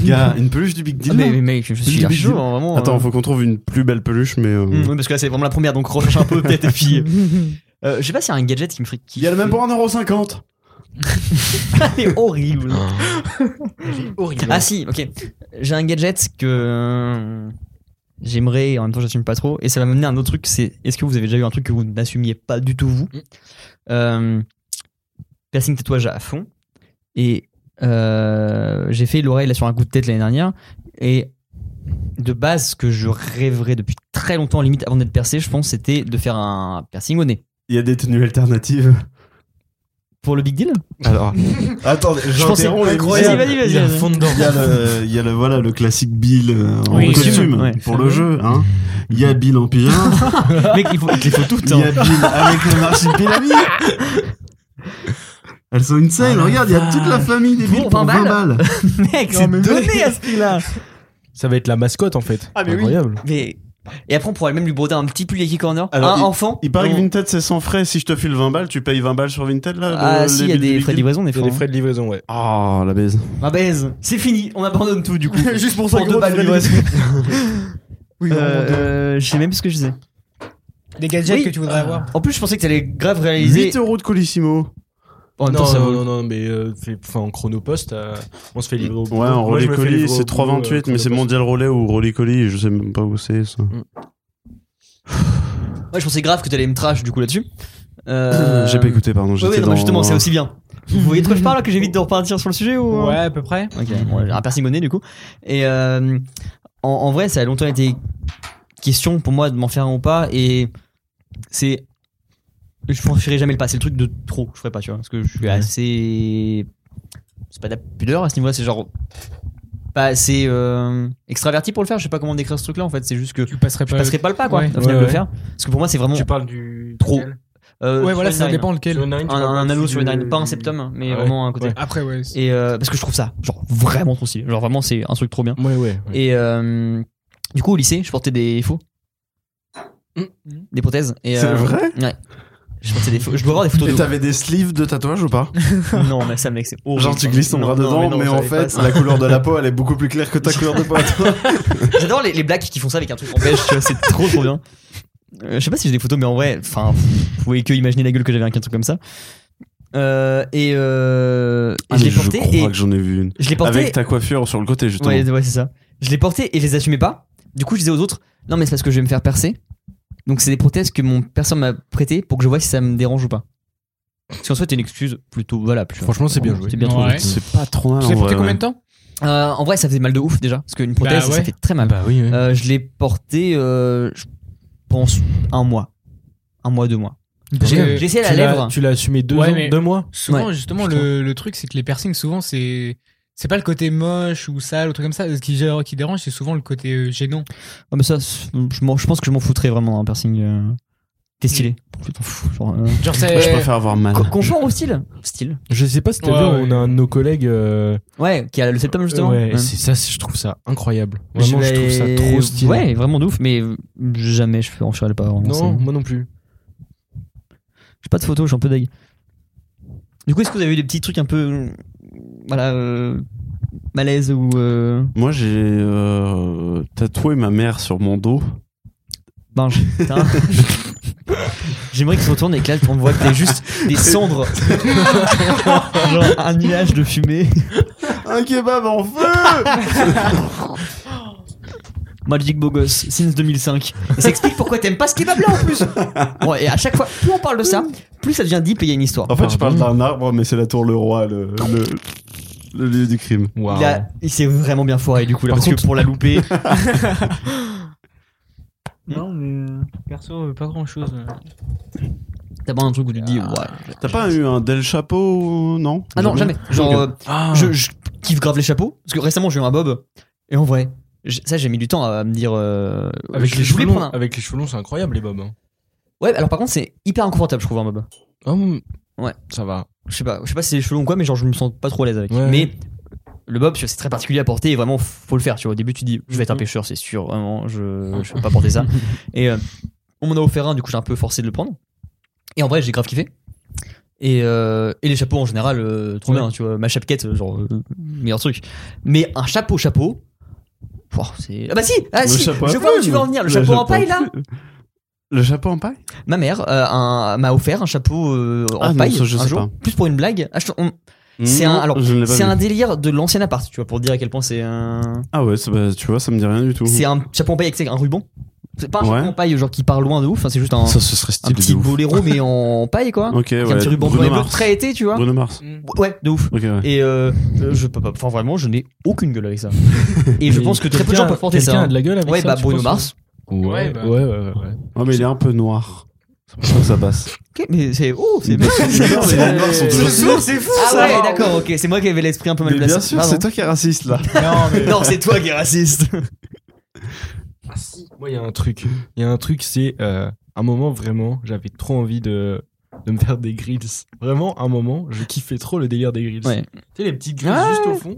Speaker 4: Gars, une peluche du Big
Speaker 1: Ah,
Speaker 4: Deal.
Speaker 1: mais, mais mec, je suis
Speaker 4: Big
Speaker 1: archi
Speaker 4: deal.
Speaker 1: chaud, hein, vraiment.
Speaker 4: Attends,
Speaker 1: hein.
Speaker 4: faut qu'on trouve une plus belle peluche, mais. euh,
Speaker 1: Mm, oui, parce que là, c'est vraiment la première, donc recherche un peu peut-être. Et puis, euh, je sais pas s'il y a un gadget qui me ferait kiffer.
Speaker 4: Il y a le même pour 1,50€.
Speaker 1: Elle est horrible. Ah si, ok. J'ai un gadget que euh, j'aimerais, et en même temps, j'assume pas trop. Et ça va m'amener à un autre truc. C'est est-ce que vous avez déjà eu un truc que vous n'assumiez pas du tout vous Euh, Piercing tatouage à fond. Et euh, j'ai fait l'oreille là sur un coup de tête l'année dernière. Et de base, ce que je rêverais depuis très longtemps, limite avant d'être percé, je pense, c'était de faire un piercing au nez.
Speaker 4: Il y a des tenues alternatives.
Speaker 1: Pour le big deal
Speaker 4: Alors, attendez, j'interromps les
Speaker 1: Vas-y, vas-y, vas-y. vas-y.
Speaker 4: Il y a le, il y a le, voilà, le classique Bill euh, en
Speaker 1: Oui,
Speaker 4: costume
Speaker 1: costume, ouais.
Speaker 4: pour le jeu. Hein. Il y a Bill en pyjama.
Speaker 1: hein. Mec, il faut, il te les faut toutes.
Speaker 4: il y a
Speaker 1: hein.
Speaker 4: Bill avec le marché pyramide.
Speaker 14: Elles sont une
Speaker 1: Ah,
Speaker 14: scène, regarde, il y a toute la famille des villes pour 20 balles.
Speaker 1: Mec, c'est donné à ce prix-là.
Speaker 11: Ça va être la mascotte en fait.
Speaker 1: Ah, mais oui.
Speaker 11: Incroyable.
Speaker 1: Mais... Et après, on pourrait même lui broder un petit pull Yaki Corner.
Speaker 4: Alors,
Speaker 1: un
Speaker 4: il-
Speaker 1: enfant.
Speaker 4: Il paraît
Speaker 1: Non.
Speaker 4: que Vinted c'est sans frais. Si je te file 20 balles, tu payes 20 balles sur Vinted là
Speaker 1: Ah,
Speaker 4: le-
Speaker 1: si,
Speaker 4: euh, les
Speaker 1: il y a
Speaker 4: billes
Speaker 1: des
Speaker 4: du
Speaker 1: frais de
Speaker 4: week-end
Speaker 1: livraison, des
Speaker 4: Il y a
Speaker 1: fois, hein.
Speaker 11: de livraison, ouais.
Speaker 4: Oh, la baise.
Speaker 1: Ma baise.
Speaker 4: ben,
Speaker 1: C'est fini, on abandonne tout du coup.
Speaker 4: Juste pour ça,
Speaker 1: deux
Speaker 4: gros,
Speaker 1: balles
Speaker 4: tu vas
Speaker 1: livraison.
Speaker 3: Oui,
Speaker 1: Euh, euh, je sais même plus ce que je disais.
Speaker 3: Des gadgets
Speaker 1: Oui.
Speaker 3: que tu voudrais avoir.
Speaker 1: En plus, je pensais que t'allais grave réaliser.
Speaker 4: 8 euros de Colissimo.
Speaker 1: En même
Speaker 11: non,
Speaker 1: temps, ça
Speaker 11: non,
Speaker 1: vaut le-
Speaker 11: non, non, mais euh, fait- enfin, en chronopost, euh, on se fait livrer au boulot.
Speaker 4: Ouais, en
Speaker 11: Moi, je
Speaker 4: relais
Speaker 11: me fais
Speaker 4: colis,
Speaker 11: livrer au
Speaker 4: c'est
Speaker 11: boulot, euh,
Speaker 4: 3,28, mais c'est
Speaker 11: chronopost.
Speaker 4: mondial relais ou relais colis, je sais même pas où c'est ça.
Speaker 1: Ouais, je pensais grave que t'allais me trash du coup là-dessus. Euh,
Speaker 4: J'ai pas écouté, pardon,
Speaker 1: Ouais,
Speaker 4: j'étais
Speaker 1: ouais, non, mais
Speaker 4: dans-
Speaker 1: justement, c'est aussi bien. Vous voyez de quoi je parle là, que j'évite de repartir sur le sujet ou euh,
Speaker 3: Ouais, à peu près.
Speaker 1: Ok, bon, un persimonné du coup. Et euh, en, en vrai, ça a longtemps été question pour moi de m'en faire un ou pas. Et c'est. Je franchirai jamais le pas. C'est le truc de trop. Je ferai pas, tu vois. Parce que je suis assez. C'est pas de la pudeur à ce niveau-là. C'est genre. Pas assez euh, extraverti pour le faire. Je sais pas comment décrire ce truc-là en fait. C'est juste que. Tu
Speaker 3: passerais
Speaker 1: Je
Speaker 3: pas-
Speaker 1: passerais pas le pas, quoi.
Speaker 3: Ouais.
Speaker 1: Au final,
Speaker 3: Ouais,
Speaker 1: de le
Speaker 3: ouais.
Speaker 1: faire. Parce que pour moi, c'est vraiment.
Speaker 11: Tu parles du.
Speaker 1: Trop. Euh,
Speaker 3: Ouais,
Speaker 1: sur
Speaker 3: voilà,
Speaker 1: les
Speaker 3: ça
Speaker 1: narines.
Speaker 3: dépend lequel. Sur les narines,
Speaker 1: Un,
Speaker 3: tu parles
Speaker 1: un
Speaker 3: pas
Speaker 1: anneau
Speaker 3: du-
Speaker 1: sur les narines, pas un septum, mais
Speaker 3: Ah ouais.
Speaker 1: vraiment un côté.
Speaker 3: Ouais. Après, ouais, c'est-
Speaker 1: Et euh, parce que je trouve ça, genre vraiment trop stylé. Genre vraiment, c'est un truc trop bien.
Speaker 11: Ouais, ouais.
Speaker 1: Et euh, du coup, au lycée, je portais des faux, des prothèses. et,
Speaker 4: C'est
Speaker 1: euh,
Speaker 4: vrai
Speaker 1: Ouais. Je portais des faux. Je dois avoir des photos.
Speaker 4: Et
Speaker 1: de
Speaker 4: t'avais des sleeves de tatouage ou pas
Speaker 1: Non, mais ça, mec, c'est horrible.
Speaker 4: Genre tu glisses ton
Speaker 1: Oh, Non,
Speaker 4: bras
Speaker 1: non,
Speaker 4: dedans, mais,
Speaker 1: non,
Speaker 4: en
Speaker 1: j'avais pas
Speaker 4: fait
Speaker 1: ça.
Speaker 4: la couleur de la peau elle est beaucoup plus claire que ta couleur de peau.
Speaker 1: J'adore les, les blacks qui font ça avec un truc en beige, tu vois, c'est trop trop bien. Euh, je sais pas si j'ai des photos, mais en vrai, enfin, vous pouvez que imaginer la gueule que j'avais avec un truc comme ça. Euh, et euh, et je l'ai porté.
Speaker 4: Ah, crois
Speaker 1: et
Speaker 4: que j'en ai vu une.
Speaker 1: Je l'ai porté.
Speaker 4: Avec ta coiffure sur le côté justement.
Speaker 1: Ouais, ouais, c'est ça. Je les portais et je les assumais pas. Du coup, je disais aux autres, non, mais c'est parce que je vais me faire percer. Donc, c'est des prothèses que mon personne m'a prêté pour que je vois si ça me dérange ou pas. Parce qu'en soit, c'est une excuse plutôt valable. tu vois.
Speaker 11: Franchement, c'est bien joué.
Speaker 1: C'est bien trouvé.
Speaker 11: Ouais.
Speaker 4: C'est pas trop mal.
Speaker 1: Tu
Speaker 4: en
Speaker 1: l'as porté combien
Speaker 4: vrai, ouais.
Speaker 1: de temps Euh, en vrai, ça faisait mal de ouf déjà, parce qu'une prothèse,
Speaker 11: Bah ouais.
Speaker 1: ça fait très mal.
Speaker 11: Bah oui, oui.
Speaker 1: Euh, je l'ai porté, euh, je pense, un mois. Un mois, deux mois. J'ai j'ai essayé la
Speaker 11: Tu l'as-
Speaker 1: lèvre.
Speaker 11: Tu l'as assumé deux,
Speaker 1: Ouais,
Speaker 11: ans,
Speaker 1: mais-
Speaker 11: deux mois
Speaker 1: Souvent,
Speaker 11: Ouais.
Speaker 7: Justement,
Speaker 1: Putain.
Speaker 7: le, le truc, c'est que les piercings, souvent, c'est. C'est pas le côté moche ou sale ou truc comme ça. Ce qui, gère- qui dérange, c'est souvent le côté euh, gênant.
Speaker 1: Ah, mais ça, c'est- je, m'en- je pense que je m'en foutrais vraiment un piercing. euh, T'es stylé.
Speaker 11: Mmh.
Speaker 1: Je t'en fous. Genre, euh,
Speaker 7: Genre, c'est- Moi, je préfère
Speaker 4: avoir mal.
Speaker 1: Co- Confort au style Style.
Speaker 11: Je sais pas si t'as vu,
Speaker 1: Ouais, ouais.
Speaker 11: on a un de nos collègues. euh,
Speaker 1: Ouais, qui a le septum justement.
Speaker 11: Ouais,
Speaker 1: Ouais.
Speaker 11: c'est ça, c'est- je trouve ça incroyable. Vraiment, je trouve ça
Speaker 1: l'ai-
Speaker 11: trop stylé.
Speaker 1: Ouais, vraiment de ouf, mais jamais je fais en ferai pas. vraiment,
Speaker 11: Non,
Speaker 1: hein, c'est-
Speaker 11: moi non plus.
Speaker 1: J'ai pas de photo, je suis un peu deg. Du coup, est-ce que vous avez eu des petits trucs un peu. euh, Voilà. euh, malaise ou. euh,
Speaker 4: Moi j'ai euh, tatoué ma mère sur mon dos.
Speaker 1: Ben, je- putain. J'aimerais qu'ils se retournent et que là, on voit que t'es juste des cendres. Genre un nuage de fumée.
Speaker 4: Un kebab en feu
Speaker 1: Magic Bogos, since 2005. Et ça explique pourquoi t'aimes pas ce kebab là en plus. Bon, et à chaque fois, plus on parle de ça, plus ça devient deep et il y a une histoire.
Speaker 4: En fait, je parle d'un arbre, mais c'est la tour Leroy, le, le, le lieu du crime.
Speaker 1: Il,
Speaker 11: Ah.
Speaker 1: a- il s'est vraiment bien foiré du coup là, parce que pour la louper.
Speaker 7: Non, mais perso, euh, pas euh. Ah. grand chose.
Speaker 1: T'as pas un truc où tu te dis, ouais.
Speaker 4: T'as pas eu un Del Chapeau, ou- non
Speaker 1: Ah non, jamais. Genre, euh,
Speaker 11: ah.
Speaker 1: je, je kiffe grave les chapeaux. Parce que récemment, j'ai eu un bob. Et en vrai, j- ça, j'ai mis du temps à me dire. euh,
Speaker 11: Avec
Speaker 1: je-
Speaker 11: les
Speaker 1: je voulais
Speaker 11: cheveux longs,
Speaker 1: prendre un-
Speaker 11: avec les cheveux longs, c'est incroyable les bobs. hein.
Speaker 1: Ouais, alors par contre, c'est hyper inconfortable, je trouve, un bob. ouais.
Speaker 11: Oh, Ça va.
Speaker 1: Je sais pas, je sais pas si c'est les cheveux longs ou quoi, mais genre, je me sens pas trop à l'aise avec.
Speaker 11: Ouais.
Speaker 1: Mais le bob, tu vois, c'est très particulier à porter et vraiment, faut le faire. Tu vois, au début, tu dis, je vais être un
Speaker 4: Mhm.
Speaker 1: pêcheur, c'est sûr, vraiment, je, je peux pas porter ça. Et euh, on m'en a offert un, du coup, j'ai un peu forcé de le prendre. Et en vrai, j'ai grave kiffé. Et, euh, et les chapeaux en général, euh, trop bien, tu vois. Ma chapquette, euh, genre, euh, meilleur truc. Mais un chapeau, chapeau. pouah, c'est... Ah bah si, ah
Speaker 4: Le
Speaker 1: si
Speaker 4: chapeau à
Speaker 1: je vois où tu
Speaker 4: plume.
Speaker 1: veux en venir, le,
Speaker 4: Le
Speaker 1: chapeau, en
Speaker 4: chapeau à
Speaker 1: paille là
Speaker 4: plume. Le chapeau en paille
Speaker 1: Ma mère euh, un- m'a offert un chapeau euh, en
Speaker 4: Ah non,
Speaker 1: paille
Speaker 4: ça, je
Speaker 1: un
Speaker 4: sais
Speaker 1: jour,
Speaker 4: pas.
Speaker 1: plus pour une blague. Ah, je- on- c'est
Speaker 4: Hmm. Non,
Speaker 1: un, alors,
Speaker 4: je ne l'ai pas
Speaker 1: c'est
Speaker 4: vu.
Speaker 1: un délire de l'ancien appart, tu vois, pour dire à quel point c'est un.
Speaker 4: Ah ouais, c'est- bah, tu vois, ça me dit rien du tout.
Speaker 1: C'est un chapeau en paille avec c'est un ruban. C'est pas un
Speaker 4: Ouais.
Speaker 1: chapeau en paille genre qui part loin de ouf, hein, c'est juste un,
Speaker 4: Ça, ce serait
Speaker 1: un
Speaker 4: stylé
Speaker 1: petit
Speaker 4: de ouf.
Speaker 1: boléro mais en paille quoi.
Speaker 4: Ok,
Speaker 1: Avec
Speaker 4: ouais,
Speaker 1: un petit ruban
Speaker 4: Bruno
Speaker 1: blanc et bleu,
Speaker 4: Mars.
Speaker 1: très été, tu vois.
Speaker 4: Bruno Mars.
Speaker 1: Ouais, de ouf.
Speaker 4: Ok, ouais.
Speaker 1: Et euh, euh, je peux pas. Enfin, vraiment, je n'ai aucune gueule avec ça. et je
Speaker 11: Mais
Speaker 1: pense que très peu de
Speaker 11: quelqu'un-
Speaker 1: gens peuvent porter ça.
Speaker 11: quelqu'un
Speaker 1: hein.
Speaker 11: a de la gueule avec
Speaker 1: Ouais,
Speaker 11: ça,
Speaker 1: bah
Speaker 11: tu
Speaker 1: Bruno
Speaker 11: penses
Speaker 1: Mars.
Speaker 11: Ouais,
Speaker 1: Ouais,
Speaker 11: ouais,
Speaker 1: bah.
Speaker 11: ouais, ouais, ouais.
Speaker 4: Ouais, mais il est un peu noir. C'est pour ça que ça passe.
Speaker 1: Ok, mais c'est. Oh, c'est.
Speaker 4: Mais c'est-
Speaker 1: c'est-
Speaker 4: c'est- les noirs sont
Speaker 1: c'est-
Speaker 4: toujours-
Speaker 1: c'est-
Speaker 4: c'est fou,
Speaker 1: Ah
Speaker 4: ça.
Speaker 1: ouais, d'accord, ok. C'est moi qui avais l'esprit un peu mal
Speaker 4: Mais
Speaker 1: placé.
Speaker 4: bien sûr,
Speaker 1: Pardon.
Speaker 4: c'est toi qui es raciste là.
Speaker 1: Non, mais- Non, c'est toi qui es raciste.
Speaker 11: Moi, il y a un truc. Il y a un truc, c'est euh, un moment vraiment, j'avais trop envie de de me faire des grills. Vraiment, un moment, je kiffais trop le délire des grills.
Speaker 1: Ouais.
Speaker 11: Tu sais, les petites grilles
Speaker 1: Ouais.
Speaker 11: juste au fond.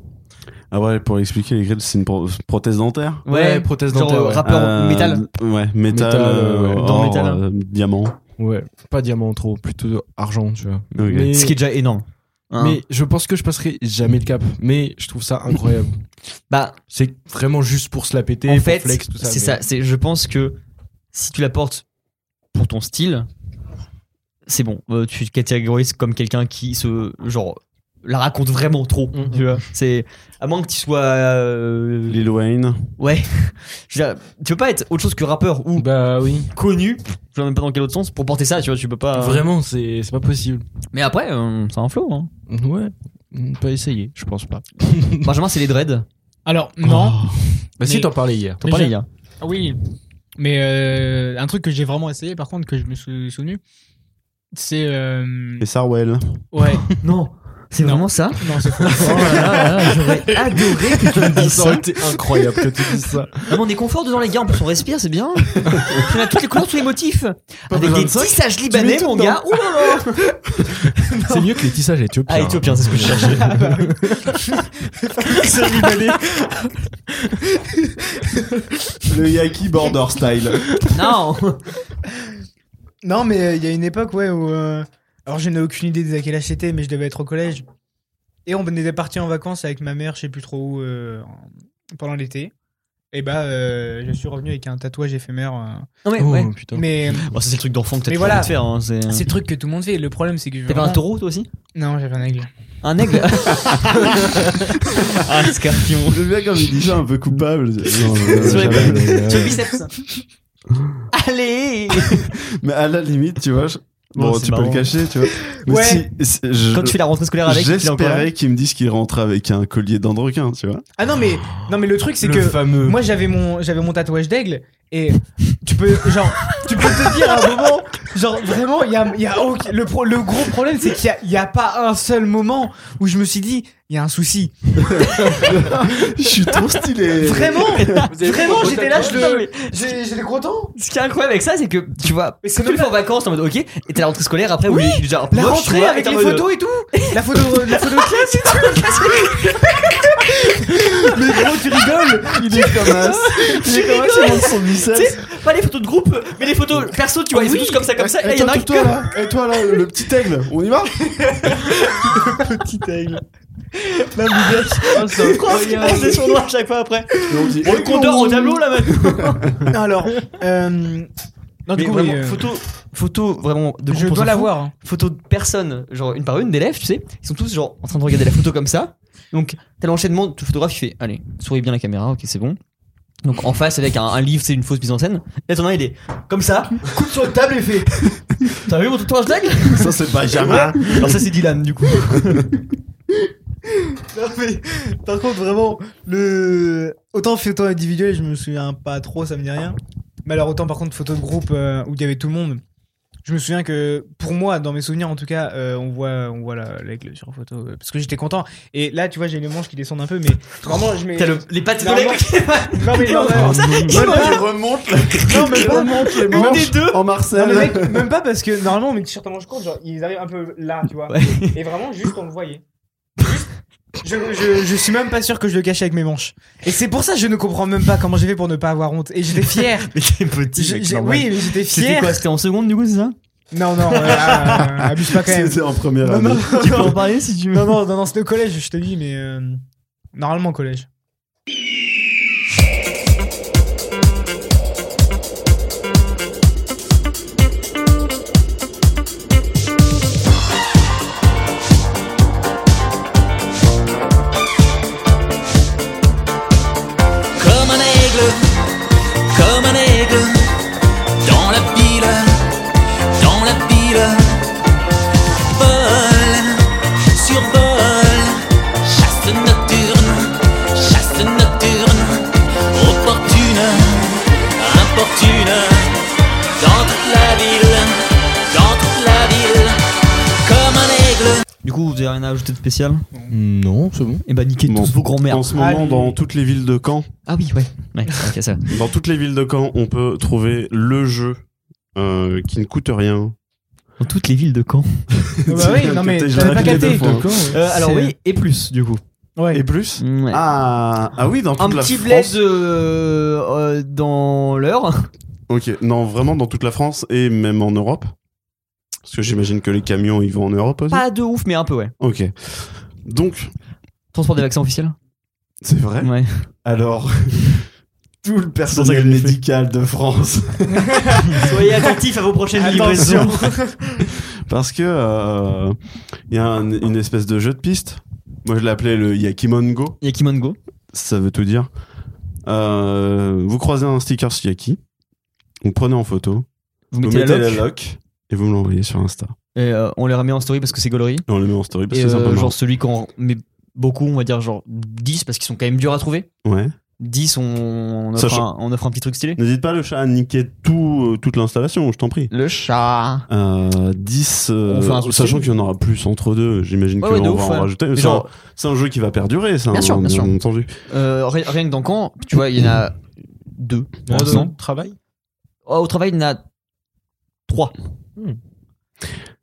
Speaker 4: Ah ouais, pour expliquer, les grilles, c'est une pro- prothèse dentaire Euh,
Speaker 1: Ouais, Ouais, prothèse genre, dentaire, ouais. rappeur métal.
Speaker 4: Ouais, métal,
Speaker 11: Métal,
Speaker 4: euh,
Speaker 11: ouais,
Speaker 4: or,
Speaker 11: dans métal.
Speaker 4: euh, diamant.
Speaker 11: Ouais, pas diamant trop, plutôt argent, tu vois.
Speaker 4: Ok. Ce qui est
Speaker 1: déjà énorme. Hein.
Speaker 11: Mais je pense que je passerai jamais le cap, mais je trouve ça incroyable.
Speaker 1: bah,
Speaker 11: c'est vraiment juste pour se la péter,
Speaker 1: en
Speaker 11: pour
Speaker 1: fait,
Speaker 11: flex, tout ça.
Speaker 1: C'est
Speaker 11: mais-
Speaker 1: ça. C'est, je pense que si tu la portes pour ton style, c'est bon. Euh, tu te catégorises comme quelqu'un qui se genre la raconte vraiment trop. Tu vois. C'est à moins que tu sois euh,
Speaker 4: Lil Wayne.
Speaker 1: Ouais. Je veux dire, tu peux pas être autre chose que rappeur ou
Speaker 11: bah oui
Speaker 1: connu. Je sais même pas dans quel autre sens pour porter ça. Tu vois. Tu peux pas. euh.
Speaker 11: Vraiment, c'est c'est pas possible.
Speaker 1: Mais après, euh, c'est un flow. Hein.
Speaker 11: Ouais, on peut essayer, je pense pas.
Speaker 1: Benjamin, c'est les dreads.
Speaker 7: Alors, non.
Speaker 11: Bah si,
Speaker 7: Mais-
Speaker 11: t'en parlais hier.
Speaker 1: T'en parlais
Speaker 7: Déjà-
Speaker 1: hier.
Speaker 3: Oh.
Speaker 7: Ah Oui. Mais euh, un truc que j'ai vraiment essayé, par contre, que je me suis souvenu, c'est. euh,
Speaker 4: Et Sarwell.
Speaker 7: Ouais.
Speaker 1: non. C'est vraiment ça
Speaker 7: Non, c'est faux.
Speaker 1: Oh là là, j'aurais adoré que tu me
Speaker 11: Ah,
Speaker 1: dises
Speaker 7: Ça
Speaker 1: ça.
Speaker 7: aurait été incroyable que
Speaker 1: tu dises ça. on est confort dedans, les gars. En plus, on respire, c'est bien. on a toutes les couleurs, tous les motifs. Avec
Speaker 7: besoin
Speaker 1: des
Speaker 7: de ça.
Speaker 1: tissages
Speaker 7: Tu
Speaker 1: libanais,
Speaker 7: mets tout
Speaker 1: mon
Speaker 7: dedans.
Speaker 1: gars. Ouh là là
Speaker 11: C'est mieux que les tissages éthiopiens.
Speaker 1: Ah, éthiopien, c'est ce que je cherchais.
Speaker 11: Ah, bah oui.
Speaker 1: Tissage libanais.
Speaker 4: Le Yaki Border Style.
Speaker 1: Non
Speaker 3: Non, mais euh, il y a une époque, ouais, où. euh, Alors, je n'ai aucune idée de à quel âge c'était, mais je devais être au collège. Et on était parti en vacances avec ma mère, je sais plus trop où, euh, en- pendant l'été. Et bah, euh, je suis revenu avec un tatouage éphémère. euh.
Speaker 11: Oh,
Speaker 1: Non, mais, ouais.
Speaker 3: Mais.
Speaker 1: Bon, Oh, ça, c'est le truc d'enfant que t'as
Speaker 3: Mais
Speaker 1: toujours
Speaker 3: voilà.
Speaker 1: envie de faire. hein, c'est-
Speaker 7: C'est le truc que tout le monde fait. Le problème, c'est que.
Speaker 1: T'avais
Speaker 7: vraiment-
Speaker 1: un taureau, toi aussi
Speaker 7: Non, j'avais un aigle.
Speaker 1: Un aigle Ah, escarpion.
Speaker 4: Je bien comme il dit ça un peu coupable. Non,
Speaker 1: Sur les
Speaker 4: j'avais-
Speaker 1: boules.
Speaker 4: j'avais-
Speaker 1: Sur le biceps. Allez
Speaker 4: Mais à la limite, tu vois, je-
Speaker 1: Bon,
Speaker 4: bon,
Speaker 1: c'est
Speaker 4: tu peux
Speaker 1: marrant.
Speaker 4: le cacher, tu vois. Mais
Speaker 1: Ouais.
Speaker 4: si- si- je-
Speaker 1: Quand tu fais la rentrée scolaire avec, tu l'as encore là
Speaker 4: J'espérais qu'ils me disent qu'il rentre avec un collier d'androquin, tu vois.
Speaker 3: Ah non, mais, non, mais le truc, c'est
Speaker 4: Le
Speaker 3: que.
Speaker 4: fameux.
Speaker 3: Moi, j'avais mon, j'avais mon tatouage d'aigle. Et tu peux, genre, tu peux te dire à un moment, genre, vraiment, il y a, il y a aucun- le, pro- le gros problème, c'est qu'il y a- il y a, pas un seul moment où je me suis dit, il y a un souci.
Speaker 4: je suis trop stylé.
Speaker 3: Vraiment,
Speaker 1: avez
Speaker 3: vraiment,
Speaker 1: fait vos
Speaker 3: j'étais là, je
Speaker 1: tatouages
Speaker 3: le, j'ai, j'ai les gros temps.
Speaker 1: Ce qui est incroyable avec ça, c'est que tu vois,
Speaker 3: c'est
Speaker 1: quand tu le fais en vacances, t'es en mode ok, et t'as la rentrée scolaire après,
Speaker 3: Oui,
Speaker 1: oui, déjà un peu
Speaker 3: La
Speaker 1: moche, tu
Speaker 3: rentrée
Speaker 1: vois,
Speaker 3: avec
Speaker 1: t'es en
Speaker 3: les
Speaker 1: mode-
Speaker 3: photos et tout. La photo, la photo de classe et tout.
Speaker 1: Mais gros, tu rigoles
Speaker 4: Il est comme un- il est comme un, il montre son biceps.
Speaker 1: Tu sais, Pas les photos de groupe, mais les photos perso, tu vois, ils sont tous comme ça, comme ça. et Là, il y en a un qui
Speaker 4: Eh, toi, là, et toi là, le petit aigle, on y va
Speaker 3: Petit aigle. La bougasse.
Speaker 1: c'est incroyable. On se tournoie à chaque fois après. On
Speaker 4: eh,
Speaker 1: le compteur au tableau là maintenant.
Speaker 3: Alors, euh, non, du
Speaker 1: Mais
Speaker 3: coup,
Speaker 1: vraiment,
Speaker 3: oui, euh,
Speaker 1: photo, photo vraiment de
Speaker 3: Je
Speaker 1: groupe, on
Speaker 3: dois
Speaker 1: s'en
Speaker 3: la
Speaker 1: fout.
Speaker 3: voir, hein.
Speaker 1: Photo de personnes, genre une par une, d'élèves, tu sais. Ils sont tous genre en train de regarder la photo comme ça. Donc, t'as l'enchaînement, tout le photographe, il fait Allez, souris bien la caméra, ok, c'est bon. Donc, en face, avec un, un livre, c'est une fausse mise en scène. Là, t'en as un, il est comme ça, coude sur le table et fait T'as vu mon tatouage d'aigle
Speaker 4: Ça, c'est Benjamin.
Speaker 1: Alors, ça, c'est Dylan, du coup.
Speaker 3: Non, mais, par contre, vraiment, le. Autant photo individuelle, je me souviens pas trop, ça me dit rien. Mais alors, autant par contre, photo de groupe euh, où il y avait tout le monde. Je me souviens que, pour moi, dans mes souvenirs en tout cas, euh, on voit, on voit la- l'aigle sur photo. euh, parce que j'étais content. Et là, tu vois, j'ai les manches qui descendent un peu, mais vraiment, je mets.
Speaker 1: T'as le- les pattes de
Speaker 3: Non,
Speaker 1: l'aigle
Speaker 3: moi-
Speaker 1: qui-
Speaker 3: Non, mais non,
Speaker 11: Oh,
Speaker 1: Comme ça,
Speaker 3: mais-
Speaker 1: il
Speaker 3: non,
Speaker 1: remonte.
Speaker 3: mais-
Speaker 4: remonte
Speaker 3: Non, mais pas-
Speaker 1: Une des deux.
Speaker 4: en
Speaker 3: Non, mais
Speaker 4: Marcel.
Speaker 3: mec, même pas parce que normalement mes t-shirts en manches courtes, genre ils arrivent un peu là, tu vois. Et vraiment, juste on le voyait. Juste, Je, je, je suis même pas sûr que je le cachais avec mes manches. Et c'est pour ça que je ne comprends même pas comment j'ai fait pour ne pas avoir honte. Et j'étais fier.
Speaker 1: Mais t'es petit,
Speaker 3: Je-
Speaker 1: mec,
Speaker 3: j'ai-
Speaker 1: normal.
Speaker 3: oui, mais j'étais
Speaker 1: C'était
Speaker 3: fier.
Speaker 1: quoi C'était en seconde, du coup, c'est ça
Speaker 3: Non, non, euh, euh, abuse pas quand même.
Speaker 4: C'était en première
Speaker 1: Ah,
Speaker 3: Non,
Speaker 4: année.
Speaker 3: non,
Speaker 1: Tu peux en parler si tu veux.
Speaker 3: Non, non, non, non, c'était au collège, je te dis, mais euh, normalement au collège.
Speaker 15: Comme un aigle, comme un aigle, dans la pile, dans la pile, vol, survol, chasse nocturne, chasse nocturne, opportune, importune, dans toute la ville, dans toute la ville, comme un aigle.
Speaker 1: Du coup, vous avez rien à ajouter de spécial
Speaker 11: Non, c'est bon.
Speaker 1: Et bah, niquez tous vos grands-mères.
Speaker 4: En ce moment, dans toutes les villes de Caen,
Speaker 1: Ah oui, ouais. Ouais, ok, ça.
Speaker 4: dans toutes les villes de Caen, on peut trouver le jeu euh, qui ne coûte rien,
Speaker 1: Dans toutes les villes de Caen.
Speaker 3: Bah oui, non mais
Speaker 4: J'ai
Speaker 3: t'avais pas
Speaker 4: raconté deux
Speaker 3: capté.
Speaker 4: fois.
Speaker 1: Euh, alors
Speaker 4: C'est-
Speaker 1: oui, et plus du coup.
Speaker 4: Et plus
Speaker 1: Ouais.
Speaker 4: ah, ah oui, dans toute
Speaker 1: Un
Speaker 4: la
Speaker 1: petit
Speaker 4: France.
Speaker 1: bled euh, euh, dans l'heure.
Speaker 4: Ok, non, vraiment dans toute la France et même en Europe. Parce que j'imagine que les camions, ils vont en Europe aussi.
Speaker 1: Pas de ouf, mais un peu, ouais.
Speaker 4: Ok. Donc,
Speaker 1: Transport des vaccins officiels
Speaker 4: c'est vrai
Speaker 1: Ouais.
Speaker 4: Alors, tout le
Speaker 1: ça que
Speaker 4: personnel
Speaker 1: je l'ai fait.
Speaker 4: médical de France.
Speaker 1: Soyez attentifs à vos prochaines
Speaker 4: Attention.
Speaker 1: livraisons.
Speaker 4: Parce que euh, il y a un- une espèce de jeu de piste. Moi, je l'appelais le Yakimon Go.
Speaker 1: Yakimon Go.
Speaker 4: Ça veut tout dire. Euh, vous croisez un sticker sur Yaki, vous le prenez en photo,
Speaker 1: Vous mettez la lock.
Speaker 4: et vous me l'envoyez sur Insta.
Speaker 1: Et euh, on les remet en story parce que c'est gaulerie.
Speaker 4: Et on le met en story parce
Speaker 1: Et,
Speaker 4: que c'est un peu
Speaker 1: euh,
Speaker 4: marrant.
Speaker 1: genre celui qu'on met beaucoup, on va dire genre 10 parce qu'ils sont quand même durs à trouver.
Speaker 4: Ouais.
Speaker 1: 10, on, on offre,
Speaker 4: Sachant-
Speaker 1: un, on offre un petit truc stylé.
Speaker 4: N'hésite pas le chat à niquer tout, euh, toute l'installation, je t'en prie.
Speaker 1: Le chat.
Speaker 4: Euh, 10, euh,
Speaker 1: On fait un truc
Speaker 4: sachant
Speaker 1: stylé.
Speaker 4: qu'il y en aura plus entre deux, j'imagine
Speaker 1: Ouais,
Speaker 4: qu'on
Speaker 1: ouais, de
Speaker 4: va
Speaker 1: ouf,
Speaker 4: en
Speaker 1: ouais.
Speaker 4: rajouter.
Speaker 1: Mais
Speaker 4: C'est
Speaker 1: genre-
Speaker 4: un- c'est un, jeu qui va perdurer, ça.
Speaker 1: Bien sûr, bien sûr.
Speaker 4: entendu.
Speaker 1: Euh, ri- rien que dans Caen, tu vois, il y en a deux. pour
Speaker 11: Ah,
Speaker 1: l'instant.
Speaker 11: dans le travail
Speaker 1: Oh, au travail, il y en a trois.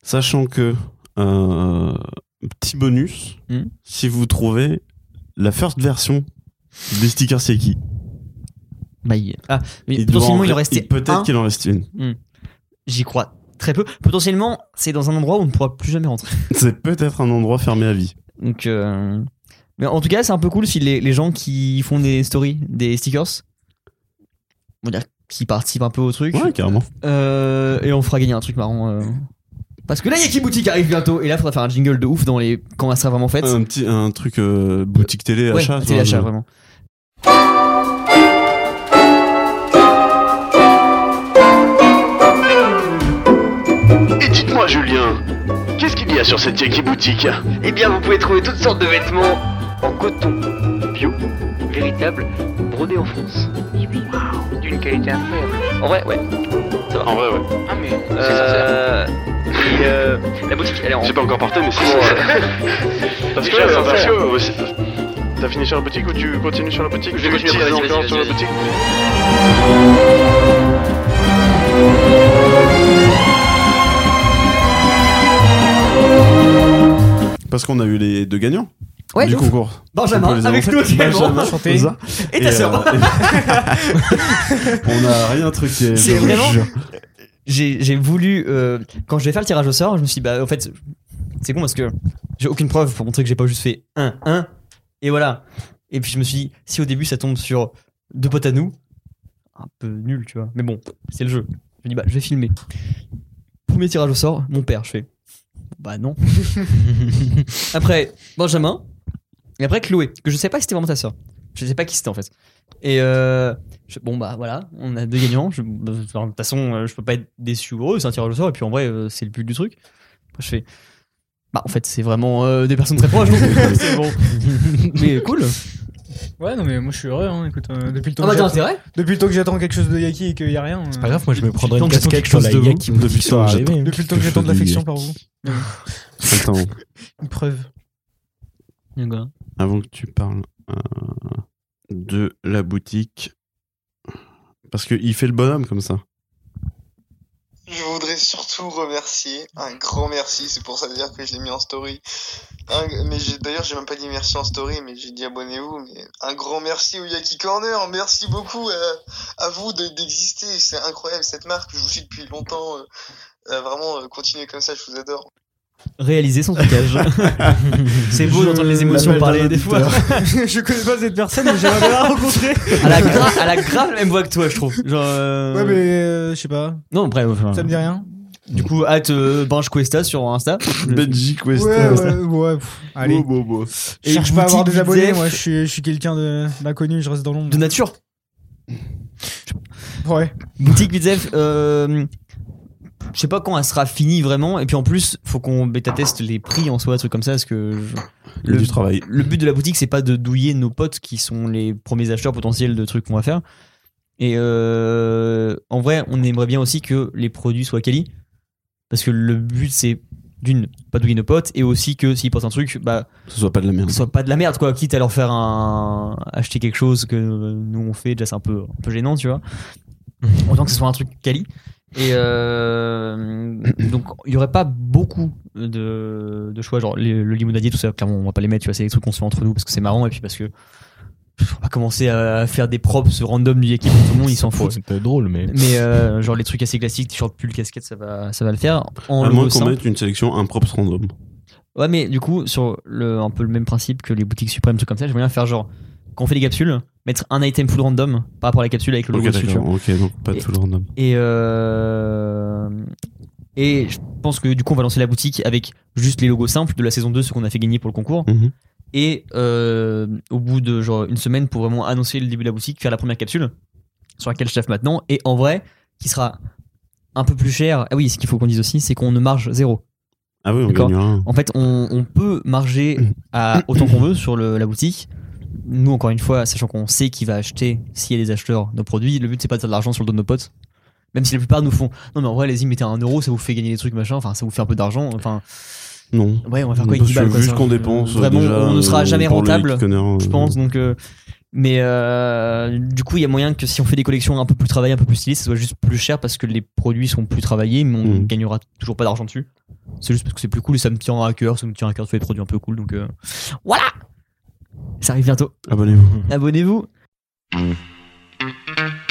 Speaker 4: Sachant que, euh, petit bonus,
Speaker 1: Hmm.
Speaker 4: si vous trouvez la first version des stickers c'est qui
Speaker 1: Bah, il... Ah, mais
Speaker 4: Il doit
Speaker 1: potentiellement,
Speaker 4: en-
Speaker 1: il en restait un.
Speaker 4: Peut-être qu'il en reste une.
Speaker 1: Hmm. J'y crois très peu. Potentiellement, c'est dans un endroit où on ne pourra plus jamais rentrer.
Speaker 4: C'est peut-être un endroit fermé à vie.
Speaker 1: Donc, euh, mais en tout cas, c'est un peu cool si les, les gens qui font des stories, des stickers, on va dire qui participent un peu au truc.
Speaker 4: Ouais, carrément.
Speaker 1: Euh, et on fera gagner un truc marrant. euh. Parce que là, Yaki Boutique arrive bientôt. Et là, faudra faire un jingle de ouf dans les... quand elle sera vraiment faite.
Speaker 4: Un petit un truc euh, boutique télé
Speaker 1: Ouais,
Speaker 4: achat.
Speaker 1: un
Speaker 4: tu
Speaker 1: télé
Speaker 4: vois,
Speaker 1: achat,
Speaker 4: je-
Speaker 1: vraiment.
Speaker 16: Et dites-moi Julien, qu'est-ce qu'il y a sur cette Yaki boutique
Speaker 17: Eh bien, vous pouvez trouver toutes sortes de vêtements en coton, bio, véritable, brodé en France. D'une qualité incroyable. En vrai, ouais. Ça va. En vrai, ouais. Ah, mais. Euh... et, euh, La boutique, elle est en.
Speaker 16: J'ai pas encore porté, mais si c'est Parce que,
Speaker 17: Déjà, sincère.
Speaker 16: parce que, euh, aussi- t'as fini sur la boutique ou tu continues sur la boutique
Speaker 17: Je
Speaker 16: Tu
Speaker 17: vais continuer,
Speaker 16: utilises
Speaker 17: vas-y,
Speaker 16: encore
Speaker 17: vas-y,
Speaker 16: sur la
Speaker 17: vas-y.
Speaker 16: boutique
Speaker 4: Parce qu'on a eu les deux gagnants
Speaker 1: Ouais,
Speaker 4: du
Speaker 1: de ouf.
Speaker 4: concours.
Speaker 1: Benjamin,
Speaker 4: On peut les
Speaker 1: avec
Speaker 4: annoncer.
Speaker 1: nous également.
Speaker 4: Benjamin,
Speaker 1: Enchanté.
Speaker 4: Rosa.
Speaker 1: Et ta
Speaker 4: euh,
Speaker 1: sœur.
Speaker 4: on a rien truqué.
Speaker 1: C'est
Speaker 4: je vous
Speaker 1: vraiment-
Speaker 4: jure.
Speaker 1: j'ai, j'ai voulu euh, quand je vais faire le tirage au sort je me suis dit, bah en fait c'est con parce que j'ai aucune preuve pour montrer que j'ai pas juste fait 1 1 et voilà et puis je me suis dit si au début ça tombe sur deux potes à nous un peu nul tu vois mais bon c'est le jeu je me dis bah je vais filmer premier tirage au sort mon père je fais bah non après Benjamin et après Chloé que je sais pas si c'était vraiment ta soeur je sais pas qui c'était en fait et euh, je- bon bah voilà, on a deux gagnants. Je- bah, De toute façon, euh, je peux pas être déçu ou heureux, c'est un tirage au sort. Et puis en vrai, euh, c'est le but du truc. Après, je fais. Bah en fait, c'est vraiment euh, des personnes très proches. donc, euh, c'est bon. Mais cool.
Speaker 3: Ouais, non, mais moi je suis heureux, hein, écoute. euh, depuis le temps
Speaker 1: Ah
Speaker 3: que
Speaker 1: bah, t'as
Speaker 3: j'attends-
Speaker 1: intérêt
Speaker 3: Depuis le temps que j'attends quelque chose de Yaki et qu'il y a rien. euh, C'est
Speaker 11: pas grave, moi je me prendrais
Speaker 1: temps
Speaker 11: une
Speaker 1: que
Speaker 11: casquette
Speaker 1: quelque
Speaker 11: sur
Speaker 1: chose
Speaker 11: la
Speaker 1: de
Speaker 11: Yak qui me
Speaker 4: Depuis
Speaker 11: dit
Speaker 4: le temps que
Speaker 11: arriver.
Speaker 3: Depuis le temps
Speaker 4: Quelque
Speaker 3: que j'attends
Speaker 4: chose
Speaker 3: de
Speaker 4: de
Speaker 3: l'affection
Speaker 4: Yaki.
Speaker 3: par vous.
Speaker 4: Attends,
Speaker 3: Une preuve.
Speaker 4: avant que tu parles euh, de la boutique. Parce qu'il fait le bonhomme comme ça.
Speaker 18: Je voudrais surtout remercier, un grand merci, c'est pour ça d'ailleurs que je l'ai mis en story. Un- mais j'ai- d'ailleurs, j'ai même pas dit merci en story, mais j'ai dit abonnez-vous. Mais un grand merci au Yaki Corner, merci beaucoup euh, à vous de- d'exister. c'est incroyable cette marque, je vous suis depuis longtemps. euh, euh, vraiment, euh, continuez comme ça, je vous adore.
Speaker 1: Réaliser son trucage. c'est beau
Speaker 3: Je
Speaker 1: d'entendre les émotions
Speaker 3: l'appelle
Speaker 1: parler
Speaker 3: d'un
Speaker 1: des fois.
Speaker 3: je connais pas cette personne, mais j'aimerais bien la rencontrer.
Speaker 1: Elle a, gra- elle a grave la même voix que toi, je trouve. Genre, euh,
Speaker 3: Ouais, mais euh, je sais pas.
Speaker 1: Non, bref. enfin,
Speaker 3: Ça me dit rien.
Speaker 1: Du coup, hâte euh, Benj Cuesta sur Insta.
Speaker 4: Benji
Speaker 3: Ouais, ouais, ouais. pff, allez.
Speaker 4: Beau, beau, beau.
Speaker 3: Je cherche pas à avoir des
Speaker 1: boutique
Speaker 3: abonnés,
Speaker 1: Bidef.
Speaker 3: moi je suis, je suis quelqu'un de- d'inconnu, je reste dans l'ombre.
Speaker 1: De nature.
Speaker 3: Ouais.
Speaker 1: Boutique Bizef, euh, je sais pas quand elle sera finie vraiment. Et puis en plus, faut qu'on bêta teste les prix en soi, trucs comme ça, parce que je-
Speaker 4: Il y a du travail.
Speaker 1: Le but de la boutique, c'est pas de douiller nos potes qui sont les premiers acheteurs potentiels de trucs qu'on va faire. Et euh, en vrai, on aimerait bien aussi que les produits soient quali, parce que le but c'est d'une pas douiller nos potes et aussi que s'ils portent un truc, bah
Speaker 4: Ce soit pas de la merde.
Speaker 1: ce soit pas de la merde quoi quitte à leur faire un acheter quelque chose que euh, nous on fait déjà c'est un peu un peu gênant tu vois autant que ce soit un truc quali Et euh, donc, il n'y aurait pas beaucoup de, de choix. Genre, les- le limonadier, tout ça, clairement, on va pas les mettre. Tu vois, c'est des trucs qu'on se fait entre nous parce que c'est marrant et puis parce que. pff, On va commencer à faire des props random d'une équipe, tout le monde il s'en fout.
Speaker 11: C'est peut-être drôle, mais.
Speaker 1: Mais euh, genre les trucs assez classiques, t-shirt, pull, casquette, ça va, ça va le faire. En
Speaker 4: à
Speaker 1: logo
Speaker 4: moins qu'on
Speaker 1: simple.
Speaker 4: mette une sélection impropre random.
Speaker 1: Ouais, mais du coup, sur le, un peu le même principe que les boutiques suprêmes, trucs comme ça, j'aimerais bien faire genre, quand on fait les capsules, mettre un item full random par rapport à la capsule avec le logo
Speaker 4: Ok,
Speaker 1: dessus, tu
Speaker 4: d'accord.
Speaker 1: vois.
Speaker 4: Ok, donc pas de
Speaker 1: Et-
Speaker 4: full random.
Speaker 1: Et, euh, et je pense que du coup, on va lancer la boutique avec juste les logos simples de la saison 2, ceux qu'on a fait gagner pour le concours.
Speaker 4: Mhm.
Speaker 1: Et euh, au bout de genre une semaine pour vraiment annoncer le début de la boutique, faire la première capsule sur laquelle je taffe maintenant. Et en vrai, qui sera un peu plus cher. Ah oui, ce qu'il faut qu'on dise aussi, c'est qu'on ne marge zéro.
Speaker 4: Ah oui, on
Speaker 1: D'accord.
Speaker 4: gagne rien.
Speaker 1: En fait, on, on peut marger
Speaker 4: Mm.
Speaker 1: à autant qu'on veut sur le- la boutique. Nous, encore une fois, sachant qu'on sait qui va acheter, s'il y a des acheteurs, nos produits, le but c'est pas de faire de l'argent sur le dos de nos potes. Même si la plupart nous font, non mais en vrai, allez-y, mettez un euro, ça vous fait gagner des trucs, machin, enfin, ça vous fait un peu d'argent, enfin.
Speaker 4: Non.
Speaker 1: Ouais, on va faire quoi
Speaker 4: Mm. Parce
Speaker 1: avec 10 balles,
Speaker 4: que
Speaker 1: quoi,
Speaker 4: vu
Speaker 1: ça,
Speaker 4: ce qu'on
Speaker 1: euh,
Speaker 4: dépense,
Speaker 1: Vraiment,
Speaker 4: déjà,
Speaker 1: on ne sera
Speaker 4: euh,
Speaker 1: jamais
Speaker 4: pour les
Speaker 1: rentable,
Speaker 4: connards,
Speaker 1: je
Speaker 4: euh,
Speaker 1: pense, donc. euh, mais euh, du coup, il y a moyen que si on fait des collections un peu plus travaillées, un peu plus stylées, ça soit juste plus cher parce que les produits sont plus travaillés, mais on
Speaker 4: Mm.
Speaker 1: gagnera toujours pas d'argent dessus. C'est juste parce que c'est plus cool et ça me tient à cœur, ça me tient à cœur de faire des produits un peu cool, donc euh, voilà Ça arrive bientôt.
Speaker 4: Abonnez-vous.
Speaker 1: Abonnez-vous.
Speaker 15: Thank you.